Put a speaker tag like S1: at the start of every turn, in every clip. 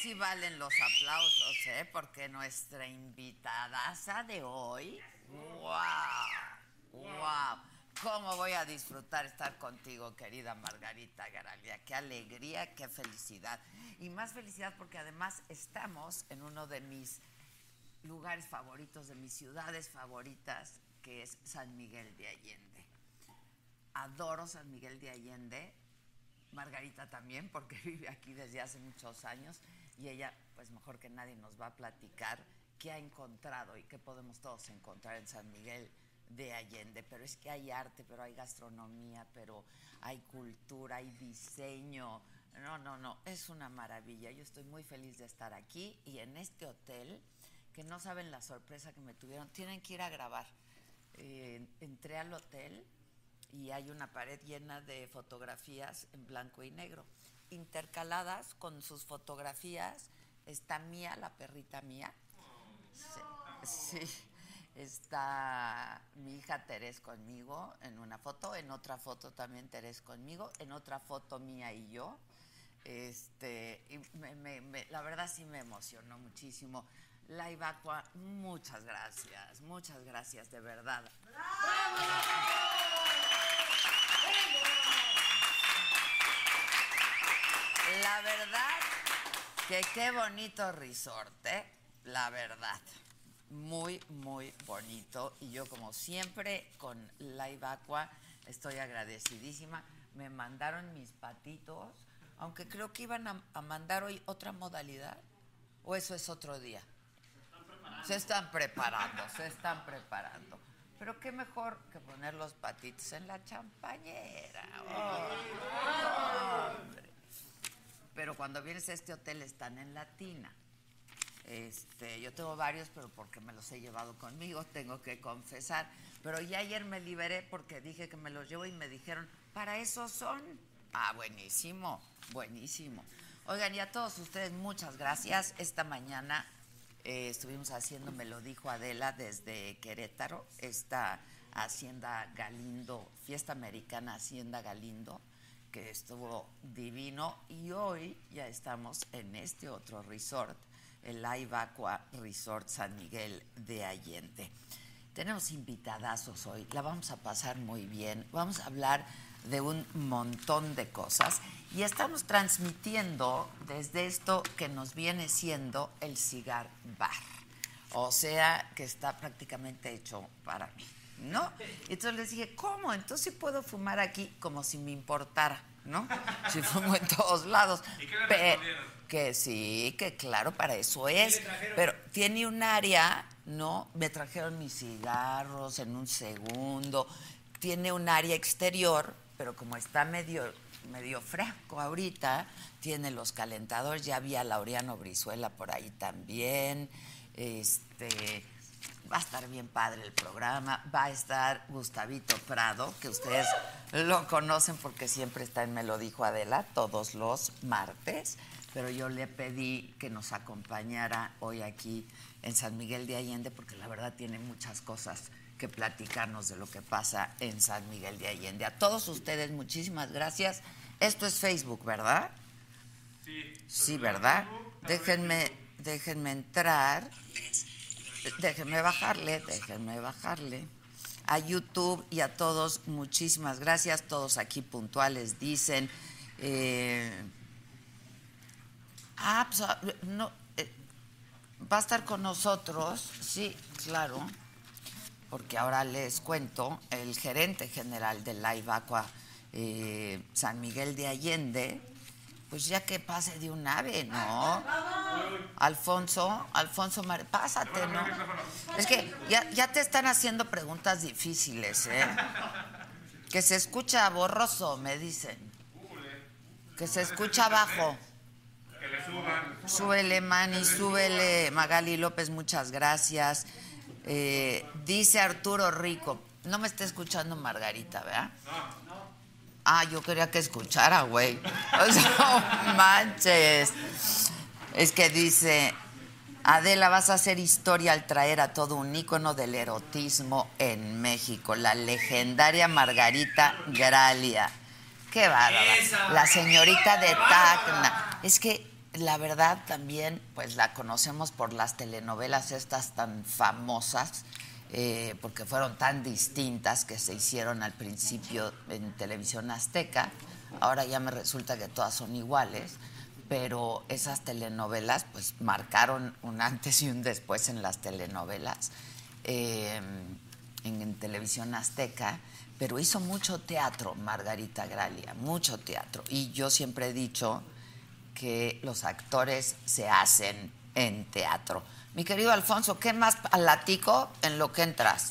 S1: sí valen los aplausos, ¿eh? Porque nuestra invitadaza de hoy. ¡Wow! ¡Wow! ¿Cómo voy a disfrutar estar contigo, querida Margarita Garalia? Qué alegría, qué felicidad. Y más felicidad porque además estamos en uno de mis lugares favoritos, de mis ciudades favoritas, que es San Miguel de Allende. Adoro San Miguel de Allende, Margarita también, porque vive aquí desde hace muchos años y ella, pues mejor que nadie, nos va a platicar qué ha encontrado y qué podemos todos encontrar en San Miguel de Allende. Pero es que hay arte, pero hay gastronomía, pero hay cultura, hay diseño. No, no, no, es una maravilla. Yo estoy muy feliz de estar aquí y en este hotel, que no saben la sorpresa que me tuvieron, tienen que ir a grabar. Eh, entré al hotel y hay una pared llena de fotografías en blanco y negro. Intercaladas con sus fotografías está Mía, la perrita mía. Sí, sí. Está mi hija Terés conmigo en una foto, en otra foto también Terés conmigo, en otra foto mía y yo. Este, y me- me- me- la verdad sí me emocionó muchísimo. La Ibacua, muchas gracias, muchas gracias de verdad. La verdad que qué bonito resort, ¿eh? La verdad. Muy, muy bonito. Y yo, como siempre, con Live Aqua estoy agradecidísima. Me mandaron mis patitos, aunque creo que iban a, a mandar hoy otra modalidad. ¿O eso es otro día? Se están preparando, se están preparando. Pero qué mejor que poner los patitos en la champañera. Oh, hombre. Pero cuando vienes a este hotel están en latina. Este, yo tengo varios, pero porque me los he llevado conmigo, tengo que confesar. Pero ya ayer me liberé porque dije que me los llevo y me dijeron, para eso son. Ah, buenísimo, buenísimo. Oigan, y a todos ustedes muchas gracias. Esta mañana eh, estuvimos haciendo, me lo dijo Adela desde Querétaro, esta Hacienda Galindo, Fiesta Americana Hacienda Galindo, que estuvo divino. Y hoy ya estamos en este otro resort, el Live Aqua Resort San Miguel de Allende. Tenemos invitadazos hoy, la vamos a pasar muy bien, vamos a hablar de un montón de cosas y estamos transmitiendo desde esto que nos viene siendo el cigar bar, o sea que está prácticamente hecho para mí, ¿no? Entonces les dije, ¿cómo? Entonces sí puedo fumar aquí como si me importara, ¿no? Si fumo en todos lados.
S2: ¿Y qué le
S1: Pe-
S2: respondieron?
S1: que sí, que claro, para eso es. Pero tiene un área, ¿no? Me trajeron mis cigarros en un segundo. Tiene un área exterior, pero como está medio, medio fresco ahorita, tiene los calentadores. Ya había Laureano Brizuela por ahí también. Este. Va a estar bien padre el programa. Va a estar Gustavito Prado, que ustedes lo conocen porque siempre está en Me lo dijo Adela todos los martes. Pero yo le pedí que nos acompañara hoy aquí en San Miguel de Allende porque la verdad tiene muchas cosas que platicarnos de lo que pasa en San Miguel de Allende. A todos ustedes muchísimas gracias. Esto es Facebook, ¿verdad?
S2: Sí,
S1: Sí, ¿verdad? Déjenme, déjenme entrar. Déjenme bajarle, déjenme bajarle. A YouTube y a todos, muchísimas gracias. Todos aquí puntuales dicen. eh, ah, pues, ah, no, eh, va a estar con nosotros, sí, claro, porque ahora les cuento, el gerente general de Live Aqua eh, San Miguel de Allende, pues ya que pase de un ave, ¿no? Alfonso, Alfonso, Mar- pásate, ¿no? Es que ya, ya te están haciendo preguntas difíciles, ¿eh? Que se escucha borroso, me dicen. Que se escucha bajo.
S2: que le suban.
S1: Súbele, Manny, súbele. Magali López, muchas gracias. Eh, dice Arturo Rico, no me está escuchando Margarita, ¿verdad? Ah, yo quería que escuchara, güey. O sea, no manches. Es que dice, Adela, vas a hacer historia al traer a todo un ícono del erotismo en México, la legendaria Margarita Gralia. Qué bárbara. La señorita de Tacna. Es que la verdad también, pues la conocemos por las telenovelas estas tan famosas, eh, porque fueron tan distintas que se hicieron al principio en televisión azteca. Ahora ya me resulta que todas son iguales, pero esas telenovelas pues marcaron un antes y un después en las telenovelas, eh, en, en televisión azteca. Pero hizo mucho teatro Margarita Gralia, mucho teatro. Y yo siempre he dicho que los actores se hacen en teatro. Mi querido Alfonso, ¿qué más platico en lo que entras?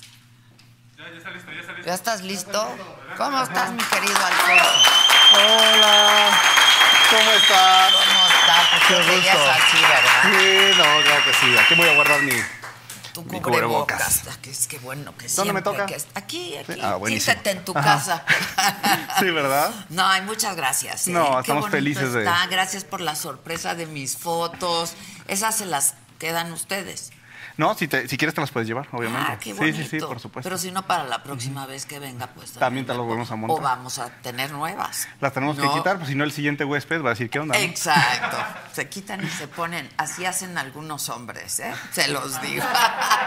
S2: Ya, ya está listo, ya está listo.
S1: ¿Ya estás listo? ¿Cómo estás, mi querido Alfonso?
S3: Hola, ¿cómo estás?
S1: ¿Cómo estás? Pues
S3: Qué
S1: creo que ya
S3: gusto.
S1: es así, ¿verdad?
S3: Sí, no, claro que sí. Aquí voy a guardar mi.
S1: Tu
S3: Mi
S1: cubrebocas.
S3: cubrebocas.
S1: Ah, que es que bueno que
S3: ¿Dónde me
S1: siempre
S3: toca?
S1: que es- aquí, aquí.
S3: Ah, buenísimo.
S1: Siéntate en tu
S3: Ajá.
S1: casa.
S3: Sí, ¿verdad?
S1: No, ay, muchas gracias. ¿eh?
S3: No,
S1: Qué
S3: estamos
S1: bonito
S3: felices de-
S1: está. Gracias por la sorpresa de mis fotos. Esas se las quedan ustedes.
S3: No, si, te- si quieres te las puedes llevar, obviamente.
S1: Ah, qué
S3: sí,
S1: bonito.
S3: sí, sí, por supuesto.
S1: Pero si no, para la próxima vez que venga, pues...
S3: También te las volvemos a montar.
S1: O vamos a tener nuevas.
S3: Las tenemos
S1: No.
S3: que quitar, pues si no, el siguiente huésped va a decir, ¿qué onda? no?".
S1: Exacto. Se quitan y se ponen. Así hacen algunos hombres, ¿eh? Se los digo.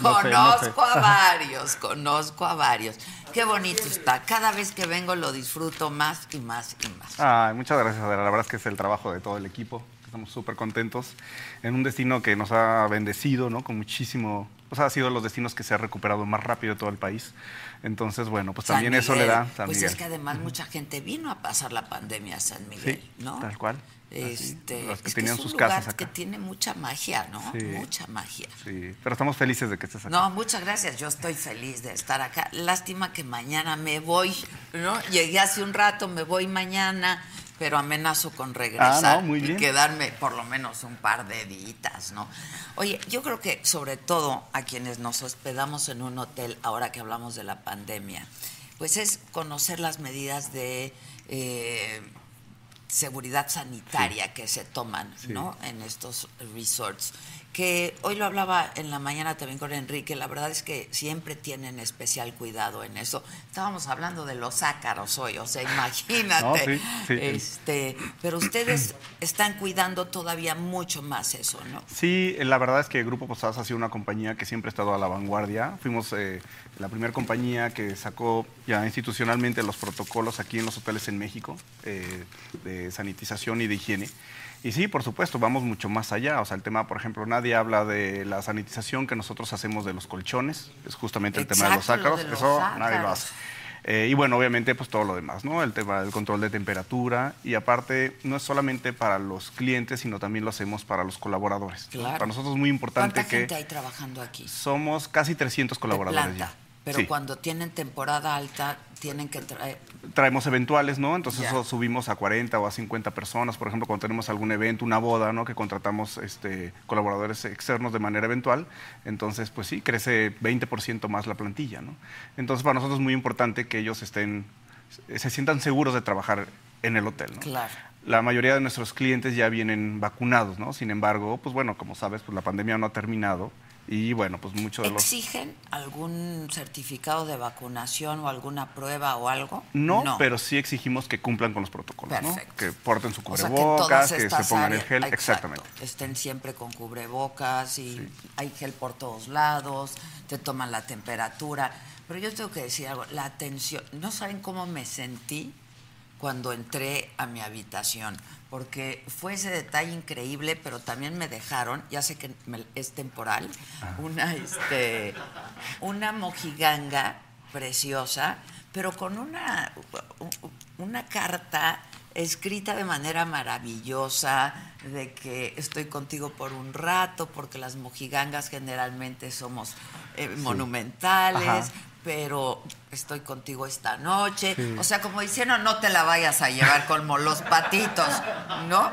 S3: No
S1: conozco
S3: sé, no sé.
S1: a varios, conozco a varios. Qué bonito está. Cada vez que vengo lo disfruto más y más y más.
S3: Ay, muchas gracias, Adela. La verdad es que es el trabajo de todo el equipo. Estamos súper contentos en un destino que nos ha bendecido, ¿no? Con muchísimo. O sea, ha sido de los destinos que se ha recuperado más rápido de todo el país. Entonces, bueno, pues
S1: San
S3: también eso le
S1: Miguel.
S3: da. San
S1: pues
S3: Miguel.
S1: es que además mucha gente vino a pasar la pandemia a San Miguel,
S3: Sí,
S1: ¿no?
S3: tal cual. Así,
S1: Este,
S3: los que
S1: es
S3: tenían
S1: es un
S3: sus
S1: lugar
S3: casas acá.
S1: que tiene mucha magia, ¿no?
S3: Sí.
S1: Mucha magia.
S3: Sí, pero estamos felices de que estés aquí.
S1: No, muchas gracias. Yo estoy feliz de estar acá. Lástima que mañana me voy, ¿no? Llegué hace un rato, me voy mañana, pero amenazo con regresar
S3: Ah, no, muy
S1: y
S3: bien.
S1: quedarme por lo menos un par de días, ¿no? Oye, yo creo que sobre todo a quienes nos hospedamos en un hotel ahora que hablamos de la pandemia, pues es conocer las medidas de eh, seguridad sanitaria que se toman,
S3: Sí.
S1: ¿no? en estos resorts. Que hoy lo hablaba en la mañana también con Enrique, la verdad es que siempre tienen especial cuidado en eso. Estábamos hablando de los ácaros hoy, o sea, imagínate.
S3: No, sí, sí.
S1: Este, pero ustedes están cuidando todavía mucho más eso, ¿no?
S3: Sí, eh, la verdad es que Grupo Posadas ha sido una compañía que siempre ha estado a la vanguardia. Fuimos eh, la primera compañía que sacó ya institucionalmente los protocolos aquí en los hoteles en México eh, de sanitización y de higiene. Y sí, por supuesto, vamos mucho más allá. O sea, el tema, por ejemplo, nadie habla de la sanitización que nosotros hacemos de los colchones. Es justamente el tema de los
S1: Exacto, lo
S3: ácaros.
S1: de los
S3: Eso nadie lo
S1: ácaros.
S3: hace. Eh, y bueno, obviamente, pues todo lo demás, ¿no? El tema del control de temperatura. Y aparte, no es solamente para los clientes, sino también lo hacemos para los colaboradores. ¿no?
S1: Claro.
S3: Para nosotros es muy
S1: ¿Cuánta
S3: importante que
S1: gente hay trabajando aquí?
S3: somos casi 300
S1: De
S3: colaboradores
S1: planta.
S3: ya.
S1: Pero
S3: Sí.
S1: cuando tienen temporada alta, tienen que traer.
S3: Traemos eventuales, ¿no? Entonces
S1: Ya.
S3: eso subimos a 40 o a 50 personas. Por ejemplo, cuando tenemos algún evento, una boda, ¿no? Que contratamos este, colaboradores externos de manera eventual. Entonces, pues sí, crece 20% más la plantilla, ¿no? Entonces, para nosotros es muy importante que ellos estén, se sientan seguros de trabajar en el hotel, ¿no?
S1: Claro.
S3: La mayoría de nuestros clientes ya vienen vacunados, ¿no? Sin embargo, pues bueno, como sabes, pues la pandemia no ha terminado y bueno, pues muchos de los...
S1: ¿Exigen algún certificado de vacunación o alguna prueba o algo?
S3: No, pero sí exigimos que cumplan con los protocolos, ¿no?
S1: Perfecto.
S3: Que porten su
S1: O sea,
S3: cubrebocas,
S1: en
S3: que,
S1: todas
S3: se pongan el
S1: estas
S3: gel,
S1: áreas-
S3: exactamente.
S1: exacto, Estén siempre con cubrebocas y hay gel por todos lados, te toman la temperatura. Pero yo tengo que decir algo, la atención, no saben cómo me sentí cuando entré a mi habitación, porque fue ese detalle increíble, pero también me dejaron, ya sé que me- es temporal, una este una mojiganga preciosa, pero con una una carta escrita de manera maravillosa de que estoy contigo por un rato, porque las mojigangas generalmente somos eh, monumentales,
S3: Ajá.
S1: pero estoy contigo esta noche. O sea, como diciendo, no te la vayas a llevar como los patitos, ¿no?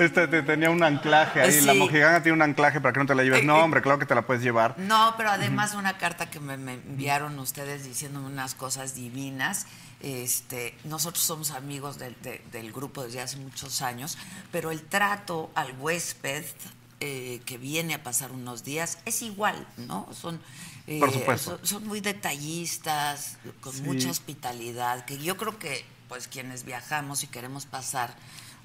S3: Este te- tenía un anclaje ahí, la
S1: Sí.
S3: mojiganga tiene un anclaje para que no te la lleves.
S1: Eh,
S3: No,
S1: eh.
S3: hombre, claro que te la puedes llevar.
S1: No, pero además una carta que me, me enviaron ustedes diciéndome unas cosas divinas. Este, nosotros somos amigos del- de- del grupo desde hace muchos años, pero el trato al huésped eh, que viene a pasar unos días es igual, ¿no? Son, eh,
S3: Por supuesto.
S1: son, son muy detallistas, con
S3: Sí.
S1: mucha hospitalidad, que yo creo que pues quienes viajamos y queremos pasar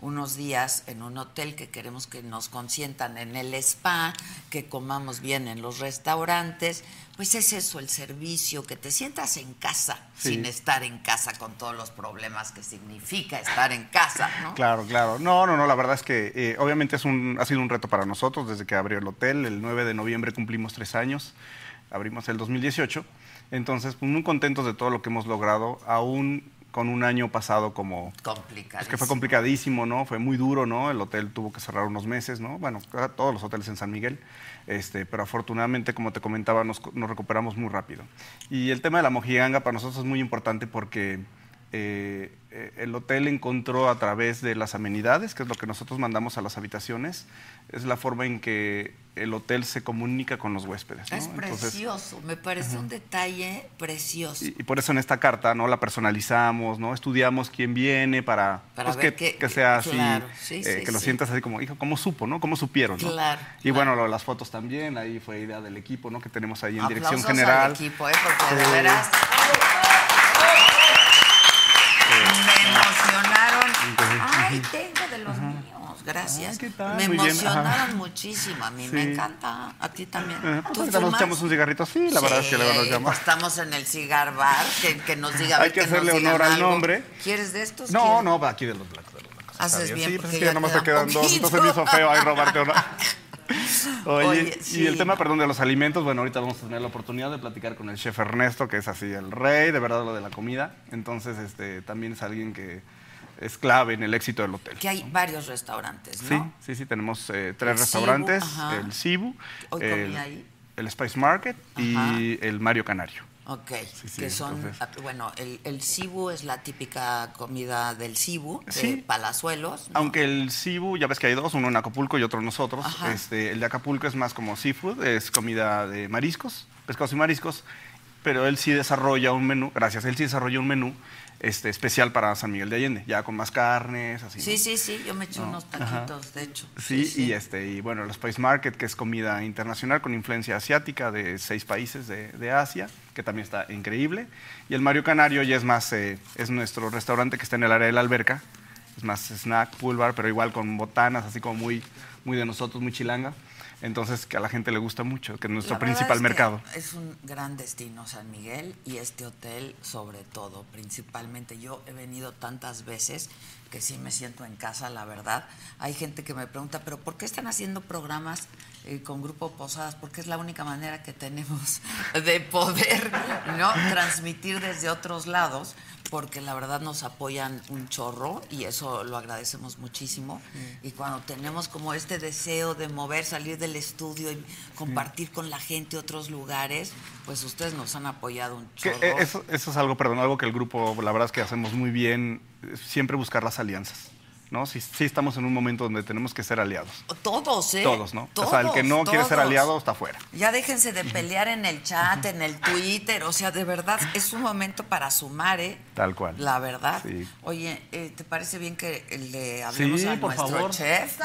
S1: unos días en un hotel que queremos que nos consientan en el spa, que comamos bien en los restaurantes. Pues es eso, el servicio, que te sientas en casa,
S3: Sí.
S1: sin estar en casa con todos los problemas que significa estar en casa, ¿no?
S3: Claro, claro. No, no, no, la verdad es que eh, obviamente es un, ha sido un reto para nosotros desde que abrió el hotel. El 9 de noviembre cumplimos tres años, abrimos el 2018. Entonces, pues, muy contentos de todo lo que hemos logrado, aún con un año pasado como...
S1: Complicado.
S3: Es que fue complicadísimo, ¿no? Fue muy duro, ¿no? El hotel tuvo que cerrar unos meses, ¿no? Bueno, ca- todos los hoteles en San Miguel. Este, pero afortunadamente, como te comentaba, nos, co- nos recuperamos muy rápido. Y el tema de la mojiganga para nosotros es muy importante porque eh, eh, el hotel encontró a través de las amenidades, que es lo que nosotros mandamos a las habitaciones, es la forma en que el hotel se comunica con los huéspedes. ¿no?
S1: Es precioso, me parece un detalle precioso.
S3: Y, y por eso en esta carta, ¿no? La personalizamos, ¿no? Estudiamos quién viene para,
S1: Para
S3: pues,
S1: ver
S3: que,
S1: qué-
S3: que sea así,
S1: claro, sí,
S3: eh,
S1: sí,
S3: que lo
S1: sí.
S3: sientas así como, hijo, ¿cómo supo, no? ¿Cómo supieron, no?
S1: Claro,
S3: Y
S1: claro.
S3: bueno, lo de las fotos también, ahí fue idea del equipo, ¿no? Que tenemos ahí en dirección
S1: Aplausos
S3: general.
S1: al equipo, ¿eh? porque de veras me emocionaron. Ay, tengo de los míos, gracias.
S3: Ah, ¿qué tal?
S1: Me
S3: Muy bien, ajá.
S1: emocionaron muchísimo, a mí me
S3: Sí.
S1: encanta, a ti también.
S3: Eh, pues,
S1: ¿Tú
S3: ahorita nos
S1: fumas?
S3: echamos un cigarrito, sí, la verdad es que luego nos
S1: Sí, pues,
S3: llama.
S1: Estamos en el cigar bar, que, que nos diga. a ver,
S3: Hay que
S1: nos
S3: hacerle
S1: digan
S3: honor al
S1: algo.
S3: nombre.
S1: ¿Quieres de estos?
S3: No,
S1: ¿Quieres?
S3: no, va aquí de los blancos, de los blancos. está
S1: Haces bien,
S3: Sí, pues
S1: porque
S3: es que
S1: ya
S3: nada más
S1: te
S3: te
S1: da
S3: quedan dos,
S1: poquito.
S3: entonces me hizo feo ahí robarte una. Oye,
S1: Oye,
S3: y
S1: sí.
S3: el tema, perdón, de los alimentos, bueno, ahorita vamos a tener la oportunidad de platicar con el chef Ernesto, que es así el rey, de verdad, lo de la comida. Entonces, este, también es alguien que es clave en el éxito del hotel.
S1: Que hay varios restaurantes, ¿no?
S3: Sí, sí, sí, tenemos eh, tres
S1: El Cibu,
S3: restaurantes,
S1: ajá.
S3: el Cibu,
S1: Hoy comí
S3: el,
S1: ahí.
S3: el Spice Market y el Mario Canario.
S1: Ok,
S3: sí,
S1: que son,
S3: entonces-
S1: ah, bueno, el, el cibu es la típica comida del cibu, de
S3: Sí. Ah,
S1: palazuelos. ¿no?
S3: Aunque el Cebu, ya ves que hay dos, uno en Acapulco y otro nosotros.
S1: Ajá.
S3: Este, el de Acapulco es más como seafood, es comida de mariscos, pescados y mariscos, pero él sí desarrolla un menú, gracias, él sí desarrolla un menú este, especial para San Miguel de Allende, ya con más carnes, así.
S1: Sí,
S3: ¿no?
S1: sí, sí, yo me eché unos taquitos, de hecho.
S3: Sí, y este, y bueno, el Spice Market, que es comida internacional con influencia asiática de seis países de, de Asia, que también está increíble. Y el Mario Canario ya es más, eh, es nuestro restaurante que está en el área de la alberca. Es más snack, pool bar, pero igual con botanas, así como muy, muy de nosotros, muy chilanga. Entonces, que a la gente le gusta mucho, que es nuestro
S1: La verdad es
S3: principal
S1: que
S3: mercado.
S1: Es un gran destino San Miguel y este hotel sobre todo, principalmente. Yo he venido tantas veces que sí me siento en casa, la verdad. Hay gente que me pregunta, pero ¿por qué están haciendo programas eh, con Grupo Posadas? Porque es la única manera que tenemos de poder ¿no? transmitir desde otros lados porque la verdad nos apoyan un chorro y eso lo agradecemos muchísimo.
S3: Mm.
S1: Y cuando tenemos como este deseo de mover, salir del estudio y
S3: Mm.
S1: compartir con la gente otros lugares, pues ustedes nos han apoyado un
S3: Que,
S1: chorro.
S3: eh, eso, eso es algo, perdón, algo que el grupo, la verdad es que hacemos muy bien, eh, siempre buscar las alianzas. ¿no? Si, si estamos en un momento donde tenemos que ser aliados.
S1: Todos, ¿eh?
S3: Todos, ¿no? o sea, el que no
S1: Todos,
S3: quiere ser
S1: todos.
S3: aliado está fuera.
S1: Ya déjense de pelear en el chat, en el Twitter, o sea, de verdad es un momento para sumar, ¿eh?
S3: Tal cual.
S1: La verdad.
S3: Sí.
S1: Oye, eh, ¿te parece bien que le hablemos
S3: Sí,
S1: a
S3: por
S1: nuestro
S3: favor.
S1: chef?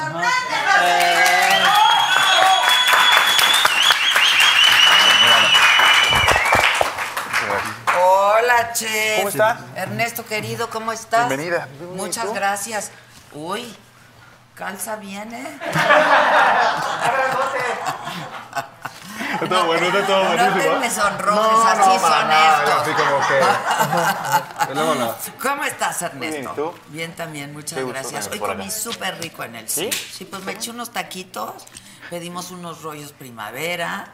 S1: Hola, chef.
S4: ¿Cómo está?
S1: Ernesto, querido, ¿cómo estás?
S4: Bienvenida.
S1: Muchas
S4: ¿Y tú?
S1: gracias. Uy, calza bien, ¿eh?
S3: Está bueno, está todo
S1: No
S4: ¿eh?
S1: te me sonrojes, así son estos.
S4: Así como que. Luego no.
S1: ¿Cómo estás,
S4: bien,
S1: Ernesto?
S4: ¿y tú?
S1: Bien, también, muchas
S4: Qué gusto
S1: gracias. Hoy
S4: tenerlos por
S1: comí
S4: acá.
S1: súper rico en el
S4: ¿Sí?
S1: cine. Sí, pues me eché unos taquitos, pedimos unos rollos primavera,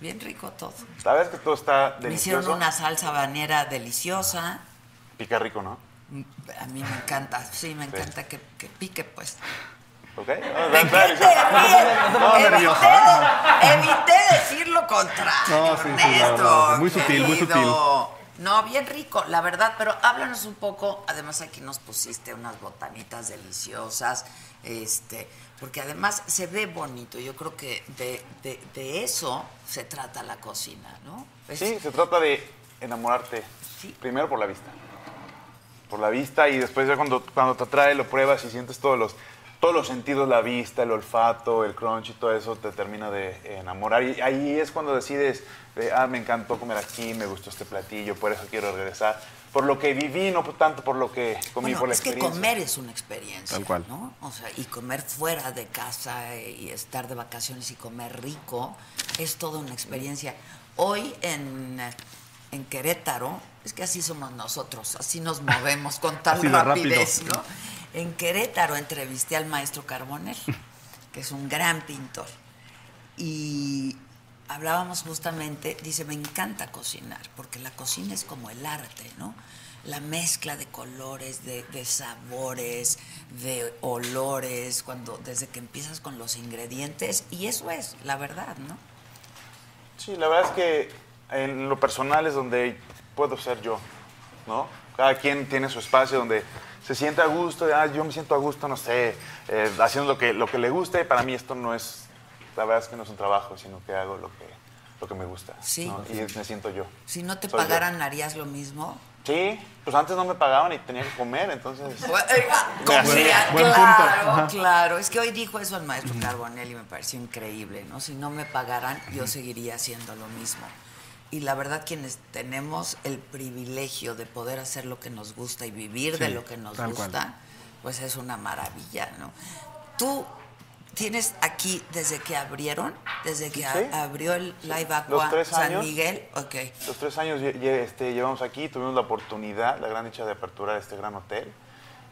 S1: bien rico todo.
S4: La verdad es que todo está
S1: Me hicieron
S4: delicioso.
S1: una salsa banera deliciosa.
S4: Pica rico, ¿no?
S1: A mí me encanta, sí, me encanta que, que pique, pues.
S4: ¿Ok? No,
S1: ¿De
S4: está-
S1: qué
S4: está
S1: te ríes?
S4: delicioso. No,
S1: Evité
S4: nervioso,
S1: de- Evité decir lo contrario,
S3: No, sí, sí, la verdad,
S1: Ernesto,
S3: muy sutil, muy
S1: querido. No, bien rico, la verdad, pero háblanos un poco. Además, aquí nos pusiste unas botanitas deliciosas, este, porque además se ve bonito. Yo creo que de, de- de eso se trata la cocina, ¿no? Es-
S4: Sí, se trata de enamorarte.
S1: Sí.
S4: Primero por la vista. Por la vista y después ya cuando, cuando te atrae lo pruebas y sientes todos los todos los sentidos, la vista, el olfato, el crunch y todo eso te termina de enamorar. Y ahí es cuando decides, de, ah, me encantó comer aquí, me gustó este platillo, por eso quiero regresar. Por lo que viví, no por tanto por lo que comí,
S1: Bueno,
S4: por la
S1: es que
S4: experiencia.
S1: comer es una experiencia,
S3: Tal cual.
S1: ¿no? O sea, y comer fuera de casa eh, y estar de vacaciones y comer rico es toda una experiencia. Hoy en, eh, en Querétaro, es que así somos nosotros, así nos movemos con tal
S3: Así de rápido.
S1: rapidez, ¿no? En Querétaro entrevisté al maestro Carbonell, que es un gran pintor. Y hablábamos justamente, dice, me encanta cocinar, porque la cocina es como el arte, ¿no? La mezcla de colores, de, de sabores, de olores, cuando desde que empiezas con los ingredientes, y eso es la verdad, ¿no?
S4: Sí, la verdad es que en lo personal es donde puedo ser yo, ¿no? Cada quien tiene su espacio donde se siente a gusto, ah, yo me siento a gusto, no sé, eh, haciendo lo que, lo que le guste. Y Para mí esto no es, la verdad es que no es un trabajo, sino que hago lo que, lo que me gusta.
S1: Sí.
S4: ¿no? Y me siento yo.
S1: Si no te
S4: Soy yo.
S1: pagaran, ¿harías lo mismo?
S4: Sí, pues antes no me pagaban y tenía que comer, entonces...
S1: Bueno, oiga, comía,
S3: buen punto.
S1: claro, claro. Es que hoy dijo eso el maestro Carbonelli y me pareció increíble, ¿no? Si no me pagaran, yo seguiría haciendo lo mismo. Y la verdad, quienes tenemos el privilegio de poder hacer lo que nos gusta y vivir de
S3: Sí,
S1: lo que nos
S3: tal
S1: gusta,
S3: cual.
S1: pues es una maravilla, ¿no? Tú tienes aquí, desde que abrieron, desde que a-
S4: Sí.
S1: abrió el Live
S4: Los
S1: Aqua
S4: tres
S1: San
S4: años.
S1: Miguel, ok.
S4: Los tres años lle- lle- este, llevamos aquí, tuvimos la oportunidad, la gran dicha de aperturar este gran hotel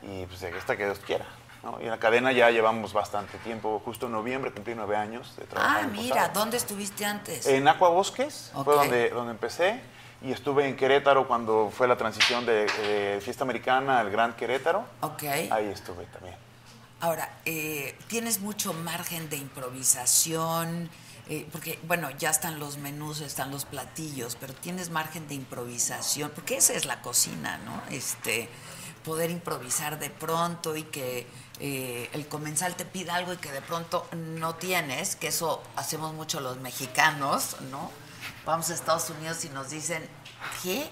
S4: y pues de esta que Dios quiera. ¿no? Y en la cadena ya llevamos bastante tiempo, justo en noviembre cumplí nueve años de trabajo.
S1: Ah, mira, ¿dónde estuviste antes?
S4: En Acuabosques
S1: Ok.
S4: fue donde, donde empecé y estuve en Querétaro cuando fue la transición de, de Fiesta Americana al Gran Querétaro.
S1: ok.
S4: Ahí estuve también.
S1: Ahora, eh, tienes mucho margen de improvisación, eh, porque, bueno, ya están los menús, están los platillos, pero tienes margen de improvisación, porque esa es la cocina, ¿no? Este, poder improvisar de pronto y que eh, el comensal te pida algo y que de pronto no tienes, que eso hacemos mucho los mexicanos, ¿no? Vamos a Estados Unidos y nos dicen, ¿qué?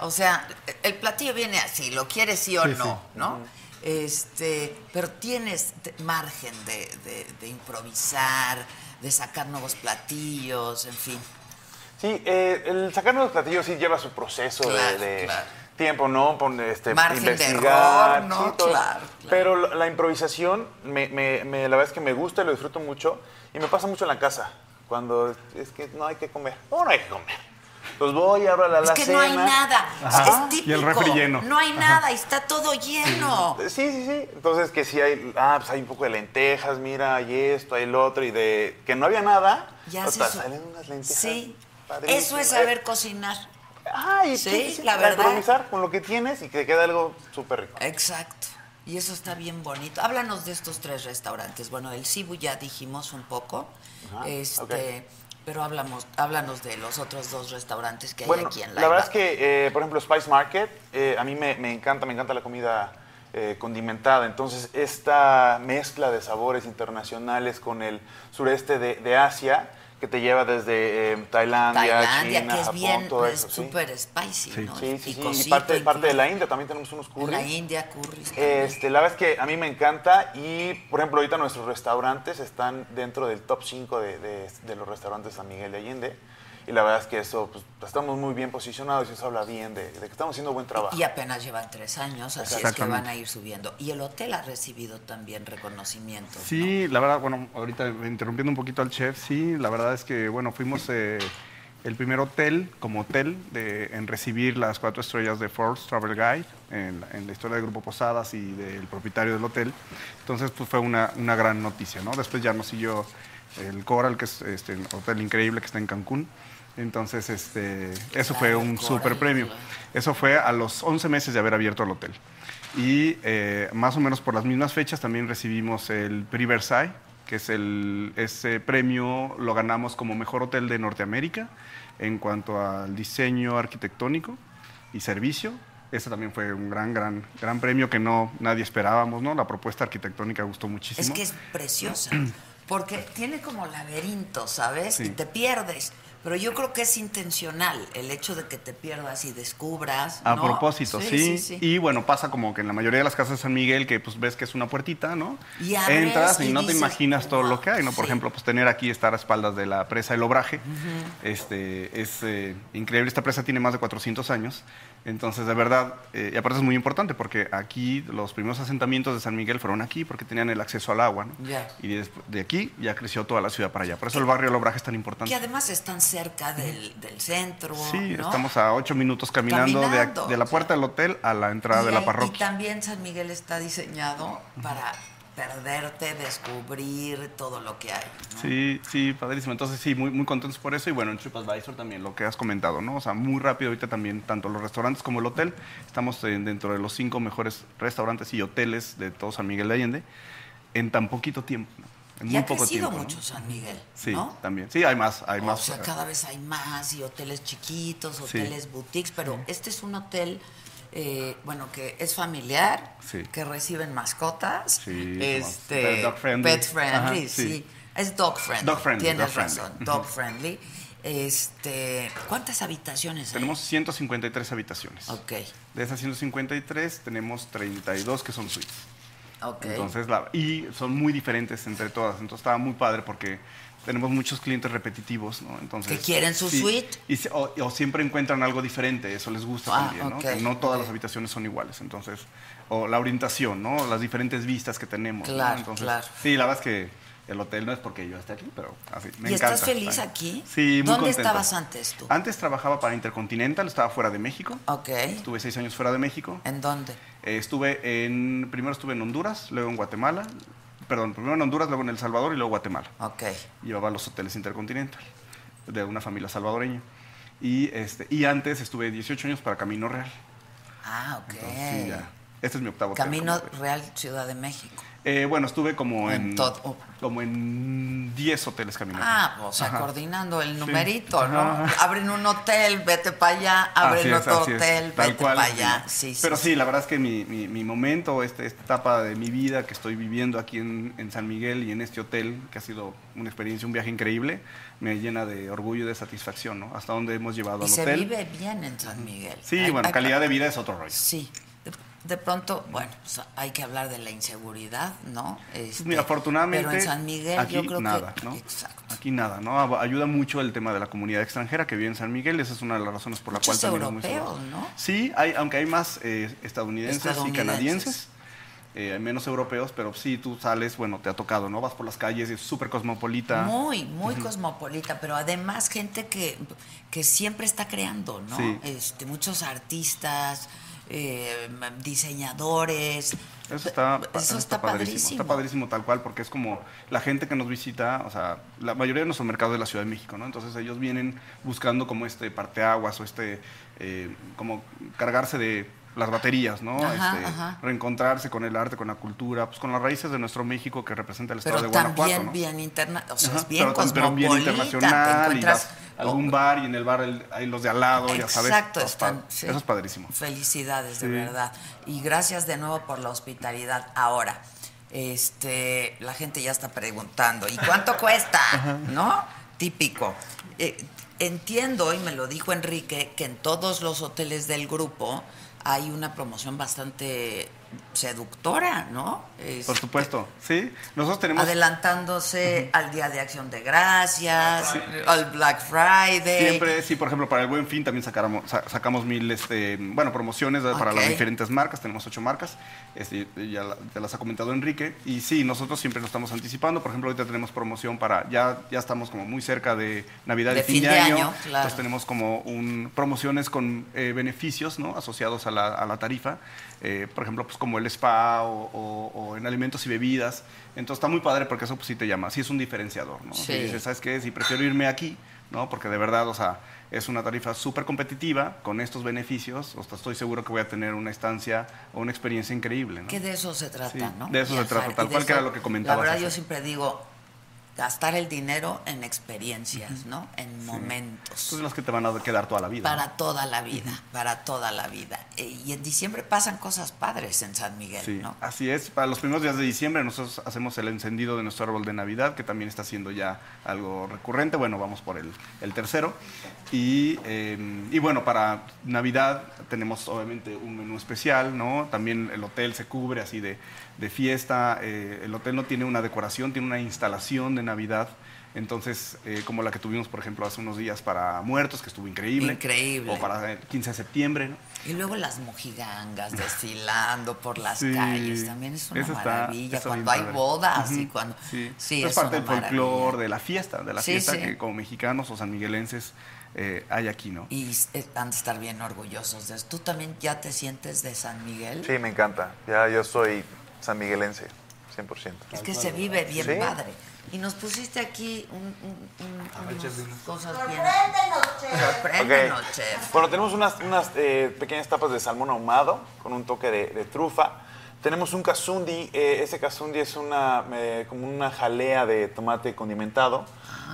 S1: O sea, el platillo viene así, lo quieres sí o
S3: Sí,
S1: no,
S3: sí.
S1: ¿no? Este, pero tienes te- margen de, de- de improvisar, de sacar nuevos platillos, en fin.
S4: Sí, eh, el sacar nuevos platillos sí lleva su proceso de-
S1: Claro,
S4: de,
S1: claro.
S4: tiempo, ¿no? Pon- este,
S1: Margen de
S4: investigar.
S1: error, ¿no?
S4: sí, todo.
S1: Claro, claro.
S4: Pero la, la improvisación, me, me- me- la verdad es que me gusta y lo disfruto mucho. Y me pasa mucho en la casa, cuando es que no hay que comer. No, no hay que comer. Entonces voy, abro la
S1: es
S4: alacena.
S1: que no hay nada.
S3: Ajá.
S1: Es- Es
S3: Y el
S1: típico.
S3: refri lleno.
S1: No hay nada y está todo lleno.
S4: Sí, sí, sí. Entonces que sí hay, ah, pues hay un poco de lentejas, mira, hay esto, hay lo otro, y de que no había nada,
S1: Ya
S4: hasta
S1: se su-
S4: salen unas lentejas.
S1: Sí.
S4: padrísimas.
S1: Eso es
S4: Eh,
S1: saber cocinar.
S4: Ay,
S1: Sí,
S4: sí,
S1: la
S4: la
S1: verdad.
S4: improvisar con lo que tienes y que te queda algo súper rico.
S1: Exacto. Y eso está bien bonito. Háblanos de estos tres restaurantes. Bueno, el Cibu ya dijimos un poco.
S4: Ajá,
S1: este,
S4: ok.
S1: pero hablamos, háblanos de los otros dos restaurantes que hay
S4: Bueno,
S1: aquí en
S4: la verdad es
S1: Iba.
S4: que, eh, por ejemplo, Spice Market, eh, a mí me, me encanta, me encanta la comida eh, condimentada. Entonces, esta mezcla de sabores internacionales con el sureste de, de Asia, que te lleva desde eh, Tailandia,
S1: Tailandia,
S4: China,
S1: que es
S4: Japón,
S1: bien
S4: todo
S1: es
S4: eso. sí.
S1: súper spicy,
S3: Sí.
S1: ¿no?
S4: Sí, sí, sí. Y
S1: Picosito,
S4: parte, parte de la
S1: incluso.
S4: India, también tenemos unos curries.
S1: La India, curry.
S4: Este, la verdad es que a mí me encanta y, por ejemplo, ahorita nuestros restaurantes están dentro del top 5 de, de- de los restaurantes San Miguel de Allende. Y la verdad es que eso, pues, estamos muy bien posicionados y eso habla bien de, de que estamos haciendo buen trabajo.
S1: Y apenas llevan tres años, así es que
S3: Exactamente.
S1: van a ir subiendo. Y el hotel ha recibido también reconocimientos.
S3: Sí, la verdad, bueno, ahorita interrumpiendo un poquito al chef, sí, la verdad es que, bueno, fuimos eh, el primer hotel como hotel de- en recibir las cuatro estrellas de Forbes Travel Guide en, la- en la historia del Grupo Posadas y del propietario del hotel. Entonces, pues fue una, una gran noticia, ¿no? Después ya nos siguió el Coral, que es este, un hotel increíble que está en Cancún. Entonces, este, eso fue
S1: Claro,
S3: un
S1: Coral,
S3: super premio.
S1: claro.
S3: Eso fue a los 11 meses de haber abierto el hotel. Y eh, más o menos por las mismas fechas también recibimos el Prix Versailles, que es el, ese premio lo ganamos como mejor hotel de Norteamérica en cuanto al diseño arquitectónico y servicio. Ese también fue un gran, gran, gran premio que no nadie esperábamos, ¿no? La propuesta arquitectónica gustó muchísimo.
S1: Es que es preciosa, porque tiene como laberinto, ¿sabes?
S3: Sí.
S1: Y te pierdes. Pero yo creo que es intencional el hecho de que te pierdas y descubras.
S3: A
S1: ¿no?
S3: propósito, sí,
S1: sí, sí.
S3: Y bueno, pasa como que en la mayoría de las casas de San Miguel, que pues ves que es una puertita, ¿no?
S1: Y abres
S3: Entras y,
S1: y
S3: no te
S1: dices,
S3: imaginas todo lo que hay, ¿no? Por
S1: sí.
S3: ejemplo, pues tener aquí, estar a espaldas de la presa El Obraje, este, es eh, increíble. Esta presa tiene más de 400 años. Entonces, de verdad, eh, y aparte es muy importante porque aquí los primeros asentamientos de San Miguel fueron aquí porque tenían el acceso al agua, ¿no?
S1: Ya.
S3: Y des- de aquí ya creció toda la ciudad para allá. Por eso el barrio El Obraje es tan importante.
S1: Que además están cerca del, del centro.
S3: Sí,
S1: ¿no?
S3: estamos a ocho minutos caminando, de ac-
S1: Caminando,
S3: de, la
S1: o sea.
S3: puerta del hotel a la entrada de
S1: Y
S3: la
S1: ahí- Y
S3: parroquia.
S1: también San Miguel está diseñado para perderte, descubrir todo lo que hay. ¿no?
S3: Sí, sí, padrísimo. Entonces sí, muy, muy contentos por eso. Y bueno, en TripAdvisor también, lo que has comentado, ¿no? O sea, muy rápido ahorita también, tanto los restaurantes como el hotel. Estamos eh, dentro de los cinco mejores restaurantes y hoteles de todo San Miguel de Allende en tan poquito tiempo. ¿no? En
S1: Y
S3: muy
S1: ha
S3: poco
S1: crecido
S3: tiempo. ¿no?
S1: mucho San Miguel,
S3: Sí,
S1: ¿no? Oh,
S3: también. Sí, hay más, hay
S1: O
S3: más. eh,
S1: sea, cada vez hay más y hoteles chiquitos, hoteles boutiques, pero este es un hotel, eh, bueno, que es familiar,
S3: Sí.
S1: que reciben mascotas,
S3: Sí,
S1: este,
S3: pero dog friendly.
S1: pet friendly,
S3: Ajá,
S1: sí.
S3: sí.
S1: es dog friendly,
S3: Dog friendly,
S1: tienes
S3: dog friendly.
S1: razón, dog friendly. Este, ¿cuántas habitaciones hay?
S3: Tenemos 153 habitaciones.
S1: Ok,
S3: De esas 153 tenemos 32 que son suites.
S1: ok.
S3: Entonces, la- y son muy diferentes entre todas. Entonces, estaba muy padre porque tenemos muchos clientes repetitivos, ¿no? Entonces,
S1: Que quieren su
S3: sí,
S1: suite.
S3: Y, se- o, o siempre encuentran algo diferente, eso les gusta
S1: Ah,
S3: también, ¿no?
S1: ok,
S3: Que no todas
S1: ok.
S3: las habitaciones son iguales. Entonces, o la orientación, ¿no? Las diferentes vistas que tenemos. ¿no?
S1: Claro,
S3: Entonces,
S1: claro.
S3: Sí, la verdad es que el hotel no es porque yo esté aquí, pero así, me
S1: ¿Y
S3: encanta.
S1: estás feliz
S3: estar
S1: aquí?
S3: Sí, muy
S1: ¿Dónde
S3: contento.
S1: estabas antes tú?
S3: Antes trabajaba para Intercontinental, estaba fuera de México.
S1: Ok,
S3: Estuve seis años fuera de México.
S1: ¿en dónde?
S3: Eh, estuve en, primero estuve en Honduras, luego en Guatemala, perdón, primero en Honduras, luego en El Salvador y luego Guatemala.
S1: Ok,
S3: Llevaba los hoteles Intercontinental de una familia salvadoreña. Y, este, y antes estuve 18 años para Camino Real.
S1: ah, ok.
S3: Entonces, sí, ya. Este es mi octavo hotel,
S1: Camino
S3: como ves.
S1: Real, Ciudad de México.
S3: Eh, bueno, estuve como
S1: En
S3: en,
S1: todo.
S3: como en 10 hoteles Camino Real.
S1: Ah, o sea,
S3: Ajá.
S1: coordinando el numerito, ¿no?
S3: Ajá.
S1: Abren un hotel, vete para allá, abren
S3: Así es,
S1: otro
S3: así es,
S1: hotel,
S3: tal
S1: vete
S3: cual,
S1: para allá.
S3: ¿no?
S1: Sí, sí.
S3: Pero sí, la verdad es que mi, mi- mi momento, este- esta etapa de mi vida que estoy viviendo aquí en, en San Miguel y en este hotel, que ha sido una experiencia, un viaje increíble, me llena de orgullo y de satisfacción, ¿no? Hasta dónde hemos llevado
S1: Y
S3: al
S1: se
S3: hotel.
S1: vive bien en San Miguel.
S3: Sí,
S1: Hay-
S3: bueno,
S1: hay-
S3: calidad de vida es otro rollo.
S1: Sí. De, de pronto, bueno, pues, hay que hablar de la inseguridad, ¿no? Este,
S3: Mira, afortunadamente.
S1: Pero en San Miguel
S3: aquí
S1: yo creo
S3: nada,
S1: que.
S3: ¿no?
S1: Exacto.
S3: Aquí nada, ¿no? Ab- Ayuda mucho el tema de la comunidad extranjera que vive en San Miguel. Esa es una de las razones por la
S1: Muchos
S3: cual también es muy
S1: europeos,
S3: seguro.
S1: ¿no?
S3: Sí, hay, aunque hay más eh, estadounidenses, y
S1: Estadounidenses.
S3: canadienses. eh, hay menos europeos, pero sí, tú sales, bueno, te ha tocado, ¿no? Vas por las calles y es súper cosmopolita.
S1: Muy, muy cosmopolita, pero además gente que, que siempre está creando, ¿no?
S3: Sí.
S1: Este, muchos artistas, eh, diseñadores.
S3: Eso está, pa-
S1: Eso está padrísimo.
S3: Está padrísimo tal cual, porque es como la gente que nos visita, o sea, la mayoría de nuestro mercado es la Ciudad de México, ¿no? Entonces ellos vienen buscando como este parteaguas o este, eh, como cargarse de las baterías, ¿no?
S1: Ajá,
S3: Este,
S1: ajá.
S3: Reencontrarse con el arte, con la cultura, pues con las raíces de nuestro México que representa el estado
S1: Pero
S3: de Guanajuato,
S1: también
S3: ¿no?
S1: bien interna, o sea,
S3: Ajá,
S1: es bien
S3: tam-
S1: cosmopolita.
S3: bien
S1: te
S3: internacional, y
S1: encuentras
S3: vas a algún bar y en el bar el- hay los de al lado, ya sabes.
S1: Exacto,
S3: Está-
S1: están. sí.
S3: Eso es padrísimo.
S1: Felicidades, de
S3: Sí.
S1: verdad. Y gracias de nuevo por la hospitalidad. Ahora, este, la gente ya está preguntando, ¿y cuánto cuesta? ¿No? Típico. Eh, entiendo, y me lo dijo Enrique, que en todos los hoteles del grupo hay una promoción bastante seductora, ¿no?
S3: Por
S1: Este,
S3: supuesto, sí. Nosotros tenemos
S1: adelantándose al Día de Acción de Gracias, al Black Friday.
S3: Siempre, sí, por ejemplo, para el Buen Fin también sacáramos- sa- sacamos mil este, bueno, promociones de- para
S1: Ok.
S3: las diferentes marcas, tenemos ocho marcas, este, ya la- te las ha comentado Enrique, y sí, nosotros siempre nos estamos anticipando, por ejemplo, ahorita tenemos promoción para, ya, ya estamos como muy cerca de Navidad
S1: De
S3: y fin de año,
S1: claro.
S3: entonces tenemos como un, promociones con eh, beneficios ¿no? asociados a la, a la tarifa, eh, por ejemplo, pues como el spa o, o- o en alimentos y bebidas, entonces está muy padre porque eso pues sí te llama, sí es un diferenciador, ¿no?
S1: Sí.
S3: Y dices, ¿sabes qué? Si prefiero irme aquí, ¿no? Porque de verdad, o sea, es una tarifa súper competitiva con estos beneficios. O sea, estoy seguro que voy a tener una estancia o una experiencia increíble, ¿no?
S1: Que de eso se trata,
S3: Sí,
S1: ¿no?
S3: de eso se trata,
S1: y
S3: tal
S1: de
S3: cual que era
S1: eso-
S3: lo que comentabas
S1: La verdad,
S3: hace-
S1: yo siempre digo, gastar el dinero en experiencias, ¿no? En momentos.
S3: Son las que te van a quedar toda la vida.
S1: Para toda la vida, para toda la vida. Eh, Y en diciembre pasan cosas padres en San Miguel,
S3: Sí,
S1: ¿no?
S3: así es. Para los primeros días de diciembre nosotros hacemos el encendido de nuestro árbol de Navidad, que también está siendo ya algo recurrente. Bueno, vamos por el, el tercero. Y, eh, y bueno, para Navidad tenemos obviamente un menú especial, ¿no? También el hotel se cubre así de, de fiesta. Eh, el hotel no tiene una decoración, tiene una instalación de Navidad. Entonces, eh, como la que tuvimos, por ejemplo, hace unos días para muertos, que estuvo increíble.
S1: Increíble.
S3: O para el 15 de septiembre, ¿no?
S1: Y luego las mojigangas desfilando por las
S3: Sí,
S1: calles, también es una
S3: eso está-
S1: maravilla.
S3: está
S1: cuando hay
S3: bien padre.
S1: bodas y
S3: Ujú,
S1: cuando...
S3: sí.
S1: Sí,
S3: es,
S1: es una
S3: parte del folclore,
S1: maravilla.
S3: de la fiesta, de la
S1: Sí,
S3: fiesta
S1: sí.
S3: que como mexicanos o sanmiguelenses eh, hay aquí, ¿no?
S1: Y eh, han de estar bien orgullosos de eso. ¿Tú también ya te sientes de San Miguel?
S4: Sí, me encanta. Ya yo soy sanmiguelense, 100%.
S1: Es que se vive bien
S4: Sí.
S1: padre. Y nos pusiste aquí un, un- un- unas cosas bien...
S5: Sorpréndenos, chef.
S1: Sorpréndenos,
S4: Ok.
S1: chef.
S4: Bueno, tenemos unas, unas, eh, pequeñas tapas de salmón ahumado con un toque de, de trufa. Tenemos un casundi. eh, ese casundi es una, eh, como una jalea de tomate condimentado.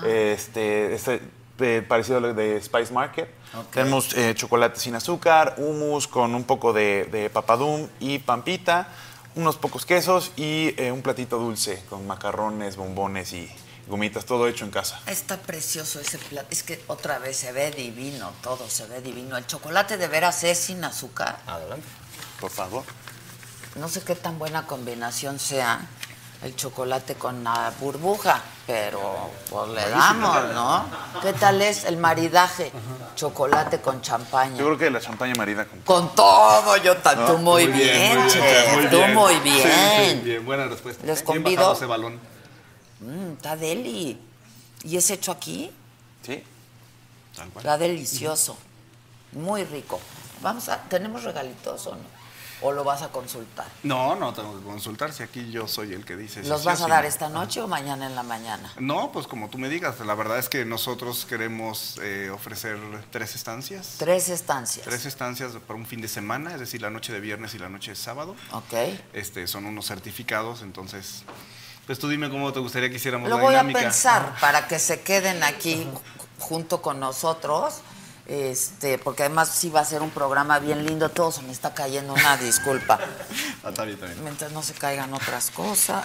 S4: Este, este, eh, parecido a lo de Spice Market.
S1: Ok.
S4: Tenemos eh, chocolate sin azúcar, hummus con un poco de, de papadum y pampita, unos pocos quesos y eh, un platito dulce con macarrones, bombones y gomitas, todo hecho en casa.
S1: Está precioso ese plato. Es que otra vez se ve divino, todo se ve divino. El chocolate de veras es sin azúcar.
S6: Adelante.
S4: Por favor.
S1: No sé qué tan buena combinación sea el chocolate con la burbuja, pero pues le damos, ¿no? ¿Qué tal es el maridaje? Chocolate con champaña.
S4: Yo creo que la champaña marida con
S1: Con todo, yo tan, tú muy, bien,
S3: muy
S1: chef,
S3: muy
S1: tú
S3: bien.
S1: muy bien.
S3: Sí, sí, bien, buena respuesta.
S1: Les
S3: Bien bajado
S1: convido-
S3: ese balón.
S1: Mm, está deli. ¿Y es hecho aquí?
S4: Sí.
S1: Está delicioso. Muy rico. Vamos a, ¿tenemos regalitos o no? ¿O lo vas a consultar?
S3: No, no tengo que consultar si aquí yo soy el que dice. si
S1: ¿Los
S3: sí
S1: vas
S3: o
S1: a
S3: si
S1: dar este.
S3: no.
S1: esta noche o mañana en la mañana?
S3: No, pues como tú me digas, la verdad es que nosotros queremos eh, ofrecer tres estancias.
S1: Tres estancias.
S3: Tres estancias para un fin de semana, es decir, la noche de viernes y la noche de sábado.
S1: Ok.
S3: Este, son unos certificados, entonces, pues tú dime cómo te gustaría que hiciéramos
S1: Lo
S3: la
S1: voy a
S3: dinámica.
S1: pensar para que se queden aquí ju- junto con nosotros. Este, porque además sí va a ser un programa bien lindo. Todo se me está cayendo una disculpa.
S3: Ah, está bien, está bien.
S1: Mientras no se caigan otras cosas.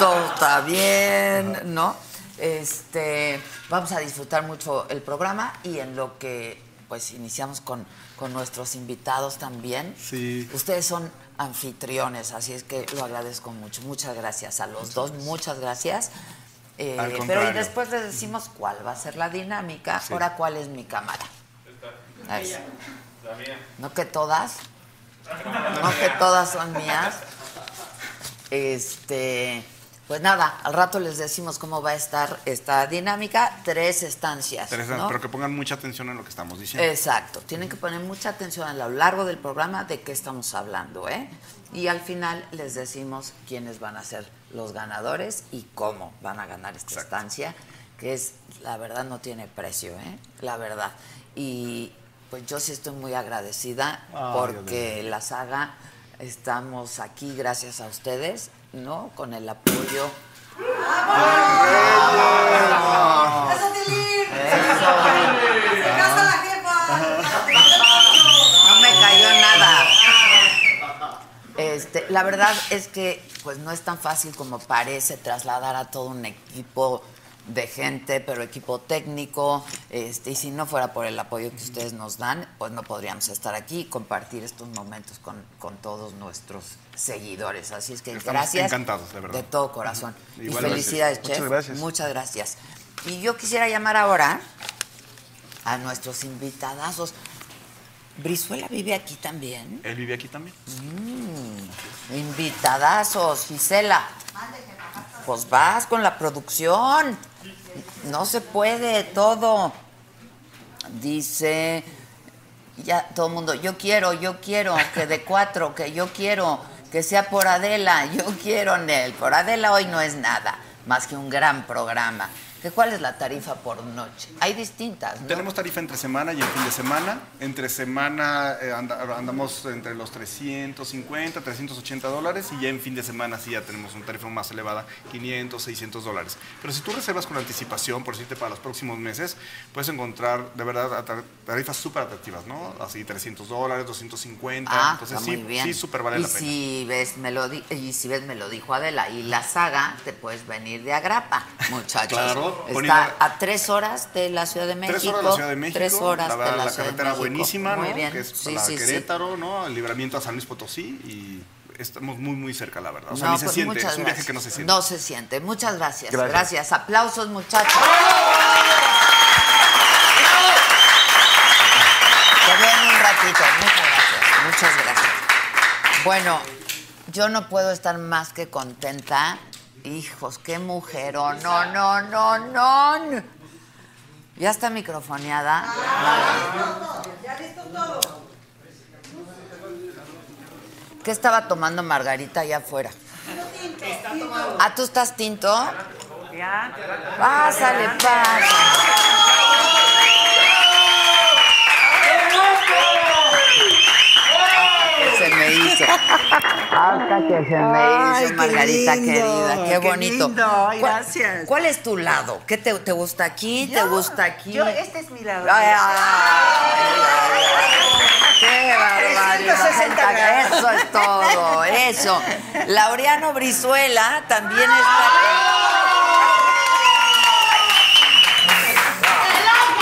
S1: Todo está bien, ¿no? Este, vamos a disfrutar mucho el programa y en lo que pues iniciamos con, con nuestros invitados también.
S3: Sí.
S1: Ustedes son anfitriones, así es que lo agradezco mucho. Muchas gracias a los dos, muchas gracias. Eh,
S3: Al
S1: pero y
S3: contrario.
S1: después les decimos cuál va a ser la dinámica.
S3: Sí.
S1: Ahora, ¿cuál es mi cámara? Ahí. No que todas. No que todas son mías. Este, pues nada, al rato les decimos cómo va a estar esta dinámica. Tres estancias.
S3: Tres,
S1: ¿no?
S3: Pero que pongan mucha atención en lo que estamos diciendo.
S1: Exacto. Tienen que poner mucha atención a lo largo del programa de qué estamos hablando, ¿eh? Y al final les decimos quiénes van a ser los ganadores y cómo van a ganar esta estancia, que es, la verdad, no tiene precio, ¿eh? La verdad. Y pues yo sí estoy muy agradecida
S3: Ay,
S1: porque la saga estamos aquí gracias a ustedes, ¿no? Con el apoyo.
S5: Vas a salir. Se casa la jefa.
S1: No me cayó nada. Este, la verdad es que pues no es tan fácil como parece trasladar a todo un equipo de gente, pero equipo técnico, este, y si no fuera por el apoyo que ustedes nos dan, pues no podríamos estar aquí y compartir estos momentos con, con todos nuestros seguidores. Así es que
S3: Estamos
S1: gracias
S3: encantados, de verdad.
S1: de todo corazón.
S3: Ujú.
S1: Y
S3: Igual, gracias.
S1: felicidades,
S4: Muchas
S1: chef.
S4: gracias.
S1: Muchas gracias. Y yo quisiera llamar ahora a nuestros invitadazos. Brizuela vive aquí también.
S3: Él vive aquí también.
S1: Invitadazos, Gisela. Pues vas con la producción. No se puede todo. Dice ya todo el mundo, yo quiero, yo quiero, que de cuatro, que yo quiero, que sea por Adela, yo quiero Nel. Por Adela hoy no es nada, más que un gran programa. ¿Que ¿Cuál es la tarifa por noche? Hay distintas, ¿no?
S3: Tenemos tarifa entre semana y el fin de semana. Entre semana eh, anda- andamos entre los 350, 380 dólares y ya en fin de semana sí ya tenemos una tarifa más elevada, 500, 600 dólares. Pero si tú reservas con anticipación, por decirte, para los próximos meses, puedes encontrar de verdad a tar- tarifas súper atractivas, ¿no? Así 300 dólares, 250.
S1: Ah,
S3: Entonces
S1: está
S3: sí,
S1: muy bien.
S3: sí, súper vale
S1: y
S3: la pena.
S1: Si ves, me lo di- y si ves, me lo dijo Adela, y la saga, te puedes venir de Agrapa, muchachos.
S3: Claro,
S1: Está
S3: poniendo-
S1: a tres horas de la Ciudad de México.
S3: Tres horas de la Ciudad de México,
S1: Tres horas
S3: la,
S1: de la, Ciudad
S3: la
S1: de
S3: carretera
S1: México.
S3: buenísima,
S1: Muy
S3: ¿no?
S1: bien.
S3: que es
S1: sí,
S3: la
S1: sí, sí.
S3: Querétaro, ¿no? El libramiento a San Luis Potosí y estamos muy, muy cerca, la verdad. O sea,
S1: No,
S3: ni se
S1: pues,
S3: siente, es un
S1: muchas
S3: viaje que no se
S1: gracias.
S3: siente.
S1: No se siente. Muchas gracias. Gracias.
S4: Gracias.
S1: Aplausos, muchachos. Te veo en un ratito. Muchas gracias. Muchas gracias. Bueno, yo no puedo estar más que contenta. Hijos, qué mujerón. No, no, no, no. Ya está microfoneada.
S5: Ya listo todo.
S1: ¿Qué estaba tomando Margarita allá afuera? Ah, ¿tú estás tinto?
S6: Ya.
S1: Pásale, pásale. Se me hizo. Hasta que se me
S6: Ay,
S1: hizo,
S6: qué
S1: Margarita
S6: lindo,
S1: querida. Qué
S6: qué
S1: bonito.
S6: lindo,
S1: ¿Cuál-
S6: gracias.
S1: ¿Cuál es tu lado? ¿Qué te, te gusta aquí? ¿Te gusta aquí?
S6: Yo, este es mi lado.
S1: Ay, ay, ay, ay, ay. ¡Qué barbaridad!
S6: 360 grados.
S1: Eso es todo, eso. Laureano Brizuela también está.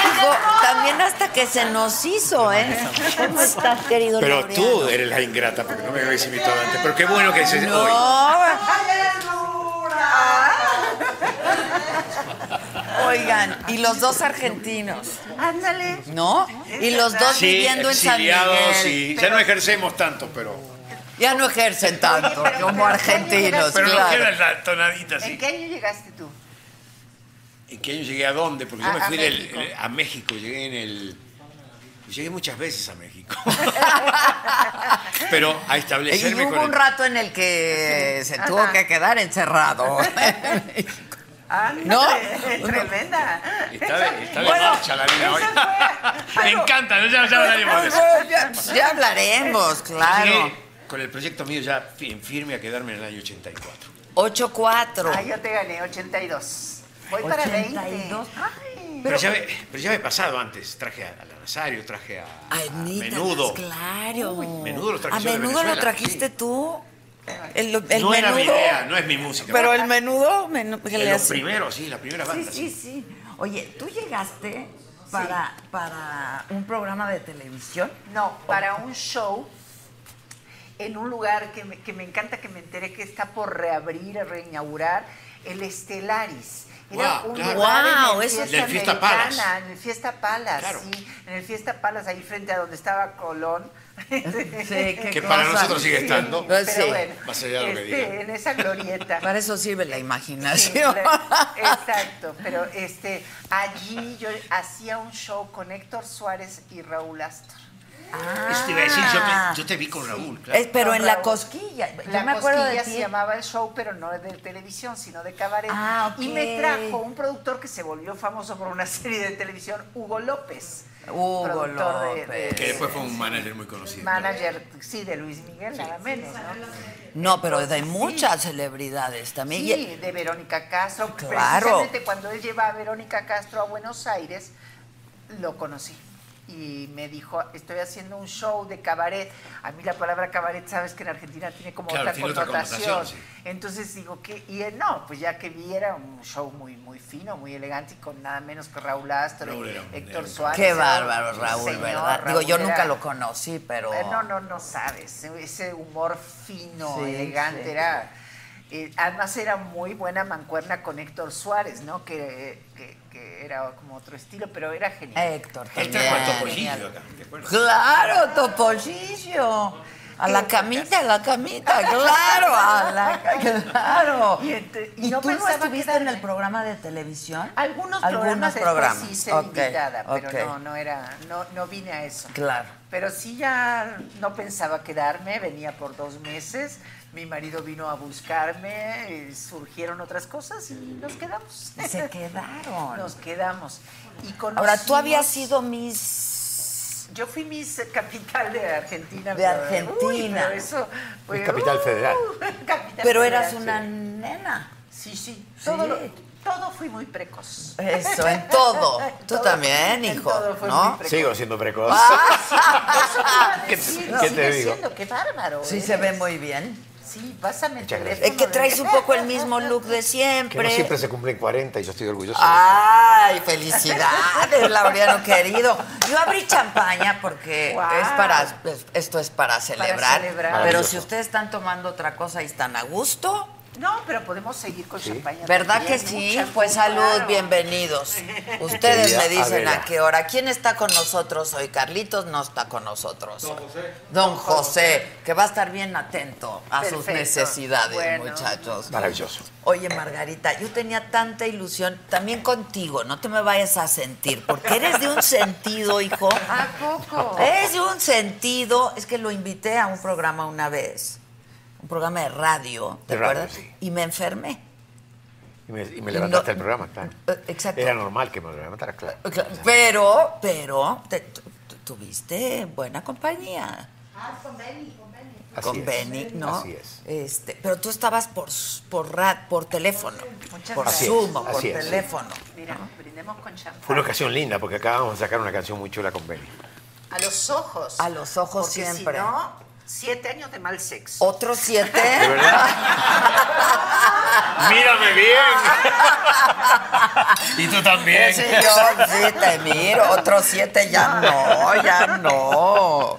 S1: Dijo, también hasta que se nos hizo, ¿eh? ¿Cómo estás, querido
S7: Pero
S1: Laureano?
S7: tú eres la ingrata porque no me habéis invitado antes. Pero qué bueno que dices hoy.
S1: No,
S5: ¡Ay, dura!
S1: oigan, y los dos argentinos,
S6: Ándale.
S1: ¿no? Y los dos
S7: Sí,
S1: viviendo en San
S7: exiliados
S1: Miguel.
S7: y ya no ejercemos tanto, pero
S1: Ya no ejercen tanto como argentinos,
S7: pero nos
S1: claro.
S7: queda la tonadita
S6: ¿En
S7: así.
S6: qué año llegaste tú?
S7: ¿En qué año llegué a dónde? Porque yo
S6: A-
S7: me
S6: a
S7: fui del-
S6: México.
S7: eh, a México, llegué en el llegué muchas veces a México. pero a
S1: Y
S7: establecerme
S1: hubo
S7: con
S1: un
S7: el-
S1: rato en el que se tuvo que quedar encerrado.
S6: Ándale.
S1: No.
S6: Tremenda.
S7: está de, está de
S6: Bueno,
S7: marcha la vida
S6: eso
S7: hoy.
S6: fue
S7: me
S6: algo-
S7: encanta, ya, ya hablaremos de eso.
S1: ya, ya hablaremos, claro.
S7: Llegué con el proyecto mío ya fi- en firme a quedarme en el año 84.
S1: 8-4.
S6: Ah, yo te gané 82. Voy para
S1: 82.
S6: 82. Ay.
S7: Pero, ya, me- pero ya me he pasado antes. Traje a, a la Nazario, traje a,
S1: Ah,
S7: a
S1: Anita,
S7: Menudo.
S1: pues, claro.
S7: Menudo lo traje
S1: A
S7: yo de
S1: menudo lo
S7: Venezuela,
S1: trajiste
S7: sí.
S1: tú. El, el
S7: no
S1: menudo.
S7: era mi idea, no es mi música.
S1: Pero el menudo. menu- que
S7: En
S1: le
S7: los
S1: hace-
S7: primeros, sí, la primera
S1: Sí,
S7: banda.
S1: sí, sí. Oye, tú llegaste para, para un programa de televisión.
S6: No, para un show en un lugar que me, que me encanta que me enteré que está por reabrir, reinaugurar, el Estelaris. Era
S7: Guau,
S6: un
S7: claro.
S6: lugar
S1: Guau,
S6: en el
S1: eso
S7: es- Del Fiesta
S6: Americana,
S7: Palace.
S6: En el Fiesta Palace,
S7: Claro.
S6: sí. En el Fiesta Palace, ahí frente a donde estaba Colón.
S1: qué
S7: Que para
S1: cosa.
S7: nosotros sigue estando.
S1: Pues
S6: Pero
S1: sí.
S6: bueno,
S7: Más allá de lo que
S6: este,
S7: digan.
S6: en esa glorieta.
S1: Para eso sirve la
S6: Sí,
S1: imaginación.
S6: la- exacto, pero este allí yo hacía un show con Héctor Suárez y Raúl Astor.
S7: Eso te iba a decir, yo te, yo te vi con Raúl, claro.
S1: Ah. Es- Eh, pero en la
S6: Raúl.
S1: cosquilla. Yo
S6: La
S1: me acuerdo de
S6: Cosquilla
S1: ti.
S6: se llamaba el show, pero no de televisión, sino de cabaret.
S1: Ah, ok.
S6: Y me trajo un productor que se volvió famoso por una serie de televisión, Hugo López.
S1: Hugo
S6: productor de- de-
S1: López.
S7: que después fue un manager muy conocido.
S6: Manager, sí, de Luis Miguel, nada menos, ¿no?
S1: No, pero de muchas celebridades también.
S6: Sí,
S1: Y-
S6: de Verónica Castro.
S1: Claro.
S6: Precisamente cuando él lleva a Verónica Castro a Buenos Aires, lo conocí. Y me dijo, estoy haciendo un show de cabaret. A mí la palabra cabaret, sabes que en Argentina tiene como
S7: Claro,
S6: otra,
S7: tiene otra
S6: connotación.
S7: connotación,
S6: Entonces digo, que Y él, no, pues ya que vi, era un show muy, muy fino, muy elegante, y con nada menos que Raúl Astro,
S7: Raúl
S6: y
S7: era un- era
S6: Héctor
S7: un-
S6: Suárez.
S1: Qué
S6: era
S1: bárbaro,
S6: un
S1: Raúl,
S6: señor,
S1: ¿verdad? Digo,
S6: Raúl
S1: yo nunca
S6: era-
S1: lo conocí, pero.
S6: eh, No, no, no sabes. Ese humor fino,
S1: Sí,
S6: elegante,
S1: sí.
S6: era. eh, además era muy buena mancuerna con Héctor Suárez, ¿no? Que, que- que era como otro estilo, pero era
S1: Eh,
S6: genial.
S1: Héctor
S7: Él
S1: también.
S7: trajo a Topolillo acá, ¿te acuerdas?
S1: Claro, Topolillo. A la camita, a la camita, claro, a la claro.
S6: Y ente- y
S1: ¿Y,
S6: yo
S1: tú
S6: pensaba
S1: estuviste en
S6: quedarme.
S1: el programa de televisión?
S6: Algunos,
S1: Algunos
S6: programas, después
S1: programas.
S6: sí ser
S1: Ok,
S6: invitada, pero
S1: ok.
S6: no, no era, no, no vine a eso.
S1: Claro.
S6: Pero sí ya no pensaba quedarme, venía por dos meses, mi marido vino a buscarme, eh, surgieron otras cosas y nos quedamos.
S1: Y se quedaron.
S6: Nos quedamos. Y
S1: Ahora, tú
S6: conocimos-
S1: habías sido Miss...
S6: Yo fui Miss Capital de Argentina.
S1: De
S6: pero- Uy,
S1: Argentina.
S6: pero eso fue- uh,
S8: Miss Capital Federal.
S6: Capital
S1: Pero eras
S6: Federal,
S1: una
S6: sí.
S1: nena.
S6: Sí, sí.
S1: Sí.
S6: Todo, lo- todo fui muy precoz.
S1: Eso, en todo.
S6: En
S1: Tú
S6: todo.
S1: también,
S6: En
S1: hijo,
S6: todo fue
S1: ¿no? Ah.
S6: muy precoz.
S8: Sigo siendo precoz.
S6: Eso te iba a decir,
S8: ¿Qué te- qué te
S6: sigue
S8: digo?
S6: siendo, qué bárbaro.
S1: Sí,
S6: eres.
S1: se ve muy bien.
S6: Sí, pásame el
S8: Muchas gracias.
S6: teléfono ¿eh?
S1: Es que
S6: de-
S1: traes un poco el mismo look de
S8: Que no siempre
S1: siempre.
S8: se cumplen 40 y yo estoy orgulloso. de
S1: Ay, felicidades, Laureano querido. Yo abrí champaña porque
S6: Guau.
S1: es para, es- esto es para celebrar.
S6: celebrar.
S1: Pero
S8: Maravilloso.
S1: si ustedes están tomando otra cosa y están a gusto,
S6: No, pero podemos seguir con champaña.
S1: ¿verdad que
S6: también,
S1: sí?
S6: muchas,
S1: Pues salud,
S6: claro.
S1: bienvenidos. Ustedes
S8: Querida
S1: me dicen
S8: Adela.
S1: a qué hora. ¿Quién está con nosotros hoy? Carlitos no está con nosotros. Don José. Don José, que va a estar bien atento a sus
S6: Perfecto.
S1: necesidades,
S6: Bueno.
S1: muchachos.
S8: eso. Maravilloso.
S1: Oye, Margarita, yo tenía tanta ilusión también contigo, no te me vayas a sentir, porque eres de un sentido, hijo.
S6: ¿A poco?
S1: Es de un sentido, es que lo invité a un programa una vez, un programa de radio, ¿te
S8: De radio,
S1: acuerdas?
S8: sí.
S1: Y me enfermé.
S8: Y me, y me levantaste
S1: No.
S8: el programa, claro.
S1: Eh, exacto.
S8: Era normal que me levantara, claro.
S1: Pero, pero, te- tu- tu- tuviste buena compañía.
S8: Así
S1: con
S8: es.
S1: Benny, ¿no?
S8: Así es.
S1: Este, pero tú estabas por s- por ra- por teléfono,
S6: Muchas
S1: por
S8: gracias.
S1: Zoom, o por
S8: Así es, así es.
S1: teléfono.
S6: Mira, brindemos con champaña.
S8: Fue una ocasión linda porque acabamos de sacar una canción muy chula con Benny.
S6: A los ojos.
S1: A los ojos
S6: Porque
S1: siempre.
S6: Si no, siete años de mal sexo.
S1: Otros siete.
S8: ¡Mírame bien! y tú también.
S1: Sí, yo sí te miro, otros siete ya no, ya no.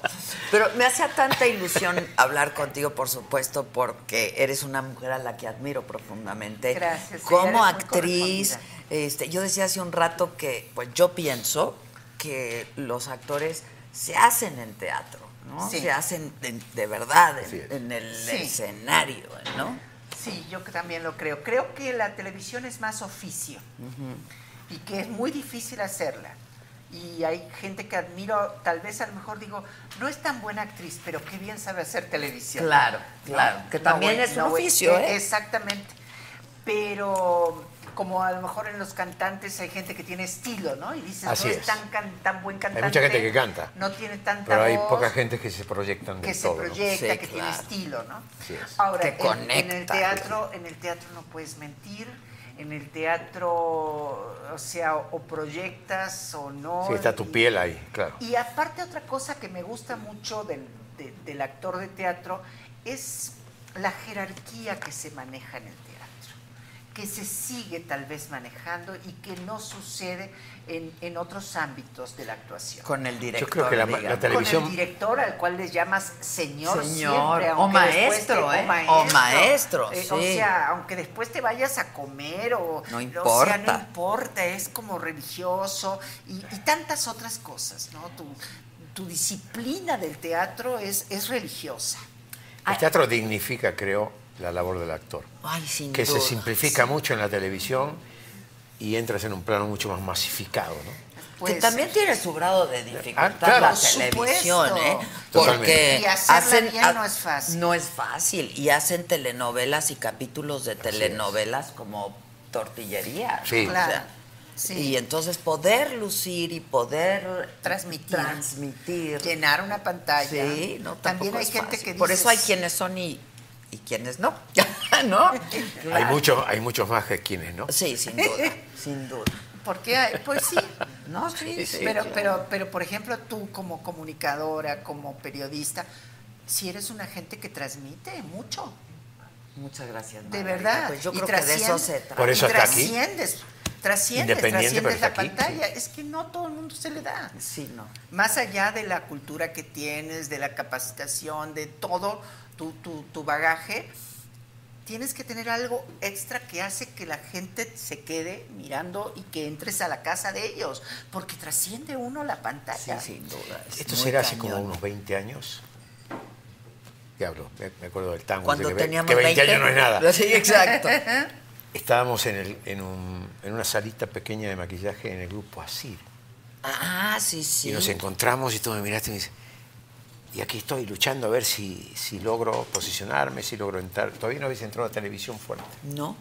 S1: Pero me hacía tanta ilusión hablar contigo, por supuesto, porque eres una mujer a la que admiro profundamente.
S6: Gracias, sí, eres
S1: Como
S6: muy
S1: actriz,
S6: correspondida.
S1: este, yo decía hace un rato que, pues yo pienso que los actores se hacen en teatro, ¿no?
S6: Sí.
S1: Se hacen en- de verdad en,
S8: Así es.
S1: en el
S6: Sí.
S1: escenario, ¿no?
S6: Sí, yo que también lo creo. Creo que la televisión es más oficio y que es muy difícil hacerla. Y hay gente que admiro, tal vez a lo mejor digo, no es tan buena actriz, pero qué bien sabe hacer televisión.
S1: Claro, claro, que también
S6: güey,
S1: es un
S6: güey,
S1: oficio,
S6: eh,
S1: ¿eh?
S6: Exactamente. Pero como a lo mejor en los cantantes hay gente que tiene estilo, ¿no? Y dices,
S8: Así
S6: no es,
S8: es.
S6: tan, can- tan buen cantante.
S8: gente que canta,
S6: No tiene tanta
S8: Pero hay
S6: voz
S8: poca gente que se proyectan
S6: que
S8: del
S6: se
S8: todo. ¿no?
S6: proyecta,
S1: Sí,
S6: que tiene
S1: claro.
S6: estilo, ¿no?
S8: Así es.
S6: Ahora,
S1: Que
S6: en- en, el
S1: conecta. pues.
S6: teatro, en el teatro no puedes mentir, en el teatro, o sea, o, o proyectas o no.
S8: Sí, está tu
S6: y-
S8: piel ahí, claro.
S6: Y aparte otra cosa que me gusta mucho del, de- del actor de teatro es la jerarquía que se maneja en el teatro, que se sigue tal vez manejando y que no sucede en, en otros ámbitos de la actuación
S1: Con el director.
S8: que la- la
S1: digamos.
S8: tele- televisión.
S6: con el director al cual les llamas señor,
S1: Señor,
S6: siempre,
S1: o
S6: aunque
S1: maestro,
S6: después te-
S1: ¿eh? O maestro,
S6: Eh, O
S1: sí.
S6: sea, aunque después te vayas a comer o
S1: No
S6: o sea, no
S1: importa.
S6: importa, es como religioso y, y tantas otras cosas, ¿no? Tu, tu disciplina del teatro es, es religiosa.
S1: Ah.
S8: El teatro dignifica, creo, la labor del actor.
S1: Ay, sin
S8: que se
S1: duda.
S8: simplifica mucho en la televisión y entras en un plano mucho más masificado, ¿no?
S6: Pues,
S1: que también tiene su grado de dificultad
S8: Ah, claro.
S1: la
S8: Por
S1: televisión, ¿eh?
S6: supuesto.
S1: Porque
S8: Totalmente.
S6: Y hacerla
S1: hacen
S6: bien no es fácil.
S1: no es fácil y hacen telenovelas y capítulos de telenovelas como tortillería.
S8: Sí.
S1: ¿no?
S6: Claro, sí.
S1: Y entonces poder lucir y poder
S6: Transmitir.
S1: transmitir.
S6: llenar una pantalla.
S1: Sí, no,
S6: también
S1: tampoco
S6: hay
S1: es
S6: gente
S1: fácil.
S6: que
S1: Por eso hay
S6: dices,
S1: quienes son y, y quienes no, ¿no?
S8: Hay, muchos, hay muchos más que quienes, ¿no?
S1: Sí, sin duda, sin duda.
S6: ¿Por qué? hay? Pues sí.
S1: No, sí, sí.
S6: Eh, pero,
S1: claro.
S6: pero, pero, por ejemplo, tú como comunicadora, como periodista, si eres una gente que transmite mucho,
S1: Muchas gracias,
S6: de
S1: Margarita.
S6: verdad.
S1: Pues yo
S6: y
S1: creo que de eso
S6: trasciende-
S1: se trata.
S8: Por eso
S6: y
S8: está aquí.
S6: Trasciendes, trasciendes,
S8: Independiente,
S6: trasciendes
S8: pero está
S6: la
S8: aquí,
S6: pantalla. Es que no todo el mundo se le da.
S1: Sí, no.
S6: Más allá de la cultura que tienes, de la capacitación, de todo tu, tu, tu bagaje, tienes que tener algo extra que hace que la gente se quede mirando y que entres a la casa de ellos, porque trasciende uno la
S1: Sí,
S6: pantalla.
S1: sin duda. es
S8: Esto
S1: muy
S8: será hace
S1: cañón.
S8: como unos 20 años.
S9: ¿Qué hablo? Me, me acuerdo del tango.
S1: Cuando
S9: ese que, ve-
S1: teníamos
S9: que 20 años no es nada.
S1: Sí, exacto.
S9: Estábamos en, el- en un- en una salita pequeña de maquillaje en el grupo Asir.
S1: Ah, sí, sí.
S9: Y nos encontramos y tú me miraste y me dices, y aquí estoy luchando a ver si, si logro posicionarme, si logro entrar. Todavía no habéis entrado a televisión fuerte.
S1: No.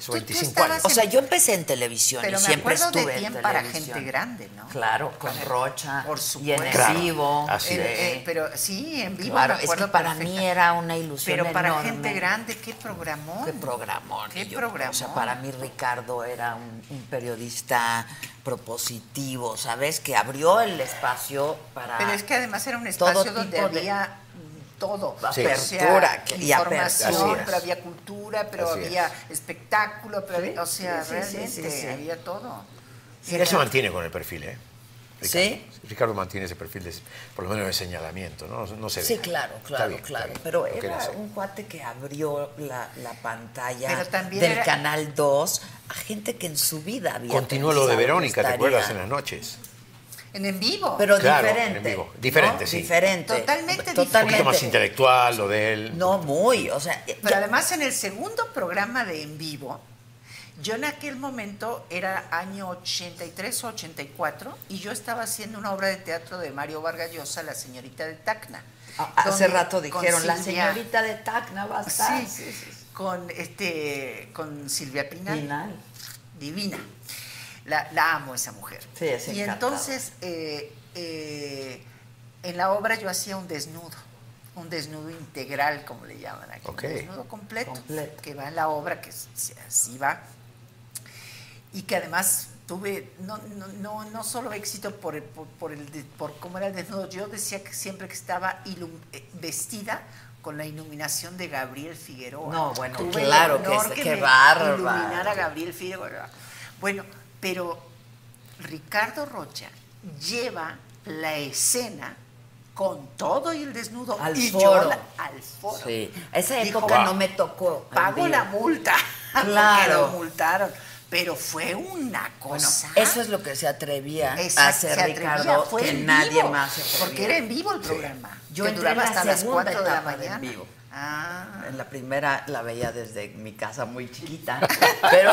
S9: Son
S6: tú
S9: 25
S6: estabas
S9: años.
S1: O sea, yo empecé en televisión
S6: Pero
S1: y
S6: me
S1: siempre
S6: acuerdo
S1: estuve
S6: de
S1: en
S6: tiempo para
S1: televisión.
S6: gente grande, ¿no?
S1: Claro, con Rocha
S6: Por
S1: y en
S6: supuesto.
S1: el
S9: Claro,
S1: vivo.
S9: así
S6: Eh,
S9: es.
S6: eh, pero sí, en vivo.
S1: Claro,
S6: me
S1: es
S6: acuerdo
S1: que para
S6: perfecta.
S1: mí era una ilusión
S6: Pero para
S1: enorme.
S6: gente grande, qué programón.
S1: Qué programón.
S6: Qué
S1: Y yo-
S6: programón.
S1: O sea, para mí Ricardo era un, un periodista propositivo, ¿sabes? Que abrió el espacio para...
S6: Pero es que además era un
S1: Ah. Todo
S6: espacio donde
S1: tipo de-
S6: había todo.
S1: Sí.
S6: O sea,
S1: Apertura, que- y apertura.
S9: Así
S6: información,
S9: es.
S6: pero había cultura, pero
S9: Así
S6: había
S9: es.
S6: espectáculo, pero había- o sea,
S1: sí, sí, sí,
S6: realmente
S1: sí, sí.
S6: había todo.
S9: Él se mantiene con el perfil, ¿eh? Ricardo.
S1: ¿Sí?
S9: Ricardo mantiene ese perfil, de- por lo menos de señalamiento, ¿no? No se
S1: Sí,
S9: deja.
S1: claro,
S9: Está
S1: claro,
S9: bien, está
S1: claro.
S9: bien.
S1: Pero
S9: Lo que
S1: era
S9: hace.
S1: un cuate que abrió la, la pantalla
S6: Pero también
S1: del
S6: era-
S1: Canal 2 a gente que en su vida había
S9: Continuó lo de
S1: pensado que
S9: Verónica, ¿te
S1: estaría-
S9: acuerdas? En las noches.
S6: En en vivo.
S1: Pero
S9: Claro,
S1: diferente.
S9: en vivo.
S1: ¿no?
S9: Diferente, sí.
S1: Diferente.
S6: Totalmente
S9: Un
S1: Totalmente.
S9: poquito más intelectual, lo de él.
S1: No, muy. O sea,
S6: Pero además en el segundo programa de En Vivo, yo en aquel momento era año 83 o 84 y yo estaba haciendo una obra de teatro de Mario Vargas Llosa, La señorita de Tacna.
S1: a- Ah, hace
S6: donde-
S1: rato
S6: con
S1: dijeron, la
S6: Silvia-
S1: señorita de Tacna va a estar.
S6: Sí, Con, este, con Silvia Pinal.
S1: Final.
S6: Divina. La, la amo esa mujer.
S1: Sí, es
S6: y
S1: encantadora.
S6: entonces eh, eh, en la obra yo hacía un desnudo, un desnudo integral, como le llaman aquí.
S9: Ok.
S6: Un desnudo completo,
S1: Completo.
S6: que va en la obra, que s- s- así va. Y que además tuve, no, no, no, no solo éxito por, el- por, por el de- por cómo era el desnudo, yo decía que siempre que estaba ilum- eh, vestida con la iluminación de Gabriel Figueroa.
S1: No, bueno,
S6: el
S1: claro que
S6: honor
S1: es- qué
S6: me
S1: bárbaro.
S6: iluminara Gabriel Figueroa. Bueno, pero Ricardo Rocha lleva la escena con todo y el desnudo
S1: Al
S6: y yo
S1: foro.
S6: la- al foro.
S1: Sí. Esa
S6: Dijo,
S1: época
S6: "Va,
S1: no me tocó. en
S6: Pago
S1: vivo".
S6: la multa. Porque
S1: Claro.
S6: lo multaron. Pero fue una
S1: Bueno,
S6: cosa.
S1: eso es lo que se atrevía a
S6: Exacto,
S1: hacer
S6: se atrevía,
S1: Ricardo,
S6: fue
S1: que
S6: en
S1: nadie
S6: vivo,
S1: más se atrevía.
S6: Porque era en vivo el programa.
S1: Yo
S6: que
S1: entré
S6: duraba
S1: en la
S6: hasta las
S1: segunda
S6: 4 de la
S1: etapa de en
S6: mañana.
S1: vivo.
S6: Ah.
S1: En la primera la veía desde mi casa muy chiquita, pero,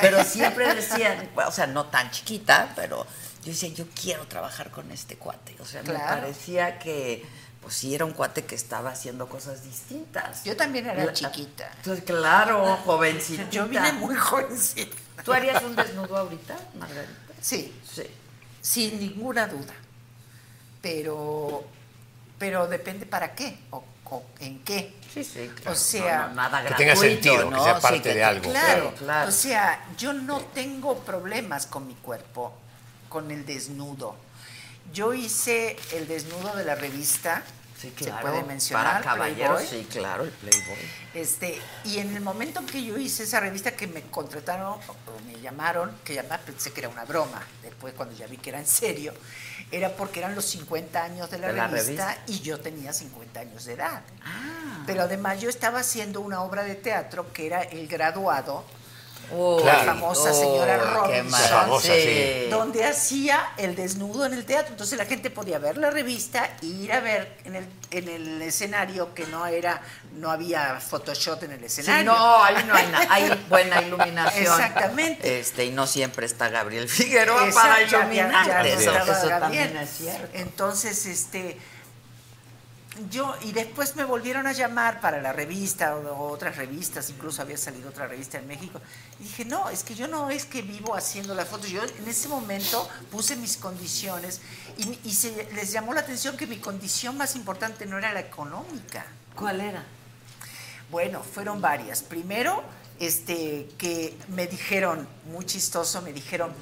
S1: pero siempre decían, o sea, no tan chiquita, pero yo decía, yo quiero trabajar con este cuate. O sea, me
S6: Claro.
S1: parecía que, pues sí, era un cuate que estaba haciendo cosas distintas.
S6: Yo también era
S1: La-
S6: chiquita.
S1: Entonces, claro, jovencita.
S6: Yo vine muy jovencita.
S1: ¿Tú harías un desnudo ahorita, Margarita?
S6: Sí,
S1: Sí.
S6: sin ninguna duda. Pero, pero depende para qué o, o en qué.
S1: Sí, sí,
S6: O sea,
S1: No, no, nada
S9: que tenga
S1: gratuito,
S9: sentido, que
S1: ¿no?
S9: sea
S1: Sí,
S9: parte de
S1: te-
S9: algo,
S6: Claro,
S1: Claro, claro.
S6: O sea, yo no tengo problemas con mi cuerpo, con el desnudo. Yo hice el desnudo de la revista.
S1: Sí, claro.
S6: Se puede mencionar.
S1: Para caballeros,
S6: Playboy.
S1: sí, claro, el Playboy.
S6: Este, y en el momento en que yo hice esa revista que me contrataron, o me llamaron, que además pensé que era una broma, después cuando ya vi que era en serio, era porque eran los 50 años de la,
S1: De la
S6: revista,
S1: revista. Ah.
S6: y yo tenía 50 años de edad. Pero además yo estaba haciendo una obra de teatro que era El graduado,
S1: Uy,
S9: La
S6: famosa señora
S1: qué
S6: Robinson.
S1: mal-
S9: Famosa, sí.
S6: donde hacía el desnudo en el teatro. Entonces la gente podía ver la revista e ir a ver en el, en el escenario que no era, no había Photoshop en el
S1: Sí,
S6: escenario.
S1: no, ahí no hay nada. Hay buena iluminación.
S6: Exactamente.
S1: Este, y no siempre está Gabriel Figueroa
S6: Exacto,
S1: para
S6: ya-
S1: iluminar.
S6: ya no
S1: eso
S6: estaba
S1: eso
S6: Gabriel.
S1: también es cierto.
S6: Entonces, este, yo, y después me volvieron a llamar para la revista o, o otras revistas, incluso había salido otra revista en México. Y dije, no, es que yo no es que vivo haciendo las fotos. Yo en ese momento puse mis condiciones y, y se, les llamó la atención que mi condición más importante no era la económica.
S1: ¿Cuál era?
S6: Bueno, fueron varias. Primero, este, que me dijeron, muy chistoso, me dijeron,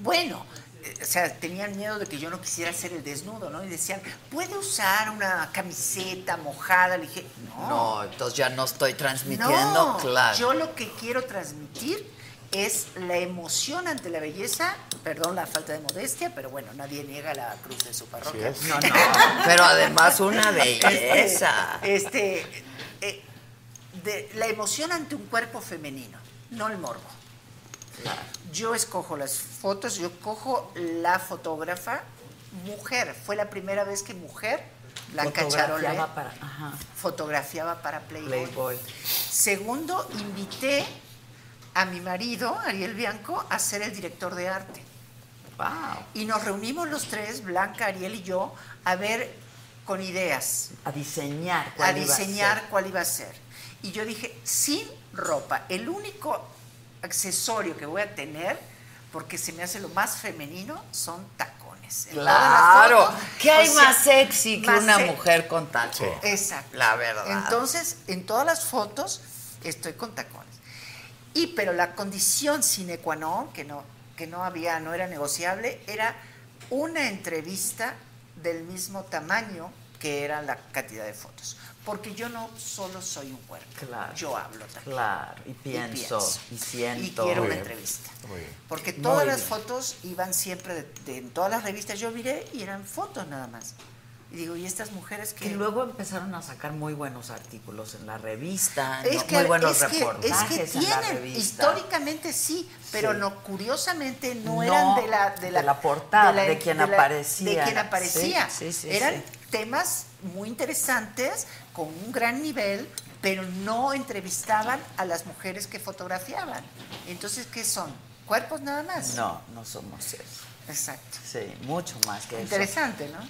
S6: bueno, eh, o sea, tenían miedo de que yo no quisiera hacer el desnudo, ¿no? Y decían, ¿puede usar una camiseta mojada? Le dije, no,
S1: No, entonces ya no estoy transmitiendo,
S6: no,
S1: claro.
S6: yo lo que quiero transmitir es la emoción ante la belleza, perdón la falta de modestia, pero bueno, nadie niega la cruz de su parroquia.
S9: es.
S1: No, no, pero además una belleza.
S6: Este, eh, de, la emoción ante un cuerpo femenino, no el morbo. Yo escojo las fotos, yo cojo la fotógrafa mujer. Fue la primera vez que mujer, Blanca
S1: Fotografiaba
S6: Charolé,
S1: para- ajá.
S6: fotografiaba para Playboy.
S1: Playboy.
S6: Segundo, invité a mi marido, Ariel Bianco, a ser el director de arte.
S1: Wow.
S6: Y nos reunimos los tres, Blanca, Ariel y yo, a ver con ideas,
S1: A diseñar.
S6: a
S1: cuál iba ser.
S6: diseñar cuál iba a ser. Y yo dije, sin ropa, el único accesorio que voy a tener, porque se me hace lo más femenino, son tacones. En toda la
S1: Claro.
S6: foto,
S1: ¿Qué hay
S6: o sea,
S1: más sexy que
S6: más
S1: una
S6: se-
S1: mujer con tacos?
S6: Exacto.
S1: La verdad.
S6: Entonces, en todas las fotos estoy con tacones. Y pero la condición sine qua non, que no, que no había, no era negociable, era una entrevista del mismo tamaño que era la cantidad de fotos. Porque yo no solo soy un cuerpo,
S1: Claro.
S6: yo hablo también.
S1: Claro, y
S6: Y
S1: pienso, y, siento.
S6: Y quiero una
S9: Muy bien.
S6: entrevista.
S9: Muy bien.
S6: Porque todas las
S1: bien.
S6: fotos iban siempre, de, de- en todas las revistas yo miré y eran fotos nada más. Y digo, ¿y estas mujeres que
S1: Y luego empezaron a sacar muy bunos artículos en la revista,
S6: Es
S1: ¿no?
S6: que,
S1: muy buenos
S6: es que- es
S1: reportajes
S6: que
S1: en la
S6: tienen,
S1: revista.
S6: históricamente sí, pero
S1: Sí.
S6: no, curiosamente no,
S1: No,
S6: eran de la, de la,
S1: de la portada, de quien
S6: la-
S1: aparecía.
S6: de quien aparecía.
S1: Sí, sí, sí,
S6: eran
S1: sí.
S6: temas muy interesantes, con un gran nivel, pero no entrevistaban a las mujeres que fotografiaban. Entonces, ¿qué son? ¿Cuerpos nada más?
S1: No, no somos eso.
S6: Exacto.
S1: Sí, mucho más que eso.
S6: Interesante, ¿no?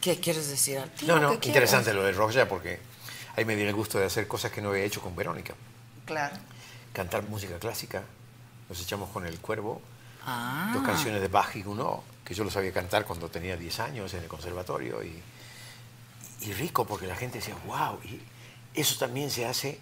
S1: ¿Qué quieres decir al
S9: No, no, interesante lo de Roja porque ahí me di el gusto de hacer cosas que no había hecho con Verónica.
S6: Claro.
S9: Cantar música clásica. Nos echamos con El Cuervo,
S1: Ah,
S9: dos canciones de Bach y Gounod, que yo lo sabía cantar cuando tenía 10 años en el conservatorio. Y, y rico, porque la gente decía, wow, y eso también se hace.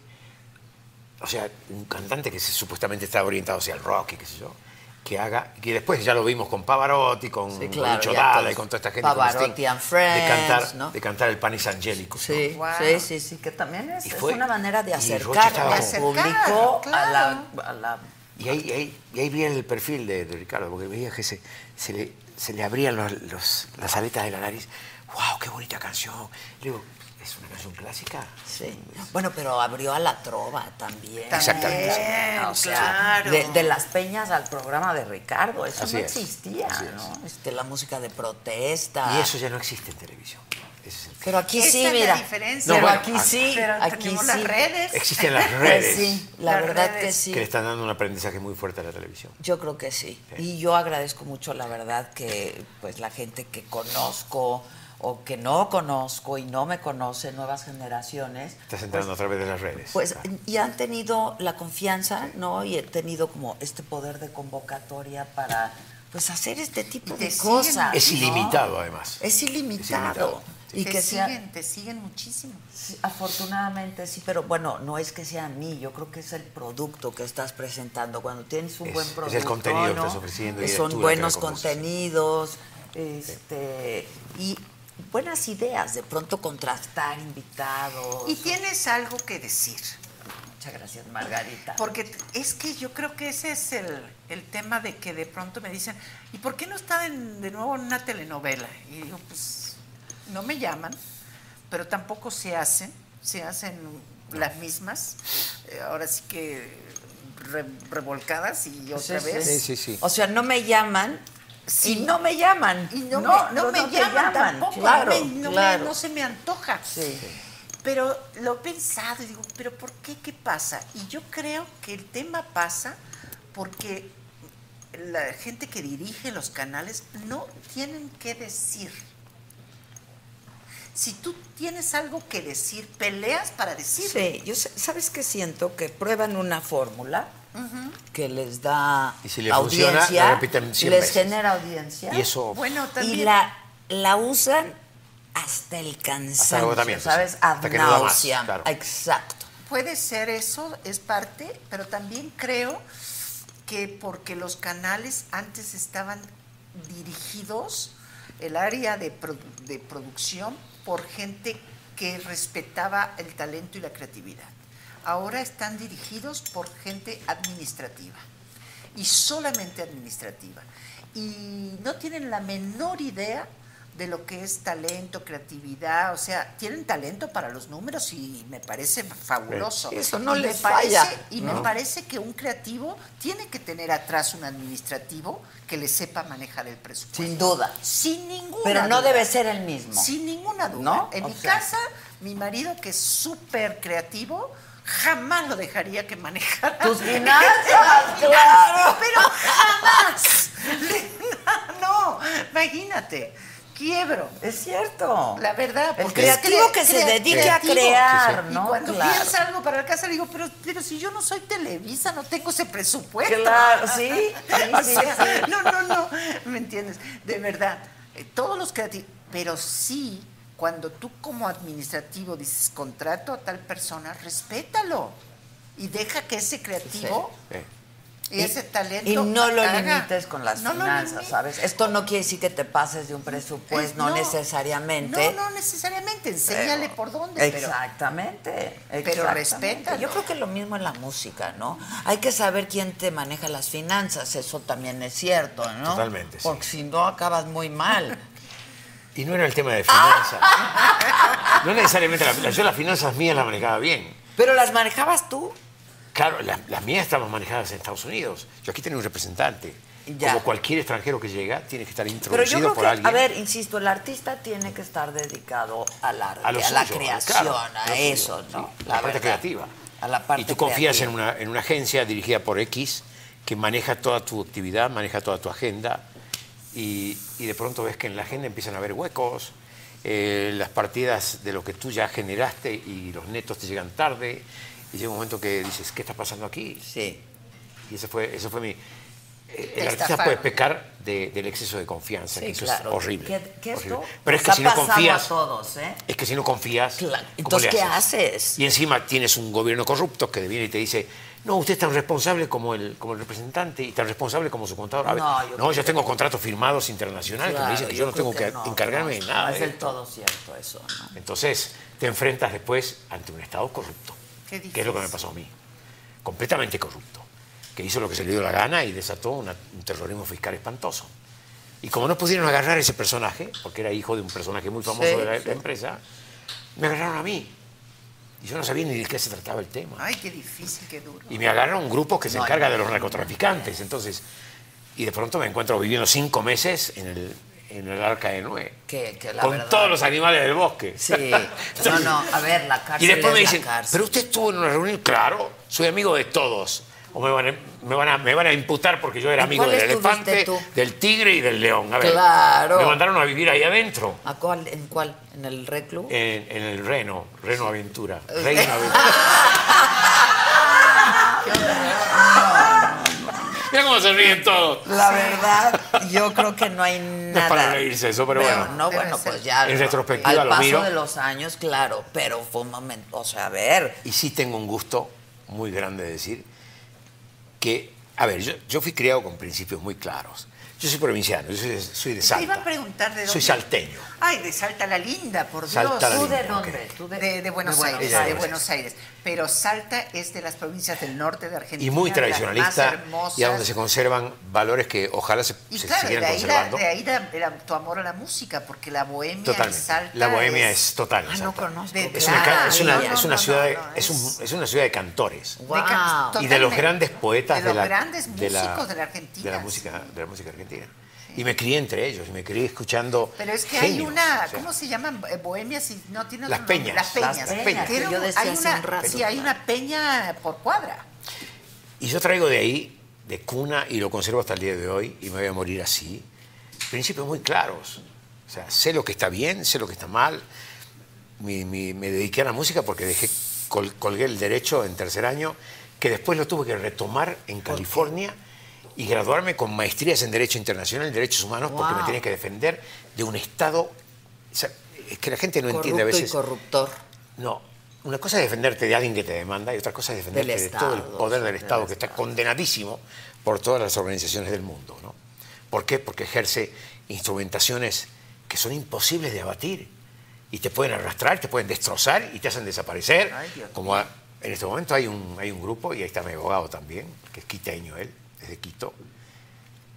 S9: O sea, un cantante que se- supuestamente está orientado hacia el rock y qué sé yo, que haga. Que después ya lo vimos con Pavarotti, con
S1: Sí, claro,
S9: Lucho
S1: ya
S9: Dalla
S1: todos.
S9: y con toda esta gente. con
S1: Pavarotti
S9: Sting,
S1: and Friends,
S9: de cantar,
S1: ¿no?
S9: de cantar el Panis Angelicus. ¿no?
S1: sí,
S6: Wow.
S1: sí, sí, sí, que también es,
S9: Y
S1: es
S9: fue-
S1: una manera de
S9: y Rocha
S1: acercar
S9: estaba
S1: al
S6: como-
S1: público a,
S6: Claro,
S1: la, a la-
S9: Y ahí, y ahí, y ahí vi el perfil de, de Ricardo, porque veía que se, se, le, se le abrían los, los- las aletas de la nariz. ¡Wow, qué bonita canción! Le digo, ¿es una canción clásica?
S1: sí. Bueno, pero abrió a la trova también.
S9: Exactamente, sí.
S1: O sea,
S6: claro.
S1: de, de las peñas al programa de Ricardo, eso
S9: Así
S1: no
S9: es,
S1: existía,
S9: así es.
S1: ¿no? Este, la música de protesta.
S9: Y eso ya no existe en televisión. Ese es el-
S1: Pero aquí
S6: Esa
S1: sí,
S6: es la
S1: mira.
S6: diferencia.
S1: Pero
S9: No, bueno,
S1: aquí
S9: aquí-
S1: sí,
S6: Pero
S1: aquí
S6: tenemos
S1: sí.
S6: las redes.
S9: Existen las
S1: Pues
S9: redes
S1: sí, la
S6: Las
S1: verdad
S6: redes.
S1: que sí.
S9: que le están dando un aprendizaje muy fuerte a la televisión.
S1: Yo creo que sí. Y yo agradezco mucho la verdad que pues la gente que conozco o que no conozco y no me conoce, nuevas generaciones,
S9: Estás entrando a través de las redes.
S1: pues
S9: Ah.
S1: y han tenido la confianza, ¿no? Y han tenido como este poder de convocatoria para pues hacer este tipo
S6: te
S1: de
S6: siguen.
S1: cosas.
S9: es
S1: ¿no?
S9: ilimitado, además.
S1: Es ilimitado.
S9: ilimitado,
S1: Y
S6: te
S1: que sea-
S6: siguen, te siguen muchísimo.
S1: Sí, afortunadamente sí, pero bueno, no es que sea a mí, yo creo que es el producto que estás presentando. Cuando tienes un
S9: Es-
S1: buen
S9: es el
S1: producto,
S9: contenido que
S1: ¿no?
S9: estás ofreciendo y
S1: Eh,
S9: eres
S1: son
S9: tú la que
S1: buenos
S9: la conoces, sí.
S1: contenidos, este y buenas ideas, de pronto contrastar invitados.
S6: Y tienes algo que decir,
S1: Muchas gracias, Margarita.
S6: porque es que yo creo que ese es el, el tema de que de pronto me dicen, ¿y por qué no está en- de nuevo en una telenovela? Y digo, pues no me llaman, pero tampoco se hacen, se hacen las mismas, eh, ahora sí que re- revolcadas y otra
S1: Sí,
S6: vez.
S1: sí.
S9: Sí, sí, sí.
S1: O sea, no me llaman
S6: Sí.
S1: y no me llaman.
S6: Y no, me, no
S1: no
S6: me
S1: te
S6: llaman, tampoco,
S1: Claro,
S6: no, me- no me-
S1: claro.
S6: no se me antoja.
S1: Sí.
S6: Pero lo he pensado y digo, ¿pero por qué? ¿Qué pasa? Y yo creo que el tema pasa porque la gente que dirige los canales no tienen que decir. Si tú tienes algo que decir, peleas para decirlo.
S1: Sí, yo sé- sabes que siento que prueban una fórmula que les da
S9: Y si les
S1: audiencia,
S9: funciona, la repiten 100
S1: les
S9: veces.
S1: genera audiencia
S9: Y eso
S6: Bueno, también.
S1: y la, la usan hasta el cansancio,
S9: agotamiento, sí.
S1: ¿sabes? Ad
S9: Hasta que no da más,
S1: nauseam.
S9: claro.
S1: Exacto.
S6: Puede ser eso, es parte, pero también creo que porque los canales antes estaban dirigidos, el área de, produ- de producción, por gente que respetaba el talento y la creatividad. Ahora están dirigidos por gente administrativa y solamente administrativa. Y no tienen la menor idea de lo que es talento, creatividad, o sea, tienen talento para los números y me parece fabuloso.
S1: Eso no
S6: Y me
S1: les
S6: parece-
S1: falla,
S6: Y me parece que un creativo tiene que tener atrás un administrativo que le sepa manejar el presupuesto.
S1: Sin duda.
S6: Sin ninguna
S1: Pero no
S6: duda.
S1: debe ser el mismo.
S6: Sin ninguna duda.
S1: ¿No?
S6: En
S1: O
S6: mi
S1: sea-
S6: casa, mi marido, que es súper creativo, jamás lo dejaría que manejara.
S1: Tus finanzas, claro.
S6: Pero jamás. No, imagínate. Quiebro.
S1: Es cierto.
S6: La verdad,
S1: El
S6: porque
S1: creativo
S6: es
S1: que se
S6: crea-
S1: dedique a
S6: creativo.
S1: crear,
S6: Y
S1: ¿no?
S6: cuando
S1: Claro.
S6: piensa algo para la casa, le digo, pero, pero si yo no soy Televisa, no tengo ese presupuesto.
S1: Claro, sí, sí,
S6: O
S1: sí,
S6: sea,
S1: sí.
S6: No, no, no, ¿me entiendes? De verdad, eh, todos los creativos, pero sí, cuando tú como administrativo dices contrato a tal persona, respétalo y deja que ese creativo
S9: Eh,
S6: y, ese talento
S1: Y no lo
S6: haga.
S1: limites con las
S6: No lo
S1: finanzas,
S6: limites.
S1: ¿sabes? Esto no quiere decir que te pases de un
S6: Pues
S1: presupuesto, no, necesariamente.
S6: No, no necesariamente, enséñale
S1: Pero-
S6: por dónde. pero-
S1: Exactamente.
S6: pero
S1: exactamente.
S6: respétalo.
S1: Yo creo que lo mismo en la música, ¿no? Hay que saber quién te maneja las finanzas, eso también es cierto, ¿no?
S9: Totalmente, sí.
S1: Porque si no acabas muy mal.
S9: Y no era el tema de finanzas. No necesariamente la- la- yo las finanzas mías las manejaba bien.
S1: Pero las manejabas tú.
S9: Claro, la- las mías estaban manejadas en Estados Unidos. Yo aquí tenía un representante.
S1: Ya.
S9: Como cualquier extranjero que llega, tiene que estar
S1: Pero yo
S9: introducido
S1: creo
S9: por
S1: que,
S9: alguien.
S1: a ver, insisto, el artista tiene que estar dedicado al arte, a,
S9: a lo
S1: la
S9: suyo,
S1: creación,
S9: claro,
S1: a
S9: lo suyo,
S1: eso,
S9: sí,
S1: ¿no?
S9: la, parte
S1: verdad.
S9: creativa.
S1: A la parte
S9: y tú confías en
S1: creativa.
S9: una, en una agencia dirigida por X que maneja toda tu actividad, maneja toda tu agenda y, y de pronto ves que en la agenda empiezan a haber huecos, eh, las partidas de lo que tú ya generaste y los netos te llegan tarde y llega un momento que dices, ¿qué está pasando aquí?
S1: Sí.
S9: Y ese fue, eso fue mi... eh, El
S6: Te
S9: artista
S6: estafaron.
S9: puede pecar de- del exceso de confianza,
S1: Sí,
S9: que eso
S1: claro.
S9: es horrible.
S1: ¿Qué, qué
S9: horrible.
S1: esto?
S9: Pero
S1: nos
S9: es que
S1: ha
S9: si no
S1: pasado
S9: confías...
S1: a todos, ¿eh?
S9: Es que si no confías.
S1: Claro.
S9: ¿cómo
S1: Entonces,
S9: le
S1: ¿qué haces?
S9: Y encima tienes un gobierno corrupto que viene y te dice: No, usted es tan responsable como el, como el representante y tan responsable como su contador. A ver,
S1: No,
S9: no,
S1: yo
S9: yo,
S1: creo que-
S9: tengo contratos firmados internacionales que me dicen que yo, no tengo que, encargarme de nada. ¿eh?
S1: Es
S9: de
S1: del
S9: esto.
S1: todo cierto eso, ¿no?
S9: Entonces, te enfrentas después ante un Estado corrupto.
S6: Qué
S9: que es lo que me
S6: difícil.
S9: pasó a mí. Completamente corrupto. Que hizo lo que se le dio la gana y desató una- un terrorismo fiscal espantoso. Y como no pudieron agarrar a ese personaje, porque era hijo de un personaje muy famoso
S1: Sí,
S9: de la
S1: sí.
S9: empresa, me agarraron a mí. Y yo no sabía ni de qué se trataba el tema.
S6: Ay, qué difícil, qué duro.
S9: Y me agarra un grupo que se
S1: No,
S9: encarga
S1: no,
S9: de los
S1: no,
S9: narcotraficantes. Entonces, y de pronto me encuentro viviendo cinco meses en el, en el arca de Noé.
S1: Que- que la
S9: con
S1: verdad-
S9: todos los animales del bosque.
S1: Sí. No, no, a ver, la cárcel
S9: Y después
S1: es
S9: me
S1: la
S9: dicen,
S1: cárcel.
S9: pero usted estuvo en una reunión, claro, soy amigo de todos. O me van a, me van a, me van a imputar porque yo era
S1: ¿Y
S9: amigo
S1: cuál
S9: del
S1: estuviste
S9: elefante,
S1: tú?
S9: del tigre y del león. A ver,
S1: Claro.
S9: Me mandaron a vivir ahí adentro,
S1: ¿A cuál? ¿En cuál? ¿En el reclu?
S9: en, en el Reno, Reno Aventura.
S6: Eh,
S9: Reino Aventura. Mira cómo se ríen todos.
S1: La verdad, yo creo que no hay nada.
S9: para reírse eso, pero bueno.
S1: No,
S6: Debe
S1: bueno,
S6: ser.
S1: pues ya.
S9: En
S1: no.
S9: retrospectiva
S1: Al
S9: lo
S1: paso
S9: miro.
S1: de los años, claro, pero fue un momento. O sea, a ver.
S9: Y sí tengo un gusto muy grande de decir que, a ver, yo, yo fui criado con principios muy claros. Yo soy provinciano, yo soy de, soy de
S6: Te
S9: Salta.
S6: iba a preguntar de dónde.
S9: Soy salteño.
S6: Ay, de Salta la Linda, por Dios.
S9: Salta la
S6: ¿Tú
S9: Linda,
S6: de dónde?
S9: ok.
S1: ¿Tú
S6: De, de Buenos Aires,
S9: Aires.
S6: de Buenos Aires. Pero Salta es de las provincias del norte de Argentina.
S9: Y muy
S6: de las Más
S9: tradicionalista,
S6: hermosas.
S9: y a donde se conservan valores que ojalá se,
S6: Y
S9: se
S6: claro, de
S9: siguieran
S6: ahí, la-
S9: conservando.
S6: de ahí la- era tu amor a la música, porque la bohemia
S9: Totalmente.
S6: en Salta.
S9: La bohemia es, total. en
S1: Ah, no
S9: Salta.
S1: conozco.
S6: De-
S9: Es una, ca- es una-
S6: Claro,
S9: es
S6: no,
S9: una
S6: no,
S9: ciudad, de-
S6: no, no,
S9: es, un-
S6: es-
S9: es una ciudad de cantores.
S1: Wow.
S6: Ca-
S9: y de los
S6: totalmente.
S9: grandes poetas de,
S6: de los
S9: la,
S6: grandes músicos de
S9: de
S6: la,
S9: la,
S6: Argentina.
S9: de la música de la música argentina y me crié entre ellos y me crié escuchando
S6: Pero es que hay
S9: genios,
S6: una,
S9: o sea,
S6: ¿cómo se llaman? Eh, Bohemias si no tiene
S9: Las
S6: otro nombre.
S9: peñas.
S6: Las peñas.
S9: Las peñas,
S6: Tiene
S1: que yo
S6: un-
S1: decía
S6: hay
S1: hace
S6: una,
S1: un rato.
S6: Sí, hay una peña por cuadra.
S9: y yo traigo de ahí de cuna y lo conservo hasta el día de hoy y me voy a morir así principios muy claros o sea sé lo que está bien sé lo que está mal Mi- mi- me dediqué a la música porque dejé col- colgué el derecho en tercer año que después lo tuve que retomar en California y graduarme con maestrías en Derecho Internacional, en Derechos Humanos, porque me
S1: Wow.
S9: tenía que defender de un Estado... o sea, es que la gente no
S1: Corrupto
S9: entiende a veces...
S1: y corruptor.
S9: No, una cosa es defenderte de alguien que te demanda y otra cosa es defenderte
S1: Del
S9: de todo el
S1: Estado,
S9: poder del
S1: del
S9: Estado que está
S1: Estado.
S9: condenadísimo por todas las organizaciones del mundo. ¿no? ¿Por qué? Porque ejerce instrumentaciones que son imposibles de abatir y te pueden arrastrar, te pueden destrozar y te hacen desaparecer.
S6: Ay, Dios
S9: como a- en este momento hay un, hay un grupo, y ahí está mi abogado también, que es quiteño él, desde Quito,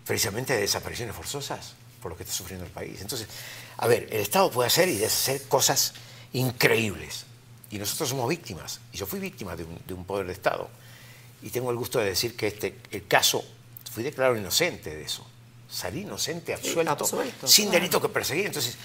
S9: precisamente de desapariciones forzosas por lo que está sufriendo el país. Entonces, a ver, el Estado puede hacer y deshacer cosas increíbles. Y nosotros somos víctimas. Y yo fui víctima de un, de un poder de Estado. Y tengo el gusto de decir que este, el caso, fui declarado inocente de eso. Salí inocente, absuelto,
S1: absuelto,
S9: sin delito que perseguir. Entonces,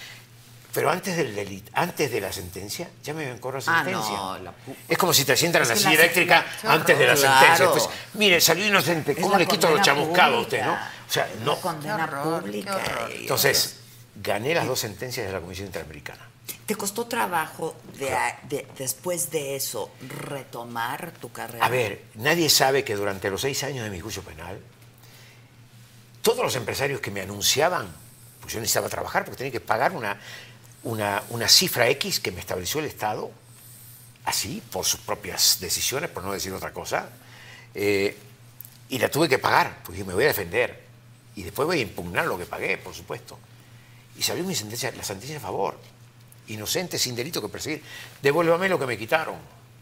S9: pero antes del delito, antes de la sentencia, ya me ven la
S8: Ah,
S9: sentencia.
S8: no, la pu-
S9: es como si te sientan en
S8: Es
S9: la
S8: que
S9: silla
S8: la-
S9: eléctrica
S8: qué
S9: antes de la
S8: horror.
S9: sentencia.
S8: Claro.
S9: Entonces, mire, salió inocente,
S8: Es
S9: ¿cómo
S8: la
S9: le quito lo
S8: condena
S9: chamuscado a usted, no?
S8: pública.
S9: O sea,
S8: Es
S9: no.
S8: La condena
S6: Qué horror,
S8: pública.
S6: qué horror.
S8: eh,
S9: Entonces, gané las dos sentencias de la Comisión Interamericana.
S1: ¿Te costó trabajo de, de- después de eso retomar tu carrera?
S9: A ver, nadie sabe que durante los seis años de mi juicio penal, todos los empresarios que me anunciaban, pues yo necesitaba trabajar porque tenía que pagar una, una, una cifra X que me estableció el Estado, así, por sus propias decisiones, por no decir otra cosa, eh, y la tuve que pagar, porque me voy a defender. Y después voy a impugnar lo que pagué, por supuesto. Y salió mi sentencia, la sentencia a favor. Inocente, sin delito que perseguir. Devuélvame lo que me quitaron,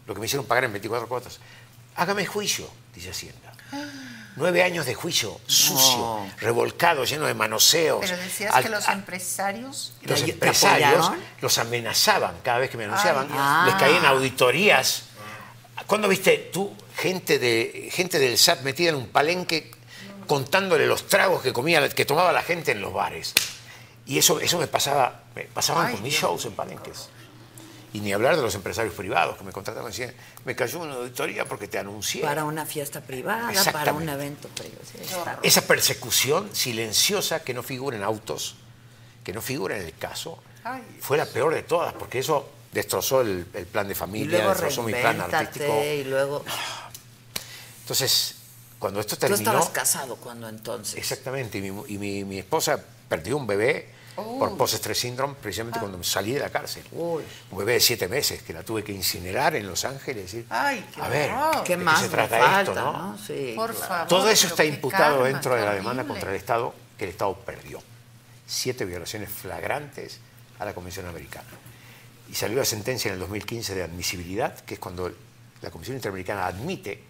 S9: lo que me hicieron pagar en 24 cuotas. Hágame juicio, dice Hacienda. Nueve años de juicio, sucio, revolcado, lleno de manoseos.
S6: Pero decías
S9: Al-
S6: que los
S9: a-
S6: empresarios
S9: los
S1: ¿Te
S9: empresarios
S1: apoyaron?
S9: los amenazaban cada vez que me anunciaban,
S6: Dios.
S9: les caían auditorías. ¿Cuándo viste tú gente, de, gente del SAT metida en un palenque contándole los tragos que, comía, que tomaba la gente en los bares? Y eso, eso me pasaba, me pasaban
S6: Ay,
S9: con mis
S6: Dios
S9: shows en palenques. Y ni hablar de los empresarios privados que me contrataban y decían, me cayó una auditoría porque te anuncié.
S1: Para una fiesta privada, para un
S9: Exactamente.
S1: evento privado. Sí, está horror.
S9: Esa persecución silenciosa que no figura en autos, que no figura en el caso,
S6: Ay.
S9: fue la peor de todas, porque eso destrozó el, el plan de
S8: Y
S9: familia,
S8: luego
S9: destrozó mi plan artístico.
S8: reinvéntate y luego...
S9: Entonces, cuando esto
S1: Tú
S9: terminó,
S1: estabas casado cuando entonces.
S9: exactamente, y mi, y mi- mi esposa perdió un bebé por post-stress syndrome precisamente cuando salí de la cárcel. Un bebé de siete meses que la tuve que incinerar en Los Ángeles. y decir,
S6: Ay, qué
S9: a ver,
S6: horror.
S9: ¿de
S8: ¿Qué más
S9: se
S8: me
S9: trata
S8: falta,
S9: esto, no?
S8: no? Sí,
S6: Por
S8: claro.
S6: favor.
S9: Todo eso
S6: pero
S9: está
S6: qué
S9: imputado
S6: karma,
S9: dentro de la
S6: qué
S9: demanda
S6: horrible.
S9: contra el Estado que el Estado perdió. Siete violaciones flagrantes a la Convención Americana. Y salió la sentencia en el 2015 de admisibilidad, que es cuando la Comisión Interamericana admite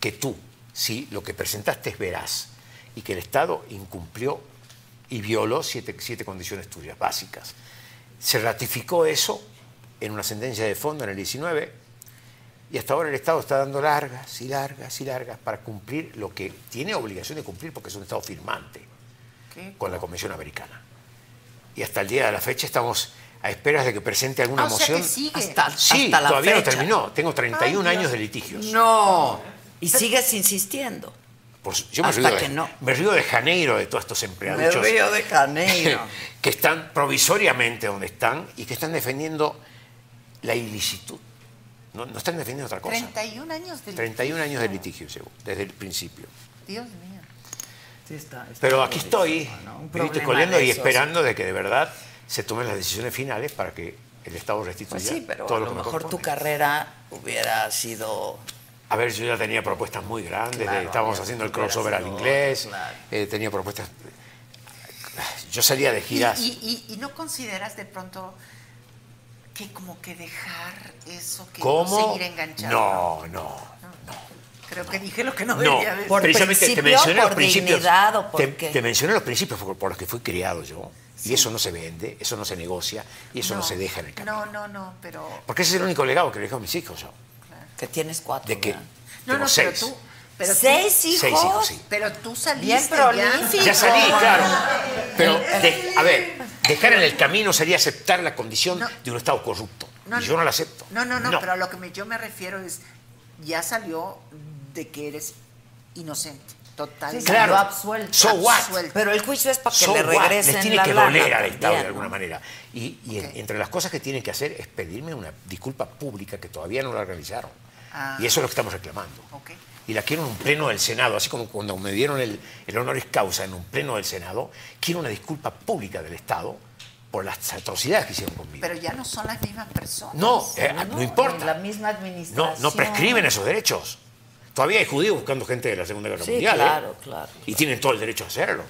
S9: que tú, si lo que presentaste es veraz y que el Estado incumplió y violó siete, siete condiciones tuyas básicas. Se ratificó eso en una sentencia de fondo en el 19 y hasta ahora el Estado está dando largas y largas y largas para cumplir lo que tiene obligación de cumplir porque es un Estado firmante
S6: Qué
S9: con la Convención Americana. Y hasta el día de la fecha estamos a esperas de que presente alguna
S6: Ah, o sea que
S9: moción.
S6: sigue.
S1: Hasta-
S9: sí,
S1: hasta la
S9: todavía
S1: fecha.
S9: no terminó. Tengo 31
S6: Ay, Dios.
S9: años de litigios.
S1: No. Y sigues insistiendo.
S9: Por su- yo me
S1: Hasta
S9: río,
S1: que
S9: de,
S1: no.
S9: me río de Janeiro de todos estos
S8: Me
S9: empleaduchos
S8: río de Janeiro.
S9: que están provisoriamente donde están y que están defendiendo la ilicitud. No, no están defendiendo otra cosa.
S6: 31 años de
S9: 31 años de litigio llevo, desde el principio.
S6: Dios mío.
S8: Sí, está- está
S9: Pero aquí estoy,
S8: durísimo, ¿no? Un
S9: grito y
S8: problema
S9: coleando
S8: de
S9: y
S8: esos.
S9: esperando de que de verdad se tomen las decisiones finales para que el Estado restituya
S1: Pues sí, pero
S9: todo
S1: a
S9: lo,
S1: lo
S9: que me
S1: mejor tu
S9: corresponde.
S1: carrera hubiera sido
S9: A ver, yo ya tenía propuestas muy grandes, de-
S8: Claro,
S9: estábamos
S8: había
S9: haciendo el
S8: futuras
S9: crossover al
S8: y
S9: inglés,
S8: otras, claro.
S9: eh, tenía propuestas... Yo salía de
S6: Y,
S9: giras.
S6: y- y- y no consideras de pronto que como que dejar eso, que no
S9: ¿Cómo?
S6: seguir enganchado?
S9: No, no.
S6: Creo que dije lo que no,
S9: No,
S6: debía decir.
S1: Por
S9: precisamente te
S1: principio,
S9: mencioné los
S1: por
S9: principios.
S1: dignidad o por
S9: Te,
S1: qué.
S9: te mencioné los principios por, por los que fui criado yo. Y eso no se vende, eso no se negocia y eso no, se deja en el camino.
S6: No, no, no, pero...
S9: Porque ese es el único legado que le dejo a mis hijos yo.
S1: que tienes cuatro.
S9: De que
S1: ¿verdad?
S6: No,
S9: tengo
S6: no,
S9: seis.
S6: pero tú... Pero
S1: ¿Seis
S6: tú,
S1: hijos?
S9: Seis hijos, sí.
S6: Pero tú
S1: Bien
S6: saliste
S1: prolífico.
S9: Ya salí,
S1: Hijo.
S9: claro. Pero, de- a ver, dejar en el camino sería aceptar la condición
S6: No.
S9: de un Estado corrupto.
S6: No,
S9: y yo no la acepto.
S6: No, no, no, pero a lo que me- yo me refiero es, ya salió de que eres inocente, totalmente.
S9: sí, Claro.
S8: Lo absuelto.
S9: So what?
S6: Absuelto.
S1: Pero el juicio es para que
S9: So
S1: le
S9: what?
S1: regresen
S9: Les tiene
S1: la
S9: que
S1: lana
S9: doler al Estado
S1: también,
S9: de alguna
S1: ¿no?
S9: manera. Y, y en-
S6: Ok.
S9: entre las cosas que tienen que hacer es pedirme una disculpa pública que todavía no la realizaron.
S6: Ah.
S9: Y eso es lo que estamos reclamando.
S6: Ok.
S9: Y la quiero en un pleno del Senado, así como cuando me dieron el, el honoris causa en un pleno del Senado, quiero una disculpa pública del Estado por las atrocidades que hicieron conmigo.
S6: Pero ya no son las mismas personas.
S9: no, eh, no, importa.
S8: en La misma
S9: No,
S8: administración.
S9: no prescriben esos derechos. Todavía hay judíos buscando gente de la Segunda Guerra
S1: Sí,
S9: Mundial. ¿eh?
S1: claro, claro.
S9: Y tienen todo el derecho a hacerlo.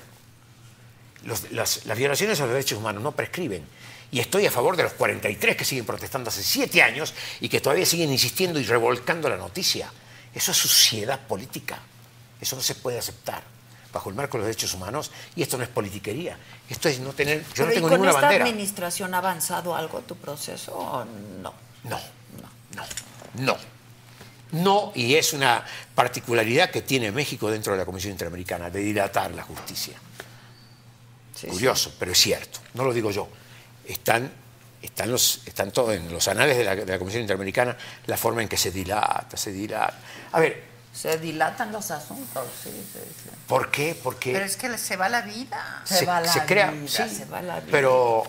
S9: Los- las, las violaciones a los derechos humanos no prescriben. Y estoy a favor de los 43 que siguen protestando hace siete años y que todavía siguen insistiendo y revolcando la noticia. Eso es suciedad política. Eso no se puede aceptar. bajo el marco de los derechos humanos y esto no es politiquería. Esto es no tener. Yo
S10: Pero
S9: no tengo
S10: ¿y con
S9: ninguna
S10: esta
S9: bandera.
S10: administración ha avanzado algo tu proceso o no?
S9: No, no, no. No, y es una particularidad que tiene México dentro de la Comisión Interamericana, de dilatar la justicia. Curioso, pero es cierto. No lo digo yo. Están, están, los, están todo en los anales de la, de la Comisión Interamericana la forma en que se dilata, se dilata. A ver,
S1: Se dilatan los asuntos, sí, sí, sí.
S9: ¿por qué? Porque
S6: Pero es que se va la vida.
S9: Se- se crea- sí, Pero,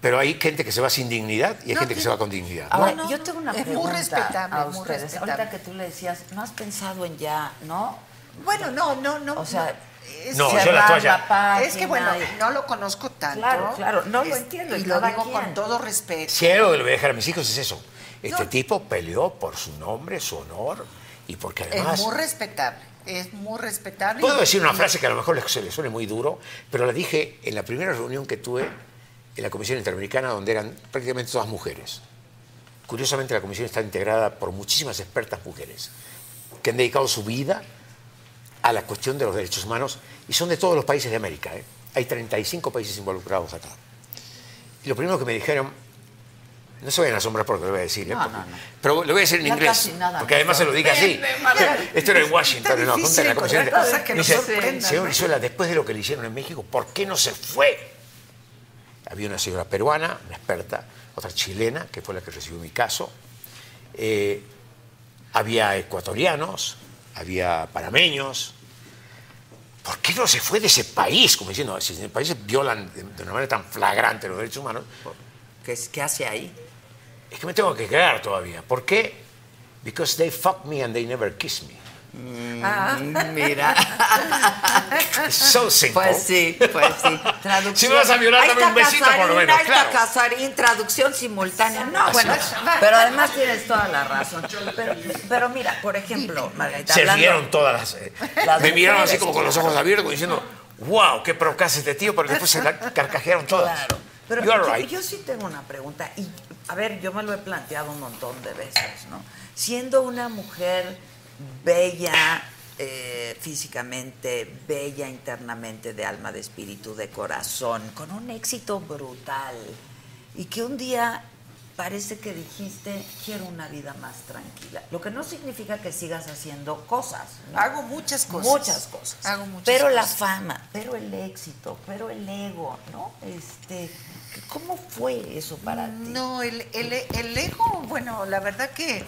S9: pero hay gente que se va sin dignidad y hay
S1: No,
S9: gente que
S1: sí.
S9: se va con dignidad.
S1: Ahora,
S9: ¿no?
S1: yo tengo una
S6: es muy
S1: pregunta
S6: respetable,
S1: a
S6: muy
S1: ustedes.
S6: respetable.
S1: Ahorita que tú le decías, ¿no has pensado en ya, no?
S6: Bueno, no, no, no.
S1: O sea,
S6: es-
S9: No, yo la cerrar toalla. la
S1: página
S6: Es que bueno,
S1: y-
S6: no lo conozco tanto.
S1: Claro, claro, no lo
S6: Es-
S1: entiendo, y
S6: Y lo
S1: cada
S6: digo
S1: quien.
S6: con todo respeto.
S9: Si hay algo que le voy a dejar a mis hijos es eso. Este
S6: No.
S9: tipo peleó por su nombre, su honor y porque además...
S6: es muy respetable. Es muy respetable.
S9: Puedo
S6: Y-
S9: decir una
S6: y-
S9: frase que a lo mejor les- se les suene muy duro, pero la dije en la primera reunión que tuve en la Comisión Interamericana, donde eran prácticamente todas mujeres. Curiosamente, la Comisión está integrada por muchísimas expertas mujeres que han dedicado su vida a la cuestión de los derechos humanos y son de todos los países de América. ¿eh? Hay 35 países involucrados acá. Y lo primero que me dijeron, no se vayan a asombrar por lo que le voy a decir, ¿eh?
S1: No,
S9: Porque-
S1: no, no.
S9: pero lo voy a decir en
S1: Ya
S9: inglés,
S1: casi nada
S9: porque
S1: me
S9: además se lo dije así. Esto era en Washington,
S6: difícil
S9: no, contra la Comisión
S6: encontrar
S9: de-
S6: cosas que nos
S9: Dice,
S6: sorprendan,
S9: Señor
S6: ¿no?
S9: Brizuela, después de lo que le hicieron en México, ¿por qué no se fue? Había una señora peruana, una experta, otra chilena, que fue la que recibió mi caso. Eh, había ecuatorianos, había panameños. ¿Por qué no se fue de ese país? Como diciendo, si en el país violan de, de una manera tan flagrante los derechos humanos,
S10: ¿Qué, es- qué hace ahí?
S9: es que me tengo que quedar todavía. ¿Por qué? Because they fuck me and they never kiss me.
S1: Ah.
S9: Mm,
S1: Mira,
S9: It's so simple.
S1: pues sí, pues sí. Traducción.
S9: Si me vas a violar,
S1: Ahí
S9: dame
S1: está
S9: un besito por lo
S1: Casarín,
S9: menos,
S1: ahí está
S9: claro.
S1: Casarín, traducción simultánea. No, bueno, pero además tienes toda la razón. Pero, pero mira, por ejemplo, Margarita,
S9: Se
S1: hablando-
S9: rieron todas las. eh,
S1: Las
S9: me miraron así
S1: mujeres,
S9: como con los ojos abiertos, como diciendo, wow, qué procas este tío, pero después se ca- carcajearon todas.
S1: Claro. Pero
S9: You are
S1: yo,
S9: right.
S1: yo sí tengo una pregunta. Y, a ver, yo me lo he planteado un montón de veces, ¿no? Siendo una mujer bella eh, físicamente, bella internamente, de alma, de espíritu, de corazón, con un éxito brutal, y que un día parece que dijiste, quiero una vida más tranquila. Lo que no significa que sigas haciendo cosas. ¿no?
S6: Hago muchas cosas.
S1: Muchas cosas.
S6: Hago muchas
S1: pero la
S6: cosas.
S1: fama, pero el éxito, pero el ego, ¿no? Este, ¿cómo fue eso para ti?
S6: No, el, el, el ego, bueno, la verdad que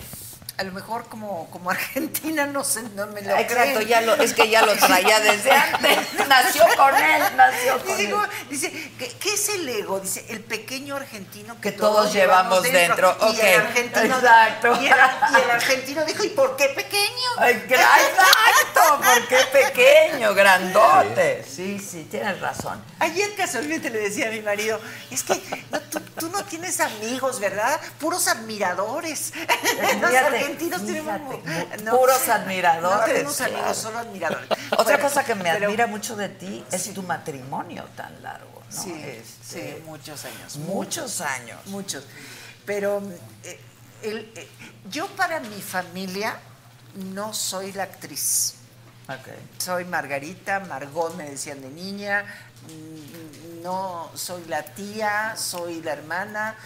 S6: a lo mejor como, como Argentina no, se, no me lo
S1: Ah, Exacto,
S6: creen.
S1: ya lo, es que ya lo traía desde antes. Nació con él, nació con
S6: Dice,
S1: él.
S6: como- dice, ¿qué, qué es el ego? Dice, el pequeño argentino
S1: Que
S6: que,
S1: todos llevamos dentro.
S6: Y el
S1: Ok,
S6: argentino,
S1: exacto.
S6: Y el, ar- y el argentino dijo, ¿y por qué pequeño?
S1: Ay, gra- Exacto, porque pequeño, grandote. Sí, sí, tienes razón.
S6: Ayer casualmente le decía a mi marido, es que no, tú, tú no tienes amigos, ¿verdad? Puros admiradores. Los
S1: Fíjate,
S6: argentinos tenemos
S1: fíjate,
S6: mu-
S1: pu- puros admiradores,
S6: No tenemos
S1: claro.
S6: amigos, solo admiradores.
S1: Otra
S6: Bueno,
S1: cosa que me
S6: pero-
S1: admira mucho de ti es
S6: Sí.
S1: tu matrimonio tan largo, ¿no?
S6: Sí,
S1: Este,
S6: sí, muchos años.
S1: muchos años.
S6: Muchos. Pero eh, el- eh, yo para mi familia no soy la actriz.
S1: Ok.
S6: Soy Margarita, Margot me decían de niña, mm, no soy la tía, soy la hermana,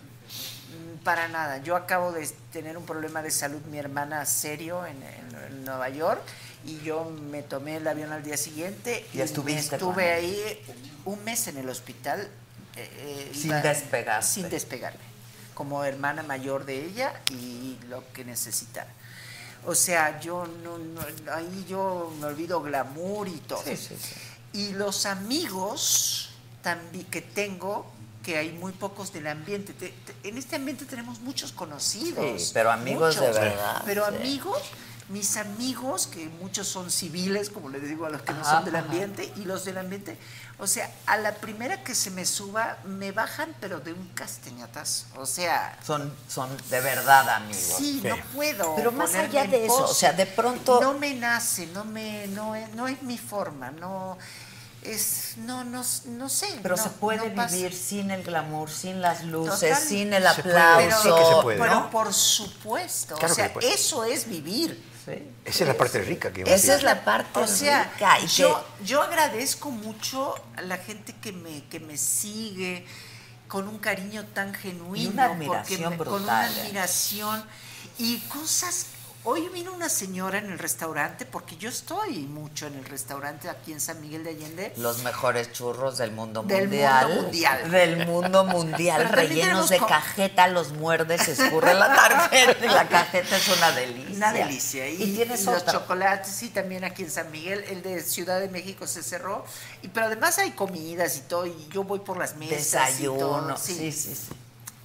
S6: mm, para nada. Yo acabo de tener un problema de salud, mi hermana serio, en, en- en Nueva York, y yo me tomé el avión al día siguiente
S1: Y
S6: me
S1: estuviste con
S6: estuve
S1: ella.
S6: ahí un mes en el hospital. eh, eh,
S1: Sin despegarte.
S6: Sin despegarme, como hermana mayor de ella y lo que necesitara. O sea, yo no, no- ahí yo me olvido glamour y todo.
S1: Sí, sí, sí.
S6: Y los amigos también que tengo, que hay muy pocos del ambiente. Te- te- en este ambiente tenemos muchos conocidos.
S1: Sí, pero amigos de verdad,
S6: Pero
S1: sí.
S6: amigos, mis amigos, que muchos son civiles, como les digo a los que no
S1: Ajá,
S6: son del
S1: ajá.
S6: ambiente, y los del ambiente, o sea, a la primera que se me suba, me bajan, pero de un castañatazo. O sea,
S1: son, son de verdad amigos.
S6: Sí, no puedo.
S1: Pero más
S6: ponerme
S1: allá de
S6: en
S1: eso,
S6: pose.
S1: o sea, de pronto-
S6: No me nace, no me, no es, no es mi forma, no es, no, no, no sé.
S1: Pero
S6: no-
S1: se puede
S6: no pasa.
S1: vivir sin el glamour, sin las luces,
S6: Total.
S1: sin el
S9: Se puede,
S1: aplauso.
S9: sí que se puede,
S6: pero
S9: ¿no?
S6: por supuesto,
S9: Claro
S6: o
S9: que
S6: sea,
S9: se puede.
S6: eso es vivir.
S9: Esa es la parte rica que uno
S1: Esa
S9: tiene.
S1: es la parte
S6: O sea,
S1: rica. y
S6: yo,
S1: que-
S6: yo agradezco mucho a la gente que me, que me sigue con un cariño tan genuino, porque
S1: admiración
S6: me- con una
S1: brutal, ¿eh?
S6: admiración y cosas. Hoy vino una señora en el restaurante, porque yo estoy mucho en el restaurante aquí en San Miguel de Allende.
S1: los mejores churros del mundo
S6: Del
S1: mundial.
S6: mundo mundial.
S1: Del mundo mundial,
S6: Pero también
S1: rellenos
S6: tenemos
S1: de
S6: co-
S1: cajeta, los muerdes, escurre la tarjeta. La cajeta es una delicia.
S6: Una delicia. Y,
S1: Y, tienes
S6: y los
S1: otra.
S6: chocolates, sí, también aquí en San Miguel. El de Ciudad de México se cerró. Y, pero además hay comidas y todo. Y yo voy por las mesas. y todo,
S1: Desayuno.
S6: sí.
S1: Sí, sí, sí.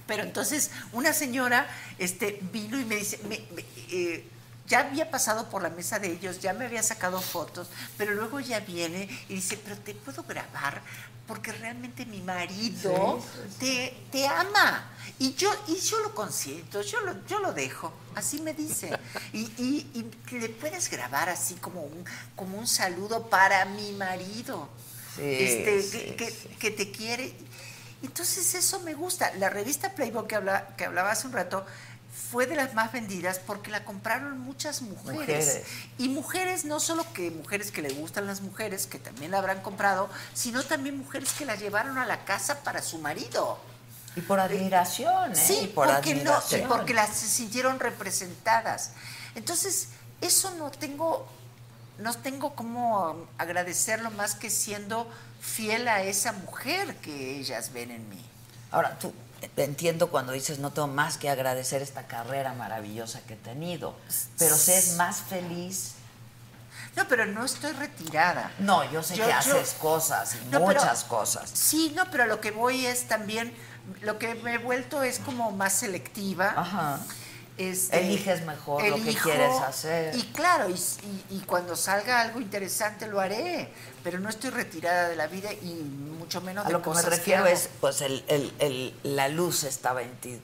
S6: Pero entonces una señora este, vino y me dice, me- me- eh, ya había pasado por la mesa de ellos, ya me había sacado fotos, pero luego ya viene y dice, pero te puedo grabar porque realmente mi marido Te, te ama. Y yo, y yo lo consiento, yo lo, yo lo dejo, así me dice. Y, y- y que le puedes grabar así como un, como un saludo para mi marido.
S1: Sí,
S6: Este,
S1: sí,
S6: que- que-
S1: sí.
S6: que te quiere. Entonces eso me gusta. La revista Playboy que, habla, que hablaba hace un rato fue de las más vendidas porque la compraron muchas mujeres.
S1: Mujeres.
S6: Y mujeres, no solo que mujeres que le gustan las mujeres, que también la habrán comprado, sino también mujeres que la llevaron a la casa para su marido.
S1: Y por admiración, ¿eh?
S6: Sí,
S1: Y por
S6: porque, no, y
S1: admiración.
S6: porque las se sintieron representadas. Entonces, eso no tengo, no tengo cómo agradecerlo más que siendo fiel a esa mujer que ellas ven en mí.
S1: Ahora, tú te entiendo cuando dices no tengo más que agradecer esta carrera maravillosa que he tenido, pero se es más feliz.
S6: No, pero no estoy retirada.
S1: No, yo sé
S6: Yo-
S1: que
S6: yo-
S1: haces cosas, y
S6: No, pero-
S1: muchas cosas.
S6: Sí, no, pero lo que voy es también, lo que me he vuelto es como más selectiva.
S1: Ajá.
S6: Este,
S1: Eliges mejor lo que quieres hacer.
S6: Y claro, y, y- y cuando salga algo interesante lo haré, pero no estoy retirada de la vida y mucho menos
S1: A
S6: de
S1: lo que me
S6: cosas
S1: refiero
S6: hago.
S1: es, pues, el, el- el- la luz estaba en ti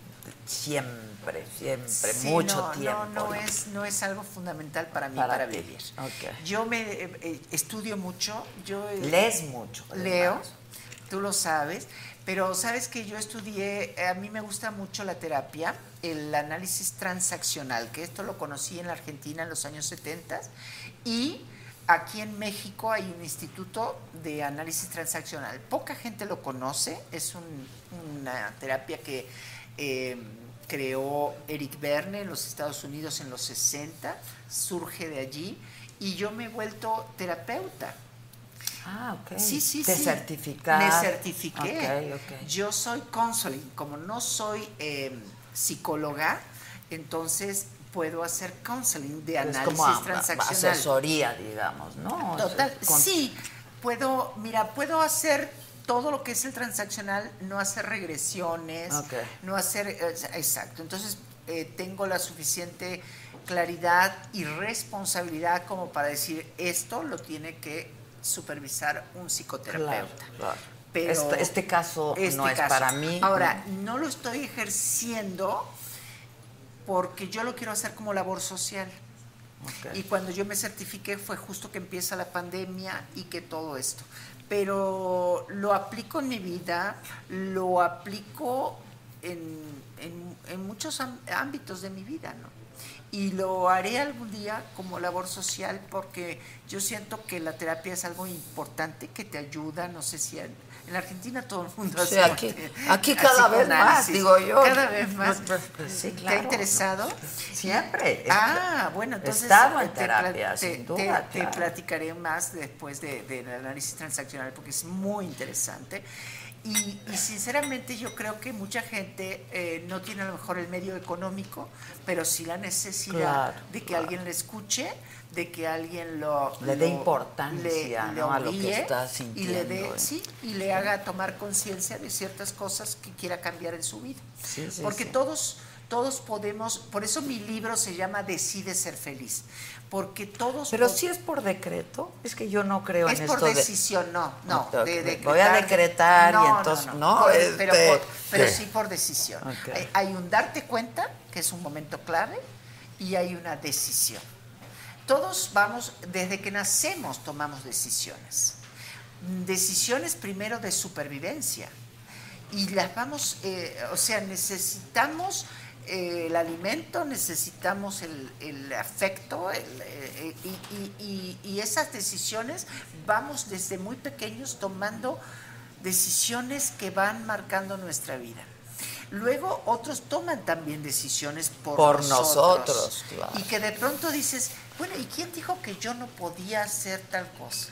S1: siempre, siempre,
S6: Sí,
S1: mucho
S6: no,
S1: tiempo.
S6: No, no es, no es algo fundamental para mí
S1: Para
S6: para,
S1: ti.
S6: vivir.
S1: Ok.
S6: Yo me eh, eh, estudio mucho, yo eh,
S1: Lees mucho.
S6: leo,
S1: además.
S6: tú lo sabes, pero sabes que yo estudié, eh, a mí me gusta mucho la terapia, el análisis transaccional, que esto lo conocí en la Argentina en los años 70 y aquí en México hay un instituto de análisis transaccional. Poca gente lo conoce, es un- una terapia que... eh, creó Eric Verne en los Estados Unidos en los 60, surge de allí y yo me he vuelto terapeuta.
S1: Ah, ok.
S6: Sí, sí,
S1: Te
S6: sí.
S1: certificaste.
S6: Me certifiqué.
S1: Ok, ok.
S6: Yo soy counseling, como no soy eh, psicóloga, entonces puedo hacer counseling de
S1: Es
S6: análisis
S1: como a- a-
S6: transaccional.
S1: asesoría, digamos, ¿no?
S6: Total,
S1: Es con-
S6: sí, puedo, mira, puedo hacer todo lo que es el transaccional, no hacer regresiones,
S1: Ok.
S6: no hacer, eh, exacto, entonces eh, tengo la suficiente claridad y responsabilidad como para decir esto lo tiene que supervisar un
S1: Claro,
S6: psicoterapeuta.
S1: claro.
S6: Pero
S1: este, este caso no
S6: este
S1: es
S6: caso.
S1: para mí.
S6: Ahora, no lo estoy ejerciendo porque yo lo quiero hacer como labor social.
S1: Ok.
S6: Y cuando yo me certifiqué fue justo que empieza la pandemia y que todo esto. Pero lo aplico en mi vida, lo aplico en, en- en muchos am- ámbitos de mi vida, ¿no? Y lo haré algún día como labor social porque yo siento que la terapia es algo importante que te ayuda, no sé si en, en la Argentina todo el mundo
S1: Sí,
S6: hace
S1: aquí- aquí cada
S6: así con
S1: vez más,
S6: análisis.
S1: digo yo.
S6: Cada vez más.
S1: Sí,
S6: ¿Te
S1: claro.
S6: ha interesado?
S1: Siempre.
S6: Ah, bueno, entonces
S1: estaba en
S6: te pla-
S1: terapia,
S6: te,
S1: sin
S6: te-
S1: duda,
S6: te
S1: claro.
S6: platicaré más después de- del análisis transaccional porque es muy interesante. Y, y sinceramente yo creo que mucha gente eh, no tiene a lo mejor el medio económico, pero sí la necesidad
S1: Claro,
S6: de que
S1: claro.
S6: alguien le escuche, de que alguien lo...
S1: Le dé
S6: lo-
S1: importancia,
S6: le-
S1: ¿no?
S6: le
S1: a lo que
S6: oríe
S1: está
S6: Y le, dé-
S1: sintiendo, ¿eh?
S6: sí, y le haga tomar conciencia de ciertas cosas que quiera cambiar en su vida.
S1: Sí, sí,
S6: Porque
S1: sí.
S6: todos, todos podemos, por eso mi libro se llama Decide ser feliz, porque todos...
S1: Pero
S6: po-
S1: si es por decreto, es que yo no creo
S6: es
S1: en
S6: por
S1: esto de...
S6: decisión, no, no.
S1: Ok,
S6: de
S1: voy a decretar y
S6: No, no,
S1: entonces-
S6: no,
S1: no,
S6: por-
S1: este-
S6: pero, por- pero
S9: ¿Qué?
S6: sí por decisión.
S1: Ok.
S6: Hay, hay un darte cuenta, que es un momento clave, y hay una decisión. Todos vamos, desde que nacemos tomamos decisiones. Decisiones primero de supervivencia. Y las vamos, eh, o sea, necesitamos eh, el alimento, necesitamos el, el afecto el, eh, y, y- y- y esas decisiones vamos desde muy pequeños tomando decisiones que van marcando nuestra vida. Luego otros toman también decisiones por,
S1: Por nosotros,
S6: nosotros
S1: claro.
S6: y que de pronto dices, bueno, ¿y quién dijo que yo no podía hacer tal cosa?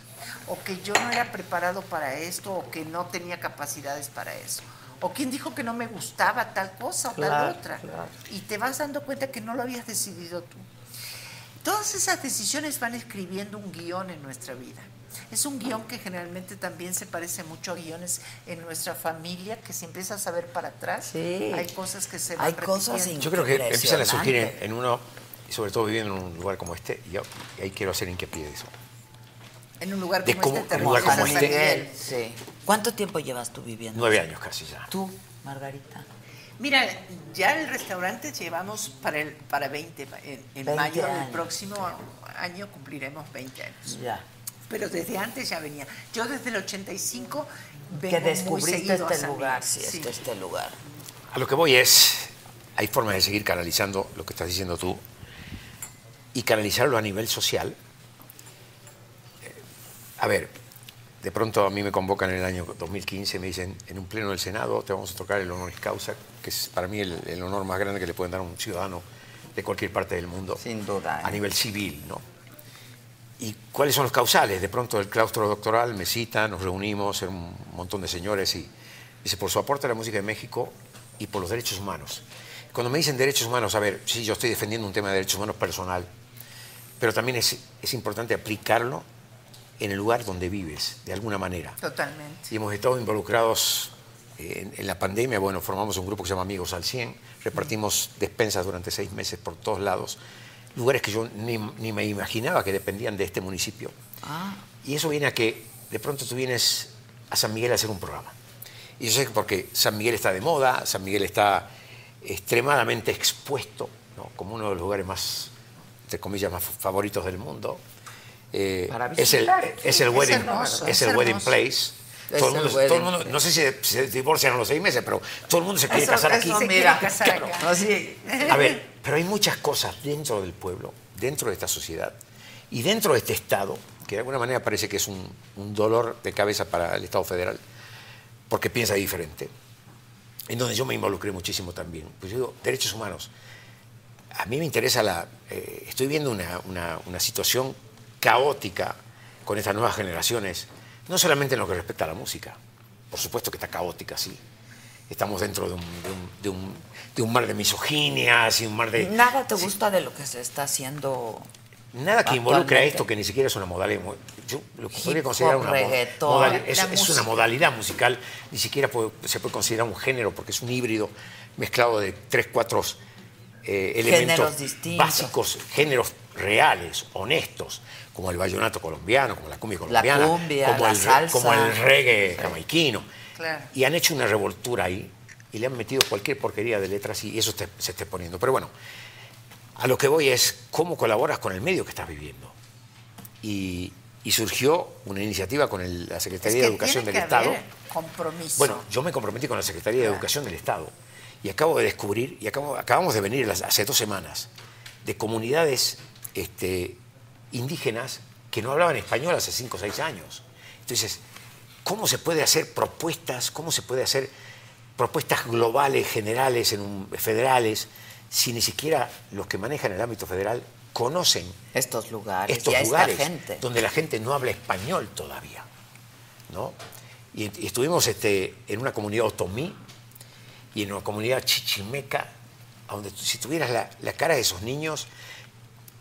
S6: O que yo no era preparado para esto, o que no tenía capacidades para eso. O quién dijo que no me gustaba tal cosa o
S1: Claro,
S6: tal otra.
S1: claro.
S6: Y te vas dando cuenta que no lo habías decidido tú. Todas esas decisiones van escribiendo un guión en nuestra vida. Es un guión que generalmente también se parece mucho a guiones en nuestra familia, que si empiezas a ver para atrás,
S1: Sí.
S6: hay cosas que se van
S1: Hay cosas
S6: repitiendo.
S9: Yo creo que empiezan a surgir en, en uno, y sobre todo viviendo en un lugar como este, y, yo- y ahí quiero hacer hincapié de eso.
S6: En un lugar
S9: de
S6: como
S9: cómo-
S6: este, te
S9: en un lugar
S6: regresas
S9: como
S6: a
S9: este.
S6: Miguel.
S1: Sí. ¿Cuánto tiempo llevas tú viviendo?
S9: Nueve años casi ya.
S1: Tú, Margarita.
S6: Mira, ya el restaurante llevamos para el para 20, en, en
S1: 20
S6: mayo del
S1: años.
S6: próximo año cumpliremos 20 años.
S1: Ya.
S6: Pero desde antes ya venía. Yo desde el 85 vengo
S1: Que
S6: muy
S1: descubriste
S6: seguido a
S1: este
S6: San
S1: lugar,
S6: Miguel.
S1: sí,
S6: Sí.
S1: este, este lugar.
S9: A lo que voy es, hay formas de seguir canalizando lo que estás diciendo tú y canalizarlo a nivel social. Eh, A ver, de pronto a mí me convocan en el año 2015, me dicen, en un pleno del Senado te vamos a tocar el honoris causa, que es para mí el, el honor más grande que le pueden dar a un ciudadano de cualquier parte del mundo.
S1: Sin duda,
S9: A
S1: ¿eh?
S9: nivel civil, ¿no? ¿Y cuáles son los causales? De pronto el claustro doctoral me cita, nos reunimos, era un montón de señores, y dice, por su aporte a la música de México y por los derechos humanos. Cuando me dicen derechos humanos, a ver, sí, yo estoy defendiendo un tema de derechos humanos personal, pero también es, es importante aplicarlo en el lugar donde vives, de alguna manera.
S6: Totalmente.
S9: Y hemos estado involucrados eh, en, en la pandemia. Bueno, formamos un grupo que se llama Amigos al 100. Repartimos despensas durante seis meses por todos lados. Lugares que yo ni, ni me imaginaba que dependían de este municipio. Y eso viene a que de pronto tú vienes a San Miguel a hacer un programa. Y yo sé que porque San Miguel está de moda, San Miguel está extremadamente expuesto, ¿no? como uno de los lugares más, entre comillas, más favoritos del mundo. Eh,
S1: Para
S9: es el,
S1: visitar,
S9: es el
S6: es
S9: wedding,
S6: hermoso,
S9: es
S6: es
S9: el wedding
S6: hermoso.
S9: place.
S1: Es
S9: Todo el
S1: el
S9: mundo,
S1: wedding
S9: todo el mundo-
S1: place.
S9: no sé si se divorcian a los seis meses, pero todo el mundo se quiere casar aquí.
S6: Se quiere
S1: mira,
S6: casar
S1: claro.
S6: acá.
S1: No, sí.
S9: A ver, pero hay muchas cosas dentro del pueblo, dentro de esta sociedad y dentro de este Estado, que de alguna manera parece que es un, un dolor de cabeza para el Estado federal, porque piensa diferente, en donde yo me involucré muchísimo también. Pues yo digo, derechos humanos. A mí me interesa la... eh, estoy viendo una, una- una situación caótica con estas nuevas generaciones, no solamente en lo que respecta a la música, por supuesto que está caótica, sí. Estamos dentro de un, de un- de un- de un mar de misoginias y un mar de...
S1: Nada te gusta de lo que se está haciendo.
S9: Nada que involucre a
S1: Actualmente.
S9: esto que ni siquiera es una modalidad. mu- Yo lo que
S1: Hip
S9: podría considerar
S1: hop,
S9: una mo-
S1: reggaetón,
S9: modalidad- es,
S1: la
S9: es una
S1: música.
S9: modalidad musical, ni siquiera puede- se puede considerar un género porque es un híbrido mezclado de tres, cuatro eh, elementos
S1: distintos.
S9: básicos, géneros reales, honestos, como el vallenato colombiano, como la cumbia colombiana,
S1: cumbia,
S9: como,
S1: la
S9: el, re-
S1: salsa.
S9: como el reggae jamaiquino.
S6: Claro.
S9: Y han hecho una revoltura ahí y le han metido cualquier porquería de letras y eso te- se está poniendo. Pero bueno, a lo que voy es cómo colaboras con el medio que estás viviendo. Y, y surgió una iniciativa con el- la
S6: Es
S9: Secretaría
S6: que
S9: de Educación
S6: tiene
S9: del
S6: que
S9: Estado.
S6: haber compromiso.
S9: Bueno, yo me comprometí con la Secretaría de Educación del Estado y acabo de descubrir, y acabo- acabamos de venir las- hace dos semanas, de comunidades este, indígenas que no hablaban español hace cinco o seis años. Entonces, ¿cómo se puede hacer propuestas? ¿Cómo se puede hacer propuestas globales, generales, en un- federales, si ni siquiera los que manejan el ámbito federal conocen
S1: Estos lugares.
S9: estos
S1: y a
S9: lugares
S1: esta gente.
S9: donde la gente no habla español todavía, ¿no? Y, y estuvimos este, en una comunidad otomí y en una comunidad chichimeca, a donde tú- si tuvieras la, la cara de esos niños,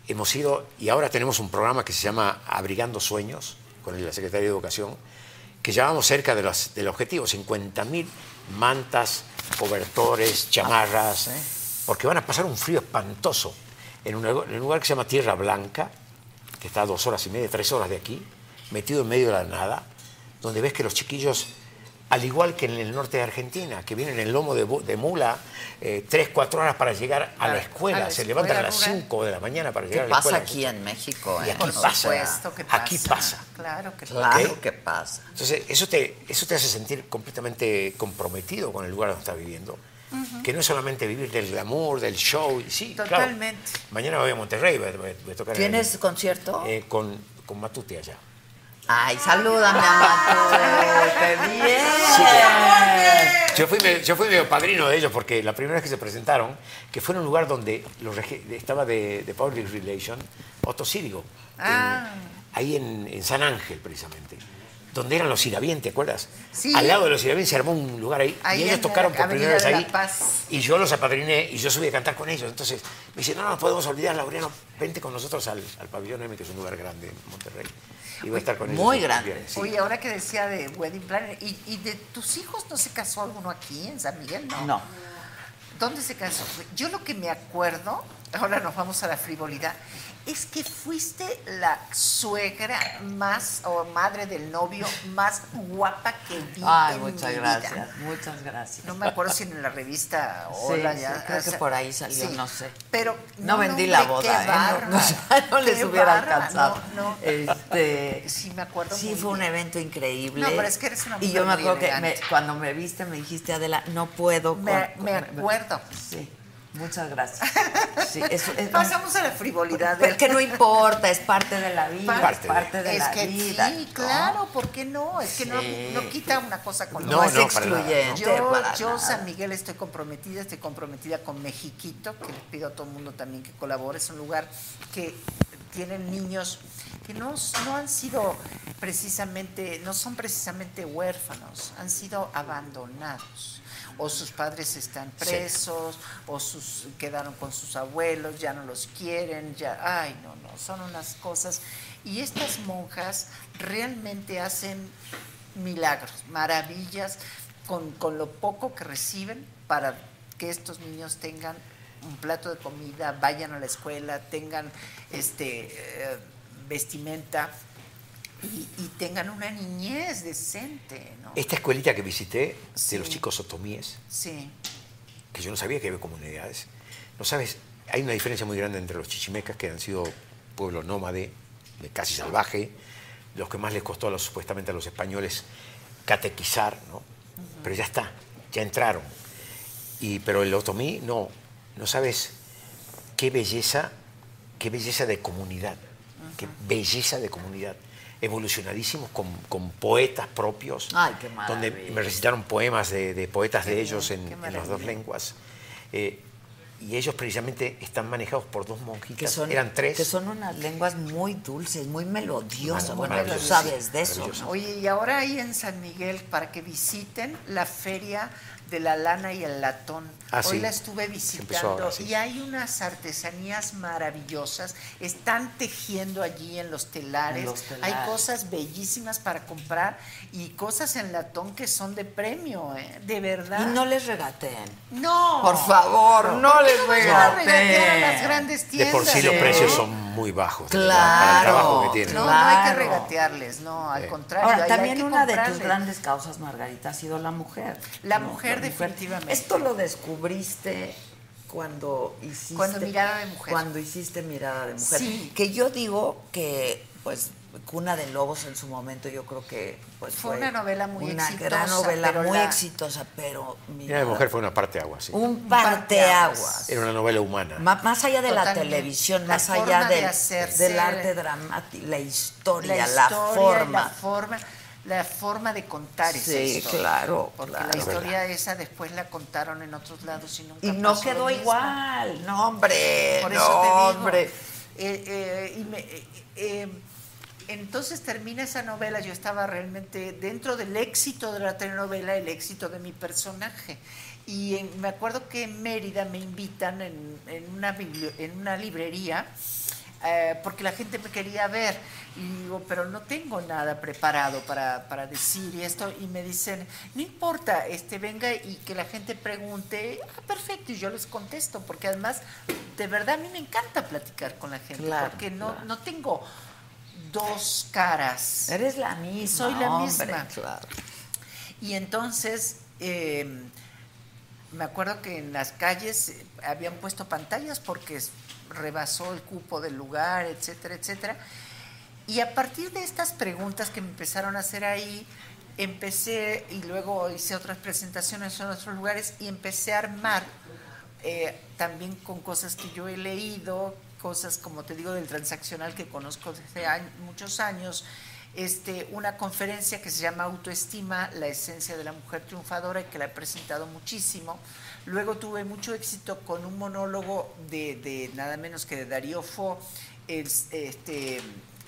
S9: hemos ido, y ahora tenemos un programa que se llama Abrigando Sueños, con la Secretaría de Educación, que llevamos cerca de las- del objetivo, 50.000 mantas, cobertores, chamarras, ¿eh? porque van a pasar un frío espantoso en un, lugar- en un lugar que se llama Tierra Blanca, que está a dos horas y media, tres horas de aquí, metido en medio de la nada, donde ves que los chiquillos, al igual que en el norte de Argentina, que vienen en lomo de, bu- de mula, eh, tres, cuatro horas para llegar a la escuela, se
S6: escuela
S9: levantan a las
S6: rural.
S9: 5 de la mañana para
S1: ¿Qué
S9: llegar a la
S1: pasa
S9: escuela.
S1: aquí en México?
S9: Y
S1: eh?
S9: aquí
S1: No,
S9: pasa.
S6: Supuesto que
S9: Aquí pasa.
S6: Claro que pasa.
S1: Claro
S9: ¿Ok?
S1: que pasa.
S9: Entonces, eso te, eso te hace sentir completamente comprometido con el lugar donde estás viviendo. Ujú. Que no es solamente vivir del glamour, del show. y Sí, claro,
S1: Totalmente.
S9: mañana voy a Monterrey, voy a, voy a tocar en-
S1: ¿Tienes concierto?
S9: eh, con, con Matute allá.
S1: Ay, salúdame a Matute. Bien.
S9: Yo fui, me- yo fui medio padrino de ellos porque la primera vez que se presentaron, que fue en un lugar donde los rege- estaba de, de Public Relations, Otto Cívico,
S6: Ah.
S9: ahí en, en San Ángel precisamente, donde eran los Siravientes, ¿te acuerdas?
S6: Sí.
S9: Al lado de los Siravientes se armó un lugar ahí,
S6: Ahí
S9: y
S6: en
S9: ellos
S6: la
S9: tocaron por
S6: Avenida
S9: primera vez
S6: de la
S9: ahí.
S6: Paz.
S9: Y yo los apadriné y yo subí a cantar con ellos. Entonces me dice, no, no nos podemos olvidar, Laureano, vente con nosotros al, al pabellón M, que es un lugar grande en Monterrey. Y voy a estar con ellos.
S1: muy
S9: el
S1: grande.
S9: viernes, sí.
S6: Oye, ahora que decía de Wedding Planner, ¿y, y de tus hijos no se casó alguno aquí en San Miguel? No.
S1: No.
S6: ¿Dónde se casó? Yo lo que me acuerdo, ahora nos vamos a la frivolidad, es que fuiste la suegra más o madre del novio más guapa que vi.
S1: Ay,
S6: en
S1: muchas
S6: mi
S1: gracias.
S6: vida.
S1: Muchas gracias.
S6: No me acuerdo si en la revista
S1: Sí,
S6: Hola
S1: sí,
S6: ya.
S1: creo
S6: o
S1: que
S6: sea,
S1: por ahí salió,
S6: sí.
S1: no sé.
S6: Pero
S1: No, vendí
S6: hombre,
S1: la
S6: qué
S1: boda, ¿eh? No- no,
S6: bárbara,
S1: no les
S6: qué
S1: hubiera
S6: bárbara,
S1: alcanzado.
S6: No, no.
S1: Este,
S6: sí, me acuerdo
S1: Sí,
S6: muy
S1: fue un
S6: bien.
S1: evento increíble.
S6: No, pero es que eres una
S1: Y yo me
S6: mujer muy
S1: acuerdo que me-
S6: elegante.
S1: cuando me viste me dijiste, Adela, no puedo.
S6: Me,
S1: con-
S6: me
S1: con-
S6: acuerdo.
S1: Sí, muchas gracias. Sí, eso es-
S6: Pasamos a la frivolidad.
S1: Pero Eh, que no importa, es parte de la vida,
S9: Parte
S1: es parte de,
S6: es
S1: la
S6: que
S1: vida.
S6: sí,
S1: ¿no?
S6: claro, ¿por qué no? Es que
S1: Sí.
S6: no, no quita una cosa con
S9: No,
S1: No,
S6: la
S1: es
S6: otra.
S9: para nada,
S1: excluyente.
S6: Yo,
S1: para
S6: yo
S1: nada.
S6: San Miguel estoy comprometida, estoy comprometida con Mexiquito, que les pido a todo el mundo también que colabore. Es un lugar que tienen niños que no, no han sido precisamente, no son precisamente huérfanos, han sido abandonados. O sus padres están presos, o sus quedaron con sus abuelos, ya no los quieren, ya, ay, no, no, son unas cosas. Y estas monjas realmente hacen milagros, maravillas, con, con lo poco que reciben para que estos niños tengan un plato de comida, vayan a la escuela, tengan este eh, vestimenta y, y tengan una niñez decente, ¿no?
S9: Esta escuelita que visité
S6: Sí.
S9: de los chicos otomíes,
S6: Sí,
S9: que yo no sabía que había comunidades, no sabes, hay una diferencia muy grande entre los chichimecas, que han sido pueblo nómade, de casi salvaje, los que más les costó a los, supuestamente a los españoles catequizar, ¿no? Pero ya está, ya entraron. Y, pero el otomí, no, no sabes qué belleza, qué belleza de comunidad, qué belleza de comunidad. Evolucionadísimos con, con poetas propios,
S1: Ay, qué
S9: donde
S1: maravilla.
S9: me recitaron poemas de, de poetas de ellos en,
S6: qué
S9: en las
S6: maravilla.
S9: dos lenguas. Eh, y ellos precisamente están manejados por dos monjitas,
S1: que son,
S9: eran tres.
S1: Que son unas lenguas muy dulces, muy melodiosas.
S9: Mar-
S1: Bueno, tú
S9: maravillosas,
S1: sabes de eso.
S9: maravillosas.
S1: ¿no?
S6: Oye, y ahora hay en San Miguel para que visiten la feria de la lana y el latón.
S9: Ah,
S6: Hoy
S9: sí.
S6: la estuve
S9: empezó
S6: visitando
S9: ahora, sí.
S6: y hay unas artesanías maravillosas. Están tejiendo allí en los telares.
S1: En los telares.
S6: Hay cosas bellísimas para comprar y cosas en latón que son de premio, ¿eh? De
S1: Y
S6: verdad.
S1: no les regateen.
S6: no.
S1: Por favor, no
S6: ¿Por qué
S1: les
S6: no van a regatear a las
S1: regateen.
S6: grandes
S9: de
S6: tiendas. ¿eh?
S9: por sí los
S1: Sí.
S9: precios son muy bajos de verdad, para el
S1: ¿eh? Claro,
S9: trabajo que tienen.
S6: No, no hay que
S1: Claro.
S6: regatearles, no, al
S9: Sí.
S6: contrario. ahí
S1: Ahora,
S6: hay
S1: también
S6: que
S1: una de tus
S6: comprarles.
S1: grandes causas, Margarita, ha sido la mujer.
S6: La mujer, definitivamente.
S1: Esto lo descubriste cuando hiciste...
S6: Cuando Mirada de Mujer.
S1: Cuando hiciste Mirada de Mujer.
S6: Sí.
S1: Que yo digo que, pues, Cuna de Lobos en su momento yo creo que... Pues,
S6: Fue una novela muy
S1: una
S6: exitosa,
S1: gran novela
S6: pero
S1: muy
S6: la-
S1: exitosa, pero...
S9: Mira,
S1: Mirada-
S9: la mujer fue una parte agua, sí.
S1: Un
S6: parteaguas.
S1: parteaguas.
S9: Era una novela humana.
S1: Ma- Más allá de la
S6: Totalmente.
S1: televisión,
S6: La
S1: más
S6: forma
S1: allá
S6: de
S1: del,
S6: hacerse-
S1: del arte dramático, la historia, la,
S6: la historia y
S1: forma.
S6: la forma la forma de contar es
S1: Sí,
S6: esto.
S1: claro,
S6: porque
S1: claro.
S6: la historia esa después la contaron en otros lados y nunca
S1: Y no
S6: pasó lo
S1: quedó
S6: mismo.
S1: igual. No, hombre.
S6: por
S1: no,
S6: eso te digo
S1: hombre.
S6: Eh, eh, y me- eh, eh, entonces termina esa novela yo estaba realmente dentro del éxito de la telenovela el éxito de mi personaje y en- me acuerdo que en Mérida me invitan en, en una, bibli- en una librería eh, porque la gente me quería ver. Y digo, pero no tengo nada preparado para, para decir y esto. Y me dicen, no importa, este, venga y que la gente pregunte. Ah, perfecto, y yo les contesto, porque además, de verdad, a mí me encanta platicar con la gente,
S1: Claro,
S6: porque no,
S1: claro.
S6: no tengo dos caras.
S1: Eres la misma.
S6: Soy la
S1: hombre,
S6: misma.
S1: Claro.
S6: Y entonces, eh, me acuerdo que en las calles eh, habían puesto pantallas porque es- rebasó el cupo del lugar, etcétera, etcétera. Y a partir de estas preguntas que me empezaron a hacer ahí, empecé y luego hice otras presentaciones en otros lugares y empecé a armar eh, también con cosas que yo he leído, cosas como te digo del transaccional que conozco desde año- muchos años, este, una conferencia que se llama Autoestima, la esencia de la mujer triunfadora y que la he presentado muchísimo. Luego tuve mucho éxito con un monólogo de, de nada menos que de Darío Fo, el- este,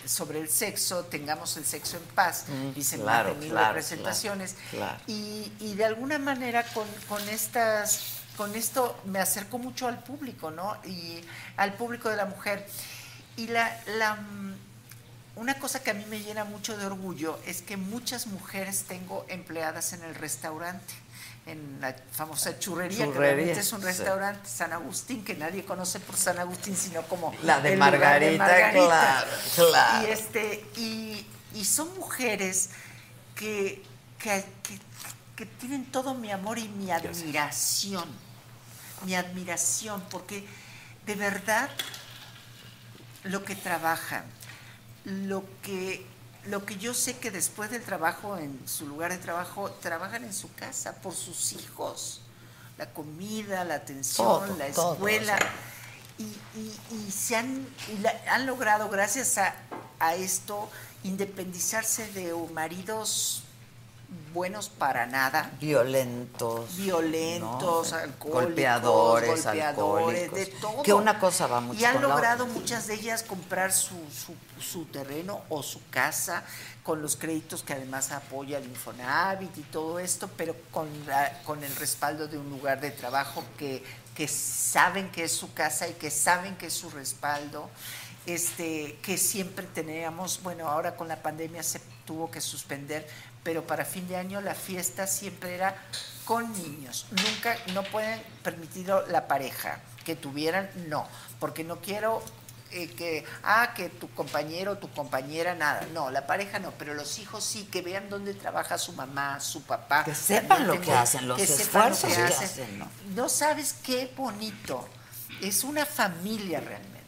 S6: sobre el sexo, tengamos el sexo en paz,
S1: Mm,
S6: y se
S1: claro,
S6: mantenía
S1: claro,
S6: presentaciones.
S1: claro, claro.
S6: Y, y de alguna manera con, con estas con esto me acercó mucho al público, ¿no? Y al público de la mujer. Y la, la, mm, una cosa que a mí me llena mucho de orgullo es que muchas mujeres tengo empleadas en el restaurante, en la famosa churrería, que
S1: Churrería,
S6: realmente es un
S1: sí.
S6: restaurante San Agustín, que nadie conoce por San Agustín, sino como
S1: La de
S6: el lugar
S1: Margarita, claro, claro.
S6: Y, este, y, y son mujeres que, que, que- que tienen todo mi amor y mi admiración. Mi admiración, porque de verdad lo que trabajan, lo que, lo que yo sé que después del trabajo, en su lugar de trabajo, trabajan en su casa por sus hijos, la comida, la atención,
S1: Todo,
S6: la
S1: todo,
S6: escuela.
S1: o sea.
S6: y, y- y se han, y la- han logrado, gracias a, a esto, independizarse de maridos buenos para nada
S1: Violentos.
S6: violentos,
S1: ¿no?
S6: alcohólicos,
S1: golpeadores,
S6: golpeadores,
S1: alcohólicos.
S6: de todo.
S1: Que una cosa va mucho
S6: Y han
S1: con la
S6: logrado
S1: otra.
S6: muchas de ellas comprar su, su- su terreno o su casa con los créditos que además apoya el Infonavit y todo esto, pero con, la- con el respaldo de un lugar de trabajo que, que saben que es su casa y que saben que es su respaldo. Este, que siempre teníamos, bueno, ahora con la pandemia se tuvo que suspender, pero para fin de año la fiesta siempre era con niños. Nunca, no pueden permitir la pareja que tuvieran, no, porque no quiero eh, que, ah, que tu compañero, tu compañera, nada. No, la pareja no, pero los hijos sí, que vean dónde trabaja su mamá, su papá.
S1: Que sepan lo
S6: Tengo-
S1: que hacen, los
S6: sepan lo
S1: esfuerzos que hacen, ¿no?
S6: no sabes qué bonito. Es una familia realmente.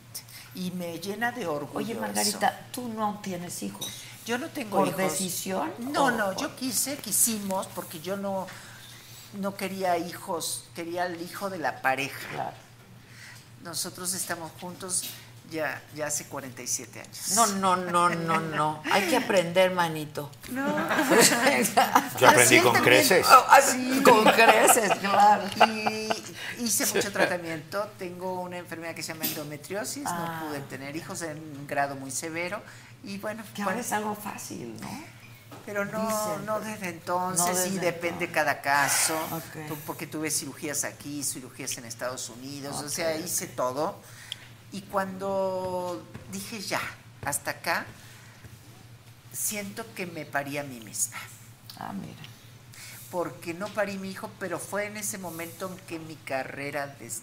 S6: Y me llena de orgullo.
S1: Oye,
S6: eso.
S1: Margarita, tú no tienes hijos.
S6: Yo no tengo
S1: ¿Por
S6: hijos.
S1: decisión
S6: No,
S1: o
S6: no,
S1: por-
S6: yo quise, quisimos, porque yo no, no quería hijos, quería el hijo de la pareja. Nosotros estamos juntos ya, ya hace 47 años.
S1: No, no, no, no, no. Hay que aprender, manito.
S6: No.
S9: Yo aprendí
S6: Pero
S9: con
S6: también-
S9: creces.
S6: Sí.
S1: Oh, ah, Con creces, claro.
S6: Y hice mucho tratamiento. Tengo una enfermedad que se llama endometriosis.
S1: Ah.
S6: No pude tener hijos en un grado muy severo. Y bueno,
S1: Que ahora
S6: bueno,
S1: es algo fácil, ¿no?
S6: pero no,
S1: dicen.
S6: no desde entonces
S1: No desde
S6: y depende
S1: entonces.
S6: cada caso.
S1: Ok.
S6: tu- Porque tuve cirugías aquí, cirugías en Estados Unidos. O
S1: Ok,
S6: sea,
S1: ok.
S6: hice todo. Y cuando dije ya, hasta acá, siento que me parí a mí misma.
S1: Ah, mira.
S6: porque no parí mi hijo, pero fue en ese momento en que mi carrera des-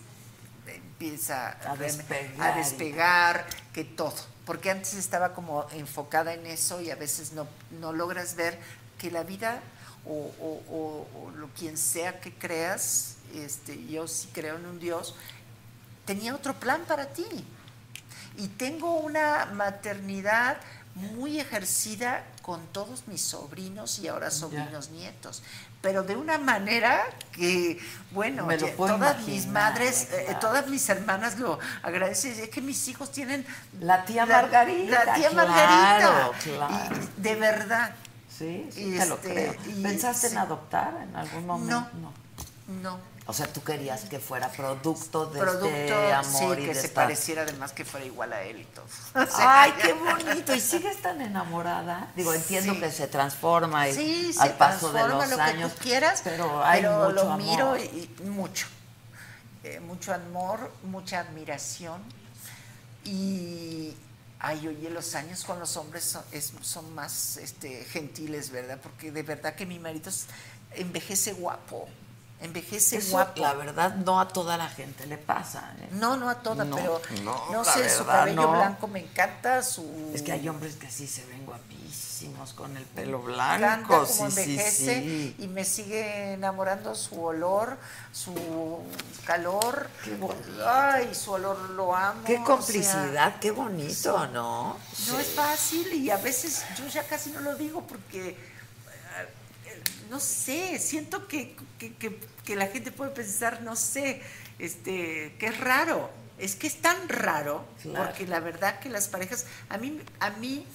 S6: empieza
S1: A
S6: realme-
S1: despegar.
S6: a despegar, que todo. Porque antes estaba como enfocada en eso y a veces no, no logras ver que la vida o, o- o- o lo quien sea que creas, este, yo sí creo en un Dios, tenía otro plan para ti. Y tengo una maternidad muy ejercida con todos mis sobrinos y ahora sobrinos nietos, pero de una manera que, bueno,
S1: Me lo
S6: ya-
S1: puedo
S6: todas mis
S1: imaginar,
S6: madres, eh,
S1: claro.
S6: todas mis hermanas lo agradecen, es que mis hijos tienen...
S1: La tía Margarita,
S6: La tía
S1: claro,
S6: Margarita.
S1: claro.
S6: Y de verdad,
S1: Sí, sí,
S6: Y
S1: te lo
S6: este,
S1: creo.
S6: y
S1: ¿Pensaste en
S6: sí.
S1: adoptar en algún momento?
S6: No. no.
S1: O sea, tú querías que fuera producto de
S6: Producto,
S1: este amor
S6: sí,
S1: y
S6: que
S1: de
S6: se
S1: esta-
S6: pareciera además que fuera igual a él y todo.
S1: Ay, qué bonito. ¿Y sigues tan enamorada? Digo, entiendo
S6: Sí.
S1: que se transforma y
S6: Sí, se
S1: al paso de
S6: transforma
S1: los
S6: lo
S1: años.
S6: que tú quieras,
S1: pero hay mucho
S6: lo
S1: amor.
S6: miro y, y mucho. Eh, mucho amor, mucha admiración. Y ay, oye, los años con los hombres son, es- son más este, gentiles, ¿verdad? Porque de verdad que mi marido es- envejece guapo. Envejece
S1: Eso,
S6: guapo.
S1: la verdad, no a toda la gente le pasa. ¿eh?
S6: No, no a toda,
S1: No,
S6: pero
S1: no,
S6: no,
S1: la
S6: sé, su
S1: verdad,
S6: cabello
S1: no.
S6: blanco me encanta, su
S1: Es que hay hombres que sí se ven guapísimos con el pelo
S6: encanta
S1: blanco.
S6: cómo
S1: Sí, sí,
S6: envejece
S1: sí.
S6: y me sigue enamorando su olor, su calor.
S1: Qué bonito.
S6: Ay, su olor lo amo. o
S1: Qué
S6: sea,
S1: complicidad, qué bonito, ¿no?
S6: no es fácil y a veces yo ya casi no lo digo porque eh, no sé, siento que, que- que- que la gente puede pensar, no sé, este, que es raro. Es que es tan raro,
S1: Claro.
S6: porque la verdad que las parejas, a mí, a mí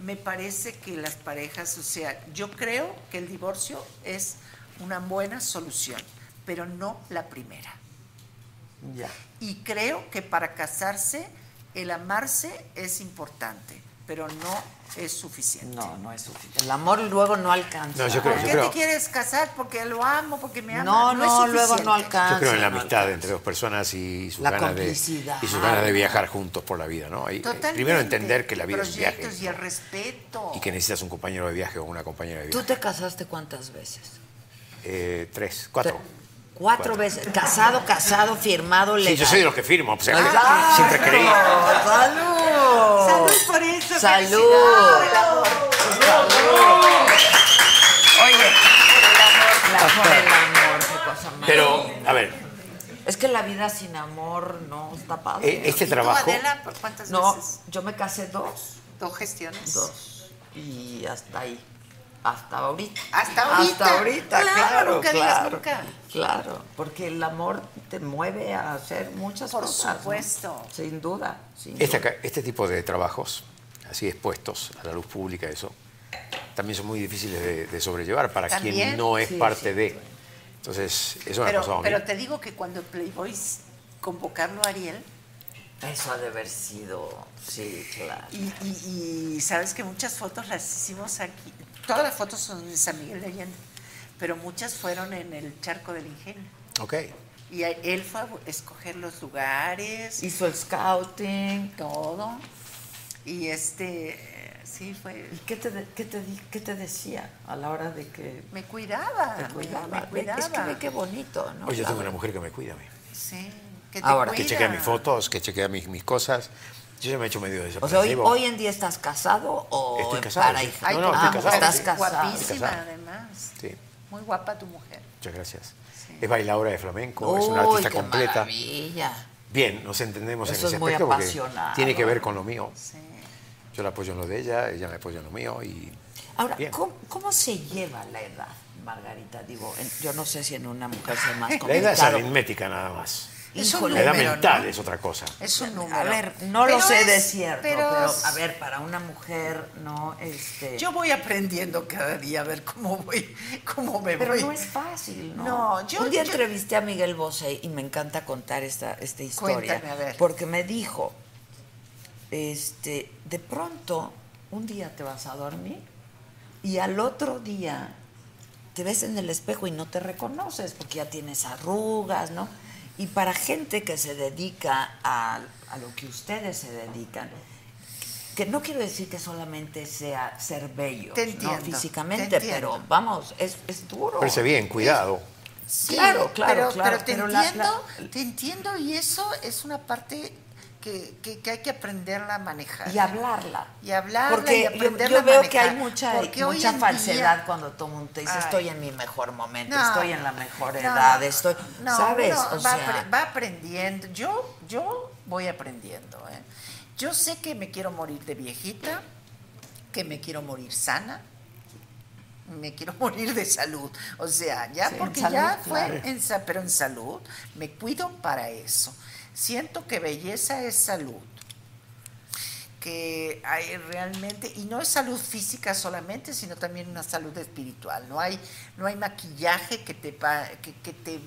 S6: me parece que las parejas, o sea, yo creo que el divorcio es una buena solución, pero no la primera.
S1: Ya.
S6: Y creo que para casarse, el amarse es importante, pero no es suficiente.
S1: No, no es suficiente. El amor luego no alcanza.
S9: No, yo creo-
S6: ¿Por
S9: yo
S6: qué
S9: creo-
S6: te quieres casar? Porque lo amo, porque me ama.
S1: No,
S6: es
S1: no, luego
S6: suficiente.
S1: no alcanza.
S9: Yo creo en la
S1: no
S9: amistad
S1: alcanza.
S9: entre dos personas y su
S1: La
S9: ganas de
S1: complicidad.
S9: y su ganas de viajar juntos por la vida, ¿no? Y, eh,
S6: Totalmente.
S9: primero entender que la vida es un viaje
S6: Proyectos y el respeto.
S9: y que necesitas un compañero de viaje o una compañera de
S1: ¿Tú
S9: viaje.
S1: te casaste cuántas veces?
S9: Eh, tres, cuatro.
S1: Cuatro, veces. Casado, casado, firmado, legal.
S9: Sí, yo soy de los pues, que firmo, o sea,
S1: Ah,
S9: siempre creí.
S1: ¡Salud! ¡Salud!
S6: Salud por eso.
S1: ¡Salud!
S6: felicidades, el amor.
S1: Oye, el amor, el amor, el amor, qué cosa más.
S9: Pero, a ver,
S1: Es que la vida sin amor no está padre.
S9: eh, este
S6: ¿Y tú,
S9: trabajo.
S6: Adela, por cuántas
S1: No,
S6: veces?
S1: yo me casé dos.
S6: Dos gestiones.
S1: Dos. Y hasta ahí. Hasta ahorita.
S6: Hasta ahorita.
S1: Hasta ahorita,
S6: Claro,
S1: claro.
S6: nunca digas
S1: claro,
S6: nunca.
S1: Claro, porque el amor te mueve a hacer muchas
S6: Por
S1: cosas. ¿no?
S6: supuesto.
S1: Sin duda. sin
S9: Esta
S1: duda.
S9: ca- este tipo de trabajos, así expuestos a la luz pública, eso, también son muy difíciles de, de sobrellevar para
S6: También,
S9: quien no es
S1: sí,
S9: parte
S1: sí.
S9: de. Entonces, eso me ha pasado
S6: Pero,
S9: a
S6: pero
S9: mí.
S6: te digo que cuando Playboy convocarlo a Ariel,
S1: Eso ha de haber sido. Sí, claro.
S6: y, y- y sabes que muchas fotos las hicimos aquí, todas las fotos son en San Miguel de Allende, pero muchas fueron en el Charco del Ingenio.
S9: Ok.
S6: Y a- él fue a bu- escoger los lugares,
S1: Hizo el scouting.
S6: todo. Y este, eh, sí, fue.
S1: ¿Y qué te, de- qué te, di- qué te decía a la hora de que
S6: Me cuidaba,
S1: te
S6: Ah, me-
S1: cuidaba?
S6: me,
S1: Ve-
S6: cuidaba.
S1: Es que ve qué bonito, ¿no?
S9: Oye, yo tengo
S1: La-
S9: una mujer que me cuida a mí.
S6: Sí, que te
S1: Ahora,
S9: Que
S6: cuida.
S9: chequea mis fotos, que chequea mis, mis cosas. Yo ya me he hecho medio
S1: O sea, hoy,
S9: desapercibo.
S1: hoy en día estás casado o
S9: Estoy
S1: en
S9: casado,
S1: para
S9: sí.
S1: hija.
S9: No, no,
S1: Ah,
S9: estoy casado,
S1: estás
S9: sí.
S1: casado.
S9: Estoy
S6: Guapísima,
S9: casado.
S6: además.
S9: Sí,
S6: Muy guapa tu mujer.
S9: muchas gracias.
S6: Sí.
S9: Es bailadora de flamenco, es una
S1: Uy,
S9: artista
S1: qué
S9: completa.
S1: maravilla.
S9: Bien, nos entendemos
S1: Eso
S9: en ese
S1: es muy
S9: aspecto porque
S1: apasionado. ¿eh?
S9: tiene que ver con lo mío.
S6: Sí.
S9: Yo la apoyo en lo de ella, ella me apoya en lo mío y
S1: Ahora,
S9: Bien.
S1: ¿cómo, cómo se lleva la edad, Margarita? Digo, en- yo no sé si en una mujer sea más
S9: la edad es
S1: complicado.
S9: aritmética nada más.
S6: Es un
S1: Híjole,
S9: La edad
S6: número,
S9: mental
S6: ¿no?
S9: es otra cosa.
S6: Es un número.
S1: A ver, no
S6: Pero
S1: lo sé de
S6: es-
S1: cierto, pero,
S6: pero
S1: a ver, para una mujer, no, este...
S6: Yo voy aprendiendo cada día a ver cómo voy, cómo me
S1: Pero
S6: voy.
S1: no es fácil, ¿no?
S6: No, yo-
S1: Un día
S6: yo-
S1: entrevisté a Miguel Bosé y me encanta contar esta, esta historia.
S6: Cuéntame, a ver.
S1: Porque me dijo, este, de pronto, un día te vas a dormir y al otro día te ves en el espejo y no te reconoces porque ya tienes arrugas, ¿no? Y para gente que se dedica a, a lo que ustedes se dedican, que no quiero decir que solamente sea ser bello,
S6: Te entiendo,
S1: ¿no?
S6: te
S1: físicamente,
S6: entiendo.
S1: pero vamos, es, es duro.
S9: Parece bien, cuidado.
S6: Sí,
S1: claro, claro,
S6: pero,
S1: claro,
S6: Pero te
S1: pero la-
S6: entiendo,
S1: la-
S6: te entiendo y eso es una parte que, que, que hay que aprenderla a manejar.
S1: y hablarla.
S6: Y hablarla
S1: Porque
S6: y
S1: yo- yo,
S6: aprenderla a
S1: veo que hay
S6: manejar.
S1: mucha,
S6: Porque hoy
S1: mucha
S6: en
S1: falsedad
S6: día-
S1: cuando todo el mundo te dice
S6: Ay.
S1: estoy en mi mejor momento,
S6: No,
S1: estoy en la mejor
S6: no,
S1: edad, estoy...
S6: no,
S1: ¿Sabes?
S6: uno
S1: o
S6: va,
S1: sea,
S6: apre- va aprendiendo. Yo, yo voy aprendiendo. ¿eh? Yo sé que me quiero morir de viejita, que me quiero morir sana, me quiero morir de salud. O sea, ya
S1: Sí, en
S6: porque
S1: salud,
S6: ya
S1: claro.
S6: fue, en, sa- pero en salud, me cuido para eso. Siento que belleza es salud que hay realmente, y no es salud física solamente, sino también una salud espiritual. No hay, no hay maquillaje que te, pa- que, que te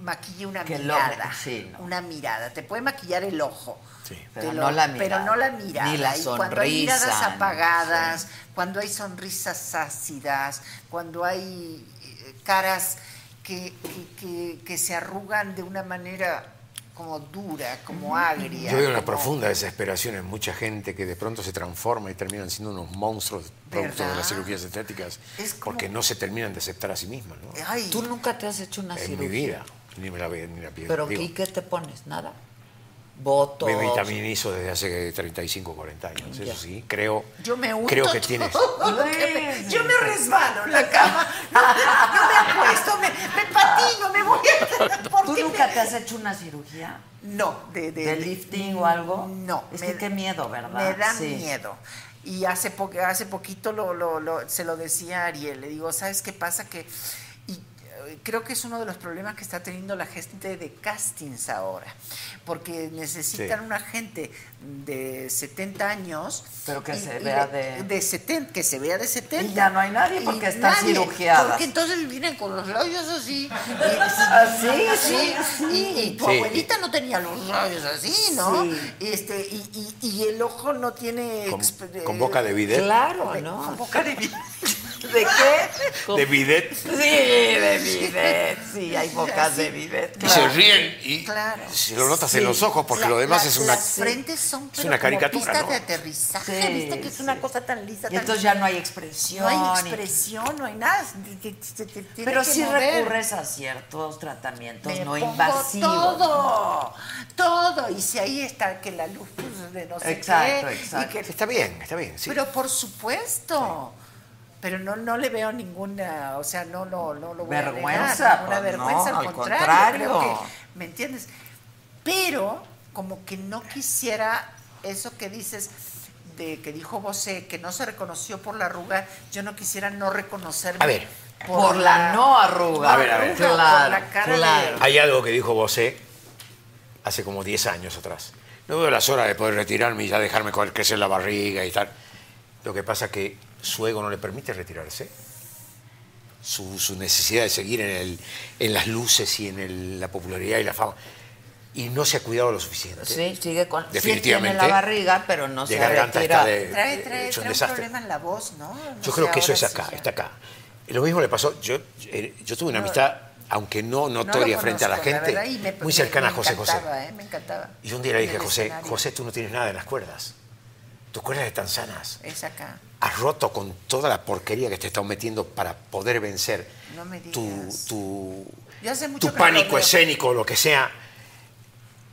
S6: maquille una
S1: Que logre,
S6: mirada.
S1: sí, ¿no?
S6: Una mirada. Te puede maquillar el ojo.
S9: Sí.
S1: Pero
S6: te
S1: no la mirada,
S6: Pero no la mirada.
S1: ni la
S6: Y cuando hay miradas
S1: sonrisa, ¿no?
S6: apagadas, cuando hay sonrisas ácidas, cuando hay eh, caras que, que- que- que se arrugan de una manera como dura, como agria.
S9: Yo veo una
S6: como-
S9: profunda desesperación en mucha gente que de pronto se transforma y terminan siendo unos monstruos producto de
S6: ¿Verdad?
S9: las cirugías estéticas
S6: Es como-
S9: porque no se terminan de aceptar a sí mismas. ¿no?
S6: Ay,
S1: Tú nunca te has hecho una
S9: En
S1: cirugía.
S9: mi vida, ni me la, ve- ni la pido.
S1: Pero
S9: Digo,
S1: ¿y qué te pones? ¿Nada? Votos.
S9: me vitaminizo desde hace 35, 40 años.
S1: Ya.
S9: Eso sí, creo,
S6: Yo me unto
S9: creo que
S6: todo
S9: tienes...
S6: lo que me- yo me resbalo en la cama. No, me acuesto, me, me patino, me voy a. ¿por
S1: ¿Tú
S6: qué
S1: nunca
S6: me-
S1: te has hecho una cirugía?
S6: No, de, de,
S1: ¿De lifting o algo?
S6: Eh, No.
S1: Es
S6: me
S1: que
S6: da-
S1: qué miedo, ¿verdad?
S6: Me da
S1: Sí.
S6: miedo. Y hace, po- hace poquito lo- lo- lo- se lo decía a Ariel, le digo, ¿sabes qué pasa? Que y, eh, creo que es uno de los problemas que está teniendo la gente de castings ahora, porque necesitan
S1: Sí.
S6: una gente de 70 años.
S11: Pero que se
S6: y
S11: vea
S6: le-
S11: de-
S6: 70, que se vea de 70.
S11: Y ya no hay nadie porque están cirugiadas.
S6: Porque entonces vienen con los labios así.
S1: Ah,
S11: Así,
S6: sí,
S11: sí.
S6: Y, y tu
S11: Sí.
S6: abuelita no tenía los labios así, ¿no?
S11: Sí.
S6: Este, y, y- y el ojo no tiene. eh,
S9: Con-
S6: exp-
S9: con boca de bidet.
S1: Claro,
S6: de-
S1: ¿no?
S6: Con boca de bidet.
S1: ¿De qué?
S9: De bidet.
S1: Sí, de bidet. Sí, hay bocas de bidet.
S9: Y se ríen y
S6: Claro.
S9: se lo notas en los ojos porque
S6: La-
S9: lo demás
S6: la-
S9: es una...
S6: Las frentes son
S9: es
S6: pero
S9: una
S6: como
S9: caricatura,
S6: pistas
S9: ¿no?
S6: de aterrizaje,
S1: Sí,
S6: ¿viste? Que es una cosa tan lisa.
S1: Y
S6: tan-
S1: entonces ya no hay expresión.
S6: No hay
S1: y-
S6: expresión, no hay nada. Te- te- te- te- tiene
S1: Pero
S6: que
S1: sí
S6: mover.
S1: recurres a ciertos tratamientos
S6: Me
S1: no
S6: pongo
S1: invasivos.
S6: Todo, todo. Y si ahí está que la luz pues, de no sé
S1: Exacto,
S6: qué. y
S1: exacto.
S6: que-
S9: Está bien, está bien, sí.
S6: Pero por supuesto. Pero no, no le veo ninguna, o sea, no, no, no lo voy
S1: Vergüenza,
S6: a negar, ninguna
S1: pues, no,
S6: vergüenza, al
S1: al
S6: contrario.
S1: contrario.
S6: creo que- ¿Me entiendes? Pero como que no quisiera eso que dices de que dijo Bosé, que no se reconoció por la arruga, yo no quisiera no reconocerme.
S9: A ver.
S11: Por la no arruga.
S9: A ver, a ver.
S6: arruga,
S11: Claro,
S6: por la cara
S11: claro.
S6: de-
S9: Hay algo que dijo Bosé hace como 10 años atrás. No veo las horas de poder retirarme y ya dejarme co- crecer la barriga y tal. Lo que pasa es que su ego no le permite retirarse. Su, su necesidad de seguir en, el- en las luces y en el- la popularidad y la fama. Y no se ha cuidado lo suficiente.
S1: Sí, sigue con. sí
S9: Definitivamente.
S1: tiene la barriga, pero no
S9: de
S1: se
S9: garganta
S1: retira.
S9: está de,
S6: Trae, trae,
S9: hecho un
S6: trae un
S9: desastre.
S6: problema en la voz, ¿no? No sé,
S9: Yo creo que eso
S6: ahora
S9: es
S6: sí
S9: acá,
S6: ya.
S9: está acá. Lo mismo le pasó, yo, eh, yo tuve una
S6: No,
S9: amistad, aunque no notoria
S6: No lo
S9: frente a la
S6: conozco,
S9: gente,
S6: verdad, y me-
S9: muy cercana
S6: me
S9: a José José.
S6: encantaba, ¿eh? Me encantaba.
S9: Y un día le
S6: En
S9: dije,
S6: el
S9: José,
S6: escenario.
S9: José, tú no tienes nada en las cuerdas. Tus cuerdas están sanas.
S6: Es acá.
S9: Has roto con toda la porquería que te están metiendo para poder vencer
S6: No me digas.
S9: tu, tu,
S6: Yo hace mucho
S9: tu
S6: que no lo
S9: pánico
S6: veo.
S9: escénico o lo que sea.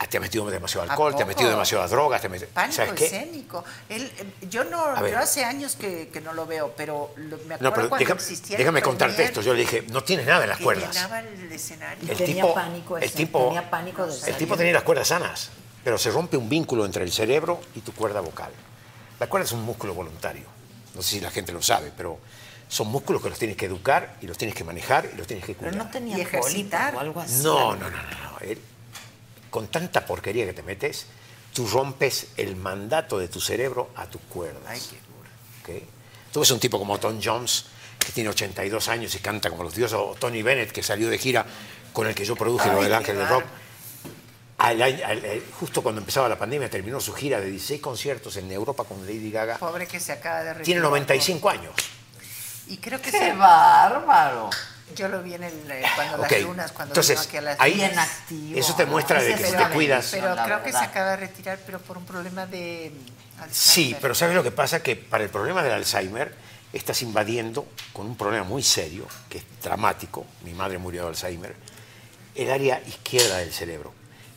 S9: Ah, Te has metido demasiado
S6: ¿A
S9: alcohol, te has metido
S6: poco?
S9: demasiadas drogas, te has metido-
S6: Pánico
S9: ¿Sabes qué?
S6: escénico. Él, eh, yo no,
S9: A ver.
S6: yo hace años que, que no lo veo, pero lo- me acuerdo
S9: No, pero
S6: cuando
S9: déjame,
S6: existía el
S9: déjame contarte
S6: Premier,
S9: esto. Yo le dije, no tienes nada en las
S6: que
S9: cuerdas.
S6: llenaba el escenario.
S9: el
S1: tenía
S9: tipo-
S1: pánico
S9: el
S1: escénico,
S9: tipo-
S1: tenía pánico de
S9: El
S1: salir.
S9: tipo tenía las cuerdas sanas, pero se rompe un vínculo entre el cerebro y tu cuerda vocal. La cuerda es un músculo voluntario. No sé si la gente lo sabe, pero son músculos que los tienes que educar y los tienes que manejar y los tienes que
S1: Pero
S9: cuidar.
S1: no
S6: Y
S1: tenía
S6: ejercitar.
S1: pólipo o algo así.
S9: No, no, no, no. no. El- con tanta porquería que te metes, tú rompes el mandato de tu cerebro a tus cuerdas. Ay, qué duro. Tú ves un tipo como Tom Jones, que tiene 82 años y canta como los dioses, o Tony Bennett, que salió de gira con el que yo produje lo del Ángel del Rock. Al año- al- al- justo cuando empezaba la pandemia, terminó su gira de 16 conciertos en Europa con Lady Gaga.
S6: Pobre que se acaba de retirar.
S9: Tiene 95 años.
S6: Y creo que
S11: ¡Qué
S6: se
S11: bárbaro!
S6: Yo lo vi en el, eh, cuando
S9: Ok,
S6: las lunas, cuando
S9: Entonces,
S6: vino aquí a las
S9: ahí
S6: lunas.
S11: Bien activo,
S9: eso te
S11: ¿no?
S9: muestra de
S11: Ese
S9: que
S11: es
S9: si
S11: el
S9: te cuidas,
S6: Pero
S11: la
S6: creo que se
S11: verdad.
S6: acaba de retirar, pero por un problema de mm, Alzheimer.
S9: Sí, pero ¿sabes lo que pasa? Que para el problema del Alzheimer estás invadiendo con un problema muy serio, que es dramático, mi madre murió de Alzheimer, el área izquierda del cerebro.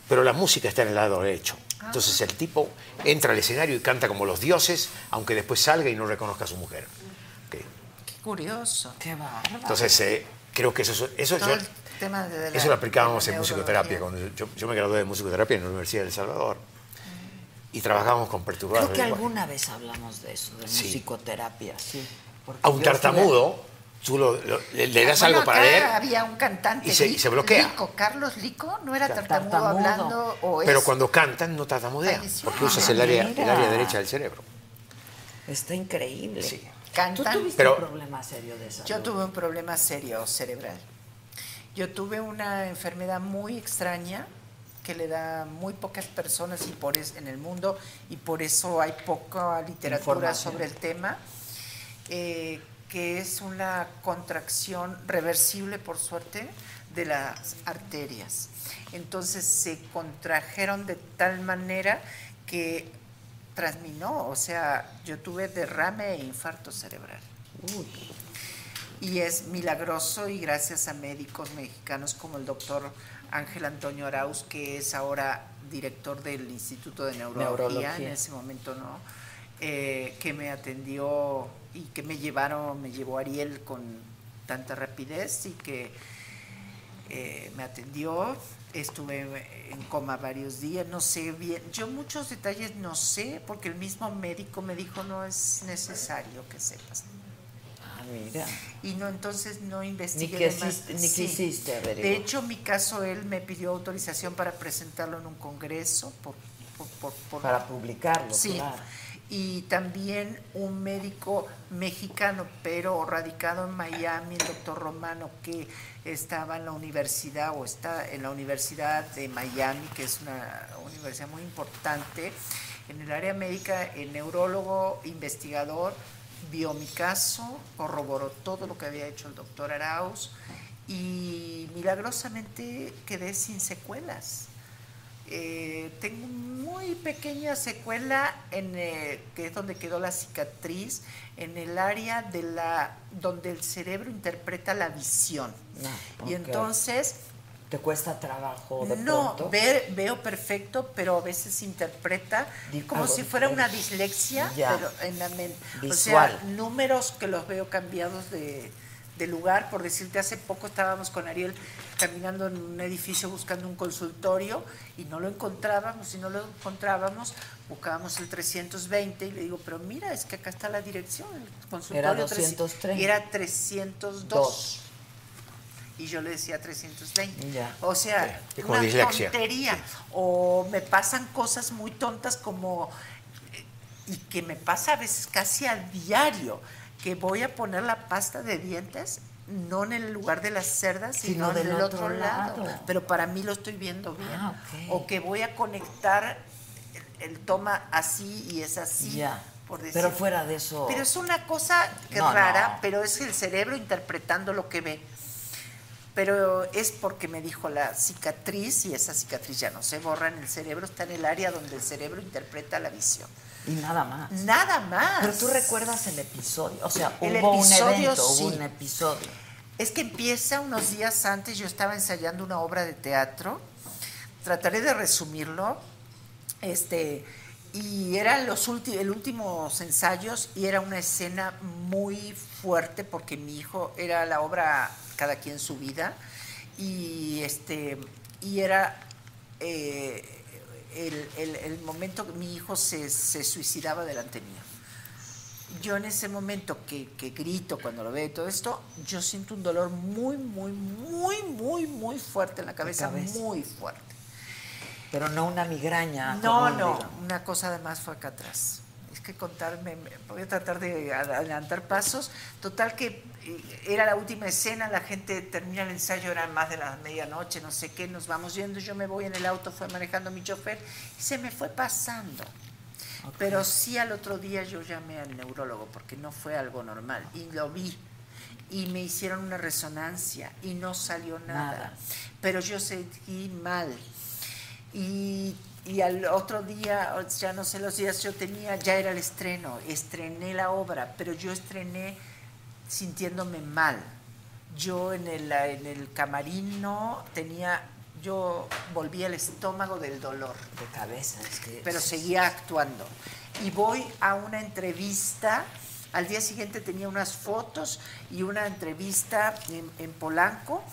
S9: Pero la música está en el lado derecho. Entonces el tipo entra al escenario y canta como los dioses, aunque después salga y no reconozca a su mujer. Ok.
S6: Qué curioso.
S11: ¡Qué bárbaro!
S9: Entonces eh, creo que eso, es- eso
S6: Todo
S9: yo-
S6: el tema de la-
S9: eso lo aplicábamos
S6: de la
S9: en musicoterapia.
S6: neurología.
S9: cuando yo, yo me gradué de musicoterapia en la Universidad de El Salvador. Y trabajábamos con perturbados.
S1: Creo que
S9: del lenguaje.
S1: alguna vez hablamos de eso, de
S9: Sí.
S1: musicoterapia. Sí. Porque
S9: a un
S1: yo-
S9: tartamudo, tú lo- lo- le, le das
S6: Bueno,
S9: algo para
S6: acá
S9: él,
S6: Había un cantante.
S9: y se- y se bloquea.
S6: Lico, Carlos Lico no era tartamudo,
S1: Tartamudo.
S6: hablando o
S9: pero
S6: es-
S9: cuando cantan no tartamudean,
S6: Ay, sí.
S9: porque usas
S1: Ah,
S9: el área,
S1: mira.
S9: el área derecha del cerebro.
S1: Está increíble.
S9: Sí.
S1: ¿Tú
S6: Cantan.
S1: tuviste
S9: Pero-
S1: un problema serio de salud?
S6: Yo tuve un problema serio cerebral. Yo tuve una enfermedad muy extraña que le da a muy pocas personas y por es- en el mundo y por eso hay poca literatura
S1: Información.
S6: sobre el tema, eh, que es una contracción reversible, por suerte, de las arterias. Entonces se contrajeron de tal manera que transminó, o sea, yo tuve derrame e infarto cerebral. Y es milagroso y gracias a médicos mexicanos como el doctor Ángel Antonio Arauz, que es ahora director del Instituto de Neurología,
S1: Neurología.
S6: en ese momento no, Eh, que me atendió y que me llevaron, me llevó Ariel con tanta rapidez y que eh, me atendió, estuve en coma varios días, no sé bien, yo muchos detalles no sé, porque el mismo médico me dijo no es necesario que sepas.
S12: Ah, mira.
S6: Y no, entonces no investigué.
S12: Ni que
S6: de más.
S12: asiste- ni que hiciste averiguar.
S6: De hecho, mi caso, él me pidió autorización para presentarlo en un congreso. Por, por- por- por-
S12: Para publicarlo,
S6: Sí.
S12: claro.
S6: Y también un médico mexicano, pero radicado en Miami, el doctor Romano, que estaba en la universidad o está en la Universidad de Miami, que es una universidad muy importante, en el área médica, el neurólogo investigador vio mi caso, corroboró todo lo que había hecho el doctor Arauz y milagrosamente quedé sin secuelas. Eh, tengo muy pequeña secuela en eh, que es donde quedó la cicatriz en el área de la donde el cerebro interpreta la visión
S12: Ah,
S6: y
S12: ok.
S6: entonces
S12: ¿Te cuesta trabajo de
S6: no
S12: pronto?
S6: ve- veo perfecto pero a veces se interpreta
S12: Di-
S6: como
S12: ah,
S6: si
S12: bueno,
S6: fuera
S12: eh,
S6: una dislexia
S12: ya.
S6: pero en la mente o
S12: Visual.
S6: sea números que los veo cambiados de de lugar, por decirte, hace poco estábamos con Ariel caminando en un edificio buscando un consultorio y no lo encontrábamos, y no lo encontrábamos, buscábamos el 320 y le digo, pero mira, es que acá está la dirección, el consultorio
S12: 203.
S6: y era 302.
S12: Dos.
S6: Y yo le decía 320.
S12: Ya.
S6: O sea,
S8: Sí, es como
S6: una
S8: dislexia.
S6: tontería. O me pasan cosas muy tontas como eh, y que me pasa a veces casi a diario, que voy a poner la pasta de dientes no en el lugar de las cerdas,
S12: Sino
S6: sino,
S12: del
S6: en el
S12: otro
S6: otro, lado.
S12: lado.
S6: Pero para mí lo estoy viendo bien.
S12: Ah, ok.
S6: O que voy a conectar el, el toma así y es así.
S12: Ya.
S6: por decir.
S12: Pero fuera de eso.
S6: Pero es una cosa que
S12: No,
S6: rara,
S12: no.
S6: pero es el cerebro interpretando lo que ve. Pero es porque me dijo la cicatriz, y esa cicatriz ya no se borra en el cerebro, está en el área donde el cerebro interpreta la visión.
S12: Y nada más.
S6: Nada más.
S12: Pero tú recuerdas el episodio. O sea,
S6: El
S12: hubo un
S6: episodio,
S12: evento, hubo
S6: sí.
S12: un episodio.
S6: Es que empieza unos días antes, yo estaba ensayando una obra de teatro, trataré de resumirlo, este, y eran los últi- el últimos ensayos y era una escena muy fuerte porque mi hijo era la obra Cada quien su vida, y, este, y era eh, el, el- el momento que mi hijo se, se suicidaba delante mío yo en ese momento que, que grito cuando lo veo y todo esto, yo siento un dolor muy, muy, muy, muy, muy fuerte en la cabeza,
S12: cabeza.
S6: muy fuerte.
S12: Pero no una migraña.
S6: No,
S12: común,
S6: no,
S12: digamos.
S6: una cosa además fue acá atrás. Es que contarme, me- voy a tratar de adelantar pasos. Total que eh, era la última escena, la gente termina el ensayo, eran más de la medianoche, no sé qué, nos vamos yendo, yo me voy en el auto, fue manejando mi chofer y se me fue pasando. Pero sí al otro día yo llamé al neurólogo porque no fue algo normal y lo vi y me hicieron una resonancia y no salió
S12: Nada.
S6: nada. pero yo seguí mal y, y al otro día, o sea, no sé los días, yo tenía, ya era el estreno, estrené la obra, pero yo estrené sintiéndome mal. Yo en el, en el camarino tenía, yo volví al estómago del dolor
S12: De cabeza. es que-
S6: pero seguía actuando. Y voy a una entrevista, al día siguiente tenía unas fotos y una entrevista en, en Polanco,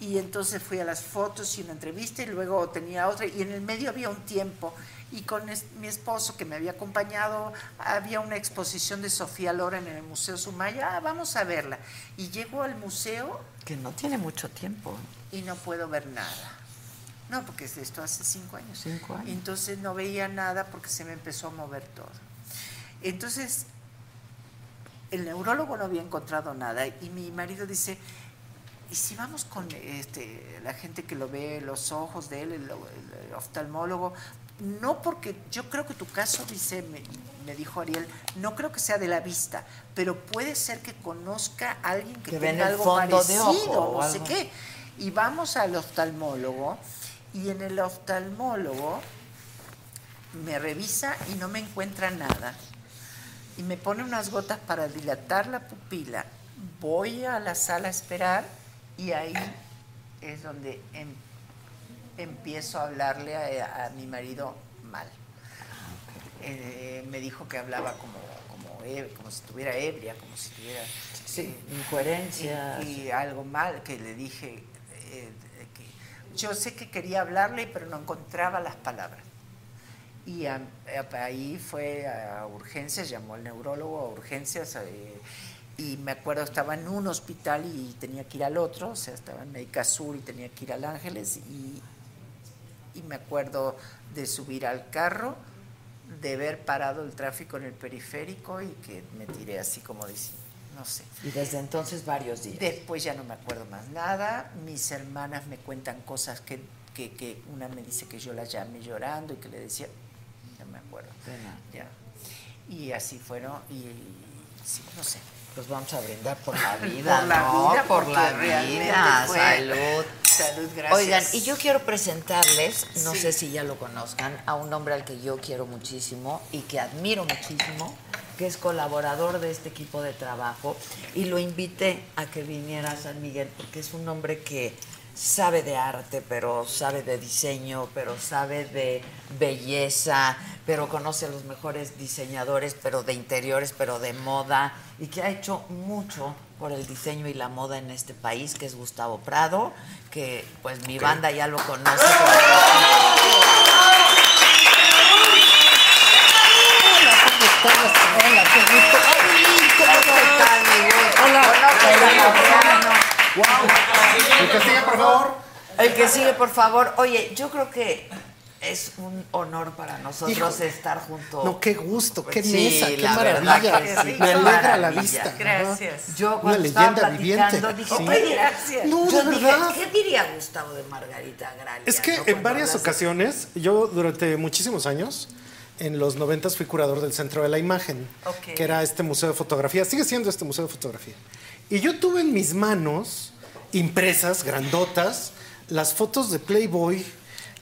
S6: y entonces fui a las fotos y una entrevista y luego tenía otra, y en el medio había un tiempo. Y con es- mi esposo que me había acompañado, había una exposición de Sofía Loren en el Museo Sumaya, "Ah, vamos a verla. Y llego al museo
S12: Que no tiene mucho tiempo.
S6: y no puedo ver nada. No, porque es de esto hace cinco años.
S12: Cinco años.
S6: Entonces no veía nada porque se me empezó a mover todo. Entonces, el neurólogo no había encontrado nada y mi marido dice, ¿y si vamos con este, la gente que lo ve, los ojos de él, el, el oftalmólogo? No porque yo creo que tu caso, dice, me, me dijo Ariel, no creo que sea de la vista, pero puede ser que conozca a alguien que,
S12: Que ve en
S6: tenga
S12: el
S6: algo
S12: fondo de
S6: parecido,
S12: ojo o
S6: no sé
S12: algo.
S6: qué y vamos al oftalmólogo y en el oftalmólogo me revisa y no me encuentra nada y me pone unas gotas para dilatar la pupila. Voy a la sala a esperar y ahí es donde em- empiezo a hablarle a, a mi marido mal. Eh, me dijo que hablaba como, como, eb- como si estuviera ebria, como si eh, tuviera
S12: Sí, incoherencias.
S6: y, y algo mal que le dije eh, yo sé que quería hablarle, pero no encontraba las palabras. Y a- a- ahí fue a urgencias, llamó al neurólogo a urgencias. eh, y me acuerdo, estaba en un hospital y tenía que ir al otro, o sea, estaba en Médica Sur y tenía que ir al Ángeles. Y, y me acuerdo de subir al carro, de ver parado el tráfico en el periférico y que me tiré así como dice, no sé.
S1: Y desde entonces varios días.
S6: Después ya no me acuerdo más nada. Mis hermanas me cuentan cosas que, que, que una me dice que yo la llamé llorando y que le decía, no me acuerdo. Ya. Y así fueron y sí, no sé.
S1: Pues vamos a brindar por la
S6: vida, ¿no? Por la vida.
S1: Salud.
S6: Salud.
S1: Oigan, y yo quiero presentarles, no
S6: Sí.
S1: sé si ya lo conozcan, a un hombre al que yo quiero muchísimo y que admiro muchísimo, que es colaborador de este equipo de trabajo. Y lo invité a que viniera a San Miguel porque es un hombre que sabe de arte, pero sabe de diseño, pero sabe de belleza, pero conoce a los mejores diseñadores, pero de interiores, pero de moda, y que ha hecho mucho por el diseño y la moda en este país, que es Gustavo Prado, que pues mi
S13: Ok.
S1: banda ya lo conoce.
S13: Hola, qué gusto. Ay, ¿cómo estás, Miguel?
S1: El que sigue, por favor. El que sigue, por favor. Oye, yo creo que es un honor para nosotros
S9: Híjole.
S1: estar juntos.
S9: No, qué gusto, qué
S1: Sí,
S9: mesa, qué
S1: la verdad
S9: maravilla.
S1: que sí,
S9: Me
S1: qué
S9: alegra la
S1: maravilla.
S9: vista. ajá.
S1: Gracias. Yo
S9: Una
S1: cuando estaba
S9: leyenda viviente.
S1: platicando dije,
S9: Sí.
S1: oye, gracias.
S9: No,
S1: yo
S9: de
S1: dije,
S9: verdad.
S1: ¿qué diría Gustavo de Margarita Gralia?
S9: Es que
S1: no?
S9: en
S1: Cuando
S9: varias
S1: hablas de-
S9: ocasiones, yo durante muchísimos años, en los noventas fui curador del Centro de la Imagen,
S1: Ok.
S9: que era este museo de fotografía, sigue siendo este museo de fotografía. Y yo tuve en mis manos, impresas, grandotas, las fotos de Playboy,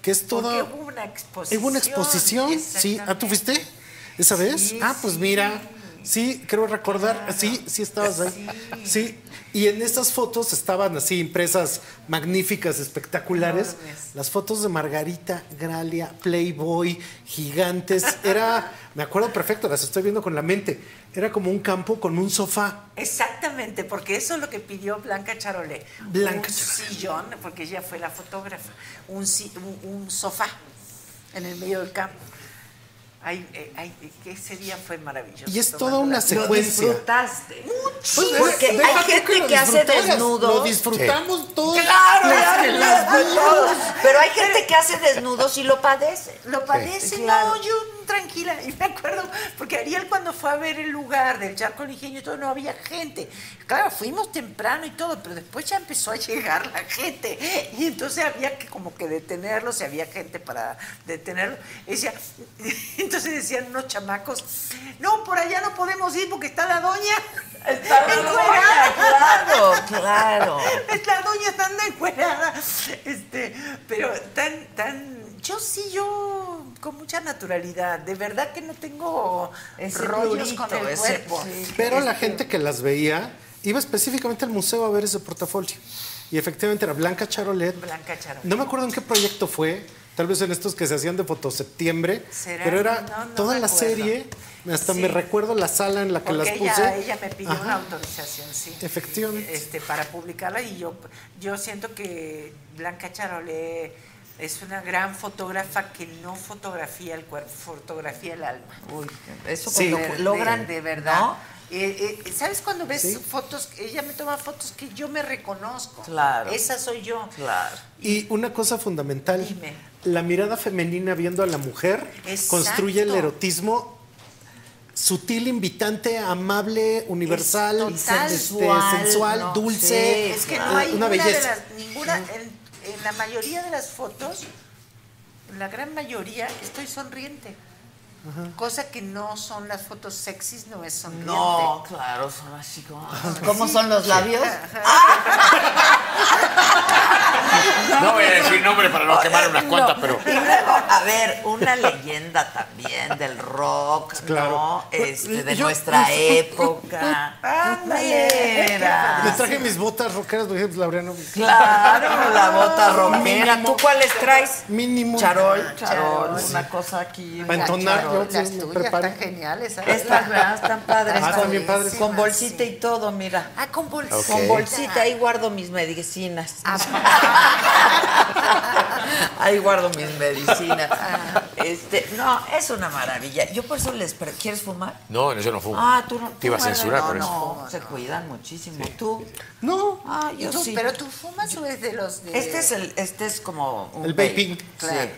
S9: que es toda...
S6: Porque hubo una exposición.
S9: Hubo una exposición, sí. ¿Ah, tú fuiste? ¿Esa vez? ah, pues mira. Sí, creo recordar. Sí, sí estabas ahí. Sí. Y en esas fotos estaban así impresas magníficas, espectaculares. Las fotos de Margarita, Gralia, Playboy, gigantes. Era, me acuerdo perfecto, las estoy viendo con la mente. Era como un campo con un sofá.
S6: Exactamente, porque eso es lo que pidió Blanca Charolé.
S9: Blanca
S6: un sillón, porque ella fue la fotógrafa, un, si- un- un sofá en el medio del campo. Ay, eh, ay, eh, que ese día fue maravilloso.
S9: Y es
S6: Tomando
S9: toda una
S6: la-
S9: secuencia.
S6: Lo disfrutaste.
S9: Pues,
S6: Mucho.
S9: de- deja tú que lo disfrutaras, Lo disfrutamos todos. Las que las
S1: todos. Pero hay gente que hace desnudos y lo padece.
S6: Lo padece,
S1: Claro.
S6: no, yo tranquila. Y me acuerdo, porque Ariel cuando fue a ver el lugar del charco del ingenio, y todo, no había gente. Claro, fuimos temprano y todo, pero después ya empezó a llegar la gente. Y entonces había que como que detenerlos, y había gente para detenerlos. Y decía- entonces decían unos chamacos, no, por allá no podemos ir porque está la doña. Está
S1: Claro, claro.
S6: la doña está tan encuerada. Este, pero tan, tan. Yo sí, yo con mucha naturalidad. De verdad que no tengo
S1: Ese
S6: rollos
S1: prurito,
S6: con el
S1: ese-
S6: cuerpo.
S1: sí.
S9: Pero la
S6: Este,
S9: gente que las veía iba específicamente al museo a ver ese portafolio. Y efectivamente era Blanca Charolet.
S6: Blanca Charo.
S9: No me acuerdo en qué proyecto fue, tal vez en estos que se hacían de fotoseptiembre,
S6: ¿Será?
S9: pero era
S6: No, no
S9: toda
S6: me
S9: la
S6: acuerdo.
S9: serie, hasta
S6: Sí.
S9: me recuerdo la sala en la que
S6: Porque
S9: las
S6: ella,
S9: puse.
S6: ella me pidió
S9: Ajá.
S6: una autorización, sí.
S9: Efectivamente.
S6: Este, para publicarla y yo, yo siento que Blanca Charolé es una gran fotógrafa que no fotografía el cuerpo, fotografía el alma.
S1: Uy, eso
S6: Sí.
S1: cuando
S6: De-
S1: logran
S6: de,
S1: de verdad.
S6: verdad. Eh, eh, ¿Sabes cuando ves fotos? Ella me toma fotos que yo me reconozco.
S1: Claro.
S6: Esa soy yo.
S1: Claro.
S9: Y una cosa fundamental,
S6: Dime.
S9: la mirada femenina viendo a la mujer
S6: Exacto.
S9: construye el erotismo sutil, invitante, amable, universal,
S6: Es total.
S9: este,
S6: Sensual,
S9: sensual,
S6: no,
S9: dulce,
S6: Eh, Es que no hay
S9: Ah, una
S6: una
S9: belleza.
S6: de las- ninguna, en, en la mayoría de las fotos, la gran mayoría, estoy sonriente. Cosa que no son las fotos sexys, no es sonriente.
S1: No, claro, son así como.
S13: ¿Cómo son los labios?
S8: No voy a decir nombre para no quemar unas cuantas, pero.
S1: Y luego, a ver, una leyenda también del rock, ¿no? Este, de
S9: Yo-
S1: nuestra época.
S6: Ándale.
S1: Mira.
S9: Le traje mis botas rockeras, por ejemplo, Laureano.
S1: Claro, la bota romera. ¿Tú cuáles traes?
S9: Mínimo.
S1: Charol, charol,
S6: Charol,
S1: una cosa aquí.
S9: Para entonar,
S1: charol.
S9: yo
S6: Las
S9: me
S6: tuyas
S9: preparo.
S6: están geniales. ¿sabes?
S1: Estas, ¿verdad? Están padres.
S9: Ah,
S1: con-
S9: están bien padres.
S1: Con bolsita y todo, mira.
S6: Ah, con bolsita.
S1: Con bolsita, ahí guardo mis medicinas.
S6: Ah,
S1: Ahí guardo mis medicinas.
S6: Ah.
S1: Este, no, es una maravilla. Yo por eso les pre- ¿Quieres fumar?
S8: No, no, yo no fumo.
S1: Ah, tú no.
S8: Te iba a
S1: tú, bueno,
S8: censurar
S1: no,
S8: por eso.
S1: No, se cuidan muchísimo. ¿Tú?
S9: No.
S1: Ah, yo
S6: Tú,
S1: sí.
S6: Pero tú fumas o es de los de.
S1: Este es el, este es como un
S9: El
S1: vape.
S9: vaping.
S1: Claro.
S9: Claro.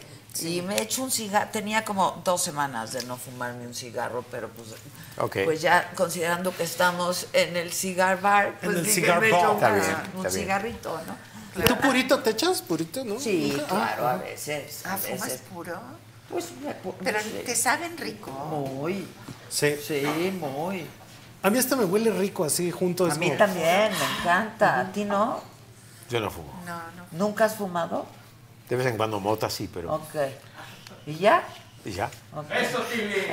S1: Y me he hecho un cigarro, tenía como dos semanas de no fumarme un cigarro, pero pues,
S8: Ok.
S1: pues ya considerando que estamos en el cigar bar, pues
S9: el
S1: dije,
S9: cigar
S1: me echo
S9: bar.
S1: un-
S8: Está bien,
S1: un
S8: está bien.
S1: cigarrito, ¿no?
S9: ¿Tú purito te echas? ¿Purito, no?
S1: Sí,
S9: ¿Nunca? Ah,
S1: claro, a veces. A
S6: Ah, ¿fumas
S1: veces.
S6: puro?
S1: Pues me pu-
S6: Pero
S1: sí.
S6: te saben rico.
S1: Muy,
S9: Sí.
S1: sí, muy.
S9: A mí hasta me huele rico así junto.
S1: A
S9: es
S1: mí
S9: como-
S1: también, me encanta. ¿A ti no?
S8: Yo no fumo.
S6: No, no.
S1: ¿Nunca has fumado?
S8: De vez en cuando mota sí, pero.
S1: Ok. ¿Y ya?
S8: ¿Y ya?
S14: Eso, Tilly.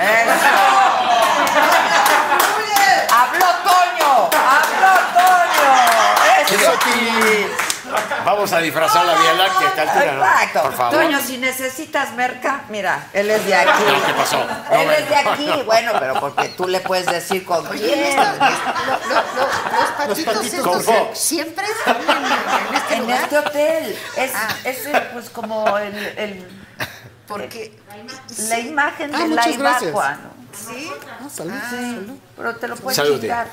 S1: ¡Habló Toño! ¡Habló Toño! ¡Eso,
S8: Eso,
S1: sí!
S8: Vamos a disfrazar la Vía Láctea a esta altura, ¿no?
S1: Exacto.
S8: Por favor.
S1: Toño, si necesitas merca, mira, él es de aquí.
S8: No, ¿qué pasó? No,
S1: él es de
S8: bueno.
S1: aquí, bueno, pero porque tú le puedes decir con quién.
S6: Lo- lo- lo- los patitos,
S9: patitos
S6: estos
S8: con Fox.
S6: siempre están en, en este
S1: En
S6: lugar.
S1: este hotel. Es,
S6: Ah.
S1: es el, pues como el, el-
S6: Porque.
S1: este la imagen
S9: Ah,
S1: de la
S9: muchas gracias.
S1: Ibacua, ¿no?
S6: Sí.
S9: Ah, salud, salud.
S1: Pero te lo puedes
S8: Salud.
S1: quitar.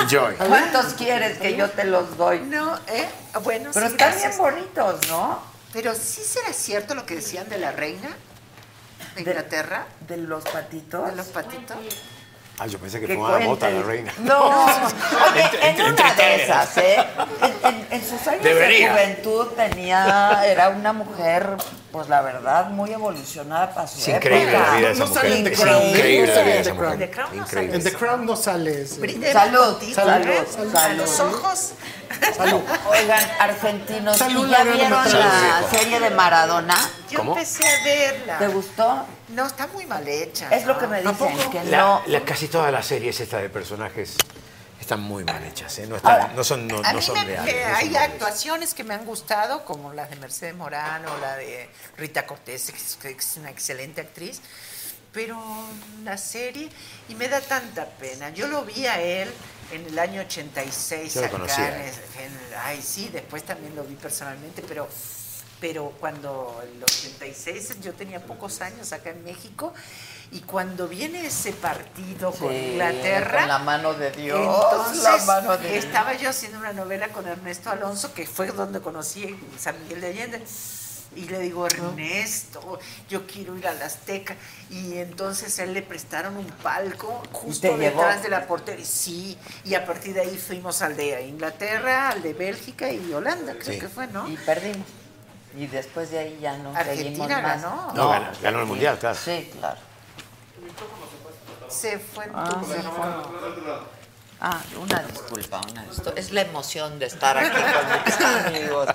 S8: Enjoy.
S1: ¿Cuántos quieres que yo te los doy?
S6: No, ¿eh? Bueno,
S1: Pero
S6: sí,
S1: están bien
S6: gracias.
S1: bonitos, ¿no?
S6: Pero sí será cierto lo que decían de la reina de Inglaterra,
S1: De los patitos.
S6: de los patitos.
S8: Ah, yo pensé que
S1: que
S8: fumaba mota
S1: cuenten.
S8: la reina.
S1: No, oye,
S8: Entre-
S1: en
S8: entre-
S1: una
S8: entre
S1: de
S8: todos.
S1: esas, ¿eh? En, en- en sus años de
S8: Debería.
S1: juventud tenía, era una mujer, pues la verdad, muy evolucionada para su
S8: Es increíble
S1: época.
S8: la vida de esa
S9: No
S8: mujer.
S9: sale
S8: Es
S9: The Crown, ¿eh?
S8: increíble
S9: No
S8: la vida
S9: sale
S8: de
S9: The
S8: esa
S9: Crown.
S8: mujer.
S6: The Crown no sale.
S9: En
S8: Increíble.
S9: The Crown no sale ese.
S6: Brinde
S1: Salud,
S6: contigo,
S1: salud,
S6: ¿eh?
S1: salud.
S6: A los ojos.
S9: Salud.
S1: Oigan, argentinos,
S9: Salud,
S1: ¿y ¿ya
S9: Mariana
S1: vieron
S8: Matarrita.
S1: la
S8: Salud, viejo.
S1: serie de Maradona?
S6: Yo
S8: ¿Cómo?
S6: empecé a
S1: ¿Te
S6: verla.
S1: gustó?
S6: No, está muy mal hecha.
S1: Es lo
S6: ¿no?
S1: que me dicen, que
S8: La-
S1: no.
S8: la- casi todas las series estas de personajes están muy mal hechas, ¿eh? no,
S1: Ahora,
S8: están, no son, no,
S6: A
S8: no
S6: mí
S8: son
S6: me-
S8: reales.
S6: me-
S8: no son
S6: hay
S8: reales.
S6: actuaciones que me han gustado, como la de Mercedes Morán o la de Rita Cortés, que es- que es una excelente actriz, pero la serie, y me da tanta pena. Yo lo vi a él en el año 86
S8: Yo lo
S6: acá
S8: conocía,
S6: en-
S8: ¿eh?
S6: en- ay, sí, después también lo vi personalmente, pero pero cuando en el 86 yo tenía pocos años acá en México y cuando viene ese partido con Inglaterra
S1: Con la mano de Dios,
S6: entonces,
S1: la mano de Dios.
S6: estaba yo haciendo una novela con Ernesto Alonso, que fue donde conocí en San Miguel de Allende. Y le digo, Ernesto, yo quiero ir a la Azteca. Y entonces él le prestaron un palco justo
S1: llevó?
S6: detrás de la portería. Sí, y a partir de ahí fuimos al de Inglaterra, al de Bélgica y Holanda, creo
S8: Sí.
S6: que fue, ¿no?
S1: Y perdimos. Y después de ahí ya no seguimos
S6: Argentina
S1: más.
S6: ganó.
S8: No, ganó- ganó el Mundial, claro.
S1: Sí, claro.
S6: Se fue en
S1: Ah,
S6: tu-
S1: se fue. Ah, una disculpa, una disculpa. Es la emoción de estar aquí con mis amigos.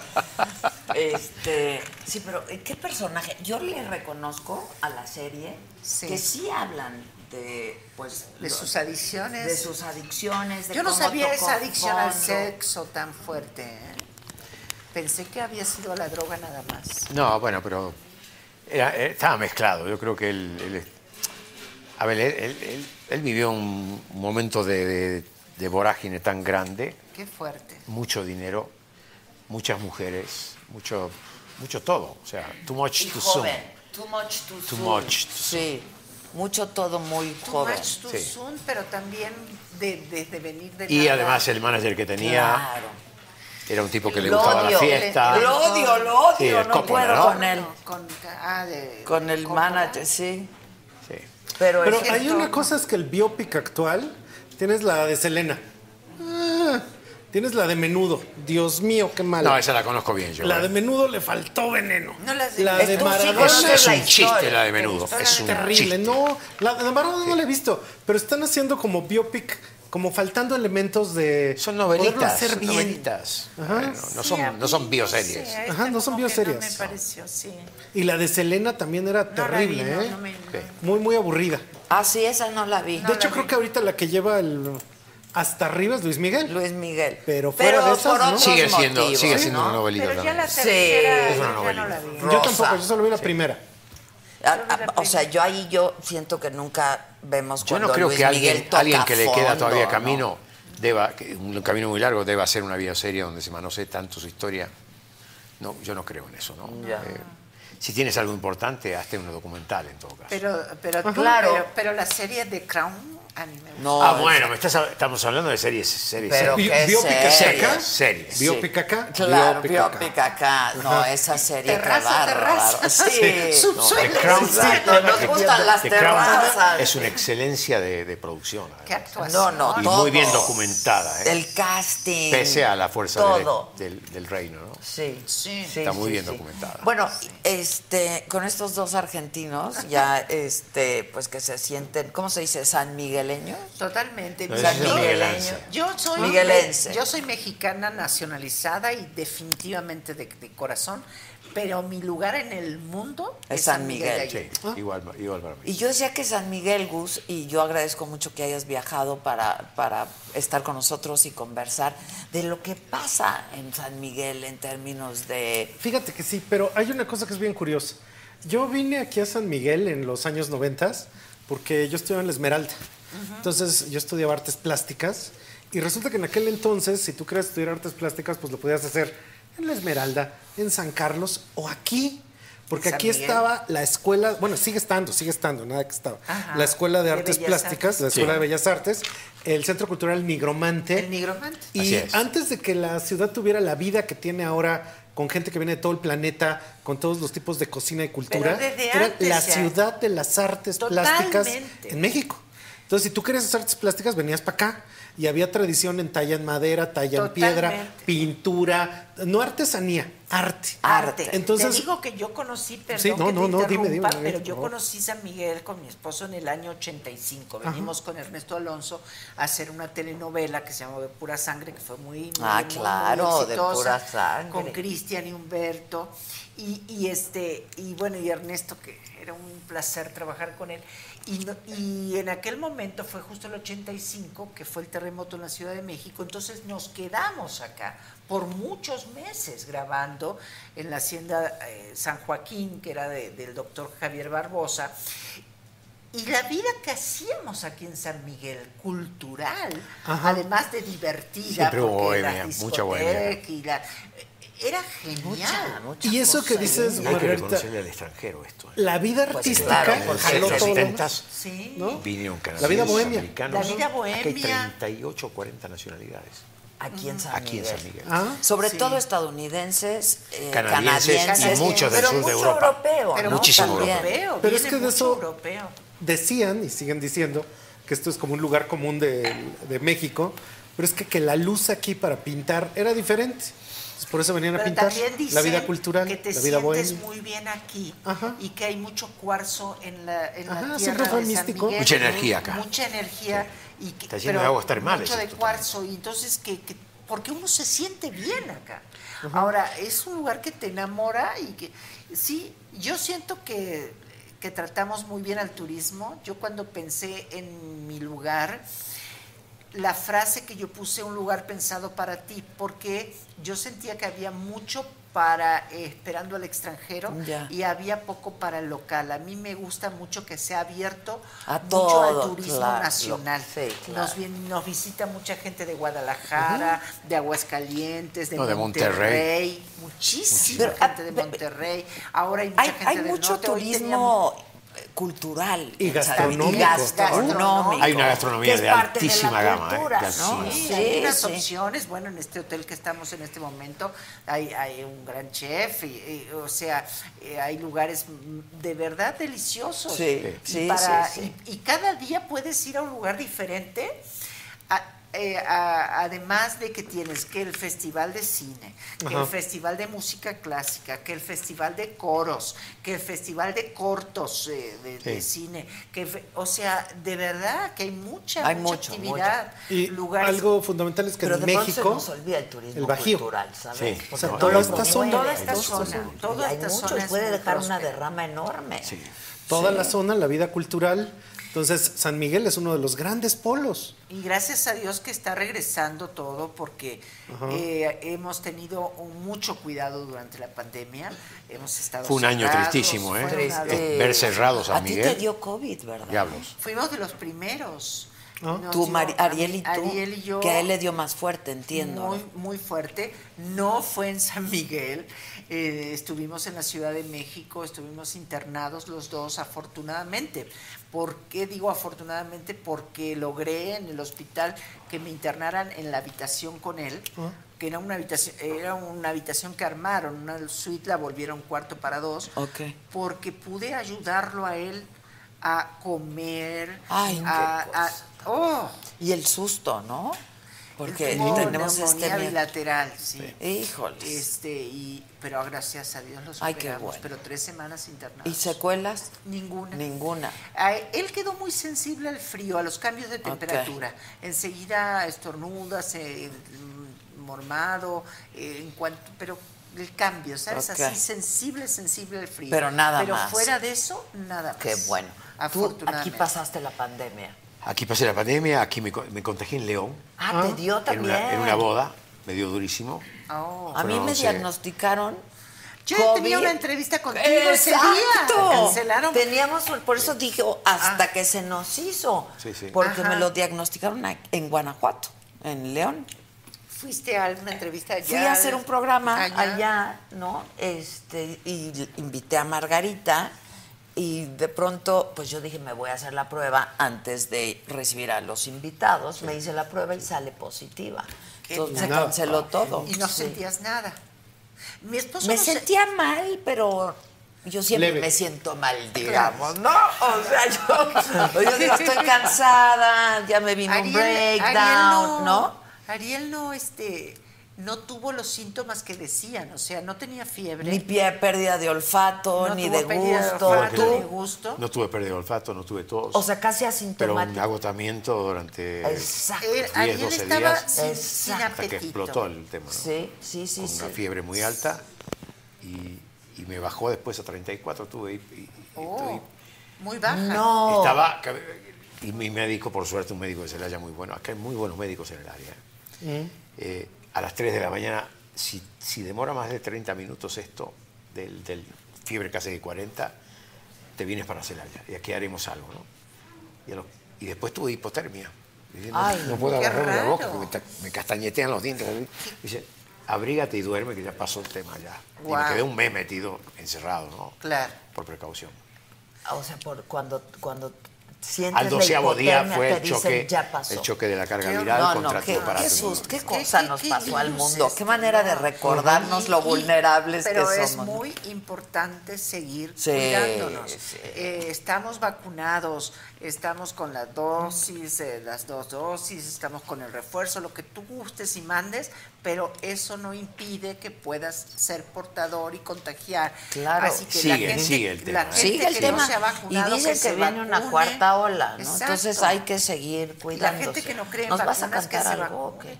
S1: Este, sí, pero ¿eh, ¿qué personaje? Yo le reconozco a la serie
S6: Sí.
S1: que sí hablan de, pues,
S6: de
S1: los-
S6: sus adicciones.
S1: de sus adicciones. de
S6: Yo no
S1: cómo
S6: sabía
S1: tocó
S6: esa adicción al
S1: fondo.
S6: sexo tan fuerte. ¿eh? Pensé que había sido a la droga nada más.
S8: No, bueno, pero era- eh, estaba mezclado. Yo creo que él, él es- a ver, él, él- él- él vivió un momento de, de- de vorágine tan grande,
S6: Qué fuerte.
S8: mucho dinero, muchas mujeres, mucho, mucho todo. O sea, too much
S1: Y
S8: too soon.
S1: joven. Too much, too,
S8: Too
S1: soon.
S8: much, too
S1: sí. Mucho todo muy
S6: Too
S1: joven.
S6: much too
S8: sí.
S6: soon, pero también de, de- de venir de
S8: Y
S6: nada.
S8: además el manager que tenía
S1: Claro.
S8: era un tipo que le
S1: Lo
S8: gustaba
S1: odio,
S8: la fiesta.
S1: Lo odio, lo odio.
S8: Sí, el
S1: no
S8: Coppola,
S1: puedo
S8: ¿no?
S1: con él.
S6: Con, ah, de-
S1: Con el
S6: Coppola.
S1: manager, sí.
S8: Sí.
S1: Pero,
S9: Pero
S1: es que
S9: hay
S1: no-
S9: una cosa es que el biopic actual, tienes la de Selena. Ah, tienes la de menudo. Dios mío, qué mal.
S8: No, esa la conozco bien yo.
S9: la
S8: ¿eh?
S9: de menudo le faltó veneno.
S6: No, la de-
S9: la de
S1: Tú sí
S9: Maradona
S1: conoces
S8: Es, es
S1: la
S8: un chiste
S1: historia,
S8: la de menudo.
S6: historia
S8: Es
S6: de
S8: un
S9: terrible.
S8: chiste.
S9: No, la de Maradona no la he visto, pero están haciendo como biopic, como faltando elementos de
S8: Son
S9: poderlo
S8: novelitas.
S9: hacer
S8: son
S9: bien.
S8: novelitas. Bueno, no,
S6: Sí, a
S8: son, no
S6: mí, eh.
S8: son
S6: no
S8: bioseries.
S6: sé, a esta
S9: Ajá, no son
S6: Este como que
S9: bioseries.
S6: No me pareció, sí.
S9: Y la de Selena también era
S6: No la vi,
S9: terrible,
S6: no,
S9: ¿eh?
S6: no me- no.
S8: Sí.
S9: Muy, muy aburrida.
S1: Ah, sí, esa no la vi.
S9: de hecho, creo que ahorita la que lleva el hasta arriba es Luis Miguel.
S1: Luis Miguel.
S9: Pero fuera de esas,
S1: por
S9: ¿no?
S1: otros
S8: Sigue siendo,
S1: motivos,
S8: sigue siendo
S1: ¿no?
S8: una novelita
S6: Pero ya
S8: también.
S6: la
S1: Sí.
S6: tercera
S1: Es
S8: una
S6: ya no la
S8: novelita.
S6: vi.
S9: Yo
S1: Rosa.
S9: tampoco, yo solo vi la primera.
S1: A- a- o sea, yo ahí yo siento que nunca vemos
S8: Yo
S1: cuando
S8: no creo
S1: Luis
S8: que alguien,
S1: Miguel toca
S8: alguien que le queda
S1: fondo,
S8: todavía
S1: ¿no?
S8: camino deba, que un camino muy largo, deba ser una vida seria donde se manosee tanto su historia. No, yo no creo en eso, ¿no?
S6: Ya.
S8: Eh, si tienes algo importante, hazte un documental en todo caso.
S6: Pero, pero tú-
S1: Claro.
S6: pero, pero la serie de Crown a mí me gusta.
S8: ah, bueno, me estás, hab- estamos hablando de series. series
S1: Pero
S8: series.
S1: qué Biópicas series. acá,
S8: Series.
S1: biópica acá, Claro, biópica biópica acá. acá. No, Ajá. esa serie, qué Terraza, bárbaro, terraza. bárbaro. Sí. Subsuelo.
S8: The Crown-
S1: Exacto, nos
S8: The Crown-
S1: gustan las
S8: The Crown
S1: terrazas.
S8: Es una excelencia de, de producción. además.
S1: ¿Qué actuación? No, no,
S8: y
S1: todo.
S8: muy bien documentada. ¿eh?
S1: El casting.
S8: Pese a la fuerza
S1: Todo.
S8: del- del, del reino, ¿no?
S1: Sí, sí.
S8: Está muy
S1: sí,
S8: bien
S1: sí.
S8: documentada.
S1: Bueno, este, con estos dos argentinos, ya, este, pues que se sienten, ¿cómo se dice? San Migueleños.
S6: Totalmente.
S1: No, ese es
S6: Yo-
S1: miguelense.
S6: Yo soy
S1: Miguelense.
S6: Yo soy mexicana nacionalizada y definitivamente de, de corazón, pero mi lugar en el mundo es, San Miguel. de Allende.
S8: Sí,
S1: ¿Ah?
S8: igual, igual para mí.
S1: Y yo decía que San Miguel Gus, y yo agradezco mucho que hayas viajado para, para estar con nosotros y conversar de lo que pasa en San Miguel en términos de...
S9: Fíjate que sí, pero hay una cosa que es bien curiosa. Yo vine aquí a San Miguel en los años 90 porque yo estudiaba en la Esmeralda. Entonces yo estudiaba artes plásticas y resulta que en aquel entonces, si tú querías estudiar artes plásticas, pues lo podías hacer en la Esmeralda, en San Carlos o aquí. Porque
S15: San
S9: aquí
S15: Miguel.
S9: estaba la escuela, bueno, sigue estando, sigue estando, nada que estaba.
S15: Ajá.
S9: La escuela de
S15: De
S9: artes
S15: Bellas
S9: plásticas,
S15: Artes.
S9: la escuela
S15: Sí.
S9: de Bellas Artes, el Centro Cultural Nigromante. El
S6: Nigromante.
S9: Y
S15: Así es.
S9: antes de que la ciudad tuviera la vida que tiene ahora, con gente que viene de todo el planeta, con todos los tipos de cocina y cultura,
S15: Pero desde
S9: era
S15: antes
S9: la
S15: ya.
S9: ciudad de las artes plásticas
S15: Totalmente.
S9: en México. Entonces, si tú querías hacer artes plásticas, venías para acá. Y había tradición en talla en madera, talla en piedra,
S6: Totalmente.
S9: pintura, no artesanía, arte.
S6: Arte.
S9: Entonces,
S6: te digo que yo conocí, perdón
S9: Sí, no,
S6: que
S9: no,
S6: te
S9: no, dime, dime,
S6: interrumpa,
S9: dime,
S6: pero
S9: por
S6: yo
S9: favor.
S6: conocí San Miguel con mi esposo en el año 85.
S9: Ajá.
S6: Venimos con Ernesto Alonso a hacer una telenovela que se llamó De Pura Sangre, que fue muy, muy,
S1: Ah,
S6: muy,
S1: claro,
S6: muy
S1: De
S6: exitosa,
S1: Pura Sangre.
S6: Con Cristian y Humberto. Y, y este, y bueno, y Ernesto, que era un placer trabajar con él. Y, no- y en aquel momento fue justo el 85, que fue el terremoto en la Ciudad de México, entonces nos quedamos acá por muchos meses grabando en la hacienda eh, San Joaquín, que era de- del doctor Javier Barbosa, y la vida que hacíamos aquí en San Miguel, cultural,
S8: Ajá.
S6: además de divertida,
S8: Siempre hubo
S6: porque la
S8: bohemia, mucha bohemia.
S6: discoteca y la- era genial.
S9: Y eso que
S8: Hay
S9: dices,
S8: que
S9: Margarita,
S8: reconocerle al extranero esto.
S9: la vida
S8: Pues
S9: artística
S8: claro, porque
S9: jaló
S8: en los
S9: todo lo
S8: 70s,
S9: demás. ¿no?
S8: Vinieron
S9: La vida
S8: canadienses,
S9: bohemia.
S8: americanos.
S1: La vida
S8: Aquí hay
S1: bohemia.
S8: 38 o 40 nacionalidades.
S1: Aquí en San
S8: Aquí en
S1: Miguel. Ah.
S8: San Miguel.
S9: Ah.
S1: Sobre
S8: Sí.
S1: todo estadounidenses, eh,
S8: Canadienses
S1: canadienses,
S8: y muchos del
S1: pero
S8: sur de
S1: mucho
S8: Europa.
S1: europeo,
S8: Pero
S1: ¿no?
S8: muchísimo
S1: También.
S6: europeo.
S9: Pero es
S6: viene
S9: que de
S6: mucho
S9: eso-
S6: europeo.
S9: decían y siguen diciendo que esto es como un lugar común de, de México, pero es que, que la luz aquí para pintar era diferente. Entonces, por eso venían a
S6: Pero
S9: pintar
S6: también dicen
S9: la vida cultural,
S6: que te
S9: la vida
S6: sientes
S9: bohemia.
S6: muy bien aquí y que hay mucho cuarzo en la, en la
S9: Ajá,
S6: tierra
S9: siempre fue
S6: de San
S9: místico.
S6: Miguel.
S8: Mucha energía acá.
S6: Mucha energía. Y que-
S8: Está lleno de
S6: pero
S8: aguas termales
S6: Mucho de
S8: esto
S6: cuarzo. Y entonces, que, que- porque uno se siente bien acá. Ahora, es un lugar que te enamora y que, sí, yo siento que, que tratamos muy bien al turismo. Yo cuando pensé en mi lugar, la frase que yo puse un lugar pensado para ti, porque yo sentía que había mucho para eh, esperando al extranjero
S1: Ya.
S6: y había poco para el local. A mí me gusta mucho que sea abierto
S1: A
S6: mucho
S1: todo,
S6: al turismo
S1: claro,
S6: nacional.
S1: sí, claro.
S6: nos, vien- nos visita mucha gente de Guadalajara, de Aguascalientes, de,
S8: No, de
S6: Monterrey,
S8: Monterrey.
S6: muchísima gente de Monterrey. Ahora hay mucha
S1: ah, Hay,
S6: gente
S1: hay
S6: del
S1: mucho
S6: norte. Hoy
S1: turismo eh, cultural
S9: Y
S1: en San Miguel. Y
S9: gastronómico.
S1: gastronómico.
S8: Hay una gastronomía
S1: que es
S8: de
S1: parte la
S8: altísima gama, ¿eh?
S1: cultura,
S8: De
S1: ¿no?
S8: altísima.
S6: Sí,
S1: Sí,
S6: hay unas
S1: sí.
S6: opciones. Bueno, en este hotel que estamos en este momento hay, hay un gran chef, y, y, o sea, eh, hay lugares mm, de verdad deliciosos.
S1: Sí,
S6: Y
S1: sí,
S6: para-
S1: sí,
S6: Y, y cada día puedes ir a un lugar diferente. a- eh, a- además de que tienes que el festival de cine, que el
S1: Ajá.
S6: festival de música clásica, que el festival de coros, que el festival de cortos eh, de, de
S1: Sí.
S6: cine, que fe- o sea, de verdad que hay mucha,
S1: Hay mucho,
S6: mucha actividad.
S9: Y algo fundamental es que
S1: Pero
S9: en
S1: de pronto se
S9: México,
S1: nos olvida el turismo
S9: el Bajío.
S1: cultural, ¿sabes?
S9: Sí,
S1: Porque
S9: o sea,
S1: no
S9: toda
S1: lo
S9: esta
S1: vemos.
S9: zona.
S1: Toda esta
S9: Hay
S1: zona.
S9: muchos.
S1: Toda
S6: Hay
S1: esta
S6: muchos,
S1: zona
S6: es
S1: puede
S6: muy
S1: dejar una
S6: próspera.
S1: derrama enorme.
S9: toda
S1: Sí.
S9: la zona, la vida cultural. Entonces, San Miguel es uno de los grandes polos.
S6: Y gracias a Dios que está regresando todo porque
S9: Ajá.
S6: eh, hemos tenido un- mucho cuidado durante la pandemia. Hemos estado
S8: Fue un año
S6: cerrados,
S8: tristísimo, ¿eh?
S6: fue un año-
S8: Triste. Eh, ver cerrados a A ti te Miguel.
S6: dio COVID, ¿verdad?
S8: Diablos.
S6: Fuimos de los primeros. No,
S1: Tú,
S6: sí,
S1: Mari-
S6: no, a mí-
S1: Ariel y tú,
S6: Ariel y yo.
S1: que a él le dio más fuerte, entiendo.
S6: Muy, muy fuerte. No fue en San Miguel. Eh, estuvimos en la Ciudad de México, estuvimos internados los dos, afortunadamente. ¿Por qué digo afortunadamente? Porque logré en el hospital que me internaran en la habitación con él
S1: Ah.
S6: que era una habitación, era una habitación que armaron, una suite la volvieron cuarto para dos,
S1: Ok.
S6: porque pude ayudarlo a él a comer,
S1: Ay, qué
S6: a- a- oh,
S1: Y el susto, ¿no? Porque
S6: Él tuvo
S1: tenemos
S6: neumonía
S1: este miedo.
S6: bilateral, sí.
S1: Sí. Híjoles.
S6: Este, y, pero gracias a Dios lo
S1: Ay,
S6: superamos,
S1: qué bueno.
S6: pero tres semanas internados.
S1: ¿Y secuelas?
S6: Ninguna.
S1: Ninguna.
S6: A él- Él quedó muy sensible al frío, a los cambios de temperatura. Enseguida estornuda, se mm, mormado, eh, en cuanto, pero el cambio, ¿sabes?
S1: Ok.
S6: Así sensible, sensible al frío.
S1: Pero nada más.
S6: Pero fuera de eso, nada más.
S1: Qué bueno. Tú
S6: Afortunadamente.
S1: aquí pasaste la pandemia.
S8: Aquí pasé la pandemia, aquí me, co- me contagié en León.
S1: Ah, te dio
S8: En
S1: también.
S8: una, en una boda, me dio durísimo.
S6: Oh.
S1: A mí me
S8: Fueron, sí.
S1: diagnosticaron.
S6: Yo
S1: Ah, COVID.
S6: tenía una entrevista contigo ese día.
S1: Exacto.
S6: Cancelaron. Ah.
S1: Teníamos, un- por eso dije oh, hasta que se nos hizo.
S8: Sí, sí.
S1: Porque
S6: Ajá.
S1: me lo diagnosticaron a- en Guanajuato, en León.
S6: Fuiste a una entrevista allá.
S1: Fui a hacer un programa allá,
S6: Allá.
S1: ¿no? Este, y invité a Margarita y de pronto, pues yo dije, me voy a hacer la prueba antes de recibir a los invitados. Me hice la prueba y sale positiva. Entonces se
S6: tal?
S1: canceló todo.
S6: Y no
S1: Sí.
S6: sentías nada. Mi esposo
S1: Me
S6: no se-
S1: sentía mal, pero yo siempre
S6: Leve.
S1: me siento mal, digamos, ¿no? O sea, yo, yo digo, estoy cansada, ya me vino un breakdown, ¿no?
S6: Ariel no, este, no tuvo los síntomas que decían, o sea, no tenía fiebre.
S1: Ni pie, pérdida de olfato,
S6: No
S1: ni
S6: tuvo
S1: de
S6: pérdida de
S1: gusto.
S6: olfato,
S1: ¿Tú?
S6: ni de gusto.
S8: No tuve pérdida de olfato, no tuve tos.
S1: O sea, casi
S8: pero un
S1: asintomático.
S8: agotamiento durante
S1: Exacto.
S8: 10,
S6: Ariel
S8: 12
S6: estaba
S8: días.
S6: sin- sin
S8: hasta que
S6: apetito.
S8: explotó el tema. ¿no?
S1: Sí, sí, sí.
S8: con
S1: sí.
S8: una fiebre muy alta y, y me bajó después a 34, tuve y, y- y estoy-
S6: Muy baja.
S1: No.
S8: estaba y mi médico, por suerte, un médico de Celaya muy bueno, acá hay muy buenos médicos en el área. Eh, a las 3 de la mañana, si, si demora más de 30 minutos esto, del, del fiebre casi de 40, te vienes para Celaya y aquí haremos algo, ¿no? Y, a los- y después tuve hipotermia. Y dije, no,
S1: Ay,
S8: no puedo
S1: qué
S8: agarrarme la
S1: raro.
S8: boca, porque me, ta- me castañetean los dientes. Me dice, abrígate y duerme, que ya pasó el tema ya. Y me
S1: Guau.
S8: quedé un mes metido, encerrado, ¿no?
S6: Claro.
S8: Por precaución.
S1: O sea, por cuando, cuando sientes
S8: Al
S1: la
S8: doceavo día
S1: hipotermia,
S8: fue
S1: te
S8: el
S1: dicen,
S8: choque,
S1: ya pasó.
S8: el choque de la carga
S1: Qué-
S8: viral
S1: no,
S8: contra
S1: no, qué,
S8: todo aparato
S1: qué
S8: inmune.
S1: susto, qué cosa nos pasó al mundo, qué manera de recordarnos
S6: Y-
S1: lo
S6: y-
S1: vulnerables que
S6: pero
S1: somos.
S6: es muy importante seguir
S1: Sí,
S6: cuidándonos.
S1: sí.
S6: Eh, estamos vacunados, estamos con las dosis, eh, las dos dosis, estamos con el refuerzo, lo que tú gustes y mandes, pero eso no impide que puedas ser portador y contagiar.
S1: Claro.
S6: Así que la
S8: Sigue,
S6: gente,
S8: sigue el tema,
S6: La
S8: ¿eh?
S6: gente
S1: Sigue el
S6: que
S1: tema.
S6: no se ha vacunado,
S1: y dicen que,
S6: se
S1: viene una
S6: vacune.
S1: cuarta ola, ¿no?
S6: Exacto.
S1: Entonces hay que seguir
S6: la
S1: cuidándose.
S6: gente que no cree en
S1: ¿Nos vas a
S6: vacunas, que
S1: cantar
S6: se
S1: algo? o
S6: vacune,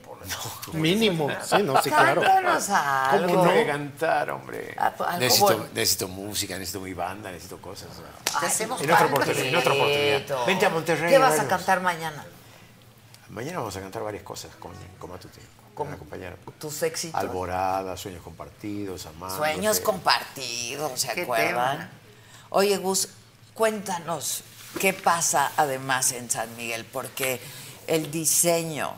S1: qué?
S9: Mínimo. Sí, no, sí, claro.
S1: Cántanos algo.
S8: ¿Cómo no voy a cantar, hombre?
S1: Ah, pues, algo
S8: necesito,
S1: bueno.
S8: necesito música, necesito mi banda, necesito cosas. o sea.
S1: Ay,
S6: hacemos
S8: en otra
S6: parte.
S8: oportunidad, en otra oportunidad. Vente a Monterrey.
S1: ¿Qué vas a
S8: vamos.
S1: cantar mañana?
S8: Mañana vamos a cantar varias cosas con, con Matute. Con la compañera.
S1: Tus éxitos.
S8: Alborada, sueños compartidos,
S9: Ah,
S8: amar.
S1: Sueños compartidos, ¿se
S6: Qué
S1: acuerdan?
S6: tema.
S1: Oye, Gus, cuéntanos qué pasa además en San Miguel, porque el diseño,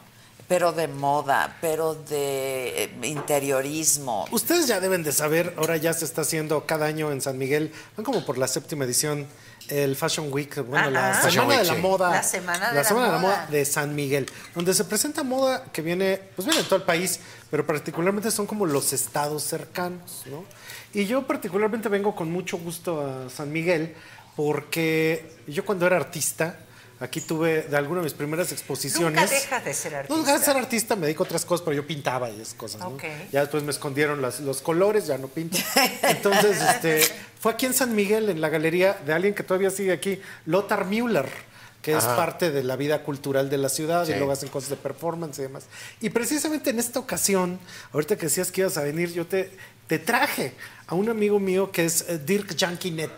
S1: pero de moda, pero de eh, interiorismo.
S9: Ustedes ya deben de saber, ahora ya se está haciendo cada año en San Miguel, van como por la séptima edición, el Fashion Week, bueno, la
S6: Ajá.
S9: Semana
S8: Fashion
S9: de
S8: Week,
S9: la
S8: sí.
S9: Moda.
S6: La Semana de la
S9: Semana de la
S6: Moda.
S9: Moda de San Miguel, donde se presenta moda que viene, pues viene de todo el país, pero particularmente son como los estados cercanos, ¿no? Y yo particularmente vengo con mucho gusto a San Miguel, porque yo cuando era artista, aquí tuve de alguna de mis primeras exposiciones.
S6: Nunca dejas de ser artista.
S9: No, dejé de ser artista, me dedico a otras cosas, pero yo pintaba y esas cosas. ¿no?
S6: Ok.
S9: Ya después me escondieron las- los colores, ya no pinto. Entonces, este, fue aquí en San Miguel, en la galería de alguien que todavía sigue aquí, Lothar Müller, que es
S8: Ajá.
S9: parte de la vida cultural de la ciudad
S8: Sí.
S9: y luego hacen cosas de performance y demás. Y precisamente en esta ocasión, ahorita que decías que ibas a venir, yo te, te traje a un amigo mío que es eh, Dirk Jankinet.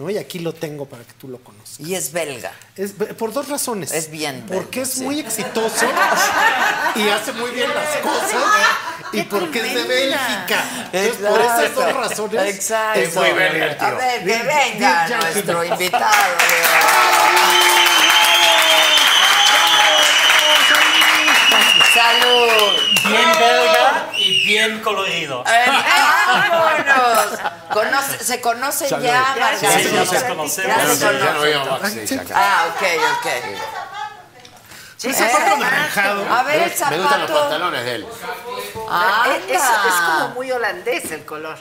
S9: ¿no? Y aquí lo tengo para que tú lo conozcas.
S1: Y es belga.
S9: Es- por dos razones.
S1: Es bien
S9: Porque
S1: belga,
S9: es
S1: sí.
S9: muy exitoso y hace muy bien las cosas. Y porque es de Bélgica. Entonces, por esas dos razones.
S1: Exacto.
S9: es muy belga el tío.
S1: A ver, que
S9: Bien,
S1: venga
S9: bien, ya.
S1: nuestro invitado. de hoy. ¡Salud!
S14: Bien belga ah, y bien colorido.
S1: Eh, ¡Vámonos! Conoce- se conocen
S14: Salud.
S1: ya,
S14: Ya, sí,
S1: Margarita.
S14: sí, nos conocemos.
S1: Ya se
S14: Ya no
S1: conocen.
S14: íbamos a decir acá.
S1: Ah, ok, ok.
S16: Sí,
S1: Eh,
S16: zapato
S1: exacto. A ver, el
S8: Me gustan los
S1: zapato.
S8: pantalones de él.
S1: Anda.
S16: Es, es- es como muy holandés el color.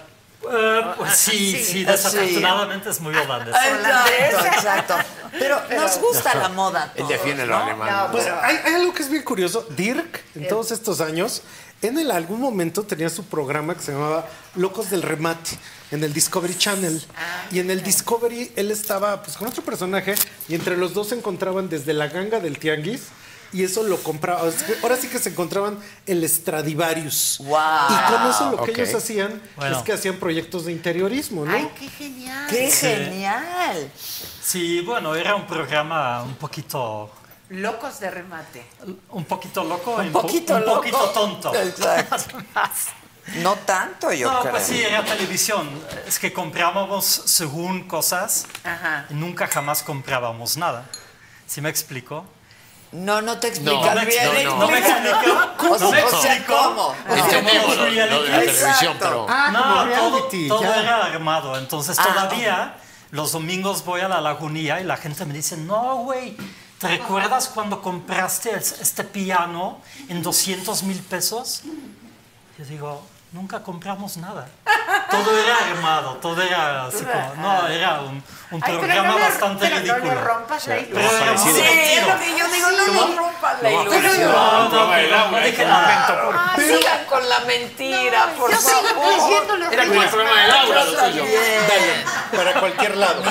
S14: Eh, pues sí, sí, Ah,
S16: Sí,
S14: desafortunadamente es muy holandés.
S1: Exacto, exacto. Pero nos gusta la moda. a todos, ¿no?
S9: Pues hay, hay algo que es bien curioso. Dirk,
S14: Eh.
S9: en todos estos años, en el algún momento tenía su programa que se llamaba Locos del Remate en el Discovery Channel.
S14: Ah,
S9: Y en el Discovery él estaba pues con otro personaje y entre los dos se encontraban desde la ganga del Tianguis. Y eso lo compraba. o sea, Ahora sí que se encontraban el Stradivarius. Y con eso lo que
S8: Ok.
S9: ellos hacían
S14: Bueno.
S9: es que hacían proyectos de interiorismo, ¿no?
S16: Ay, qué genial.
S14: Qué Sí.
S1: genial.
S14: ah. Sí, bueno, era un programa un poquito,
S16: Locos de remate.
S14: un poquito loco, y
S1: Un
S14: un, po-
S1: poquito
S14: un
S1: loco.
S14: poquito tonto.
S1: Exacto. No tanto, yo
S14: no,
S1: creo.
S14: pues sí, era televisión. Es que comprábamos según cosas y nunca jamás comprábamos nada. ¿Sí me explico?
S1: No, no te explicas
S14: No, no,
S1: bien.
S14: no, no. No me explico.
S1: O sea,
S14: No me
S1: o sea,
S14: explico.
S1: ¿cómo?
S14: Entendemos,
S1: ¿Cómo?
S14: ¿no? Lo de la televisión,
S1: Exacto.
S14: pero- Ah, No, como reality, todo era armado. Entonces
S1: Ah,
S14: todavía los domingos voy a la lagunilla y la gente me dice, no, güey, ¿te recuerdas cuando compraste es- este piano en 200 mil pesos? Yo digo, nunca compramos nada. Todo era armado, todo era así como, no, era un, un
S6: Ah. Ay, pero
S14: programa
S6: no le-
S14: bastante
S6: pero no le
S14: ridículo.
S6: rompas la
S14: Sí.
S6: ilusión.
S14: Pero era muy
S6: Sí, es
S14: divertido.
S1: lo que yo digo, no le
S14: ¿Cómo?
S1: rompas la
S14: No,
S1: ilusión.
S14: pero- No, no, pero no dije nada.
S1: Sigan con la mentira, por
S17: yo sigo
S1: favor.
S17: creyendo lo que Era como el programa de
S9: Laura,
S1: Yo
S9: lo tuyo.
S1: también.
S9: para cualquier lado.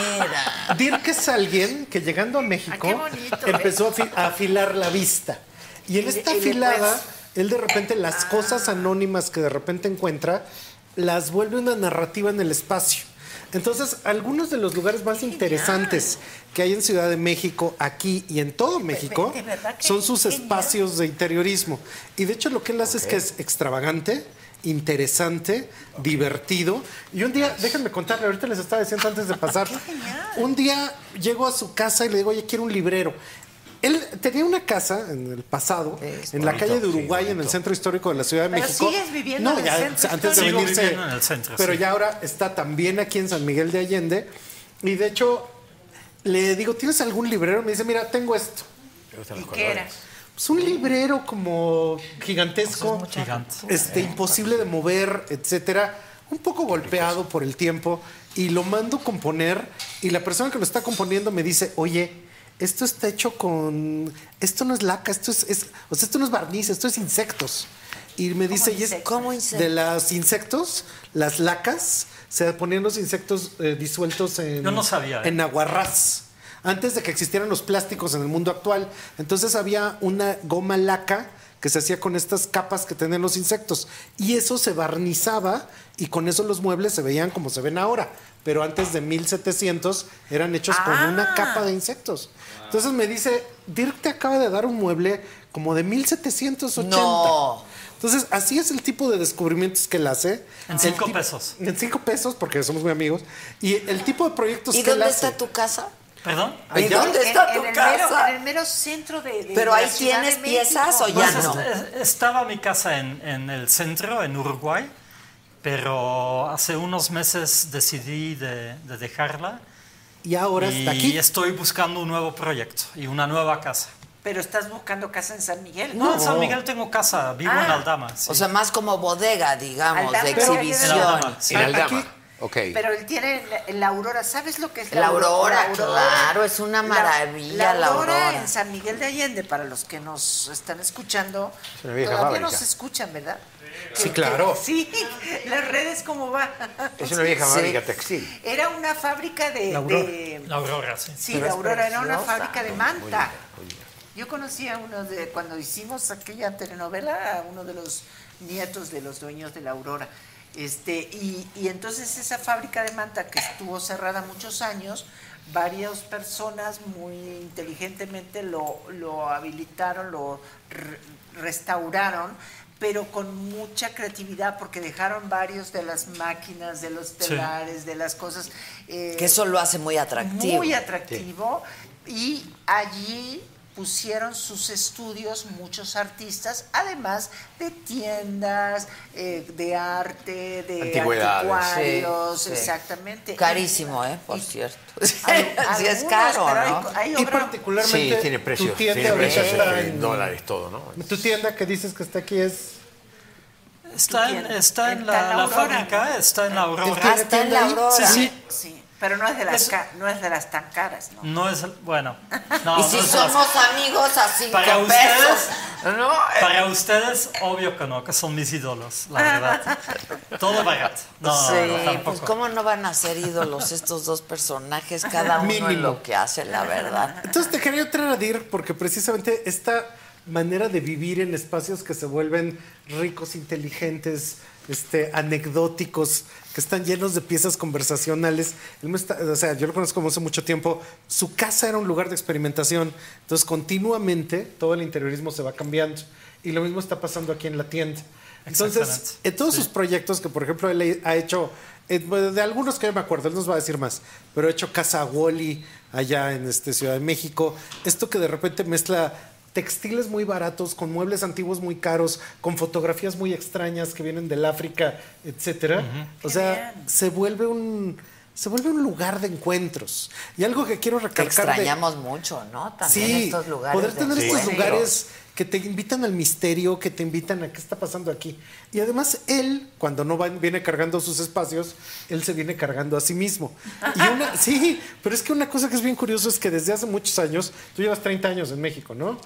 S9: Dirk es alguien que llegando a México
S17: Ah, qué bonito,
S9: empezó a, afi- a afilar la vista. Y en
S17: Y- Ah.
S9: esta
S17: y después-
S9: afilada, él de repente las cosas anónimas que de repente encuentra, las vuelve una narrativa en el espacio. Entonces, algunos de los lugares más interesantes que hay en Ciudad de México, aquí y en todo México,
S17: de verdad que
S9: son sus
S17: genial.
S9: espacios de interiorismo. Y de hecho lo que él hace es que es extravagante, interesante, divertido. Y un día, déjenme contarle, ahorita les estaba diciendo antes de pasar, un día llego a su casa y le digo, oye, quiero un librero. Él tenía una casa en el pasado, en la
S14: bonito,
S9: calle
S14: sí,
S9: de Uruguay, en el centro histórico de la Ciudad de
S14: Pero
S9: México.
S14: sigues viviendo
S9: No,
S14: en el
S9: ya,
S14: centro
S9: antes de
S14: histórico. Sigo
S9: venirse.
S14: viviendo en el centro,
S9: pero
S14: sí.
S9: ya ahora está también aquí en San Miguel de Allende. Y de hecho, le digo, ¿tienes algún librero? Me dice, mira, tengo esto.
S8: ¿Y
S9: qué era? Pues un librero como
S14: Pues
S9: gigantesco, este imposible de mover, etcétera, un poco golpeado por el tiempo y lo mando componer y la persona que lo está componiendo me dice, "Oye, esto está hecho con esto no es laca, esto es, es- o sea, esto no es barniz, esto es insectos." Y me dice, "Y es de los insectos, las lacas, se ponían los insectos eh, disueltos en
S14: Yo no sabía, ¿eh?
S9: en aguarrás." antes de que existieran los plásticos en el mundo actual. Entonces había una goma laca que se hacía con estas capas que tienen los insectos. Y eso se barnizaba y con eso los muebles se veían como se ven ahora. Pero antes de 1700 eran hechos con una capa de insectos. Entonces me dice, Dirk te acaba de dar un mueble como de 1780.
S1: No.
S9: Entonces, así es el tipo de descubrimientos que él hace.
S14: En
S9: El
S14: cinco
S9: tip-
S14: pesos.
S9: En cinco pesos, porque somos muy amigos. Y el tipo de proyectos
S1: ¿Y
S9: que él
S1: dónde
S9: hace.
S1: está tu casa?
S14: ¿Perdón?
S9: Ahí ya-
S1: ¿Dónde está
S6: En-
S1: tu
S6: en el mero-
S1: casa?
S6: en el mero centro de. de
S1: Pero
S6: la
S1: ahí
S6: Ciudad de
S1: tienes piezas o
S6: México.
S1: ya
S14: Pues
S1: no.
S14: es- es- estaba mi casa en, en el centro, en Uruguay, pero hace unos meses decidí de, de dejarla
S9: Y ahora
S14: y
S9: está aquí.
S14: estoy buscando un nuevo proyecto y una nueva casa.
S6: Pero estás buscando casa en San Miguel. Oh.
S14: No, en San Miguel tengo casa, vivo en
S6: Ah.
S14: Aldama. sí.
S1: O sea, más como bodega, digamos,
S6: Aldama,
S1: de
S6: pero-
S1: exhibición.
S14: En Aldama, sí.
S8: En Aldama.
S14: Aquí-
S8: Ok.
S6: Pero él tiene la, la aurora, ¿sabes lo que es
S1: La
S6: auro-
S1: aurora,
S6: la
S1: claro, es una maravilla la aurora.
S6: en San Miguel de Allende, para los que nos están escuchando,
S8: Es una vieja
S6: todavía
S8: fábrica.
S6: nos escuchan, ¿verdad?
S8: Sí,
S6: Que-
S8: claro.
S6: que- sí, las redes como va.
S8: Es una vieja
S6: Sí.
S8: fábrica textil.
S6: Era una fábrica de...
S8: La Aurora.
S6: de-
S14: La Aurora, sí.
S6: sí,
S8: Pero
S6: la
S8: es
S6: aurora era una
S8: preciosa.
S6: fábrica de
S8: Muy
S6: manta.
S8: linda,
S6: Yo conocí a uno de, cuando hicimos aquella telenovela, a uno de los nietos de los dueños de la Aurora. Este, y, y entonces esa fábrica de manta que estuvo cerrada muchos años, varias personas muy inteligentemente lo, lo habilitaron, lo re- restauraron, pero con mucha creatividad porque dejaron varios de las máquinas, de los
S1: Sí.
S6: telares, de las cosas. eh,
S1: Que eso lo hace muy atractivo.
S6: muy atractivo. Y allí pusieron sus estudios muchos artistas, además de tiendas eh, de arte, de
S18: Antigüedades.
S6: anticuarios,
S18: Sí, sí.
S6: exactamente.
S18: Carísimo, ¿eh? Por cierto.
S6: Al-
S18: Sí, es
S6: algunos,
S18: caro,
S6: pero hay-
S18: ¿no?
S6: hay
S9: Y
S6: obra-
S9: particularmente
S8: Sí, tiene precios,
S9: tu tienda
S8: tiene
S9: ahorita
S8: precios,
S9: está
S8: eh,
S9: en-
S8: dólares, todo, ¿no?
S9: Tu tienda que dices que está aquí es
S14: Está en, está en la, la fábrica, está en la Aurora. Sí, sí.
S6: Sí, pero no es de las, ca- no es de las tan caras, ¿no?
S14: No es, bueno, no,
S6: Y si
S14: no es-
S6: somos
S19: amigos a cinco
S14: para
S19: pesos.
S14: ustedes, para ustedes, obvio que no, que son mis ídolos, la verdad. Todo barato. No, no,
S1: sí, pues
S14: no, tampoco.
S1: cómo no van a ser ídolos estos dos personajes, cada uno en
S9: Mínimo.
S1: lo que hace, la verdad.
S9: Entonces te quería traer a Dir porque precisamente esta manera de vivir en espacios que se vuelven ricos, inteligentes, este, anecdóticos, que están llenos de piezas conversacionales. Él me está- o sea, yo lo conozco como hace mucho tiempo. Su casa era un lugar de experimentación. Entonces, continuamente todo el interiorismo se va cambiando. Y lo mismo está pasando aquí en la tienda.
S14: Exactamente.
S9: Entonces, en todos sus proyectos, que por ejemplo él ha hecho, eh, de algunos que yo me acuerdo, él nos va a decir más, pero ha hecho Casa Wally allá en este Ciudad de México, esto que de repente mezcla textiles muy baratos con muebles antiguos muy caros, con fotografías muy extrañas que vienen del África, etcétera. O sea, se vuelve un se vuelve un lugar de encuentros. Y algo que quiero
S1: Que
S9: recalcar de-
S1: extrañamos mucho, ¿no? También estos lugares.
S9: Poder
S1: de
S9: tener estos
S1: encuentro.
S9: lugares que te invitan al misterio, que te invitan a qué está pasando aquí. Y además él, cuando no va- viene cargando sus espacios, él se viene cargando a sí mismo. Y una, sí, pero es que una cosa que es bien curioso es que desde hace muchos años, tú llevas 30 años en México, ¿no?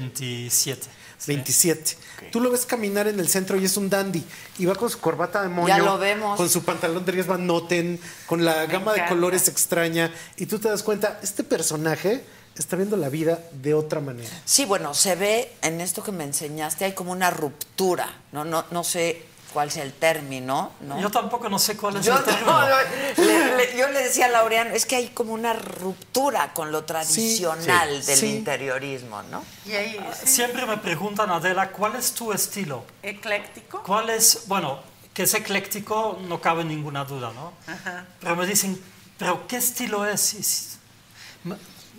S14: 27.
S9: 27. Tú lo ves caminar en el centro y es un dandy. Y va con su corbata de moño.
S1: Ya lo vemos.
S9: Con su pantalón de Ries Van Noten, con la gama de
S1: encanta.
S9: colores extraña. Y tú te das cuenta, este personaje está viendo la vida de otra manera.
S1: Sí, bueno, se ve en esto que me enseñaste, hay como una ruptura, no, no, no sé cuál sea el término, ¿no?
S14: Yo tampoco no sé cuál es
S1: Yo,
S14: el término.
S1: no, no, le- le- yo le decía a Laureano, es que hay como una ruptura con lo tradicional
S14: sí,
S1: del
S14: sí.
S1: interiorismo, ¿no?
S6: Y ahí,
S14: Siempre me preguntan, Adela, ¿cuál es tu estilo?
S6: ecléctico.
S14: ¿Cuál es, bueno, que es ecléctico, no cabe ninguna duda, ¿no?
S6: Ajá.
S14: Pero me dicen, ¿pero qué estilo es? Y s- m-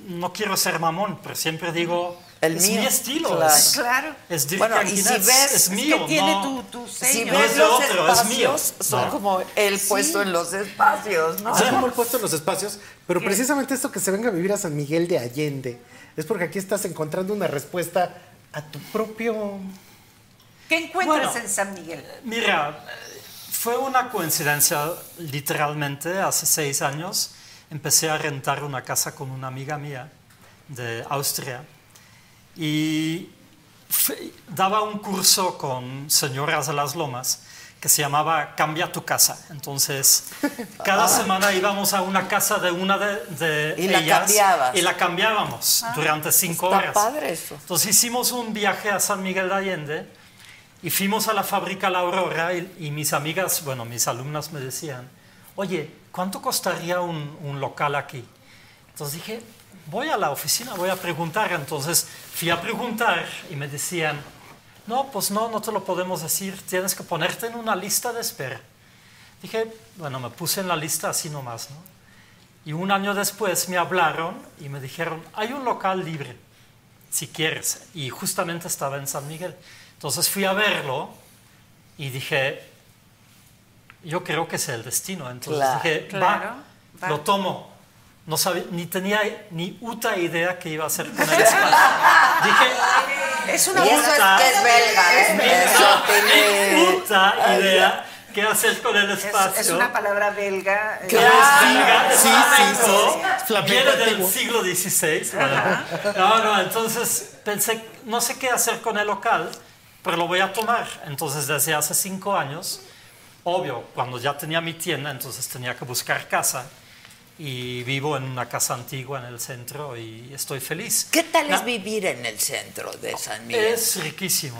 S14: No quiero ser mamón, pero siempre digo,
S1: El
S14: es
S1: mío,
S14: mi estilo.
S1: claro.
S14: Es,
S1: Claro.
S14: es Dirk
S1: Bueno, y si
S14: Anguinez,
S1: ves-
S14: es
S1: es que
S14: mío.
S1: tiene
S14: no-
S1: tu- tu
S14: Si
S1: sello.
S14: ves los es mío.
S1: espacios, son
S14: No.
S1: como el puesto en los espacios, Ah, ¿no?
S9: Así como el puesto en los espacios, pero precisamente esto que se venga a vivir a San Miguel de Allende es porque aquí estás encontrando una respuesta a tu propio.
S6: ¿Qué encuentras
S14: Bueno.
S6: en San Miguel?
S14: Mira, eh, fue una coincidencia, literalmente, hace seis años empecé a rentar una casa con una amiga mía de Austria y fue- daba un curso con señoras de las lomas que se llamaba Cambia tu casa. Entonces, cada semana íbamos a una casa de una de, de
S1: Ah. Y la
S14: ellas
S1: cambiabas.
S14: y la cambiábamos
S1: Ah,
S14: durante cinco
S1: está
S14: horas.
S1: padre eso.
S14: Entonces hicimos un viaje a San Miguel de Allende y fuimos a la fábrica La Aurora y, y mis amigas, bueno, mis alumnas me decían, oye, ¿cuánto costaría un, un local aquí? Entonces dije, voy a la oficina, voy a preguntar. Entonces fui a preguntar y me decían, no, pues no, no te lo podemos decir, tienes que ponerte en una lista de espera. Dije, bueno, me puse en la lista así nomás, ¿no? Y un año después me hablaron y me dijeron, hay un local libre, si quieres. Y justamente estaba en San Miguel. Entonces fui a verlo y dije, yo creo que es el destino. Entonces
S1: Claro.
S14: dije,
S1: Claro,
S14: va,
S1: va.
S14: lo tomo. No sabía, ni tenía ni puta idea que iba a hacer con el espacio. dije,
S6: es
S1: Y eso es que es belga, es belga. Uh.
S14: puta idea qué hacer con el
S6: Es,
S14: espacio.
S6: es una palabra belga. eh,
S14: Que es
S6: Sí, sí, sí,
S14: flamenco,
S6: sí.
S14: viene del siglo XVI. bueno. No, no, entonces pensé, no sé qué hacer con el local, pero lo voy a tomar. Entonces, desde hace cinco años, obvio, cuando ya tenía mi tienda, entonces tenía que buscar casa. Y vivo en una casa antigua en el centro y estoy feliz.
S1: ¿Qué tal
S14: La-
S1: es vivir en el centro de San Miguel?
S14: Es riquísimo.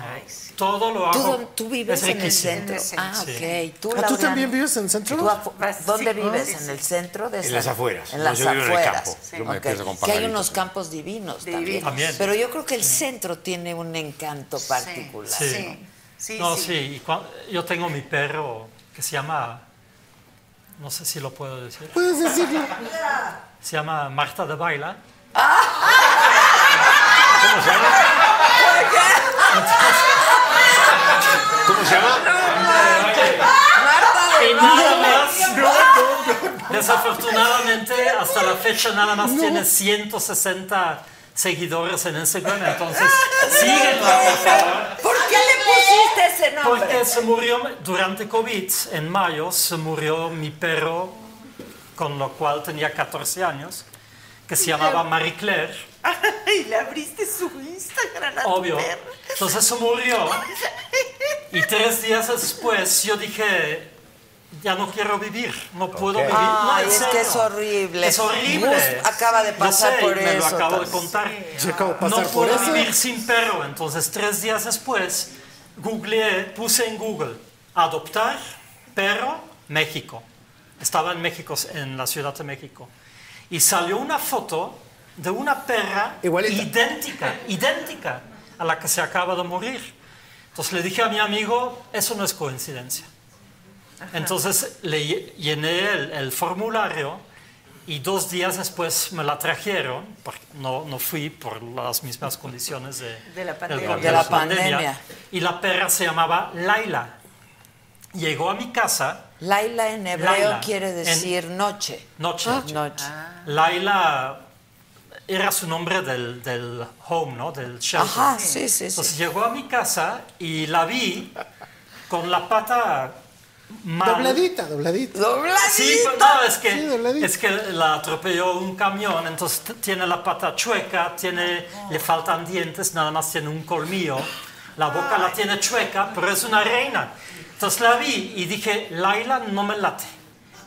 S14: Todo lo
S1: ¿Tú,
S14: hago.
S1: dónde- tú vives
S14: es
S1: en el
S14: riquísimo.
S1: centro. Ah,
S14: Sí.
S1: ok. ¿Tú,
S9: Ah, ¿Tú también vives en el centro?
S1: ¿Dónde
S9: Sí.
S1: vives?
S9: Ah, sí,
S1: ¿En el
S9: sí.
S1: centro? De
S9: En
S1: San-
S9: las afueras.
S1: En
S9: No,
S1: las
S9: yo vivo en el
S1: afueras.
S9: campo. Yo me
S1: Ok.
S9: empiezo con
S1: Que hay
S9: pajaritos,
S1: unos campos divinos también.
S14: También.
S1: Pero yo creo que el centro tiene un encanto particular.
S14: Sí. no, sí. y cua- yo tengo mi perro que se llama. No sé si lo puedo decir.
S9: Puedes decirlo.
S14: Se llama Marta de Baila.
S8: ¿Cómo se llama? ¿Cómo se llama?
S14: Y
S20: de
S14: nada
S20: Mames.
S14: más.
S20: No,
S14: Desafortunadamente, hasta la fecha nada más tiene 160 seguidores en Instagram, entonces síguenos, por favor.
S21: ¿Por qué le pusiste ese nombre?
S14: Porque se murió durante COVID, en mayo, se murió mi perro, con lo cual tenía 14 años, que se llamaba Marie Claire,
S22: Y le abriste su Instagram a tu
S14: obvio.
S22: perro.
S14: Entonces se murió. Y tres días después yo dije, ya no quiero vivir, no puedo vivir. No,
S22: Ah,
S1: Ay,
S14: en
S1: es que
S14: serio.
S1: es horrible.
S14: Es horrible.
S1: Gus acaba de
S14: Lo
S1: pasar
S14: sé,
S1: por
S14: y Me lo
S1: eso,
S14: acabo de
S1: Taz.
S14: contar.
S9: Sí, acabo de pasar
S14: no
S9: por
S14: puedo
S9: eso.
S14: vivir sin perro. Entonces, tres días después, googleé, puse en Google, adoptar perro México. Estaba en México, en la Ciudad de México. Y salió una foto de una perra idéntica, idéntica a la que se acaba de morir. Entonces le dije a mi amigo, eso no es coincidencia. Entonces le lle- llené el, el formulario y dos días después me la trajeron, porque no, no fui por las mismas condiciones de,
S22: De la
S14: del-
S22: pandemia.
S1: De la pandemia.
S14: Y la perra se llamaba Laila. Llegó a mi casa,
S1: Laila en hebreo
S14: Laila,
S1: quiere
S14: en-
S1: decir noche.
S14: noche.
S1: Ah. Noche.
S14: Laila era su nombre del, del home, ¿no? Del shelter.
S1: Ajá, sí, sí,
S14: Entonces llegó a mi casa y la vi con la pata mal.
S9: Dobladita, dobladita.
S14: Sí, pero no, es que, es que la atropelló un camión, entonces t- tiene la pata chueca, tiene, le faltan dientes, nada más tiene un colmillo. La boca la tiene chueca, pero es una reina. Entonces la vi y dije, Laila no me late.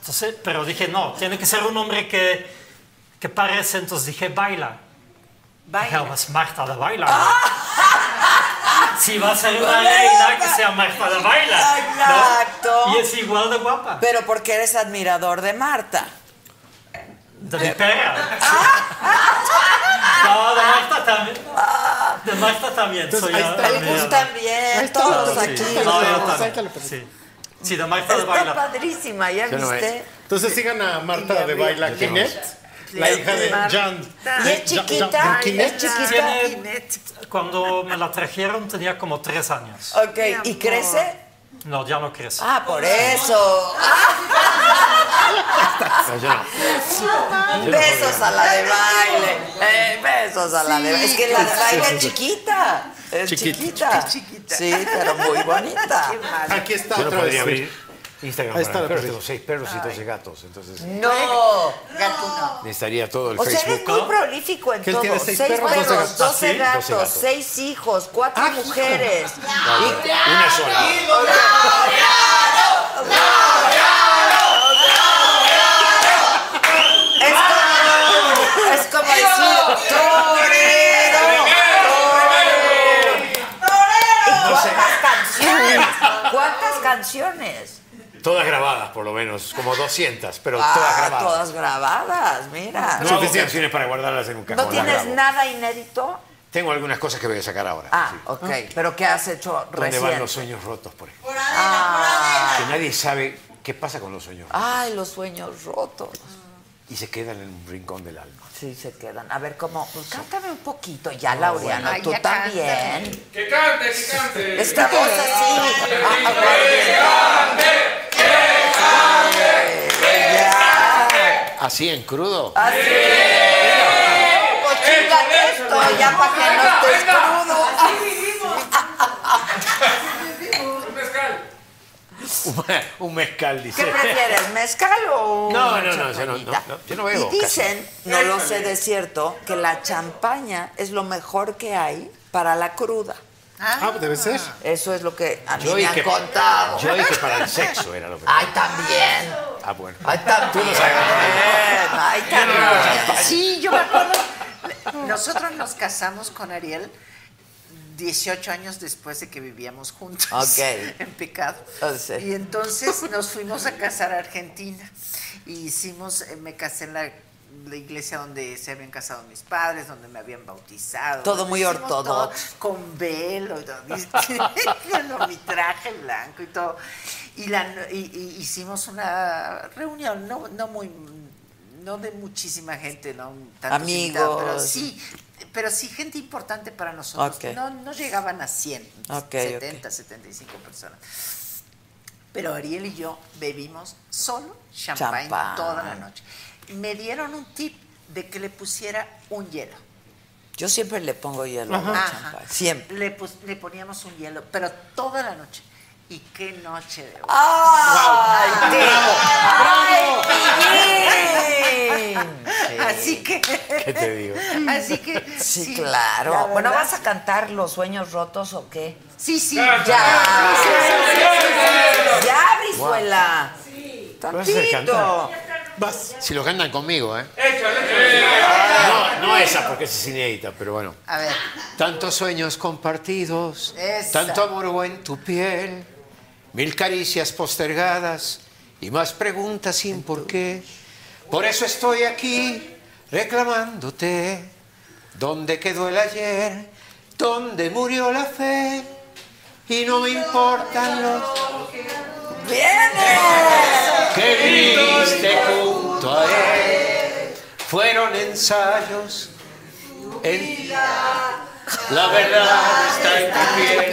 S14: Entonces, pero dije, no, tiene que ser un hombre que, que parece. Entonces dije, baila. Baila. Dije, "Was Marta de baila. Si va a ser una reina, que sea Marta de baila. ¿no?
S1: Exacto.
S14: Y es igual de guapa.
S1: Pero porque eres admirador de Marta.
S14: De mi perra. No, de Marta también. De Marta también. Soy
S1: ahí
S14: yo,
S1: está.
S14: de mi
S1: Gus
S14: edad.
S1: también,
S14: Ahí está,
S1: todos
S14: sí.
S1: aquí.
S14: No, yo
S1: Sácalo,
S14: también,
S1: sácalo,
S14: Sí. Sí, de Marta de
S1: Está
S14: baila.
S1: padrísima, ¿ya
S9: Ya no
S1: viste?
S9: Entonces sigan a Marta de Baila Quinet, la hija de Jan.
S1: Y es chiquita, es chiquita.
S14: Tiene- Cuando me la trajeron tenía como tres años.
S1: Ok, ¿y crece?
S14: No, ya no crece.
S1: Ah, por eso. Ah. Besos a la de baile. Eh, besos a la de baile. Es que la de baile es chiquita. Es
S9: Chiquita.
S1: chiquita. Sí, pero muy bonita.
S9: Aquí está
S8: Yo no
S9: otra vez.
S8: podría abrir Instagram
S9: Ahí
S8: Ahí
S9: está la
S8: perros.
S9: perrita.
S8: Tengo seis perros y 12 gatos, entonces
S1: No, gato no.
S8: necesitaría todo el
S1: O sea,
S8: Facebook.
S1: eres muy prolífico en
S8: Que él
S1: todo.
S8: tiene
S1: seis,
S8: seis
S1: perros,
S8: perros, doce gatos. ¿Ah, sí?
S1: doce
S8: Doce
S1: gatos,
S8: gatos. Ah,
S1: seis hijos, cuatro mujeres.
S8: No,
S1: Y-
S8: una sola.
S1: Es como, es como decir torero. ¿Y cuántas canciones? ¿Cuántas canciones?
S8: Todas grabadas, por lo menos, como 200, pero todas
S1: Ah,
S8: grabadas.
S1: todas grabadas, mira.
S8: No hago canciones para guardarlas en un cajón.
S1: ¿No
S8: las
S1: tienes
S8: grabo.
S1: nada inédito?
S8: Tengo algunas cosas que voy a sacar ahora.
S1: Ah, ok. ¿Pero qué has hecho
S8: ¿Dónde van
S1: recién?
S8: los sueños rotos, por ejemplo?
S1: Ah,
S8: Que nadie sabe qué pasa con los sueños rotos.
S1: ay, los sueños rotos.
S8: Y se quedan en un rincón del alma.
S1: Sí, se quedan. A ver, ¿cómo? Cántame un poquito ya, Laureano.
S8: Pues, bueno.
S1: Tú
S8: Ay, ya
S1: también.
S23: Que cante, que cante.
S1: Estamos así. ah,
S8: ¿Así en crudo?
S1: Cochínate esto ya para que no estés crudo.
S8: Un, un mezcal, dice.
S1: ¿Qué prefieres, mezcal o
S8: No,
S1: una
S8: no, no, yo no, no,
S1: champañita?
S8: no, yo no bebo
S1: Y dicen,
S8: casi.
S1: no lo sé de cierto, que la champaña es lo mejor que hay para la cruda.
S9: Ah, debe ser.
S1: Eso es lo que a mí
S8: Yo
S1: me
S8: y
S1: han
S8: que-
S1: contado.
S8: Yo dije para el sexo era lo que...
S1: Ay, también.
S8: Ah, bueno.
S1: Ay, también.
S8: Tú no sabes.
S1: Ay, también.
S22: Sí, yo me acuerdo. Nosotros nos casamos con Ariel 18 años después de que vivíamos juntos.
S1: Ok.
S22: En pecado. Y entonces nos fuimos a casar a Argentina. Y hicimos, eh, me casé en la, la iglesia donde se habían casado mis padres, donde me habían bautizado.
S1: Todo muy
S22: Hicimos todo
S1: ortodoxo.
S22: con velo, y todo, con mi traje blanco y todo. Y, la, no- y- y hicimos una reunión, no, no muy
S6: no de muchísima gente, no
S1: Amigos.
S6: invitados, pero sí, pero sí gente importante para nosotros.
S1: Ok.
S6: No, no llegaban a 100,
S1: Ok,
S6: 70, 75 personas. Pero Ariel y yo bebimos solo champán
S1: Champán.
S6: toda la noche. Me dieron un tip de que le pusiera un hielo.
S1: Yo siempre le pongo hielo a la
S6: Ajá.
S1: champaña. Siempre.
S6: Le, pus- le poníamos un hielo, pero toda la noche. Y qué noche de
S1: ¡Ay,
S6: te-
S1: bravo,
S6: ¡Ay,
S1: bravo!
S6: Pillín! Así que.
S1: ¿Qué te digo?
S6: Así que.
S1: Sí,
S6: la
S1: claro.
S6: verdad.
S1: Bueno, ¿vas a cantar Los Sueños Rotos o qué?
S6: Sí, sí.
S1: Ya. Ya, Brizuela. Tantito.
S8: Si lo cantan conmigo, ¿eh? No, no esa, porque esa es inédita, pero bueno.
S6: A ver.
S8: Tantos sueños compartidos,
S6: Esa.
S8: tanto amor en tu piel, mil caricias postergadas y más preguntas sin por qué. Por eso estoy aquí reclamándote. ¿Dónde quedó el ayer? ¿Dónde murió la fe? Y no me importan los que viviste junto a él. Fueron ensayos en la verdad está en tu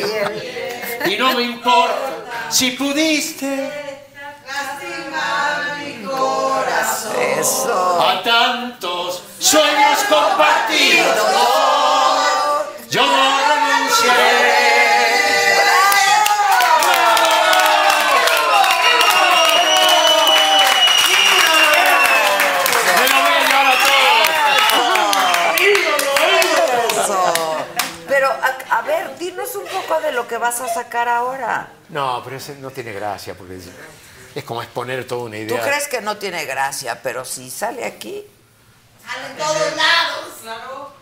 S8: piel. Y no me importa si pudiste
S22: corazón.
S8: a tantos sueños compartidos. Yo no renunciaré.
S22: Me lo voy a llevar a todos.
S24: Eso. Pero, a, a ver, dinos un poco de lo que vas a sacar ahora.
S8: No, pero ese no tiene gracia porque es, es como exponer toda una
S24: ¿Tú
S8: idea.
S24: crees que no tiene gracia? Pero si sale aquí.
S22: En todos lados. Claro.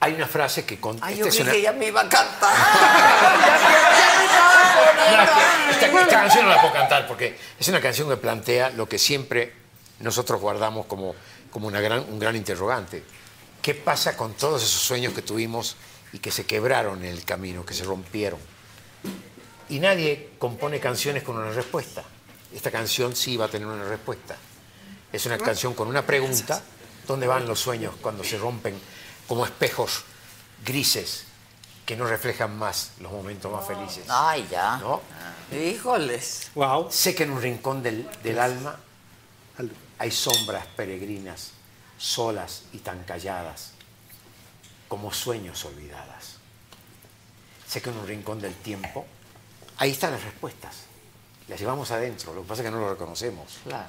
S8: Hay una frase que con-
S24: Ay, yo
S8: esta es
S24: creí
S8: una-
S24: que ya me iba a cantar.
S8: Esta, esta canción no la puedo cantar porque es una canción que plantea lo que siempre nosotros guardamos como, como una gran, un gran interrogante. ¿Qué pasa con todos esos sueños que tuvimos y que se quebraron en el camino, que se rompieron? Y nadie compone canciones con una respuesta. Esta canción sí va a tener una respuesta. Es una canción con una pregunta, ¿dónde van los sueños cuando se rompen como espejos grises que no reflejan más los momentos más felices?
S1: Ay, ya.
S8: ¿No?
S1: Híjoles.
S8: Wow. Sé que en un rincón del, del alma hay sombras peregrinas, solas y tan calladas, como sueños olvidadas. Sé que en un rincón del tiempo, ahí están las respuestas. Las llevamos adentro, lo que pasa es que no lo reconocemos.
S1: Claro.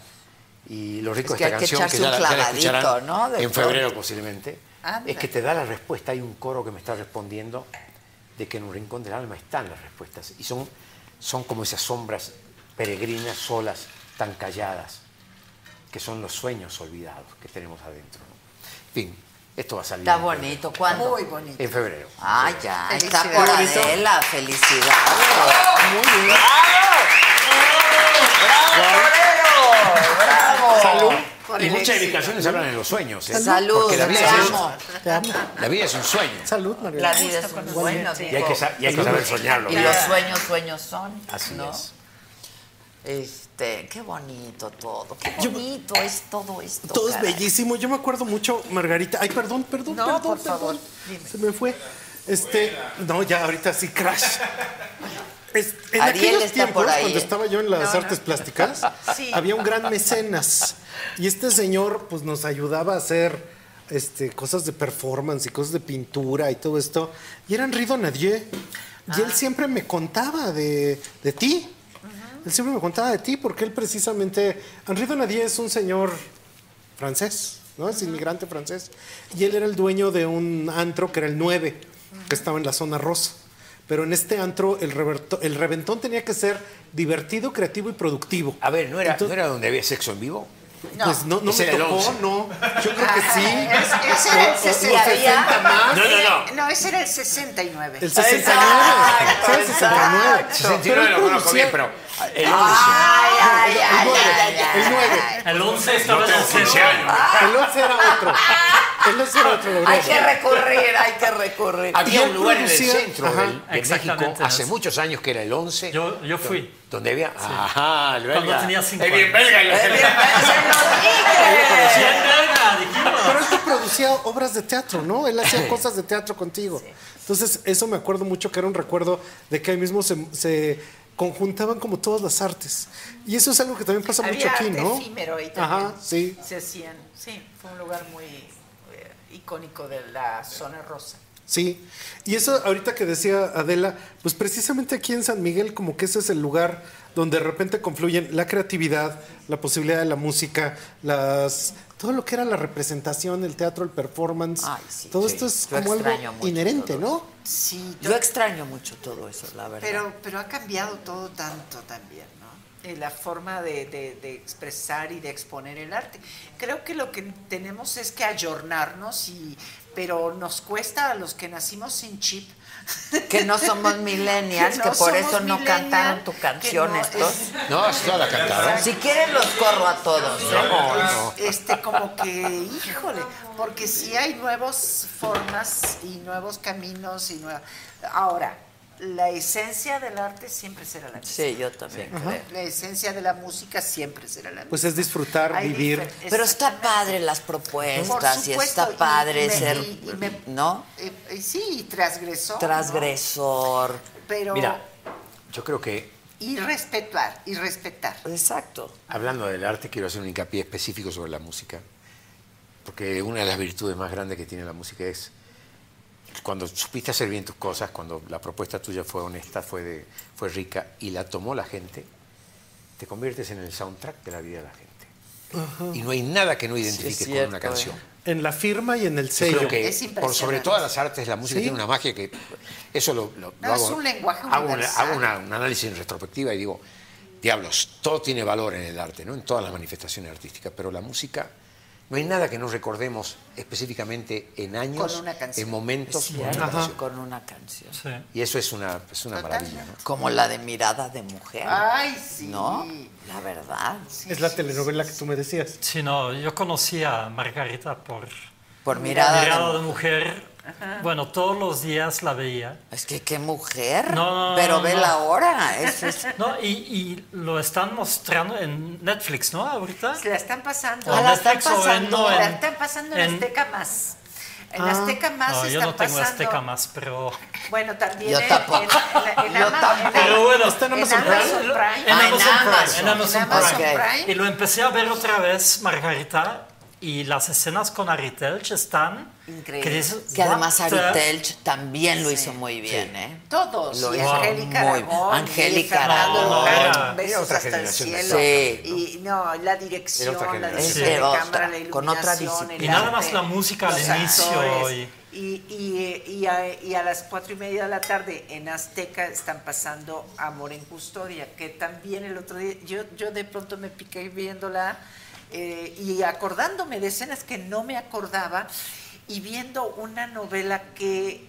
S8: Y lo rico
S1: Es que
S8: de
S1: hay
S8: esta
S1: que
S8: canción, que
S1: echarse
S8: ya
S1: un
S8: la, ya la
S1: clavadito,
S8: escucharán
S1: ¿no? De
S8: en febrero
S1: pronto.
S8: posiblemente,
S1: Anda.
S8: es que te da la respuesta. Hay un coro que me está respondiendo de que en un rincón del alma están las respuestas. Y son, son como esas sombras peregrinas, solas, tan calladas, que son los sueños olvidados que tenemos adentro. ¿no? En fin, esto va a salir.
S1: Está
S8: en febrero.
S1: bonito. ¿Cuándo?
S6: Muy bonito.
S8: En febrero.
S1: Ah, ya. Está
S8: Felicidades.
S1: por
S8: Bonito.
S1: Adela. Felicidades.
S8: Muy bien.
S1: ¡Bravo!
S8: Salud.
S1: Por
S8: Y
S1: el
S8: muchas de mis
S1: éxito.
S8: canciones hablan en los sueños. ¿eh?
S1: Salud,
S8: Porque la
S1: te
S8: vida, es,
S1: amo.
S8: la vida es un sueño.
S9: Salud, María.
S1: La vida es un sueño,
S8: Y hay que, sa- y hay que
S1: digo.
S8: saber soñarlo.
S1: Y
S8: ¿no?
S1: los sueños, sueños son.
S8: Así
S1: ¿no?
S8: es.
S1: Este, qué bonito todo. Qué bonito es todo esto.
S9: Todo es
S1: caray.
S9: bellísimo. Yo me acuerdo mucho, Margarita. Ay, perdón, perdón,
S1: No,
S9: perdón,
S1: por
S9: perdón.
S1: favor,
S9: Se me fue. Este, no, ya ahorita sí crash. Es- en
S1: Ariel
S9: aquellos
S1: está
S9: tiempos,
S1: por ahí,
S9: cuando
S1: ¿eh?
S9: estaba yo en las artes plásticas,
S1: Sí.
S9: había un gran mecenas. Y este señor, pues, nos ayudaba a hacer este, cosas de performance y cosas de pintura y todo esto. Y era Enrido Nadier. Y
S1: Ah.
S9: él siempre me contaba de, de ti. Él siempre me contaba de ti porque él precisamente, Henri Donadier es un señor francés, ¿no? Es inmigrante francés. Y él era el dueño de un antro que era el 9, que estaba en la zona rosa. Pero en este antro el, reverto- el reventón tenía que ser divertido, creativo y productivo.
S8: A ver, ¿no era, ¿no era donde había sexo en vivo?
S9: Pues no, no
S8: Ese
S9: me
S8: era el
S9: tocó,
S8: 11.
S9: no. Yo creo que sí.
S6: Es- ese era el
S9: O- o- o
S6: 60 más.
S8: No, no,
S6: no. ese era el 69.
S9: El 69. Fue el 69.
S8: 69 lo conozco bien, pero eh, el 11.
S6: Ay, ay,
S9: El 9.
S14: El 11 estaba en el
S8: 15 años.
S9: El 11 era otro. El 11 era otro.
S1: Hay que recurrir, hay que recurrir.
S8: Había un lugar en el centro
S9: Ajá.
S8: del- de
S14: Exactamente,
S8: México hace
S14: es.
S8: muchos años que era el 11. Yo,
S14: fui.
S8: Donde había. Ajá, el
S14: Cuando
S8: belga. Eh,
S14: tenía cinco
S8: Es bien
S14: años.
S8: belga. el
S14: Es bien
S8: belga.
S9: hacía obras de teatro, ¿no? Él hacía cosas de teatro contigo. Entonces, eso me acuerdo mucho que era un recuerdo de que ahí mismo se, se conjuntaban como todas las artes. Y eso es algo que también pasa
S6: Había
S9: mucho aquí,
S6: arte
S9: ¿no?
S6: efímero ahí también.
S9: Ajá, sí.
S6: Se hacían, sí, fue un lugar muy eh, icónico de la zona rosa.
S9: Sí, y eso ahorita que decía Adela, pues precisamente aquí en San Miguel como que ese es el lugar donde de repente confluyen la creatividad, la posibilidad de la música, las todo lo que era la representación, el teatro, el performance, todo
S1: sí.
S9: esto es
S1: Yo
S9: como algo
S1: extraño mucho
S9: inherente, ¿no?
S6: Sí,
S1: Yo extraño mucho todo eso, la verdad.
S6: Pero, pero ha cambiado todo tanto también, ¿no? Eh, La forma de, de- de expresar y de exponer el arte. Creo que lo que tenemos es que ayornarnos, y, pero nos cuesta a los que nacimos sin chip.
S1: Que no somos millennials, que por eso
S6: somos
S1: no
S6: millennial,
S1: cantaron tu
S6: que
S1: canción
S6: no
S1: estos.
S6: es-
S8: No, sí, toda la cantaron.
S1: Si quieren los corro a todos.
S8: No, no.
S6: Este, como que, híjole, porque sí hay nuevas formas y nuevos caminos y nueva... Ahora, la esencia del arte siempre será la misma.
S1: Sí, yo también
S9: Ajá.
S1: creo.
S6: La esencia de la música siempre será la misma.
S9: Pues es disfrutar,
S6: Hay
S9: vivir.
S6: difer-
S1: Pero está padre las
S6: Por
S1: propuestas y
S6: supuesto,
S1: está
S6: y-
S1: padre
S6: y me-
S1: ser,
S6: y- y me-
S1: ¿no?
S6: eh, eh, sí, y transgresó. ¿no?
S1: Transgresor.
S6: Pero,
S8: Mira, yo creo que
S6: y respetar, y respetar.
S1: Exacto.
S8: Hablando del arte, quiero hacer un hincapié específico sobre la música, porque una de las virtudes más grandes que tiene la música es cuando supiste hacer bien tus cosas, cuando la propuesta tuya fue honesta, fue, de- fue rica y la tomó la gente, te conviertes en el soundtrack de la vida de la gente. Y no hay nada que no identifique con
S1: eh.
S8: una canción.
S9: En la firma y en el
S8: Yo
S9: sello.
S8: Pues creo que por sobre todas las artes, la música
S9: Sí.
S8: tiene una magia que eso lo, lo- lo
S6: No, es
S8: hago.
S6: un lenguaje
S8: hago una-
S6: universal.
S8: hago una- un análisis en retrospectiva y digo, diablos, todo tiene valor en el arte, ¿no? En todas las manifestaciones artísticas, pero la música no hay nada que no recordemos específicamente en años,
S1: Con una canción.
S8: en momentos,
S1: Es
S8: con una
S1: cierto,
S8: canción.
S1: con una canción.
S8: Y eso es una, es una maravilla, ¿no?
S1: Como la de mirada de mujer.
S6: Ay, sí.
S1: ¿No? La verdad.
S9: Es la telenovela que tú me decías.
S14: Sí, no, yo conocí a Margarita por,
S1: Por Mirada de
S14: de, mujer. Bueno, todos los días la veía.
S1: Es que qué mujer.
S14: No, no, no,
S1: Pero
S14: no,
S1: ve
S14: no.
S1: la hora. es- es-
S14: No, y, y lo están mostrando en Netflix, ¿no? Ahorita.
S6: La están pasando.
S14: O
S6: Ah, la están
S14: Netflix o en-
S6: pasando.
S14: no,
S6: la
S14: en-
S6: están pasando en,
S14: en-
S6: Azteca Más. En
S14: Ah.
S6: Azteca Más
S14: No,
S6: están
S14: yo no tengo
S6: pasando.
S14: Azteca más, pero.
S6: Bueno, también
S14: Yo
S6: en,
S14: tampoco.
S6: en- en- en
S14: Yo
S6: Ama-
S14: tampoco.
S6: en-
S14: Pero bueno, está en Amazon
S6: Amazon
S14: Prime.
S6: Prime.
S14: En Amazon Prime, en
S6: En
S14: Amazon
S6: Amazon
S14: Prime.
S6: Prime.
S14: Y lo empecé a ver otra vez, Margarita, y las escenas con Ari Telch están...
S1: Increíble.
S14: Que, dices,
S1: Que además
S14: "What the-"
S1: Ari Telch también lo hizo muy bien, ¿eh?
S6: Todos.
S1: Lo
S6: y
S1: hizo
S6: Angélica
S1: muy-
S6: Aragón,
S1: Angélica
S6: y Fernando
S1: Aragón.
S6: Luján,
S1: Era-
S6: besos
S1: era otra
S6: hasta el
S1: generación de
S6: cielo.
S1: actores.
S6: Y no, la dirección,
S1: Era otra
S6: la
S1: generación.
S6: dirección
S1: Es
S6: de
S1: de otra,
S6: cámara, la
S1: con otra
S6: iluminación, el
S14: Y nada
S6: arte,
S14: más la música al
S6: los
S14: inicio.
S6: actores.
S14: y-
S6: Y, y- y a, y a las cuatro y media de la tarde en Azteca están pasando Amor en Custodia, que también el otro día, yo, yo de pronto me piqué viéndola eh, y acordándome de escenas que no me acordaba y viendo una novela que,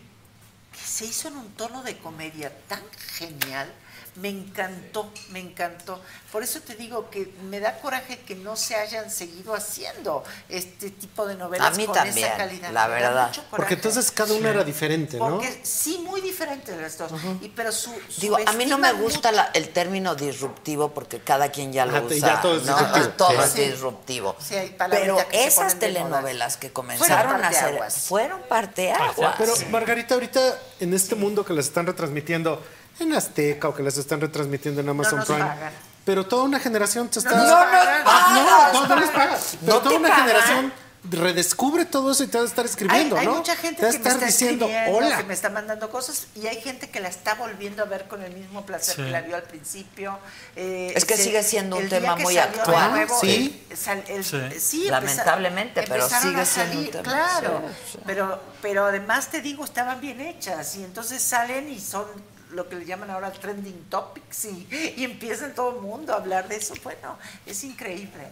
S6: que se hizo en un tono de comedia tan genial. Me encantó, me encantó. Por eso te digo que me da coraje que no se hayan seguido haciendo este tipo de novelas
S1: A mí
S6: con
S1: también,
S6: esa calidad.
S1: la
S6: Me da
S1: verdad.
S6: mucho coraje.
S9: Porque entonces cada una era diferente, ¿no?
S6: Porque sí, muy diferentes las dos. y, pero su, su
S1: Digo, a mí no me
S6: estima
S1: gusta la- el término disruptivo porque cada quien ya lo
S9: Ajá, te-
S1: usa.
S9: ya todo es
S1: ¿no?
S9: disruptivo.
S1: Todo
S9: Sí.
S1: es
S9: Sí.
S1: disruptivo.
S6: Sí, hay palabritas
S1: Pero
S6: que se
S1: esas
S6: ponen de moda.
S1: telenovelas que comenzaron a hacer
S6: parteaguas.
S1: fueron parteaguas.
S9: Pero Margarita, ahorita en este mundo que las están retransmitiendo en Azteca o que las están retransmitiendo en Amazon
S1: nos
S9: Prime,
S1: pagan.
S9: pero toda una generación se está.
S1: No nos pagan.
S9: Ah, no, no,
S1: pagan.
S9: nos pagan. Pero
S1: No
S9: toda
S1: te
S9: una
S1: pagan.
S9: generación redescubre todo eso y te va a estar escribiendo,
S6: hay,
S9: ¿no?
S6: Hay mucha gente
S9: te va a
S6: que me
S9: estar
S6: está
S9: diciendo,
S6: escribiendo, que
S9: hola.
S6: me está mandando cosas y hay gente que la está volviendo a ver con el mismo placer
S9: Sí.
S6: que la vio al principio. Eh,
S1: Es que
S6: se-
S1: sigue siendo un
S6: el día
S1: tema
S6: que
S1: muy
S6: salió de
S1: actual.
S6: nuevo,
S1: Sí.
S6: eh, sal- el-
S1: Sí.
S6: sí, empeza-
S1: Lamentablemente, pero
S6: empezaron
S1: sigue
S6: a
S1: siendo un
S6: salir,
S1: tema.
S6: Claro,
S1: Sí,
S6: Pero, pero además te digo, estaban bien hechas y entonces salen y son lo que le llaman ahora trending topics y, y empiezan todo el mundo a hablar de eso. Bueno, es increíble,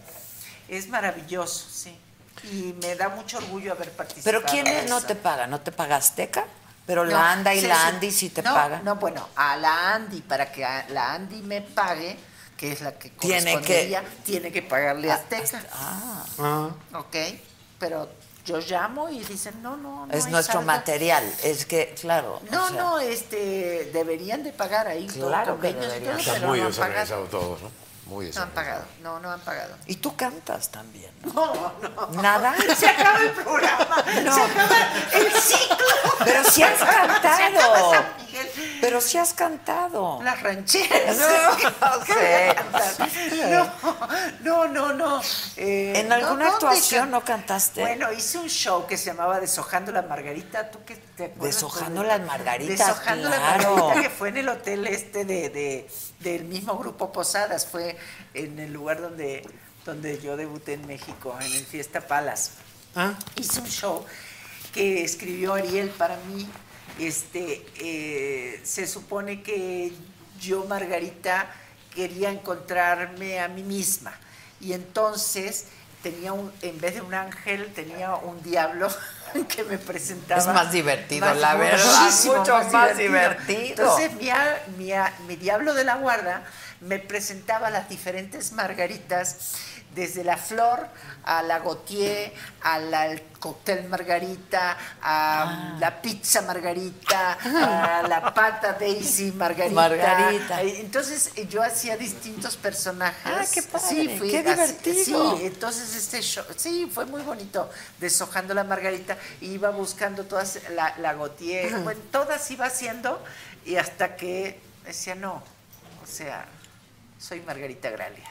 S6: es maravilloso, sí. Y me da mucho orgullo haber participado.
S1: Pero ¿quiénes
S6: en
S1: no
S6: eso.
S1: te pagan? ¿No te paga Azteca? Pero
S6: No,
S1: la Anda y
S6: sí,
S1: la
S6: sí.
S1: Andy sí te
S6: No,
S1: pagan.
S6: No, bueno, a la Andy, para que a- la Andy me pague, que es la que
S1: Tiene que-
S6: correspondería, tiene que pagarle a Azteca.
S9: Ah.
S6: Ok, pero yo llamo y dicen, no, no, no.
S1: es
S6: hay
S1: nuestro
S6: saldo.
S1: material. Es que, claro. o
S6: No,
S1: sea,
S6: no, este, deberían de pagar ahí. todo
S1: Claro que
S6: convenios y
S1: deberían.
S6: todo,
S8: Está
S6: pero
S8: muy
S6: no han pagado.
S8: desorganizado todo, ¿no? Muy
S6: No han
S8: desorganizado.
S6: pagado. No, no han pagado.
S1: Y tú cantas también.
S6: No, no.
S1: ¿Nada?
S6: Se acaba el programa. Se acaba el ciclo.
S1: Pero si has cantado.
S6: Se acaba San Miguel.
S1: Pero si has cantado.
S6: Las rancheras.
S1: No,
S6: ¿Qué-
S1: no
S6: qué
S1: sé.
S6: cantas? No, no, no. no. Eh,
S1: ¿En
S6: no,
S1: alguna
S6: ¿dónde
S1: actuación
S6: can-
S1: no cantaste?
S6: Bueno, hice un show que se llamaba Deshojando la Margarita. ¿Tú qué te acuerdas?
S1: Deshojando las margaritas,
S6: Deshojando
S1: claro.
S6: la Margarita, que fue en el hotel este de, de- del mismo grupo Posadas. Fue en el lugar donde, donde yo debuté en México, en el Fiesta Palace. Hice un show que escribió Ariel para mí. Este, eh, se supone que yo, Margarita, quería encontrarme a mí misma. Y entonces tenía un, en vez de un ángel, tenía un diablo que me presentaba.
S25: Es más divertido,
S6: Más-
S25: la verdad,
S6: muchísimo
S25: mucho más divertido.
S6: Entonces mi, a- mi a- mi diablo de la guarda me presentaba las diferentes margaritas, desde la flor a la gautier, a la al cóctel margarita,
S25: Ah.
S6: a la pizza margarita, a la pata daisy margarita.
S1: Margarita.
S6: Eh, Entonces eh, yo hacía distintos personajes.
S1: Ah, qué padre, qué
S6: así-
S1: divertido.
S6: sí, entonces este show, sí, fue muy bonito, deshojando la margarita, iba buscando todas, la, la Gautier,
S1: Ajá.
S6: bueno, todas iba haciendo y hasta que decía, no, o sea, soy Margarita Gralia.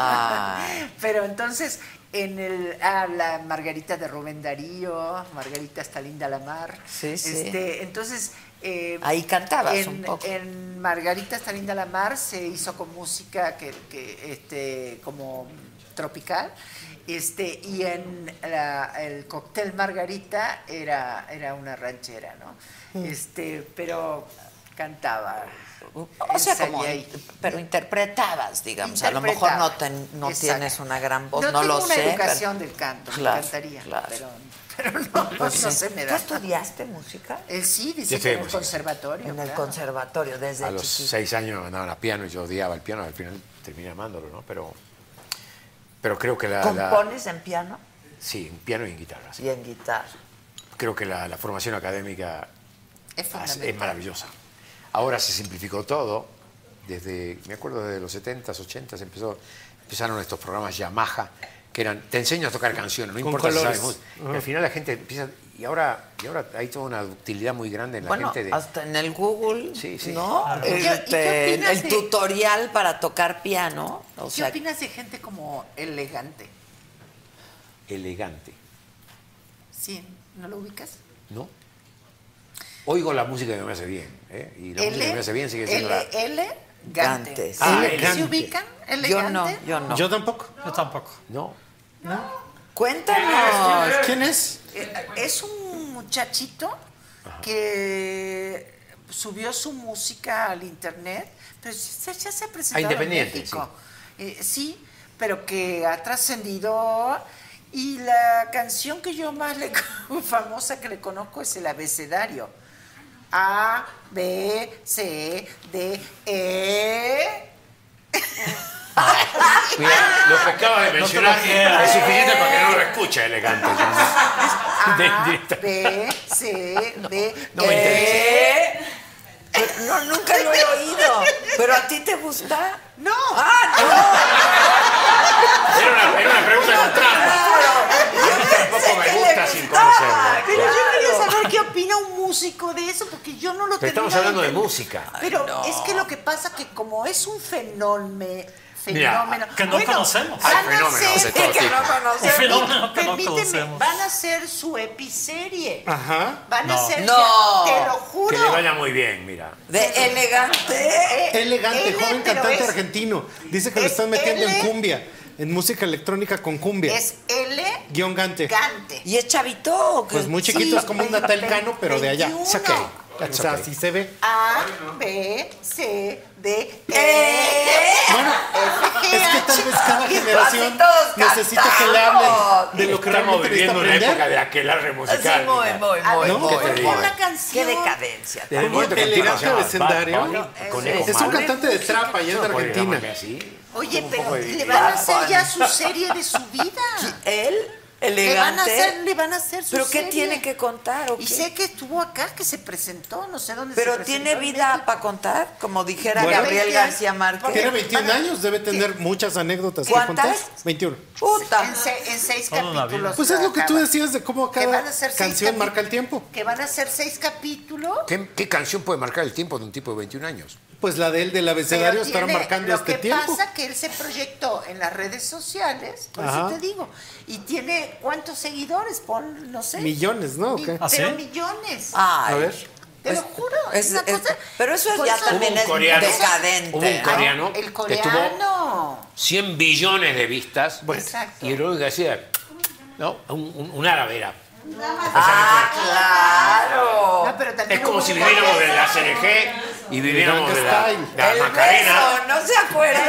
S1: Ay.
S6: Pero entonces, en el, ah, la Margarita de Rubén Darío, Margarita está linda la mar.
S1: Sí, sí.
S6: Este, entonces... eh,
S1: Ahí cantabas
S6: en-
S1: un poco.
S6: en Margarita está linda la mar se hizo con música que, que, este como tropical este y en la- el cóctel Margarita era era una ranchera no
S1: Mm.
S6: este pero cantaba
S1: O sea, como,
S6: Ensayé ahí.
S1: pero interpretabas, digamos. A lo mejor no, ten- no
S6: Exacto.
S1: tienes una gran voz,
S6: no,
S1: no, lo
S6: tengo una
S1: sé. pero-
S6: educación del canto
S1: Claro,
S6: me encantaría
S1: claro.
S6: pero, pero no, no,
S1: Pues sí.
S6: se me
S1: ¿Tú
S6: da Eh,
S1: estudiaste música?
S6: sí
S8: Yo
S6: dice
S8: estudié
S6: que en el
S8: música.
S6: conservatorio
S1: En el
S6: claro.
S1: conservatorio, desde
S8: A los
S1: chiquito.
S8: seis años me mandaban a piano y yo odiaba el piano, al final terminé amándolo, ¿no? Pero, pero creo que la, la-
S1: ¿Compones en piano?
S8: Sí, en piano y en guitarra. sí.
S1: Y en guitarra.
S8: Creo que la, la formación académica
S6: es
S8: Ah, sí,
S6: fundamental
S8: Es maravillosa. Ahora se simplificó todo. Desde, me acuerdo desde los 70s, 80s empezó, empezaron estos programas Yamaha, que eran, te enseño a tocar canciones, no
S26: Con
S8: importa si
S26: colores.
S8: sabes música. Y
S26: Ajá.
S8: Al final la gente empieza, y ahora, y ahora hay toda una ductilidad muy grande en la
S1: Bueno,
S8: gente de...
S1: hasta en el Google, ¿no?
S8: Claro.
S6: ¿Y qué- y qué
S1: Este,
S6: opinas
S1: el
S6: de-
S1: tutorial para tocar piano. O
S6: ¿Qué
S1: sea,
S6: opinas de gente como elegante?
S8: Elegante,
S6: Sí, ¿no lo ubicas?
S8: ¿no? Oigo la música que me hace bien, ¿eh? Y la música que me hace bien sigue siendo la...
S6: L, L, Gante.
S8: Gante, sí.
S6: Ah,
S8: Elegante.
S6: ¿Se ubican? ¿Elegante?
S1: yo no, yo no.
S9: Yo tampoco.
S14: Yo tampoco.
S8: No.
S1: Cuéntanos.
S9: ¿Quién es?
S6: Eh, Es un muchachito que subió su música al internet, pero ya, ya se ha presentado
S8: Independiente,
S6: en México. Eh, sí, pero que ha trascendido. Y la canción que yo más le, famosa que le conozco es el abecedario. A, B, C, D, E.
S8: Mira, lo que acaba de
S26: No te lo
S8: mencionar
S26: creas.
S8: es suficiente para que no lo escuche elegante. yo no-
S6: A, B, C, D,
S8: No me
S6: E.
S1: Eh, No, nunca lo he oído. ¿Pero a ti te gusta?
S6: No.
S1: Ah.
S8: Era una, era una pregunta con
S9: Pues
S8: trampa. Yo tampoco me gusta sin conocerla.
S6: Pero yo quería saber qué opina un músico de eso, porque yo no lo
S8: Pero estamos
S6: termino
S8: hablando de
S6: entender.
S8: música.
S6: Pero es que lo que pasa que como es un fenómeno,
S8: Mira,
S6: fenómeno
S14: que no conocemos.
S6: van
S14: Hay
S6: a
S14: fenómenos
S6: ser-
S14: de todo
S6: que
S14: tipo.
S6: no conocemos.
S14: Un fenómeno que no
S6: Permíteme,
S14: conocemos.
S6: van a ser su episerie.
S9: Ajá.
S6: Van a
S8: No.
S6: ser,
S1: No.
S6: te lo
S8: Que
S6: juro.
S8: le vaya muy bien, mira.
S1: De elegante.
S9: Elegante,
S6: Eh, L,
S9: joven
S6: pero
S9: cantante
S6: es- E
S9: argentino. Dice que lo están metiendo
S6: L.
S9: en cumbia, en música electrónica con cumbia.
S6: Es L
S9: Guión Gante.
S6: gigante.
S1: ¿Y es chavito? o qué?
S9: Pues muy chiquito,
S1: Sí.
S9: es como un Natal Cano, pero de allá.
S6: 21.
S9: It's okay. O sea, así se ve.
S6: A, B, C, D, E.
S1: Eh,
S9: Bueno,
S6: F, G,
S9: Es que
S6: H,
S9: tal vez cada
S6: I, J,
S9: generación
S1: todos
S9: necesita que le hablen de lo que
S8: Estamos
S9: realmente necesita
S8: viviendo una época
S9: aprender.
S8: de aquelarre musical.
S1: Sí, muy,
S8: mira.
S1: muy,
S6: A
S1: muy,
S6: ver,
S9: Ah, ¿No?
S1: muy,
S9: ¿Qué
S8: te
S1: muy.
S6: pon la canción.
S1: Qué decadencia.
S8: Desde el
S9: Muy
S8: momento que empieza,
S9: elegante
S8: o sea,
S9: vecindario.
S8: Bad Bunny con Eco
S9: Es un
S8: Mal.
S9: cantante de trapa y es de
S8: No podríamos
S9: Argentina.
S8: que así.
S6: Oye,
S8: Un poco
S6: pero
S8: de-
S6: le van a
S1: Bad
S6: hacer ya
S1: Bunny.
S6: su serie de su vida.
S1: ¿Él?
S6: Le van a hacer, le van a hacer su
S1: ¿Pero qué
S6: serie.
S1: tiene que contar? o
S6: Y
S1: qué?
S6: sé que estuvo acá, que se presentó, no sé dónde se
S1: ¿Pero
S6: presentó
S1: tiene
S6: en
S1: vida para contar? Como dijera
S9: Bueno.
S1: Gabriel
S6: 20 años.
S1: García Márquez.
S9: Tiene 21 años, debe tener muchas anécdotas que contar.
S1: ¿Cuántas?
S9: 21.
S1: Puta.
S6: En, se- en seis
S9: Toda una
S6: capítulos.
S9: vida. Pues es lo que tú
S6: acaba.
S9: decías de cómo
S6: Que
S9: cada
S6: van a ser seis
S9: canción
S6: capi-
S9: marca el tiempo.
S6: Que van a ser seis capítulos.
S8: ¿Qué, qué canción puede marcar el tiempo de un tipo de 21 años?
S9: Pues la de él del abecedario
S6: Pero
S9: estará
S6: tiene-
S9: marcando este
S6: Lo que
S9: tiempo.
S6: pasa que él se proyectó en las redes sociales, por
S9: Ajá.
S6: eso te digo, y tiene cuántos seguidores, pon, no sé.
S9: Millones, ¿no? ¿O
S6: Mi-
S9: qué?
S6: pero
S9: ¿Ah, sí?
S6: millones.
S1: Ay.
S9: A ver. pues,
S6: Te lo
S1: Es-
S6: juro,
S1: es-
S6: es, una
S1: es-
S6: cosa.
S1: pero eso es
S6: por
S1: ya también
S6: por
S1: es
S6: eso-
S1: decadente.
S8: Hubo un coreano
S6: El
S8: que estuvo-
S6: coreano.
S8: 100 billones de vistas.
S6: Exacto.
S8: Y el único que hacía, ¿no? Un, un- un árabe era.
S1: Ah, claro.
S6: No, pero también
S8: Oh, Es como
S6: hubo
S8: si
S6: un
S8: viviéramos de
S6: coreano.
S8: la CNG y viviéramos de la,
S9: Frankenstein.
S8: de la
S1: El
S8: Macarena.
S1: beso, ¿no se acuerdan?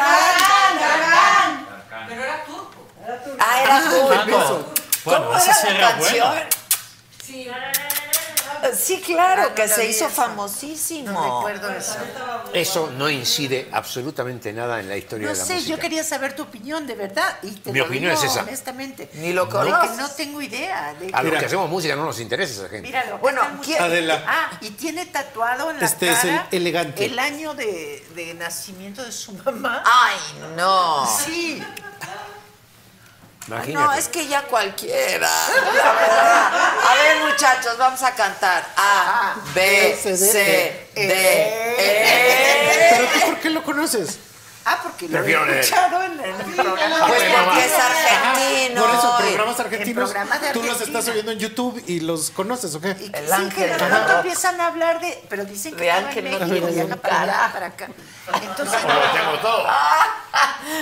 S1: Ah, era
S9: Ah, el
S1: turco.
S9: beso.
S1: ¿Cómo
S14: Bueno, esa
S1: era
S14: sí
S1: la
S14: era
S1: canción?
S14: buena.
S1: Sí, claro,
S6: Ah, no
S1: que se
S6: sabía
S1: hizo
S6: eso.
S1: famosísimo.
S6: No recuerdo eso.
S8: Eso no incide absolutamente nada en la historia
S6: No
S8: de la
S6: sé,
S8: música.
S6: yo quería saber tu opinión, de verdad. Y te
S8: Mi
S6: lo
S8: opinión
S6: digo
S8: es esa.
S6: honestamente.
S1: Ni lo
S6: De
S1: conoces.
S6: que no tengo idea. De
S8: A los
S9: Mira.
S8: que hacemos música no nos interesa esa gente.
S6: Míralo.
S1: Bueno,
S6: está muy-
S1: ¿quién-
S9: Adela.
S6: Ah, y tiene tatuado en la
S9: Este es el
S6: cara
S9: elegante.
S6: el año de, de nacimiento de su mamá.
S1: Ay, no.
S6: Sí,
S8: Imagínate.
S1: No, es que ya cualquiera. la verdad. A ver, muchachos, vamos a cantar. A, B, C, D, E.
S9: ¿Pero tú por qué lo conoces?
S6: ah, porque lo
S8: Prefiero
S6: he
S8: leer.
S6: escuchado en el programa.
S1: Ah. Pues porque es argentino.
S9: Por eso,
S1: y-
S9: programas argentinos.
S6: programas de
S9: Tú los
S6: Argentina.
S9: estás oyendo en YouTube y los conoces, ¿o qué?
S6: Y
S1: El
S6: sí,
S1: ángel
S6: que de
S1: del
S6: pronto
S1: rock.
S6: empiezan a hablar de, pero dicen que
S1: De
S6: estaba
S1: ángel
S6: en
S1: no
S6: México,
S1: tiene
S6: viaja
S1: un
S6: para allá,
S1: carajo.
S6: para acá. Entonces,
S8: O lo tengo todo.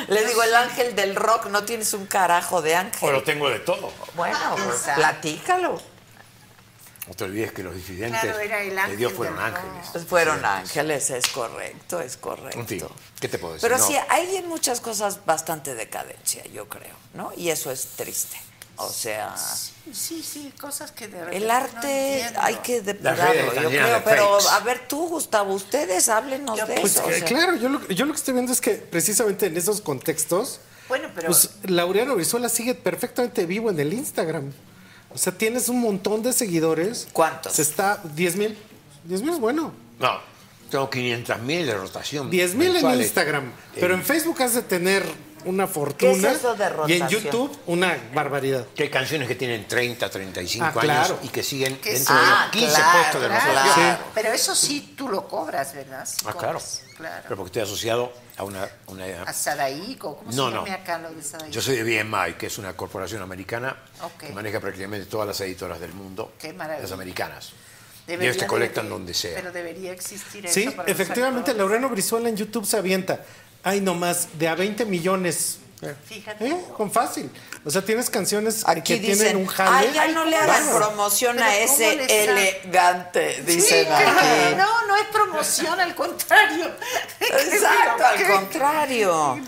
S1: Le digo, el ángel del rock, no tienes un carajo de
S8: O
S1: ángel.
S8: lo tengo de todo.
S1: Bueno, pues,
S6: ¿Quién sabe?
S1: platícalo.
S8: No te olvides que los disidentes
S6: Claro, era el
S8: de
S6: ángel
S8: Dios fueron
S6: del rock.
S8: ángeles.
S1: Pues fueron ángeles, es correcto, es correcto.
S8: En fin, ¿qué te puedo decir?
S1: Pero
S8: No.
S1: sí, hay en muchas cosas bastante decadencia, yo creo, ¿no? Y eso es triste. O sea,
S6: sí, sí, cosas que de repente
S1: el
S6: no
S1: arte
S6: entiendo.
S1: hay que depurarlo,
S8: redes
S1: yo
S8: están llenas
S1: creo.
S8: de
S1: Pero
S8: fakes.
S1: a ver tú, Gustavo, ustedes háblenos
S6: Yo
S1: de
S9: Pues
S1: eso. o
S9: eh,
S1: sea.
S9: claro, yo lo, yo lo que estoy viendo es que precisamente en esos contextos,
S6: Bueno, pero
S9: pues Laureano Brizuela sigue perfectamente vivo en el Instagram. O sea, tienes un montón de seguidores.
S1: ¿Cuántos?
S9: Se está 10 mil. 10 mil es bueno.
S8: No, tengo 500.000 de rotación.
S9: 10 mil en
S8: mensuales. Eh,
S9: Instagram. Pero en Facebook has de tener una fortuna.
S1: eso de
S9: y en
S1: rotación?
S9: YouTube, una barbaridad.
S8: Que hay canciones que tienen 30, 35
S9: Ah,
S8: años
S9: claro.
S8: y que siguen
S6: Que
S8: dentro de
S1: ah,
S8: los 15
S1: claro,
S8: puestos de
S6: claro,
S8: rotación.
S1: claro.
S6: ah, pero eso sí tú lo cobras, ¿verdad? Sí
S8: Ah, claro.
S6: cobras,
S8: Pero
S6: claro.
S8: porque estoy asociado a una... una-
S6: A Sadaico, ¿cómo
S8: No,
S6: se llama
S8: no.
S6: acá lo de Sadaico?
S8: yo soy de BMI, que es una corporación americana
S6: Ok.
S8: que maneja prácticamente todas las editoras del mundo.
S6: Qué maravilla.
S8: Las americanas.
S6: Debería
S8: ellos te
S6: de-
S8: este colectan donde sea.
S6: Pero debería existir
S9: Sí,
S6: eso para los
S9: efectivamente,
S6: actores.
S9: Laureano Brizuela en YouTube se avienta. Ay, nomás, de a 20 millones.
S6: Fíjate.
S9: ¿Eh? Con fácil. O sea, tienes canciones
S1: Aquí
S9: que
S1: dicen,
S9: tienen un jale.
S1: ay, ya no le hagan promoción a
S6: Pero ¿cómo
S1: ese
S6: les da?
S1: elegante, dicen
S6: Sí,
S1: aquí.
S6: No, no es promoción, al contrario.
S1: Exacto, al
S6: ¿Qué?
S1: contrario.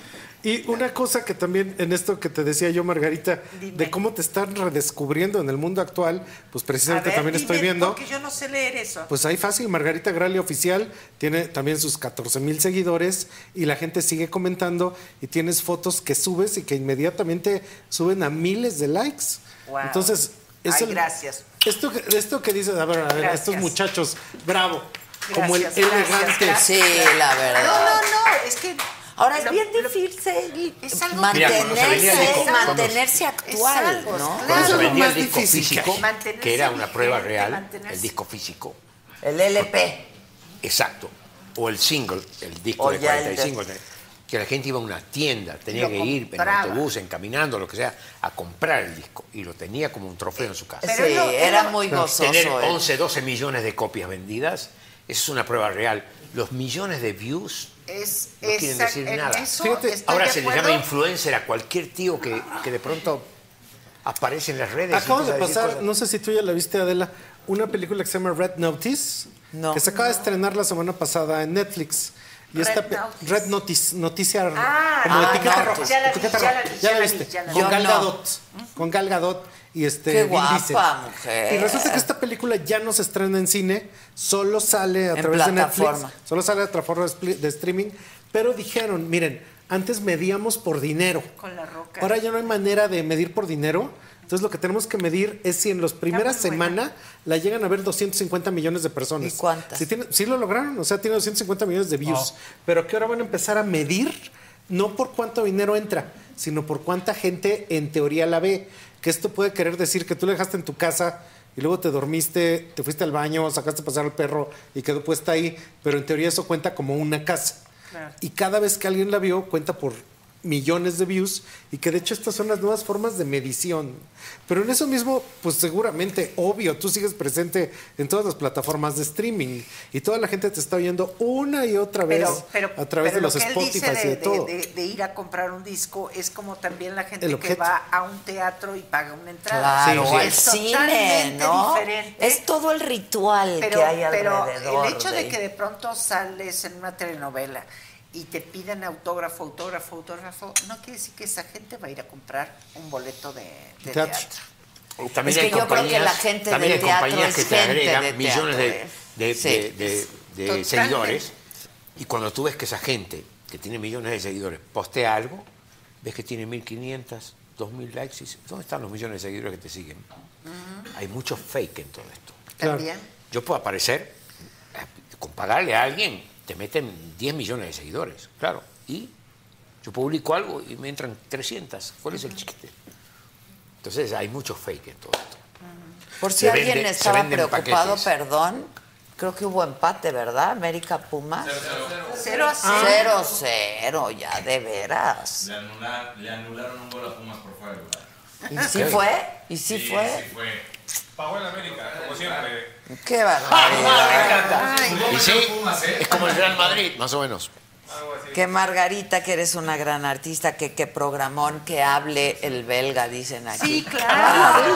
S9: Y una cosa que también en esto que te decía yo, Margarita, de cómo te están redescubriendo en el mundo actual, pues precisamente
S6: A ver,
S9: también
S6: dime,
S9: estoy viendo.
S6: Porque yo no sé leer eso.
S9: Pues ahí fácil, Margarita Gralia oficial tiene también sus 14 mil seguidores y la gente sigue comentando y tienes fotos que subes y que inmediatamente suben a miles de likes.
S6: Wow.
S9: Entonces,
S6: Ay, gracias.
S9: Esto, que- esto que dices, a ver, a ver, a estos
S6: Gracias.
S9: muchachos, bravo, como el
S6: Gracias, gracias,
S9: elegante.
S6: gracias.
S1: Sí, la
S6: No,
S1: verdad.
S6: no, no, es que.
S1: Ahora es
S6: lo-
S1: bien
S6: lo-
S1: difícil
S6: Es algo
S8: cuando se venía
S1: mantenerse,
S8: Nico, cuando-
S1: mantenerse actual,
S6: algo,
S1: ¿no?
S6: claro.
S8: Cuando se
S9: Eso es lo
S8: vendía el
S9: más
S8: disco
S9: difícil que
S8: físico,
S9: hay.
S6: Mantenerse
S8: que era una prueba
S6: vigente,
S8: real,
S6: mantenerse-
S8: el disco físico.
S1: El LP.
S8: Exacto. O el single, el disco
S1: O
S8: de
S1: ya el
S8: 45. Que la gente iba a una tienda, tenía
S6: Lo
S8: que ir en
S6: compraba.
S8: autobús, en caminando, lo que sea, a comprar el disco. Y lo tenía como un trofeo en su casa.
S1: sí,
S6: no,
S1: era
S6: pero-
S1: muy gozoso.
S8: Tener
S1: él.
S8: 11, 12 millones de copias vendidas, eso es una prueba real. Los millones de views
S6: Es,
S8: no quieren
S6: esa-
S8: decir
S6: en
S8: nada.
S6: eso
S9: Fíjate,
S6: estoy
S8: Ahora
S6: de
S8: se le
S6: acuerdo.
S8: llama influencer a cualquier tío que, que de pronto aparece en las redes. y
S9: Acabo
S8: empieza
S9: de
S8: a decir
S9: pasar,
S8: cosas.
S9: no sé si tú ya la viste, Adela, una película que se llama Red Notice,
S1: No.
S9: que se acaba de estrenar la semana pasada en Netflix. Y
S6: Red
S9: esta pe-
S6: Notice.
S9: Red Notice, noticia
S6: Ah,
S9: como
S1: ah,
S9: etiqueta
S1: no,
S9: roja.
S6: ya la vi,
S9: etiqueta
S6: ya
S9: roja.
S6: la vi,
S9: Ya
S6: ya
S9: la
S6: la
S9: viste.
S6: vi, ya la
S9: Con
S1: vi.
S9: Gal
S1: Yo no.
S9: Gadot. Con Gal Gadot y este
S1: Qué
S9: Vin Diesel.
S1: guapa, mujer.
S9: Y resulta que esta película ya no se estrena en cine, solo sale a
S1: En
S9: través de Netflix.
S1: plataforma.
S9: Solo sale a través de streaming. Pero dijeron, miren, antes medíamos por dinero.
S6: Con la roca.
S9: Ahora ya no hay manera de medir por dinero. Entonces lo que tenemos que medir es si en las primeras
S27: muy buena.
S9: semanas la llegan a ver 250 millones de personas.
S27: ¿Y cuántas? Oh.
S9: Si, tiene- si lo lograron, o sea, tiene 250 millones de views. Pero que ahora van a empezar a medir no por cuánto dinero entra, sino por cuánta gente en teoría la ve. Que esto puede querer decir que tú la dejaste en tu casa y luego te dormiste, te fuiste al baño, sacaste a pasar al perro y quedó puesta ahí. Pero en teoría eso cuenta como una casa. Y cada vez que alguien la vio, cuenta por millones de views y que de hecho estas son las nuevas formas de medición. Pero en eso mismo, pues seguramente, obvio, tú sigues presente en todas las plataformas de streaming y toda la gente te está oyendo una y otra vez a través
S6: pero
S9: de los
S6: lo que él dice
S9: Spotify y de, todo.
S6: De, de ir a comprar un disco es como también la gente
S9: El
S6: que
S9: objeto.
S6: va a un teatro y paga una entrada.
S1: Claro,
S6: Sí,
S1: o al
S6: es
S1: cine,
S6: totalmente
S1: ¿no?
S6: diferente.
S1: Es todo el ritual
S6: Pero,
S1: que hay
S6: pero
S1: alrededor.
S6: el hecho de que de pronto sales en una telenovela y te piden autógrafo, autógrafo, autógrafo, no quiere decir que esa gente va a ir a comprar un boleto de, de
S8: Teatro.
S6: teatro.
S8: También
S1: Es
S8: hay
S1: que yo creo que
S8: compañías-
S1: la gente
S8: también
S1: del
S8: hay
S1: teatro
S8: compañías que
S1: es
S8: te
S1: gente
S8: agregan
S1: de
S8: millones de,
S1: teatro,
S8: de-
S1: ¿eh? Sí.
S8: de- de- de
S1: Totalmente.
S8: seguidores. Y cuando tú ves que esa gente que tiene millones de seguidores postea algo, ves que tiene 1.500, 2.000 likes. Y dices, ¿Dónde están los millones de seguidores que te siguen? Hay mucho fake en todo esto.
S6: También.
S8: Yo puedo aparecer, eh, con pagarle a alguien, te meten 10 millones de seguidores, claro. Y yo publico algo y me entran 300. ¿Cuál es el chiquete? Entonces hay mucho fake en todo esto.
S1: Por si
S8: Se
S1: alguien
S8: vende- se
S1: estaba
S8: venden
S1: preocupado,
S8: paquetes.
S1: perdón, creo que hubo empate, ¿verdad? América Pumas.
S6: Cero a cero.
S1: Cero, cero, ya de veras.
S28: Le anularon, le anularon un gol a Pumas por fuera de lugar.
S1: ¿Y si fue? ¿Y si fue?
S28: Sí fue.
S29: Pagó en América, como siempre.
S1: Qué barbaridad.
S8: Y sí, ¿eh? es como el Real Madrid, más o menos.
S1: Que Margarita, que eres una gran artista, que, que programón, que hable el belga, dicen aquí.
S27: Sí,
S1: claro.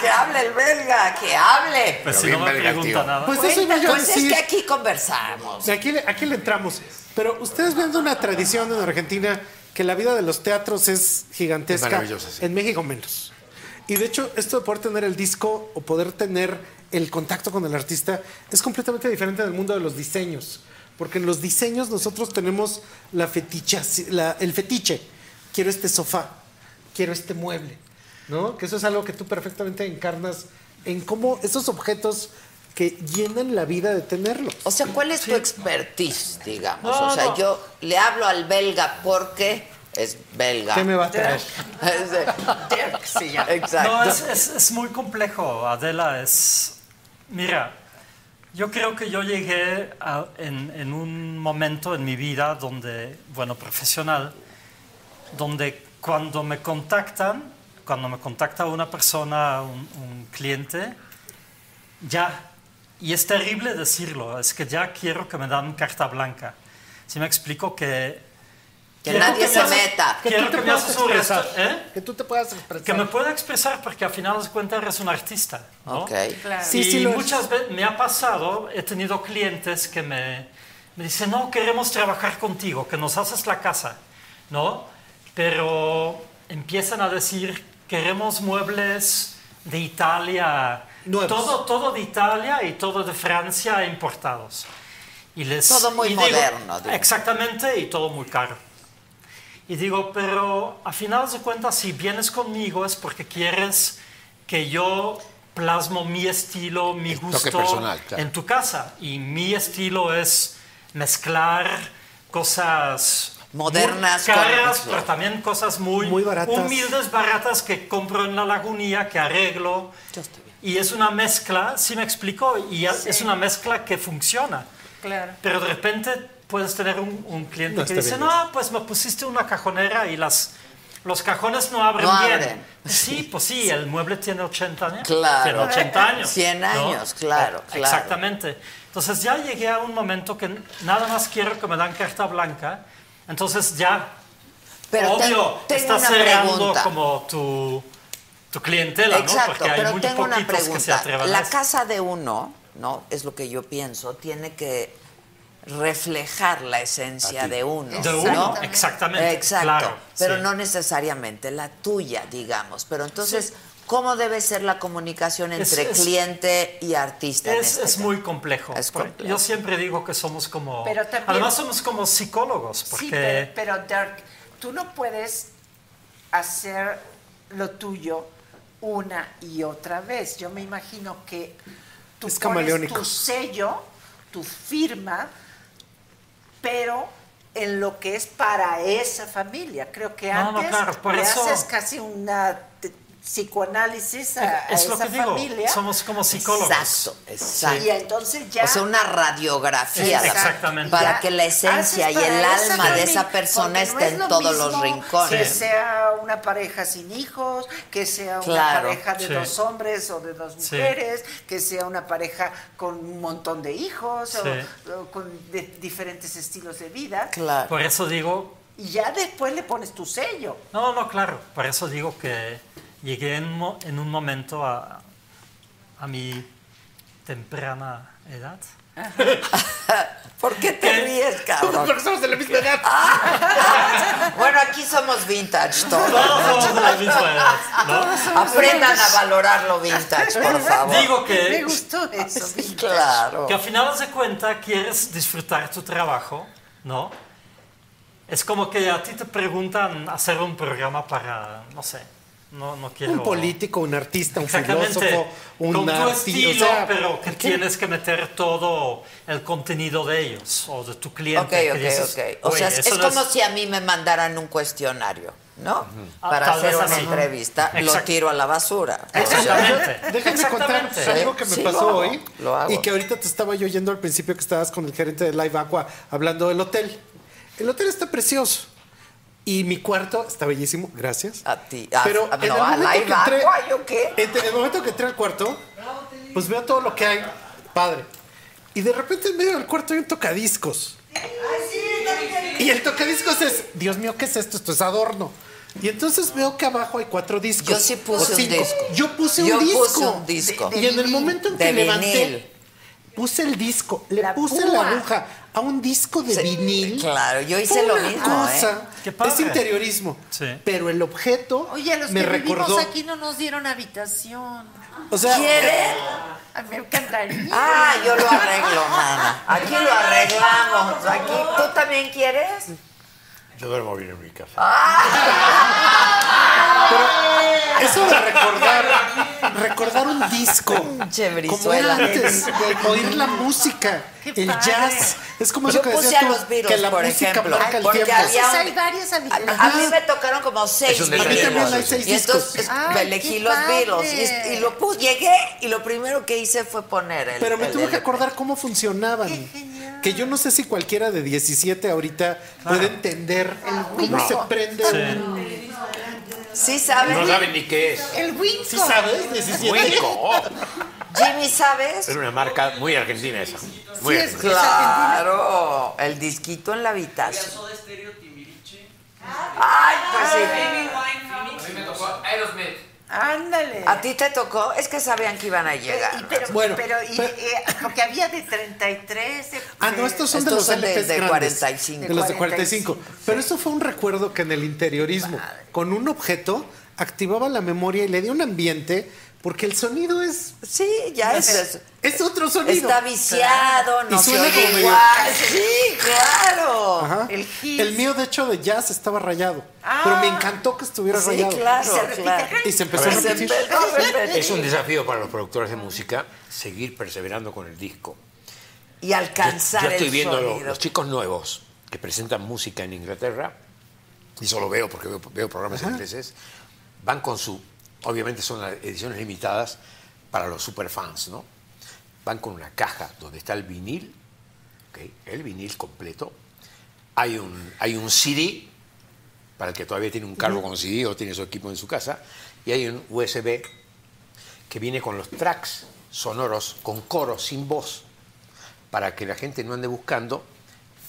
S1: que hable el belga, que hable.
S9: Pues si no me pregunta nada. Pues
S1: Pues,
S9: eso iba yo a
S1: pues es
S9: decir.
S1: que aquí conversamos.
S9: De Aquí, le- aquí le entramos. Pero ustedes viendo una tradición en Argentina que la vida de los teatros es gigantesca.
S8: Es maravillosa, sí.
S9: En México menos. Y de hecho, esto de poder tener el disco o poder tener el contacto con el artista es completamente diferente del mundo de los diseños. Porque en los diseños nosotros tenemos la feticha, la- el fetiche. Quiero este sofá, quiero este mueble. ¿No? Que eso es algo que tú perfectamente encarnas en cómo esos objetos que llenan la vida de tenerlos.
S1: O sea, ¿cuál es tu expertise, digamos?
S9: No,
S1: o sea,
S9: no.
S1: yo le hablo al belga porque es belga.
S9: ¿Qué me va a traer?
S1: Exacto.
S14: No, es, es- es muy complejo, Adela. Es, mira, yo creo que yo llegué a- en, en un momento en mi vida donde, bueno, profesional, donde cuando me contactan, cuando me contacta una persona, un, un cliente, ya, y es terrible decirlo, es que ya quiero que me dan carta blanca. Si me explico que...
S1: Que
S14: quiero
S1: nadie
S14: me
S1: se
S14: haces-
S1: meta.
S9: Que
S14: quiero
S9: tú te
S14: que me
S9: puedas
S14: haces un resto-
S9: expresar.
S14: ¿eh?
S9: Que tú te puedas expresar.
S14: Que me pueda expresar porque al final de cuentas eres un artista. ¿no?
S1: Ok. Claro.
S14: Y
S9: Sí, sí lo eres.
S14: muchas veces me ha pasado, he tenido clientes que me, me dicen, no, queremos trabajar contigo, que nos haces la casa, ¿no? Pero empiezan a decir, queremos muebles de Italia,
S9: Nuevos.
S14: todo, todo de Italia y todo de Francia importados. Y les,
S1: Todo muy
S14: y digo-
S1: moderno, digo.
S14: Exactamente, y todo muy caro. Y digo, pero a final de cuentas, si vienes conmigo es porque quieres que yo plasmo mi estilo, mi
S8: toque
S14: gusto
S8: personal, claro.
S14: en tu casa. Y mi estilo es mezclar cosas muy
S1: Modernas con-
S14: caras, pero también cosas muy,
S9: Muy baratas.
S14: humildes, baratas que compro en la lagunía, que arreglo. Y es una mezcla, si me explico, y a- es una mezcla que funciona.
S6: Claro.
S14: Pero de repente puedes tener un, un cliente
S9: No
S14: que
S9: está
S14: dice,
S9: bien
S14: no, pues me pusiste una cajonera y las, los cajones no abren
S1: No
S14: bien.
S1: abren.
S14: Sí, pues sí, el mueble tiene 80 años.
S1: Claro.
S14: Tiene 80 años.
S1: 100
S14: ¿no? Eh,
S1: años, claro, claro.
S14: Exactamente. Entonces ya llegué a un momento que nada más quiero que me dan carta blanca. Entonces ya,
S1: Pero ten-
S14: obvio,
S1: tengo
S14: estás
S1: una
S14: cerrando
S1: pregunta.
S14: como tu, tu clientela, ¿no?
S1: Exacto,
S14: Porque hay
S1: pero
S14: muy
S1: tengo una
S14: poquitos que se
S1: pregunta.
S14: atrevan a
S1: La
S14: eso.
S1: casa de uno, ¿no? Es lo que yo pienso, tiene que reflejar la esencia de uno.
S14: De uno,
S1: ¿no?
S14: exactamente,
S1: Exacto.
S14: claro,
S1: pero
S14: sí.
S1: no necesariamente la tuya, digamos. Pero entonces, ¿cómo debe ser la comunicación
S14: Es-
S1: entre
S14: es-
S1: cliente y artista? en
S14: Es,
S1: este
S14: es
S1: caso?
S14: muy complejo.
S1: Es
S14: Por-
S1: complejo.
S14: Yo siempre digo que somos como...
S6: Pero también-
S14: además somos como psicólogos, porque...
S6: Sí, pero, pero Dirk, tú no puedes hacer lo tuyo una y otra vez. Yo me imagino que tú
S9: Es
S6: pones
S9: camaleónico.
S6: tu sello, tu firma, pero en lo que es para esa familia. Creo que
S14: No, no,
S6: antes
S14: claro, por
S6: le
S14: eso-
S6: haces casi una te- psicoanálisis a, a
S14: Es lo
S6: esa
S14: que digo,
S6: familia.
S14: somos como psicólogos.
S1: Exacto, exacto.
S6: Y entonces ya
S1: O sea, una radiografía.
S6: Sí,
S14: exactamente. Ah,
S1: Para
S6: Ya
S1: que la esencia
S6: haces
S1: y el
S6: para esa
S1: alma de
S6: familia,
S1: esa persona
S6: porque no
S1: esté
S6: es lo
S1: en todos los
S6: mismo Que
S1: rincones.
S6: sea una pareja sin hijos, que sea una
S1: Claro.
S6: pareja de
S1: Sí.
S6: dos hombres o de dos
S1: Sí.
S6: mujeres, que sea una pareja con un montón de hijos o-
S14: Sí.
S6: o, con de- diferentes estilos de vida.
S14: Por eso digo,
S6: Y ya después le pones tu sello.
S14: No, no, claro. Por eso digo que llegué en, mo- en un momento a, a mi temprana edad.
S1: ¿Por qué te ríes, cabrón?
S14: Somos
S1: personas de la misma edad. bueno, aquí somos vintage todos.
S14: Todos somos de la misma edad, ¿no?
S1: Aprendan a valorar lo vintage, por favor.
S14: Digo que- Me
S6: gustó eso.
S1: Claro.
S14: Que al final de cuenta quieres disfrutar tu trabajo, ¿no? Es como que a ti te preguntan hacer un programa para, no sé, no, no quiero...
S9: Un político, un artista, un
S14: Exactamente.
S9: filósofo, un
S14: con tu
S9: artista.
S14: estilo, pero que tienes que meter todo el contenido de ellos o de tu cliente.
S1: Ok,
S14: que
S1: ok,
S14: dices,
S1: ok. O
S14: "Oye,
S1: sea, es
S14: eso no
S1: como si a mí me mandaran un cuestionario, ¿no?
S14: Ah,
S1: Para
S14: tal
S1: hacer
S14: vez
S1: una
S14: así.
S1: entrevista, lo
S14: Exacto.
S1: tiro a la basura.
S9: Exactamente. Déjenme contar
S1: Exactamente.
S9: algo que me
S1: Sí, lo
S9: pasó
S1: hago,
S9: hoy
S1: lo hago.
S9: y que ahorita te estaba yo oyendo al principio que estabas con el gerente de Live Aqua hablando del hotel. El hotel está precioso y mi cuarto está bellísimo, gracias.
S1: A ti, a-
S9: Pero
S1: a-
S9: en el
S1: no, a
S9: momento
S1: Live
S9: que entré,
S1: Aqua, ¿yo qué?
S9: en- en el momento que entré al cuarto, pues veo todo lo que hay, padre. Y de repente en medio del cuarto hay un tocadiscos. Y el tocadiscos es, Dios mío, ¿qué es esto? Esto es adorno. Y entonces veo que abajo hay cuatro discos.
S1: Yo sí puse un
S9: o cinco.
S1: disco.
S9: Yo puse un
S1: Yo puse
S9: disco.
S1: un disco.
S9: Y en el momento en
S1: De
S9: que
S1: vinil.
S9: levanté, puse el disco, le puse la
S1: púa.
S9: aguja a un disco de vinil.
S1: Pues, claro, yo hice
S9: Fue
S1: lo
S9: una
S1: mismo,
S9: cosa.
S1: ¿eh? Qué padre.
S9: Es interiorismo. Pero el objeto
S6: Oye, a los
S9: me
S6: que
S9: recordó.
S6: vivimos aquí no nos dieron habitación.
S9: O sea,
S6: A mí me encantaría.
S1: ¿eh? Ah, yo lo arreglo, mana. Aquí lo arreglamos. Aquí, ¿Tú también quieres?
S30: Yo duermo bien en mi casa.
S9: Eso de recordar, recordar un disco, como
S1: brizuela.
S9: era antes, de oír la música, el
S1: padre.
S9: jazz, es como eso
S1: Yo
S9: que
S1: puse
S9: decías
S1: a
S9: tú,
S1: los Beatles,
S9: que la
S1: por
S9: música
S1: ejemplo,
S9: marca el
S1: porque
S9: tiempo.
S1: había un-
S6: varias
S1: A mí me tocaron como seis
S9: Es un
S1: Beatles.
S9: A mí también hay seis
S1: y entonces
S9: discos.
S1: pues, elegí
S9: qué
S1: los
S9: padre.
S1: Beatles. Y, y lo puse, llegué y lo primero que hice fue poner el.
S9: Pero me
S1: el-
S9: tuve que
S1: el-
S9: acordar cómo funcionaban. Que yo no sé si cualquiera de 17 ahorita puede entender cómo
S1: Winco.
S9: se prende
S1: Sí.
S9: un-
S1: Sí, ¿sabes?
S8: No saben ni qué es.
S6: El Winco.
S9: ¿Sí sabes? 17.
S8: Winco.
S1: Jimmy, ¿sabes?
S8: Era una marca muy argentina esa. Muy
S1: Sí, es
S8: argentina.
S1: claro. El disquito en la habitación. Ay, pues sí.
S31: A mí me tocó Aerosmith.
S6: Ándale.
S1: A ti te tocó, es que sabían que iban a llegar.
S6: Pero, pero, y, eh, porque había de 33. de-
S9: Ah, no, estos son de los LPs
S1: de
S9: grandes,
S1: 45.
S9: De los de 45. Pero eso fue un recuerdo que en el interiorismo, con un objeto, activaba la memoria y le dio un ambiente, porque el sonido es.
S1: Sí, ya es.
S9: Es, es otro sonido.
S1: Está viciado,
S9: Y
S1: no se
S9: suena como
S1: oye
S9: medio-
S1: igual. Sí, claro.
S9: Ajá.
S1: El
S9: El,
S1: hit.
S9: mío, de hecho, de jazz estaba rayado. pero me encantó que estuviera
S1: Sí,
S9: rayado.
S1: claro, Y se repite, claro.
S9: Y se empezó a
S1: Se
S9: repetir.
S1: empezó a repetir.
S8: Es un desafío para los productores de música seguir perseverando con el disco.
S1: Y alcanzar
S8: Yo estoy
S1: el
S8: viendo lo-
S1: sonido.
S8: los, chicos nuevos que presentan música en Inglaterra, y solo veo porque veo, veo programas ingleses, van con su, obviamente son las ediciones limitadas para los superfans, ¿no? Van con una caja donde está el vinil, ¿ok? el vinil completo, hay un, hay un CD, para el que todavía tiene un cargo con CD o tiene su equipo en su casa, y hay un USB que viene con los tracks sonoros, con coros, sin voz para que la gente no ande buscando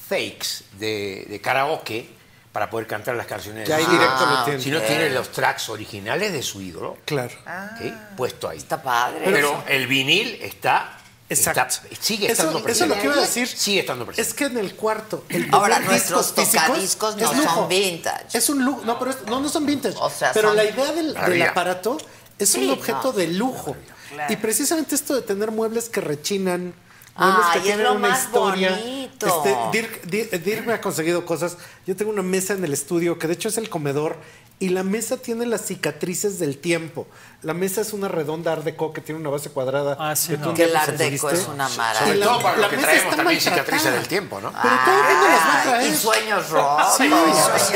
S8: fakes de, de karaoke para poder cantar las canciones.
S9: Que ahí
S8: Ah,
S9: directo lo Eh. tienen.
S8: Si no
S9: Ok.
S8: tiene los tracks originales de su ídolo,
S9: Claro.
S8: ¿ok?
S9: Ah.
S8: puesto ahí. Está
S1: padre.
S8: Pero el vinil está... está- sigue
S9: Eso-
S8: estando
S9: eso
S8: presente.
S9: es lo que iba a decir.
S8: Sigue estando presente.
S9: Es que en el cuarto, el
S1: Ahora
S9: tener discos
S1: nuestros
S9: físicos
S1: tocadiscos no
S9: es lujo.
S1: son vintage.
S9: Es un lujo. No, pero es- no, no son vintage.
S1: sea,
S9: pero
S1: son-
S9: la idea del, del
S1: Maravilla.
S9: aparato es
S1: Sí,
S9: un objeto
S1: no.
S9: de lujo.
S1: Claro.
S9: Y precisamente esto de tener muebles que rechinan. Muebles
S1: Ay,
S9: que
S1: es
S9: tienen
S1: lo
S9: una
S1: más
S9: historia.
S1: bonito.
S9: Este, Dirk, Dirk- Dirk me ha conseguido cosas. Yo tengo una mesa en el estudio que de hecho es el comedor Y la mesa tiene las cicatrices del tiempo. La mesa es una redonda Art Deco que tiene una base cuadrada.
S1: Ah,
S9: sí,
S1: no. Que el Art Deco es una maravilla.
S8: Sobre todo para lo que traemos
S9: mesa está
S8: también
S9: maltratada. Ah.
S8: cicatrices del tiempo, ¿no?
S9: Pero todo el mundo las va a traer.
S1: Y sueños rotos.
S9: Sí.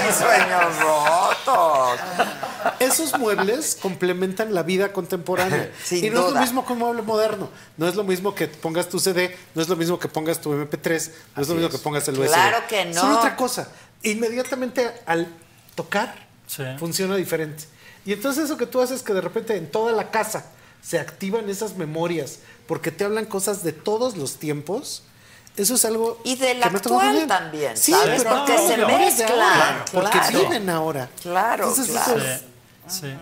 S1: Y sueños rotos.
S9: Esos muebles complementan la vida contemporánea.
S1: Sin
S9: y no es
S1: duda.
S9: lo mismo que un mueble moderno. No es lo mismo que pongas tu CD, no es lo mismo que pongas tu MP3, no es lo mismo que pongas el USB.
S1: Claro que no.
S9: Son otra cosa. Inmediatamente al tocar,
S14: Sí.
S9: funciona diferente. Y entonces eso que tú haces que de repente en toda la casa se activan esas memorias porque te hablan cosas de todos los tiempos. Eso es algo
S1: Y del
S9: que me está muy
S1: actual
S9: bien.
S1: también,
S9: Sí,
S1: ¿sabes?
S9: pero
S1: Porque se
S9: memorias de
S1: mezclan,
S9: ahora, Porque
S1: claro.
S9: viven ahora.
S1: Claro,
S9: Entonces,
S1: claro.
S9: eso es-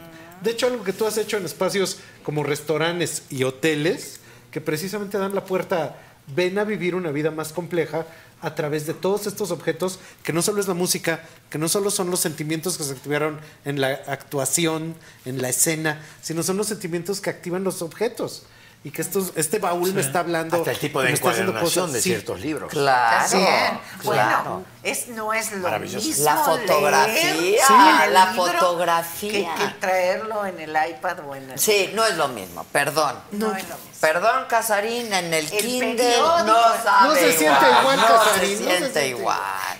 S9: De hecho, algo que tú has hecho en espacios como restaurantes y hoteles, que precisamente dan la puerta, ven a vivir una vida más compleja a través de todos estos objetos, que no solo es la música, que no solo son los sentimientos que se activaron en la actuación, en la escena, sino son los sentimientos que activan los objetos. Y que estos, este baúl me está hablando.
S8: Hasta el tipo de
S9: me está haciendo
S8: encuadernación
S9: cosas,
S8: de ciertos libros.
S1: Claro.
S6: También.
S1: claro.
S6: Bueno, es, no es lo
S8: Maravilloso.
S6: mismo
S1: La fotografía,
S6: leer
S1: Sí.
S6: en el
S1: la
S6: libro
S1: fotografía.
S6: Que, que traerlo en el iPad o en el...
S1: Sí, no es lo mismo, perdón.
S6: No es lo mismo.
S1: Perdón, Casarín, en el,
S6: El
S1: Kindle
S6: periódico.
S1: no sabe
S6: No se
S9: siente igual,
S1: no
S9: Casarín,
S1: se
S9: no
S1: siente
S9: se siente
S1: igual.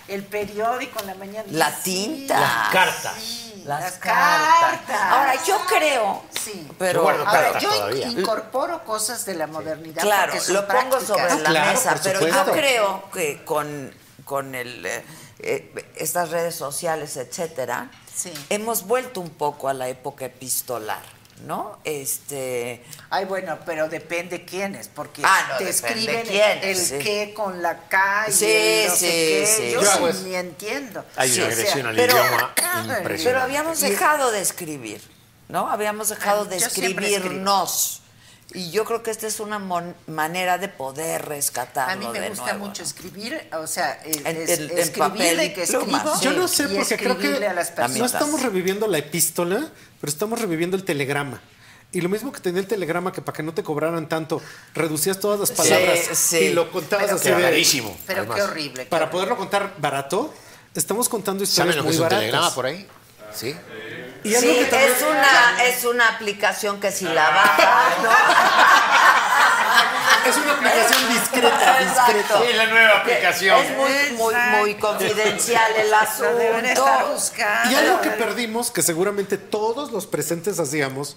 S6: El periódico en la mañana.
S1: La
S6: Sí,
S1: tinta.
S8: Las cartas.
S1: Las,
S6: las
S1: cartas.
S6: cartas.
S1: Ahora, yo creo,
S6: Sí.
S1: pero... ah,
S8: guardo
S1: Ahora,
S6: Ahora,
S8: cartas
S6: yo
S8: todavía.
S6: incorporo cosas de la modernidad.
S1: Claro,
S6: porque son
S1: lo pongo
S6: prácticas.
S1: sobre la
S9: claro,
S1: mesa,
S9: por
S1: pero yo
S9: supuesto.
S1: creo que con, con el, eh, eh, estas redes sociales, etcétera,
S6: Sí.
S1: hemos vuelto un poco a la época epistolar, ¿no? Este,
S6: Ay, bueno, pero depende quién es, porque
S1: Ah, no,
S6: te
S1: depende
S6: escriben
S1: quién
S6: el
S1: es, sí.
S6: qué con la K y
S1: Sí,
S6: el no
S1: sí,
S6: sé qué.
S1: sí. Yo
S6: Yo, sí
S8: hago eso.
S6: ni entiendo.
S8: Hay
S6: Sí,
S8: una
S6: o sea,
S8: agresión al
S1: pero-
S8: idioma impresionante.
S1: pero habíamos dejado de escribir, ¿no? Habíamos dejado
S6: Ay,
S1: de
S6: yo siempre
S1: escribirnos. Y yo creo que esta es una mon- manera de poder rescatarlo
S6: A mí me
S1: de
S6: gusta
S1: nuevo,
S6: mucho
S1: ¿no?
S6: escribir, o sea, el-
S1: En-
S6: es-
S1: en- en
S6: escribirle
S1: papel y
S6: que
S1: pluma.
S6: escribo.
S1: Sí.
S9: Yo no sé,
S6: y
S9: porque creo que
S6: escribirle a las
S9: no
S6: personas.
S9: estamos reviviendo la epístola, pero estamos reviviendo el telegrama. Y lo mismo que tenía el telegrama, que para que no te cobraran tanto, reducías todas las palabras
S1: sí.
S9: y lo contabas
S6: Pero
S9: así
S8: Queda
S9: de-
S8: rarísimo,
S6: Pero
S8: además.
S6: qué horrible. qué
S9: Para
S6: horrible.
S9: poderlo contar barato, estamos contando historias
S8: ¿Saben lo que
S9: muy
S8: es un
S9: baratas.
S8: telegrama por ahí? ¿Sí?
S9: Y algo
S1: Sí,
S9: que también-
S1: es una, es una aplicación que si la bajas, ¿no?
S9: es una aplicación discreta,
S1: Exacto.
S9: discreta.
S8: Es la nueva aplicación.
S1: Es muy, muy, muy
S6: Exacto.
S1: confidencial el
S6: Lo deben estar
S1: asunto.
S6: buscando.
S9: Y algo
S1: eh.
S9: que perdimos, que seguramente todos los presentes hacíamos,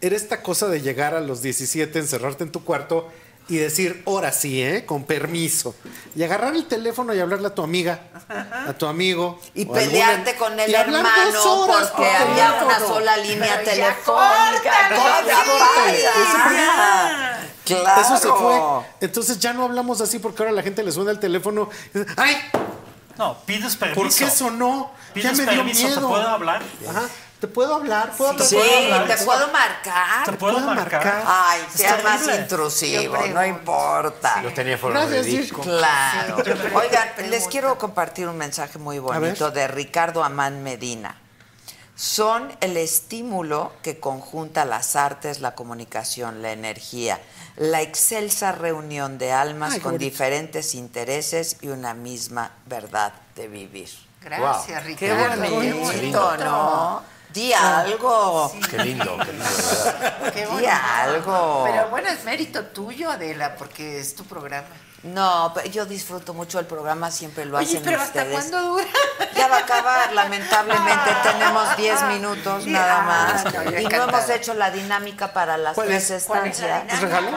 S9: era esta cosa de llegar a los 17, encerrarte en tu cuarto y decir, ahora sí, ¿eh? con permiso. Y agarrar el teléfono y hablarle a tu amiga, a tu amigo.
S1: Y
S9: o a algún-
S1: pelearte con el
S9: y hablar
S1: hermano
S9: dos horas
S1: porque
S9: por
S1: había una
S9: teléfono.
S1: sola línea
S6: Pero ya
S1: telefónica.
S6: córtale,
S1: Corta,
S6: ya
S9: córtale.
S1: vaya.
S9: Eso fue-
S1: Claro.
S9: Eso se fue. Entonces ya no hablamos así porque ahora la gente le suena el teléfono. y dice, ¡Ay!
S14: No, pides permiso.
S9: ¿Por qué sonó? Ya
S14: Pides
S9: me dio
S14: permiso,
S9: miedo.
S14: ¿te puedo hablar?
S9: Ajá. ¿Te puedo hablar? ¿Puedo hablar?
S1: Sí, te puedo
S14: ¿Te
S1: marcar.
S14: puedo
S9: puedo
S14: marcar?
S9: marcar?
S1: Ay, sea
S14: Está
S1: más
S14: horrible.
S1: intrusivo,
S6: Yo creo.
S1: no importa.
S8: Los teléfonos de
S9: Gracias, Dirk.
S8: disco.
S1: Claro.
S6: Sí, yo creo que
S1: Oigan,
S6: pregunta.
S1: les quiero compartir un mensaje muy bonito
S9: A
S1: de Ricardo Amán Medina. Son el estímulo que conjunta las artes, la comunicación, la energía, la excelsa reunión de almas
S9: Ay, qué
S1: con
S9: bonito.
S1: diferentes intereses y una misma verdad de vivir.
S6: Gracias,
S8: Wow.
S1: Qué
S6: Ricardo.
S1: bonito,
S8: qué lindo.
S1: ¿no? Di algo.
S8: Qué lindo, qué lindo, de verdad.
S6: Qué
S1: Di
S6: bonito.
S1: algo.
S6: Pero bueno, es mérito tuyo, Adela, porque es tu programa.
S1: No, pero yo disfruto mucho el programa, siempre lo
S6: Oye,
S1: hacen
S6: pero ¿hasta
S1: ustedes.
S6: cuándo dura?
S1: Ya va a acabar, lamentablemente. Tenemos 10 minutos
S6: Ah. Sí,
S1: nada
S6: ah,
S1: más.
S6: no, yo
S1: y no
S6: encantada.
S1: hemos hecho la dinámica para las
S9: ¿Cuál
S1: tres
S9: es?
S6: ¿Cuál es la
S1: estancias.
S9: ¿Les regalo?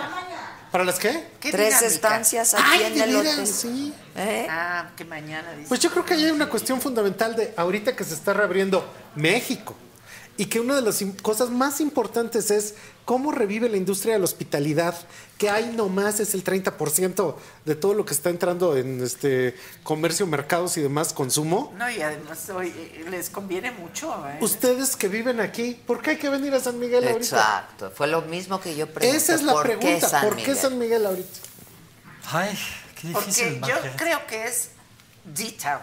S9: ¿Para las qué?
S6: ¿Qué
S1: tres
S6: dinámica?
S1: estancias aquí
S9: Ay,
S1: en
S9: de
S1: el
S9: veras,
S1: hotel.
S9: sí.
S1: ¿Eh?
S6: Ah, que mañana dice.
S9: Pues yo creo que ahí hay una cuestión fundamental de ahorita que se está reabriendo México y que una de las im- cosas más importantes es cómo revive la industria de la hospitalidad, que ahí nomás es el 30% de todo lo que está entrando en este comercio, mercados y demás consumo.
S6: No, y además hoy eh, les conviene mucho. ¿eh?
S9: Ustedes que viven aquí, ¿por qué hay que venir a San Miguel ahorita?
S1: Exacto. Fue lo mismo que yo pregunté.
S9: Esa es la
S1: ¿por qué
S9: pregunta,
S1: San
S9: ¿por qué
S1: Miguel?
S9: San Miguel ahorita?
S14: Ay, qué difícil.
S6: Porque yo
S14: Margaret.
S6: creo que es D-Town.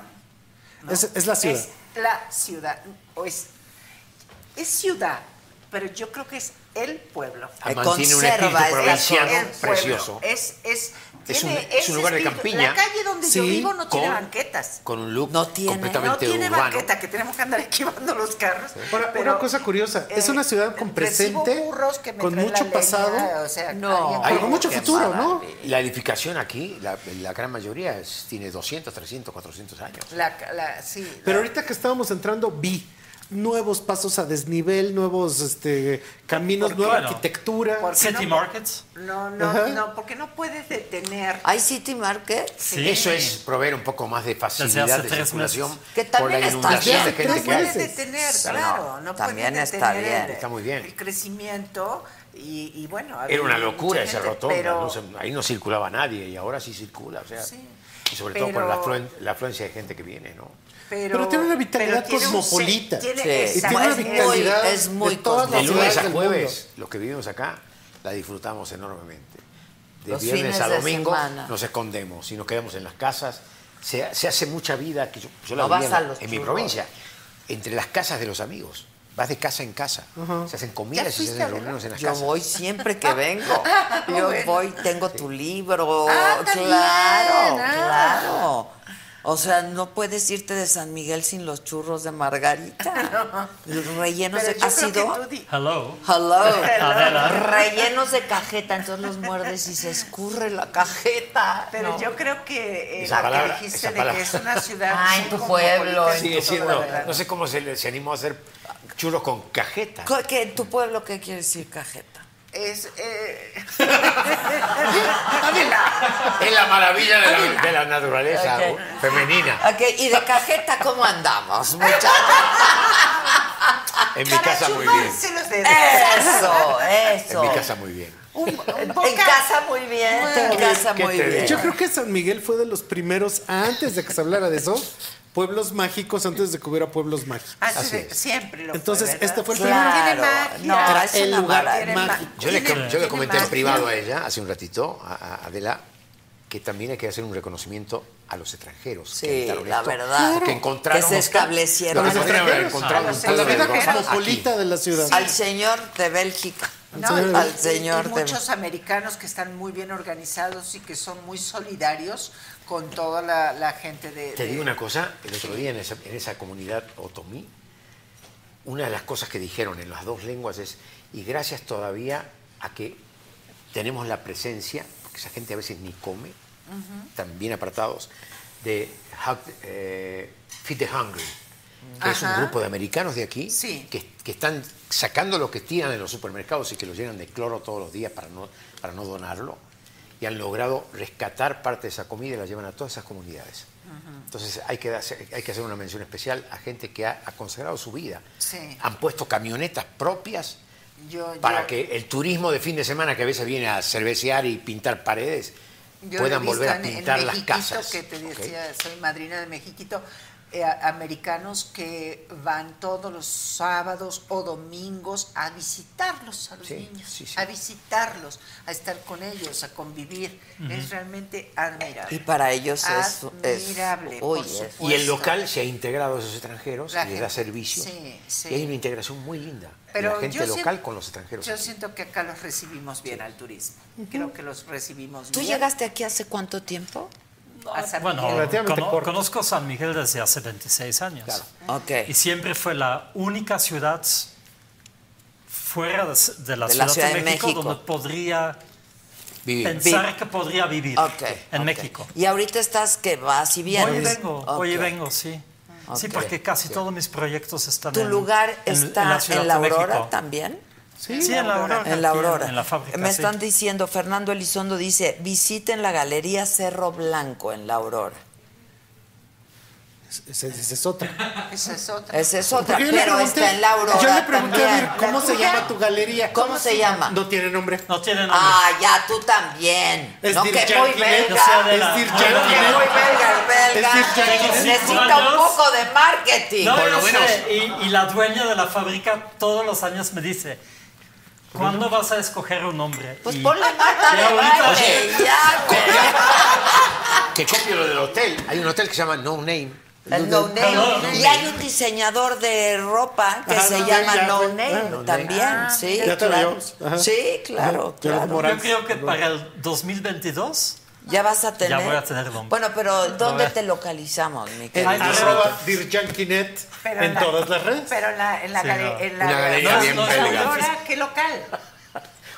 S6: ¿no?
S9: Es- es la ciudad.
S6: Es la ciudad. O es, es ciudad, pero yo creo que es el pueblo.
S8: Además, tiene un espíritu
S6: Conserva, es
S8: provinciano
S6: el pueblo.
S8: precioso.
S6: Es, es,
S8: Es
S6: tiene
S8: un- es
S6: ese
S8: un lugar de
S6: espíritu.
S8: campiña.
S6: La calle donde yo
S8: Sí,
S6: vivo no tiene
S8: con-
S6: banquetas.
S8: Con un look
S6: No
S8: completamente
S6: tiene
S8: urbano.
S6: banqueta, que tenemos que andar esquivando los carros. eh,
S9: Ahora, una cosa curiosa, es una ciudad con presente,
S6: burros que me
S9: con
S6: traen la
S9: mucho
S6: leña,
S9: pasado,
S6: o sea,
S9: no,
S6: alguien-
S9: con mucho
S8: Qué
S9: futuro, ¿no?
S8: maravilla. La edificación aquí, la, la gran mayoría, es- tiene 200, 300, 400 años.
S6: La, la, sí,
S9: Pero ahorita que estábamos entrando, vi nuevos pasos a desnivel, nuevos este, caminos,
S14: ¿Por
S9: nueva
S14: qué?
S9: arquitectura.
S14: ¿Por qué City no? markets.
S6: No, no,
S9: Ajá. Ah,
S6: no, porque no puedes detener.
S1: ¿Hay City Market?
S8: Eso es proveer un poco más de facilidad de
S14: tres meses.
S8: circulación
S1: Que
S8: por la
S1: también está
S8: inundación de
S1: bien.
S8: gente
S6: No
S8: que hay.
S6: puedes detener,
S8: Sí,
S6: claro. No
S8: también
S6: puedes
S8: está
S6: detener
S8: bien.
S6: el-
S8: Está muy bien.
S6: El crecimiento y, y bueno.
S8: Era una locura
S6: ese
S8: esa rotonda, no se- ahí no circulaba nadie y ahora sí circula, o sea,
S6: Sí.
S8: y sobre todo
S6: Pero-
S8: por la, afluen- la afluencia de gente que viene, ¿no?
S6: Pero,
S9: Pero tiene una vitalidad
S6: pero tiene un se-
S9: cosmopolita.
S6: tiene-
S9: Sí. Y
S6: exacto,
S9: tiene una
S1: Pues,
S6: es muy-
S9: vitalidad
S6: es muy
S9: de todas
S8: De
S9: las
S8: lunes
S9: ciudades
S8: a
S9: del
S8: jueves, los que vivimos acá, la disfrutamos enormemente. De
S1: Los
S8: viernes
S1: fines
S8: a
S1: de
S8: domingo
S1: semana.
S8: nos escondemos y nos quedamos en las casas. Se, se hace mucha vida que yo, yo la
S1: No
S8: vivía
S1: vas
S8: en,
S1: a los
S8: en mi
S1: churros.
S8: provincia, entre las casas de los amigos. Vas de casa en casa. Se hacen comidas
S1: ¿Ya
S8: y se
S1: fuiste a
S8: hacen reuniones en las
S1: Yo
S8: casas.
S1: voy siempre que vengo.
S6: Ah,
S1: Yo
S8: Bueno.
S1: voy, tengo tu libro.
S8: Ah, está bien,
S1: claro,
S8: ah.
S1: claro. O sea, no puedes irte de San Miguel sin los churros de margarita. Rellenos
S6: Pero
S1: de
S6: yo creo
S1: ácido.
S6: que tú di-
S14: Hello.
S1: Hello.
S14: Adela.
S1: Rellenos de cajeta, entonces los muerdes y se escurre la cajeta.
S6: Pero
S1: No.
S6: yo creo que eh,
S8: Esa
S6: lo
S8: palabra,
S6: que dijiste
S8: esa
S6: de
S8: palabra.
S6: que es una ciudad.
S1: Ay,
S6: muy
S1: tu pueblo,
S6: cosmopolita,
S8: Sigue
S6: es todo,
S8: siendo,
S6: la verdad.
S8: no sé cómo se, le- se animó a hacer churros con cajeta.
S1: Co- ¿Qué, ¿Tu pueblo qué quiere decir cajeta?
S6: Es. eh,
S8: Es la maravilla de la, de la naturaleza
S1: Ok.
S8: uh, femenina.
S1: Ok, ¿y de cajeta cómo andamos, muchachos?
S8: En mi casa muy bien.
S1: Eso,
S8: En
S1: eso.
S8: mi casa muy bien.
S1: En casa muy bien, en casa
S8: ¿Qué
S1: muy
S8: te
S1: bien.
S9: Yo creo que San Miguel fue de los primeros, antes de que se hablara de eso, pueblos mágicos, antes de que hubiera pueblos mágicos.
S1: Ah,
S8: Ah,
S6: Así de- Siempre lo
S9: Entonces,
S6: fue, ¿verdad?
S9: este fue el
S1: Claro,
S9: primero.
S1: no,
S9: Era
S1: es
S9: el
S1: una
S9: lugar
S1: maravilla.
S9: mágico.
S8: Yo le,
S9: Tiene-
S8: yo le
S9: tiene
S8: comenté en
S9: magia.
S8: privado a ella hace un ratito, a, a Adela, que también hay que hacer un reconocimiento a los extranjeros.
S1: Sí,
S8: que habitaron
S1: la
S8: esto,
S1: verdad.
S8: porque
S1: Claro.
S8: encontraron
S1: Que se establecieron.
S8: Lo
S1: A
S8: que
S1: los
S8: podrían haber
S1: extranjeros.
S8: encontrado
S1: A
S8: un
S1: los
S8: pueblo de
S1: extranjeros.
S8: Europa
S9: Cosmopolita
S8: aquí.
S9: de la ciudad.
S1: Al señor de Bélgica.
S6: No, y-
S1: al
S6: y-
S1: señor
S6: y
S1: de
S6: muchos americanos que están muy bien organizados y que son muy solidarios con toda la, la gente de,
S8: Te
S6: de-
S8: digo una cosa, el otro día en esa, en esa comunidad otomí, una de las cosas que dijeron en las dos lenguas es, y gracias todavía a que tenemos la presencia, porque esa gente a veces ni come, también apartados, de Hug- eh, Feed the Hungry, que es un
S6: Ajá.
S8: grupo de americanos de aquí
S6: Sí.
S8: que, que están sacando lo que tiran en los supermercados y que lo llenan de cloro todos los días para no, para no donarlo, y han logrado rescatar parte de esa comida y la llevan a todas esas comunidades. Entonces hay que, hacer, hay que hacer una mención especial a gente que ha, ha consagrado su vida.
S6: Sí.
S8: Han puesto camionetas propias
S6: Yo-
S8: para
S6: yo-
S8: que el turismo de fin de semana, que a veces viene a cervecear y pintar paredes,
S6: yo lo he
S8: puedan
S6: visto
S8: volver a
S6: en- en
S8: pintar las
S6: Mexiquito,
S8: casas.
S6: que te
S8: ¿ok?
S6: decía, soy madrina de Mexiquito, eh, a- americanos que van todos los sábados o domingos a visitarlos a los
S8: Sí,
S6: niños,
S8: sí, sí.
S6: a visitarlos, a estar con ellos, a convivir. Es realmente admirable.
S1: Y para ellos es- es-
S6: admirable.
S1: uy,
S6: por
S1: es-
S6: supuesto.
S8: Y el local se ha integrado a esos extranjeros
S6: La
S8: y les da
S6: gente-
S8: servicio.
S6: sí, sí.
S8: Y hay una integración muy linda
S6: Pero
S8: de la gente
S6: yo
S8: local
S6: siento-
S8: con los extranjeros.
S6: Yo siento que acá los recibimos bien al turismo. Creo que los recibimos
S1: ¿Tú
S6: bien.
S1: llegaste aquí hace cuánto tiempo?
S6: a San
S14: Bueno,
S6: Miguel.
S14: cono- conozco San Miguel desde hace 26 años.
S1: Ok.
S14: Y siempre fue la única ciudad fuera de, s- de la,
S1: De
S14: ciudad
S1: la Ciudad de
S14: de México,
S1: México.
S14: donde podría
S8: Vivir.
S14: pensar que podría vivir
S1: Ok,
S14: en
S1: ok.
S14: México.
S1: Y ahorita estás que vas y vienes.
S14: Hoy vengo, hoy
S1: Ok.
S14: vengo, sí. Sí,
S1: Ok.
S14: porque casi todos mis proyectos están
S1: ¿Tu
S14: en
S1: lugar
S14: en- en
S1: está en la,
S14: Ciudad de
S1: Aurora
S14: México.
S1: también?
S14: Sí, Sí, en la Aurora.
S1: En la
S14: Aquí, en-
S1: Aurora.
S14: en la fábrica,
S1: Me
S14: sí.
S1: están diciendo, Fernando Elizondo dice, visiten la Galería Cerro Blanco en la Aurora.
S9: Esa esa es otra.
S6: Esa es otra.
S1: Esa es otra,
S9: Porque yo le
S1: pero
S9: pregunté-
S1: está en la Aurora
S9: Yo le pregunté a
S1: también.
S9: ver, ¿cómo se llama tu galería?
S1: ¿Cómo se llama?
S9: No tiene nombre.
S14: No tiene nombre.
S1: Ah, ya, tú también.
S9: Es
S1: no, que
S9: Dirk
S1: muy
S9: Gentile,
S1: belga.
S9: o sea, de la- Es Dirk
S1: No, que
S9: Gentile.
S1: muy belga, el belga.
S9: Es Dirk Gentile.
S1: Necesita un poco de marketing.
S14: No, yo sé, Y, y la dueña de la fábrica todos los años me dice, ¿cuándo vas a escoger un nombre?
S1: Pues
S14: Y-
S1: ponle Marta
S14: y
S1: de
S14: ahorita-
S1: baile, ya, güey.
S8: Que copio lo del hotel. Hay un hotel que se llama No Name,
S1: El no name. Y hay un diseñador de ropa que
S32: Ajá,
S1: se
S32: no
S1: llama
S32: name,
S1: no
S32: ya,
S1: name
S32: claro, no
S1: también,
S14: name.
S1: sí.
S14: Ya te
S1: claro.
S14: veo. Ajá.
S1: Sí, claro, claro.
S14: Yo creo que para el 2022
S1: Ya vas a tener.
S14: ya voy a tener nombre.
S1: Bueno, pero ¿dónde
S14: ver.
S1: te localizamos, mi
S14: Eh,
S9: En
S1: querido?
S9: arroba dirjankinet
S1: Pero
S9: en
S1: la-
S9: todas las redes.
S6: Pero en la, en la,
S9: Sí,
S6: gale-
S9: no.
S6: en la,
S9: Una galería
S14: Ah.
S6: no,
S9: bien
S6: no, en la
S9: belga.
S6: Aurora, ¿qué local?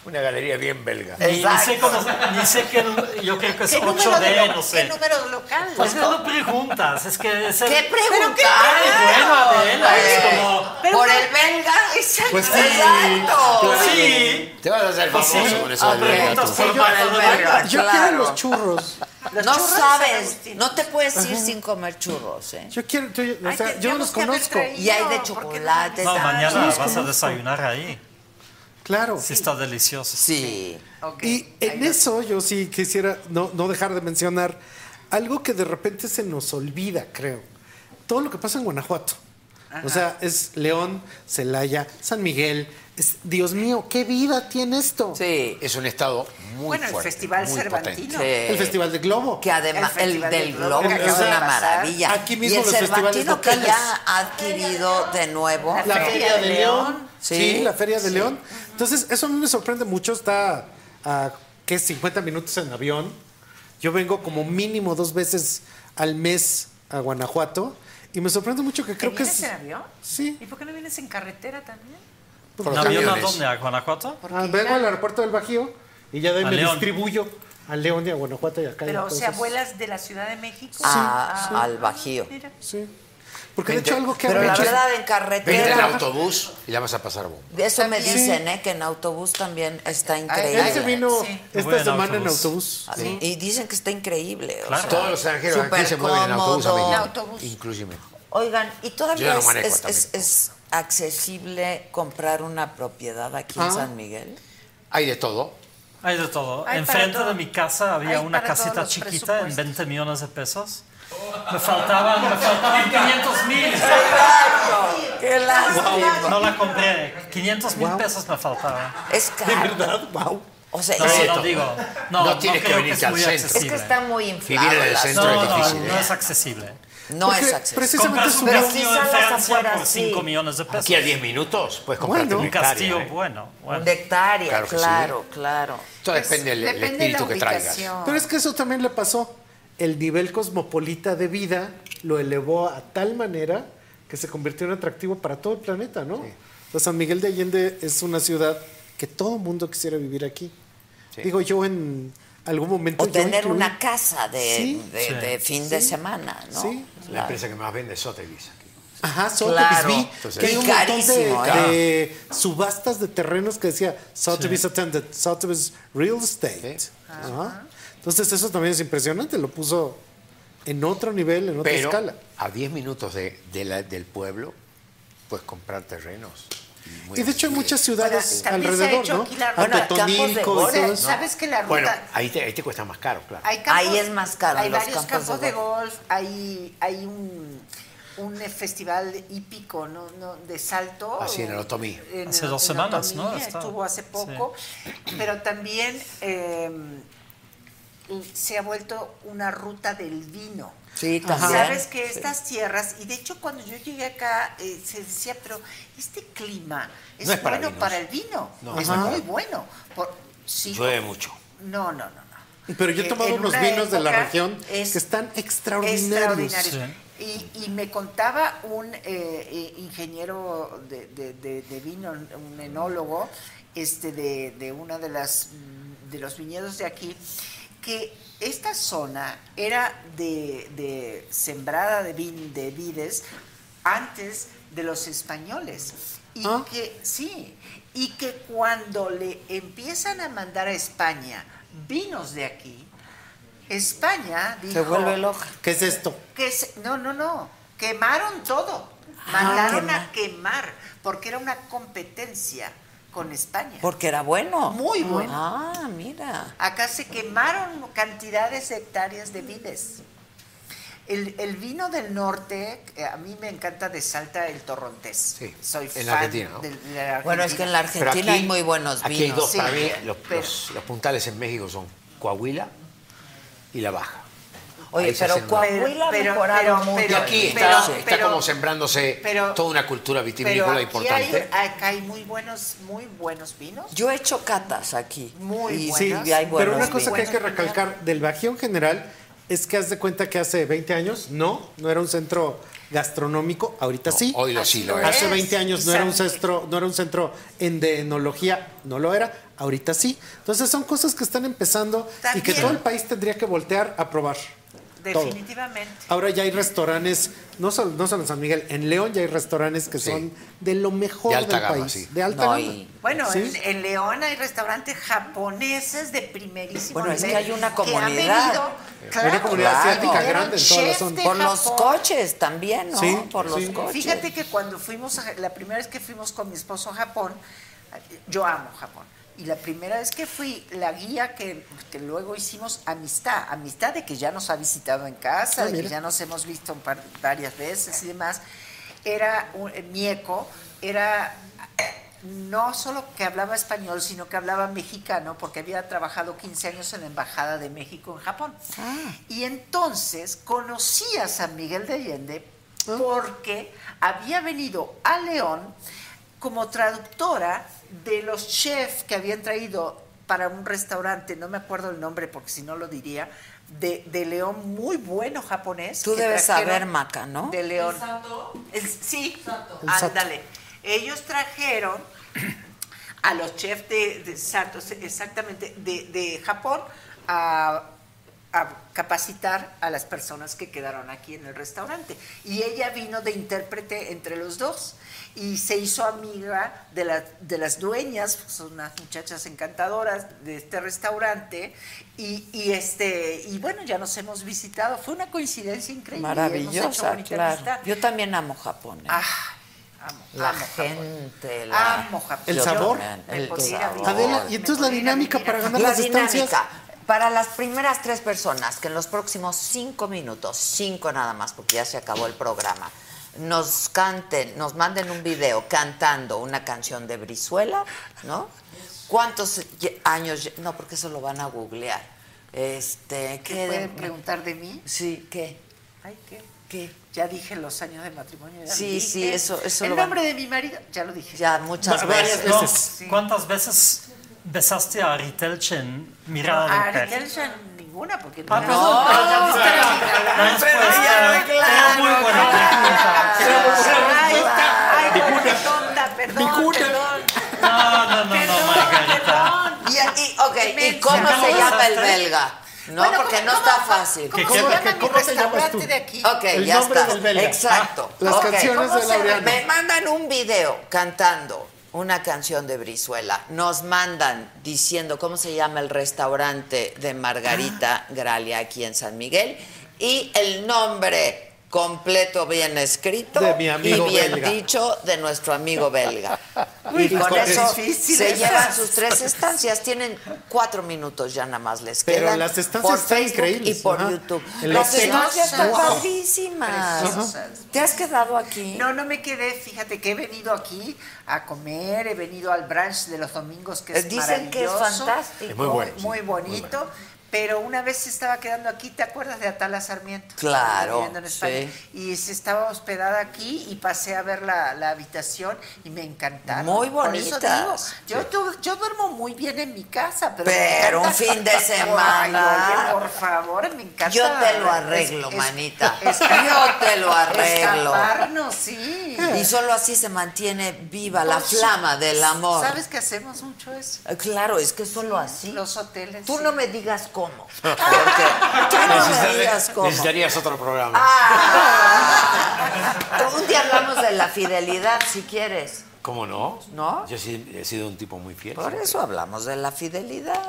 S8: Una galería bien belga.
S14: Ni, ni sé cómo, ni sé que yo creo que es
S6: ¿Qué número, de
S14: 8D,
S6: lo-
S14: no sé.
S6: ¿Qué número local?
S14: Pues no lo preguntas, es que es el...
S6: ¿Qué preguntas?
S14: Ay, bueno, Adela, es
S6: Ay,
S14: como...
S6: pero
S1: ¿Por
S6: no-
S1: el belga?
S6: Exacto.
S14: Pues sí,
S1: Exacto.
S14: claro. Sí.
S8: Te vas a hacer
S14: Pues sí.
S8: famoso con eso del
S14: Ah,
S8: belga,
S14: preguntas
S8: tú.
S14: por Yo- para el belga,
S9: Yo quiero los churros.
S1: no
S6: churros de San
S1: sabes, no te puedes ir
S9: Ajá.
S1: sin comer churros, ¿eh?
S9: Yo quiero, yo, o
S1: Ay,
S9: sea, yo no
S1: tendríamos
S9: los
S1: que haber
S9: conozco.
S1: traído, Y hay de chocolate,
S14: No,
S1: ¿sabes?
S14: mañana vas
S9: Los
S14: a
S9: conozco.
S14: desayunar ahí.
S9: Claro.
S14: Sí, está delicioso.
S1: Sí.
S9: Y en eso yo sí quisiera no, no dejar de mencionar algo que de repente se nos olvida, creo. Todo lo que pasa en Guanajuato. O sea, es León, Celaya, San Miguel. Es- Dios mío, qué vida tiene esto.
S1: Sí.
S8: Es un estado muy
S6: Bueno, el
S8: fuerte,
S6: Festival
S8: muy
S6: Cervantino.
S8: potente.
S9: El Festival del Globo.
S1: Que además,
S6: El
S1: el,
S6: Festival
S1: del
S6: del
S1: globo
S6: Globo
S1: que
S6: que
S1: es
S6: acaba de
S1: una
S6: pasar.
S1: maravilla.
S9: Aquí
S1: y
S9: mismo
S1: el
S9: los festivales
S1: Cervantino que
S9: locales.
S1: ya ha adquirido de nuevo.
S9: La Feria de León.
S1: Sí.
S9: Sí, la Feria de León. Entonces, eso a mí me sorprende mucho. Está a, ¿qué? 50 minutos en avión. Yo vengo como mínimo dos veces al mes a Guanajuato. Y me sorprende mucho que
S6: ¿Te
S9: creo que
S6: vienes
S9: es...
S6: en avión?
S9: Sí.
S6: ¿Y por qué no vienes en carretera también?
S9: Por
S14: ¿Un
S9: los
S14: avión a
S9: aviones.
S14: dónde? ¿A Guanajuato?
S9: Ah, vengo al aeropuerto del Bajío y ya de ahí
S14: A
S9: me
S14: León.
S9: distribuyo a León y a Guanajuato y acá.
S6: Pero, o sea,
S9: entonces-
S6: vuelas de la Ciudad de México
S1: A-
S6: a-
S1: Al Bajío.
S6: Mira.
S9: Sí. Porque de hecho algo que
S1: Pero
S9: han
S1: la
S9: hecho-
S1: verdad, en
S8: Vente en
S1: carretera.
S8: autobús y la vas a pasar bomba.
S1: Eso me
S8: Sí.
S1: dicen, ¿eh? Que en autobús también está increíble.
S9: Él se vino esta
S8: Voy en
S9: semana en
S8: autobús.
S9: autobús.
S1: Sí. Y dicen que está increíble. o sea,
S8: Todos los extranjeros aquí
S1: súper
S8: se mueven en autobús a
S1: cómodo.
S8: México. Inclusive.
S1: Oigan, ¿y
S8: Yo
S1: todavía
S8: no
S1: es,
S8: manejo
S1: es- es- es accesible comprar una propiedad aquí en
S8: Ah.
S1: San Miguel?
S8: Hay de todo.
S14: Hay de todo.
S1: Hay para
S14: Enfrente
S1: todo.
S14: de mi casa había
S1: Hay
S14: una
S1: para todos
S14: casita
S1: los
S14: chiquita en
S1: presupuestos.
S14: 20 millones de pesos. Me faltaban, me faltaban 500 mil.
S1: Exacto. ¡Qué lástima!
S14: No la compré. 500 mil pesos me faltaban.
S1: Es caro.
S14: ¿De verdad?
S9: Wow.
S1: O sea,
S14: no,
S1: es-
S14: no digo. No,
S8: No
S14: no
S8: tienes que
S14: creo
S8: venirte
S14: es
S8: al
S14: muy
S8: centro.
S14: accesible.
S1: Es que está muy inflado
S8: Vivir en el
S1: el
S8: centro
S14: no,
S8: es
S14: no,
S8: difícil.
S14: no
S8: ¿eh?
S14: es accesible.
S1: No
S9: Porque
S1: es accesible.
S9: precisamente
S14: Compras un
S1: Pero
S14: castillo
S1: sí
S14: en
S1: salas
S14: Francia
S1: afuera,
S14: por
S1: sí.
S14: 5 millones de pesos.
S8: Aquí a 10 minutos puedes comprarte
S14: un
S8: un
S14: castillo
S8: ¿eh?
S14: bueno. bueno.
S1: De hectárea,
S8: Claro
S1: claro,
S8: que sí.
S1: claro.
S9: pues.
S8: Todo depende del el
S1: depende de la
S8: espíritu que traigas.
S1: ubicación.
S9: Pero es que eso también le pasó. El nivel cosmopolita de vida lo elevó a tal manera que se convirtió en atractivo para todo el planeta, ¿no? O sea, San Miguel de Allende es una ciudad que todo mundo quisiera vivir aquí. Digo, yo en algún momento...
S1: O
S9: yo
S1: Pues tener
S9: incluí-
S1: una casa de,
S9: Sí.
S1: de-
S9: Sí.
S1: de fin de semana, ¿no?
S9: Sí.
S8: La empresa que más vende es Sotheby's.
S9: Ajá, Sotheby's
S1: Claro.
S9: vi
S8: Entonces,
S9: que hay
S8: y
S9: un montón de,
S8: carísimo, ¿eh?
S9: de subastas de terrenos que decía Sotheby's Attended, Sotheby's Real Estate. Ajá. Entonces eso también es impresionante, lo puso en otro nivel, en otra
S8: Pero
S9: escala.
S8: a 10 minutos de, de la- del pueblo puedes comprar terrenos. muy
S9: Y de hecho hay
S8: accesibles.
S9: muchas ciudades
S6: Ahora, también se ha
S9: alrededor,
S6: hecho
S9: ¿no?
S6: aquí la
S9: Ante
S6: ruta.
S9: Tonilco y todo
S6: Ahora,
S9: eso.
S6: ¿Sabes que la ruta
S8: Bueno, ahí te, ahí te cuesta más caro, claro.
S6: Hay campos-
S1: Ahí es más caro,
S6: Hay
S1: los
S6: varios
S1: campos
S6: campos
S1: de
S6: de golf, hay, hay un, un eh, festival hípico ¿no? No, de salto.
S8: Así, en el Otomí.
S6: En
S14: Hace
S6: el-
S14: dos
S6: en
S14: semanas, ¿no?
S6: Otomí,
S14: Está-
S6: Estuvo hace poco. Pero también eh, se ha vuelto una ruta del vino.
S1: Sí,
S6: Y
S1: también.
S6: Sabes que
S1: Sí.
S6: estas tierras, y de hecho cuando yo llegué acá eh, se decía, pero este clima es,
S8: No es para
S6: bueno
S8: vinos.
S6: para el vino,
S8: No,
S6: es
S8: no es para-
S6: muy bueno. Por, sí,
S8: Llueve mucho.
S6: no, no, no. no.
S9: Pero yo he
S6: Eh,
S9: tomado
S6: en
S9: unos
S6: una
S9: vinos de la
S6: época
S9: región que están extraordinarios.
S6: extraordinarios. Y, y me contaba un eh, eh, ingeniero de, de- de- de vino, un enólogo, este de, de una de las mm, de los viñedos de aquí, que esta zona era de, de sembrada de vin, de vides antes de los españoles. Y
S1: Ah.
S6: que, sí, y que cuando le empiezan a mandar a España vinos de aquí, España dijo,
S1: Se vuelve loca.
S9: ¿Qué es esto?
S6: que se- no, no, no, quemaron todo.
S8: Ah,
S6: Mandaron a quemar, porque era una competencia con España.
S1: Porque era bueno.
S6: Muy bueno.
S1: Ah, mira.
S6: Acá se quemaron cantidades de hectáreas de vides. El, el vino del norte, eh, a mí me encanta de Salta el torrontés. Soy
S8: en
S6: fan
S8: la Argentina, ¿no?
S6: del- de la Argentina.
S1: Bueno, es que en la
S8: Pero
S1: Argentina hay muy buenos
S8: aquí hay
S1: vinos.
S8: dos, para
S1: Sí.
S8: mí, los,
S6: pero-
S8: los- los puntales en México son Coahuila y La Baja.
S33: Oye,
S8: se
S33: pero
S8: hacen-
S33: Coahuila ha mejorado mucho.
S8: y aquí está, está como sembrándose toda una cultura vitivinícola
S6: Pero aquí
S8: importante.
S6: hay- ah, acá hay muy buenos, muy buenos vinos.
S1: Yo he hecho catas aquí.
S6: Muy
S1: y
S9: Sí,
S1: y hay
S9: pero
S1: buenos
S9: una cosa que hay
S1: vinos.
S9: que recalcar del Bajío en general es que haz de cuenta que hace 20 años no, no era un centro gastronómico, ahorita sí.
S8: hoy lo- sí lo
S9: Hace
S8: es.
S9: 20 años no era un
S8: Exacto.
S9: centro, no era un centro en de enología, no lo era, ahorita sí. Entonces son cosas que están empezando y que
S6: También-
S9: todo el país tendría que voltear a probar. todo.
S6: Definitivamente.
S9: Ahora ya hay restaurantes, no solo, no solo en San Miguel, en León ya hay restaurantes que son de lo mejor
S8: De alta
S9: del
S8: gama,
S9: país.
S8: sí.
S9: De alta
S8: No,
S9: gama.
S8: y-
S6: Bueno,
S9: Sí.
S6: en, en León hay restaurantes japoneses de primerísimo
S1: Bueno, es
S6: nivel
S1: que hay una
S6: que han
S1: comunidad.
S6: venido,
S1: Una
S6: claro,
S1: comunidad asiática
S6: vinieron
S1: grande en toda la
S6: chefs
S1: zona.
S6: de
S1: Por los
S6: Japón.
S1: coches también, ¿no? Sí, Por los sí. coches.
S6: Fíjate que cuando fuimos, a- la primera vez que fuimos con mi esposo a Japón, yo amo Japón. Y la primera vez que fui, la guía que, que luego hicimos, amistad, amistad de que ya nos ha visitado en casa,
S34: Ah,
S6: de que
S34: mira.
S6: ya nos hemos visto un par- varias veces y demás, era un, eh, Mieco, era no solo que hablaba español, sino que hablaba mexicano, porque había trabajado 15 años en la Embajada de México en Japón.
S1: Ah.
S6: Y entonces conocí a San Miguel de Allende
S1: Ah.
S6: porque había venido a León como traductora de los chefs que habían traído para un restaurante, no me acuerdo el nombre porque si no lo diría, de, de León muy bueno japonés.
S1: Tú
S6: que
S1: debes
S6: trajeron
S1: saber, Maca, ¿no?
S6: De León.
S1: ¿El
S6: Es- sí,
S1: El Sato.
S6: ándale. Ellos trajeron a los chefs de, de exacto, exactamente, de, de Japón a, a capacitar a las personas que quedaron aquí en el restaurante. Y ella vino de intérprete entre los dos y se hizo amiga de, la- de las dueñas, son unas muchachas encantadoras de este restaurante. Y, y este, y bueno, ya nos hemos visitado. Fue una coincidencia increíble. y hemos hecho
S1: Maravillosa,
S6: bonita
S1: claro.
S6: amistad.
S1: Yo también amo Japón. ¿eh? la gente, la...
S6: Amo Japón.
S9: El
S1: Yo
S9: sabor.
S1: también,
S9: El
S1: el
S9: sabor.
S1: sabor.
S9: Adela, y entonces la dinámica para ganar
S1: La
S9: las distancias.
S1: dinámica. Para las primeras tres personas que en los próximos cinco minutos, cinco nada más, porque ya se acabó el programa, nos canten, nos manden un video cantando una canción de Brizuela, ¿no? ¿Cuántos ye- años? lle- No, porque eso lo van a googlear. Este,
S6: ¿Qué
S1: ¿qué
S6: pueden
S1: de-
S6: preguntar de mí?
S1: Sí, ¿qué?
S6: Ay, ¿qué?
S1: ¿Qué?
S6: Ya dije los años de matrimonio. ya
S1: Sí,
S6: lo
S1: sí,
S6: dije.
S1: eso- eso
S6: El
S1: lo van-
S6: nombre de mi marido, ya lo dije.
S1: Ya, muchas
S14: Va-
S1: veces.
S14: varias No, ¿Cuántas veces besaste a Ritelchen mirada
S1: Ah,
S14: de
S6: a
S14: mujer?
S6: Aritelcha ninguna, porque
S14: Ah,
S6: no.
S14: perdón, perdón, perdón.
S6: no,
S14: Pero
S6: no,
S14: ya,
S6: no, claro,
S14: muy bueno.
S6: claro. Ay, ay, qué tonta, perdón, perdón.
S14: No, no, no, no, Margarita.
S1: Y, y, ok, ¿y
S6: Inmensa.
S1: cómo se
S6: ¿Cómo
S1: llama el
S6: usaste?
S1: belga? No,
S6: Bueno,
S1: porque
S6: ¿cómo-
S1: no
S6: cómo-
S1: está fácil.
S6: cómo se llama mi restaurante de aquí?
S1: Ok,
S9: El
S1: ya
S9: nombre
S1: está.
S9: del belga.
S1: Exacto.
S9: Ah, las
S1: Ok.
S9: canciones
S1: ¿Cómo
S9: de
S1: se-
S9: Laureano.
S1: Me mandan un video cantando una canción de Brizuela. Nos mandan diciendo cómo se llama el restaurante de
S6: Ah.
S1: Margarita Gralia aquí en San Miguel y el nombre completo bien escrito
S9: De mi amigo
S1: y bien
S9: belga.
S1: dicho de nuestro amigo belga.
S9: Uy,
S1: y con
S9: qué
S1: eso
S9: difícil
S1: se
S9: es.
S1: llevan sus tres estancias. Tienen cuatro minutos ya nada más les
S9: Pero
S1: quedan
S9: las estancias
S1: por
S9: están
S1: Facebook
S9: increíbles,
S1: Y por
S9: ajá.
S1: YouTube.
S9: El
S1: las
S9: hotel.
S1: estancias están
S9: Wow.
S1: padrísimas.
S6: Preciosas.
S1: ¿Te has quedado aquí?
S6: No, no me quedé, fíjate que he venido aquí a comer, he venido al brunch de los domingos que es
S1: Dicen que es
S6: maravilloso,
S1: fantástico. Es
S8: muy bueno, sí,
S6: Oh, muy
S8: muy
S6: bonito. Pero una vez se estaba quedando aquí, ¿te acuerdas de Atala Sarmiento?
S1: Claro,
S6: Viviendo en España. Y se estaba hospedada aquí y pasé a ver la, la habitación y me encantaron.
S1: Muy
S6: Por eso
S1: bonitas.
S6: digo, yo, tu- yo duermo muy bien en mi casa, pero. me
S1: Pero un
S6: encanta-
S1: fin de
S6: Ay,
S1: semana.
S6: oye, por favor, me encanta.
S1: Yo te lo arreglo,
S6: Es- es-
S1: manita.
S6: es-
S1: Yo te lo arreglo.
S6: Escaparnos, sí.
S9: Eh.
S1: Y solo así se mantiene viva la
S6: Pues,
S1: flama del amor.
S6: ¿Sabes que hacemos mucho eso?
S1: Eh, Claro, es que solo así.
S6: Los hoteles.
S1: Tú
S6: sí.
S1: no me digas cómo. Porque tú no me digas cómo. Ah.
S8: necesitarías otro programa.
S1: Un día hablamos de la fidelidad, si quieres.
S8: ¿Cómo no?
S1: ¿No?
S8: Yo sí he sido un tipo muy fiel.
S1: Por
S8: siempre.
S1: eso hablamos de la fidelidad.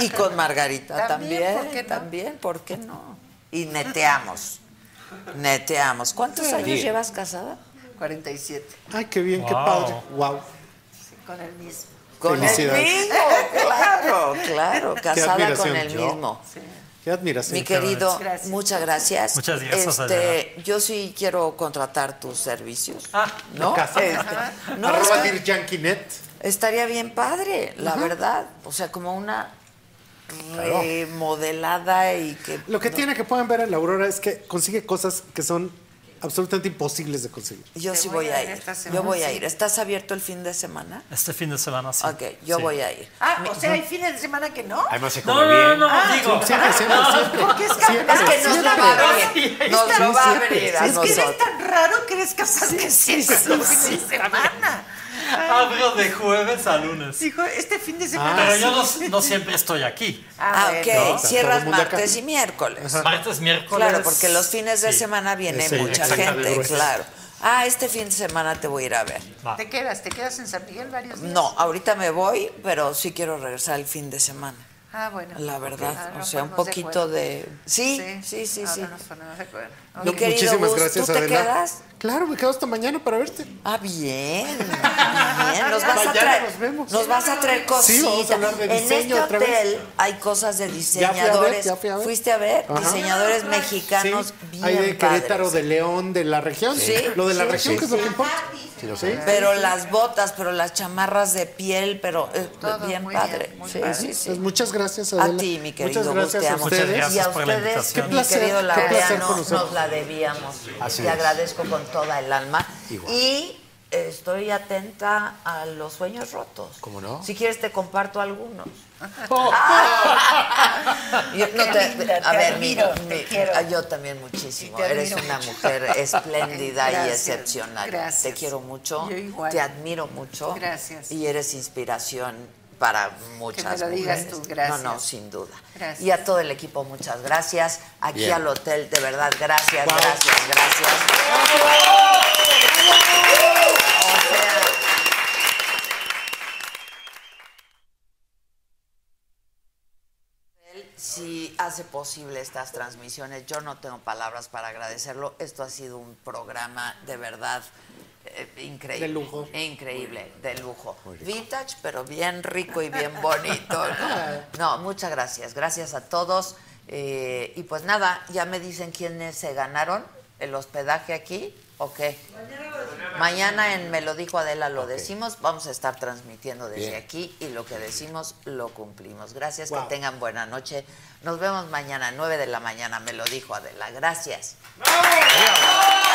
S1: Y con Margarita
S6: También,
S1: también.
S6: ¿por qué no?
S1: También, ¿por qué no? Y neteamos. Neteamos. ¿Cuántos
S8: Sí.
S1: años llevas casada?
S6: 47,
S9: Ay, qué bien, qué
S8: Wow.
S9: padre. Wow.
S6: con el mismo.
S1: Con el
S9: Felicidades.
S1: mismo, claro, claro. Casada con
S9: admiración.
S1: el
S9: Yo.
S1: mismo.
S9: Qué admiración.
S1: Mi querido,
S6: Gracias.
S1: muchas gracias.
S14: Muchas gracias,
S1: Este, yo sí quiero contratar tus servicios. Ah, ¿no?
S9: ¿No?
S1: Este, no,
S9: Arroba
S1: es que
S9: Dear Yankinet.
S1: estaría bien padre, la verdad. O sea, como una remodelada y que...
S9: Lo que tiene que pueden ver en la Aurora es que consigue cosas que son absolutamente imposibles de conseguir.
S1: Yo sí voy, a ir. yo voy a ir. ¿Estás abierto el fin de semana?
S14: Este fin de semana sí.
S1: Ok, yo
S14: Sí.
S1: voy a ir.
S6: Ah, o sea, hay fines de semana que no.
S8: Además se
S14: No,
S8: come
S14: no, no,
S8: bien.
S14: no, digo.
S1: Ah,
S9: Siempre, siempre, siempre.
S6: Porque es
S9: Siempre,
S6: capaz.
S9: Es que nos la va a abrir.
S6: siempre.
S9: Nos
S6: Es
S9: lo
S6: que
S9: va a
S6: eres
S9: abrir
S6: tan-
S9: a
S6: Ah, Es que eres
S9: nosotros.
S6: tan raro que eres capaz de decir
S14: sí,
S6: eso
S14: sí,
S6: fin de semana.
S14: Abro de jueves a lunes.
S6: Hijo, este fin de
S14: Ah,
S6: semana.
S14: pero
S6: sí.
S14: yo no, no siempre estoy aquí.
S1: Ah,
S6: bueno.
S1: ok.
S14: No, todo
S1: Cierras
S14: el mundo acá.
S1: martes y miércoles.
S14: Martes, miércoles.
S1: Claro, porque los fines de
S14: Sí.
S1: semana viene
S14: Sí,
S1: mucha
S14: exactamente.
S1: gente, claro. Ah, este fin de semana te voy a ir a ver.
S6: ¿Te quedas? ¿Te quedas en San Miguel varios días?
S1: No, ahorita me voy, pero sí quiero regresar el fin de semana.
S6: Ah, bueno.
S1: La verdad,
S6: Ah, no,
S1: o sea, un
S6: ponnos de
S1: poquito
S6: acuerdo.
S1: de... Sí, sí, sí,
S6: ahora
S1: sí.
S6: Ah, nos ponemos de acuerdo.
S1: Mi
S9: No,
S1: querido
S9: muchísimas
S1: Gus,
S9: gracias,
S1: ¿tú te
S9: Adela.
S1: quedas?
S9: Claro, me quedo hasta mañana para verte.
S1: Ah, bien. Bien, nos vas a
S9: Mañana
S1: traer,
S9: nos vemos.
S1: nos vas a traer cositas.
S9: Sí, vamos a hablar de
S1: en este
S9: diseño otra vez.
S1: hotel hay cosas de
S9: fui a ver,
S1: diseñadores.
S9: ya fui a ver.
S1: Fuiste a ver
S9: Ajá.
S1: diseñadores mexicanos bien
S9: Hay de Querétaro,
S1: padres.
S9: de León, de la región.
S1: Sí.
S9: Lo de la
S1: Sí,
S9: región,
S1: sí,
S9: que es lo
S1: sí.
S9: que importa. Sí.
S1: Pero las botas, pero las chamarras de piel, pero eh, bien padre. Sí, sí, sí.
S9: Pues muchas gracias, Adela.
S1: A ti, mi querido
S9: Muchas
S1: Gus,
S9: gracias
S1: te
S9: a
S1: amo.
S9: ustedes.
S1: Y a ustedes,
S9: Qué
S1: mi
S9: placer,
S1: querido
S9: qué placer
S1: Laureano,
S9: conocerlos.
S1: nos la debíamos.
S9: Así
S1: Te
S9: es.
S1: agradezco con toda el alma.
S8: Igual.
S1: Y estoy atenta a los sueños rotos.
S8: ¿Cómo no?
S1: Si quieres, te comparto algunos. Ah. Yo-
S35: Qué
S1: no te-
S35: linda,
S1: a
S35: Oh. te
S1: ver,
S35: admiro,
S1: mi-
S35: te
S1: mi-
S35: quiero.
S1: ah, yo también muchísimo.
S35: Y te
S1: Eres
S35: admiro
S1: una
S35: mucho.
S1: mujer espléndida y
S35: Gracias,
S1: excepcional. Te
S35: gracias.
S1: quiero mucho,
S35: Yo igual.
S1: te admiro mucho.
S35: Gracias.
S1: Y eres inspiración para muchas
S35: lo digas
S1: mujeres.
S35: tú, gracias.
S1: No, no, sin duda.
S35: Gracias.
S1: Y a todo el equipo, muchas gracias. Aquí
S35: Bien.
S1: al hotel, de verdad, gracias, gracias, gracias. si hace posible estas transmisiones. Yo no tengo palabras para agradecerlo. Esto ha sido un programa de verdad eh, increíble.
S9: De lujo.
S1: Increíble, de lujo. Vintage, pero bien rico y bien bonito. ¿no? No, muchas gracias. Gracias a todos. Eh, y pues nada, ya me dicen quiénes se ganaron el hospedaje aquí o qué. Mañana en Me lo dijo Adela lo decimos, vamos a estar transmitiendo desde
S35: Bien.
S1: aquí y lo que decimos lo cumplimos. Gracias,
S35: Wow.
S1: que tengan buena noche. Nos vemos mañana, 9 de la mañana, me lo dijo Adela. Gracias. Adiós.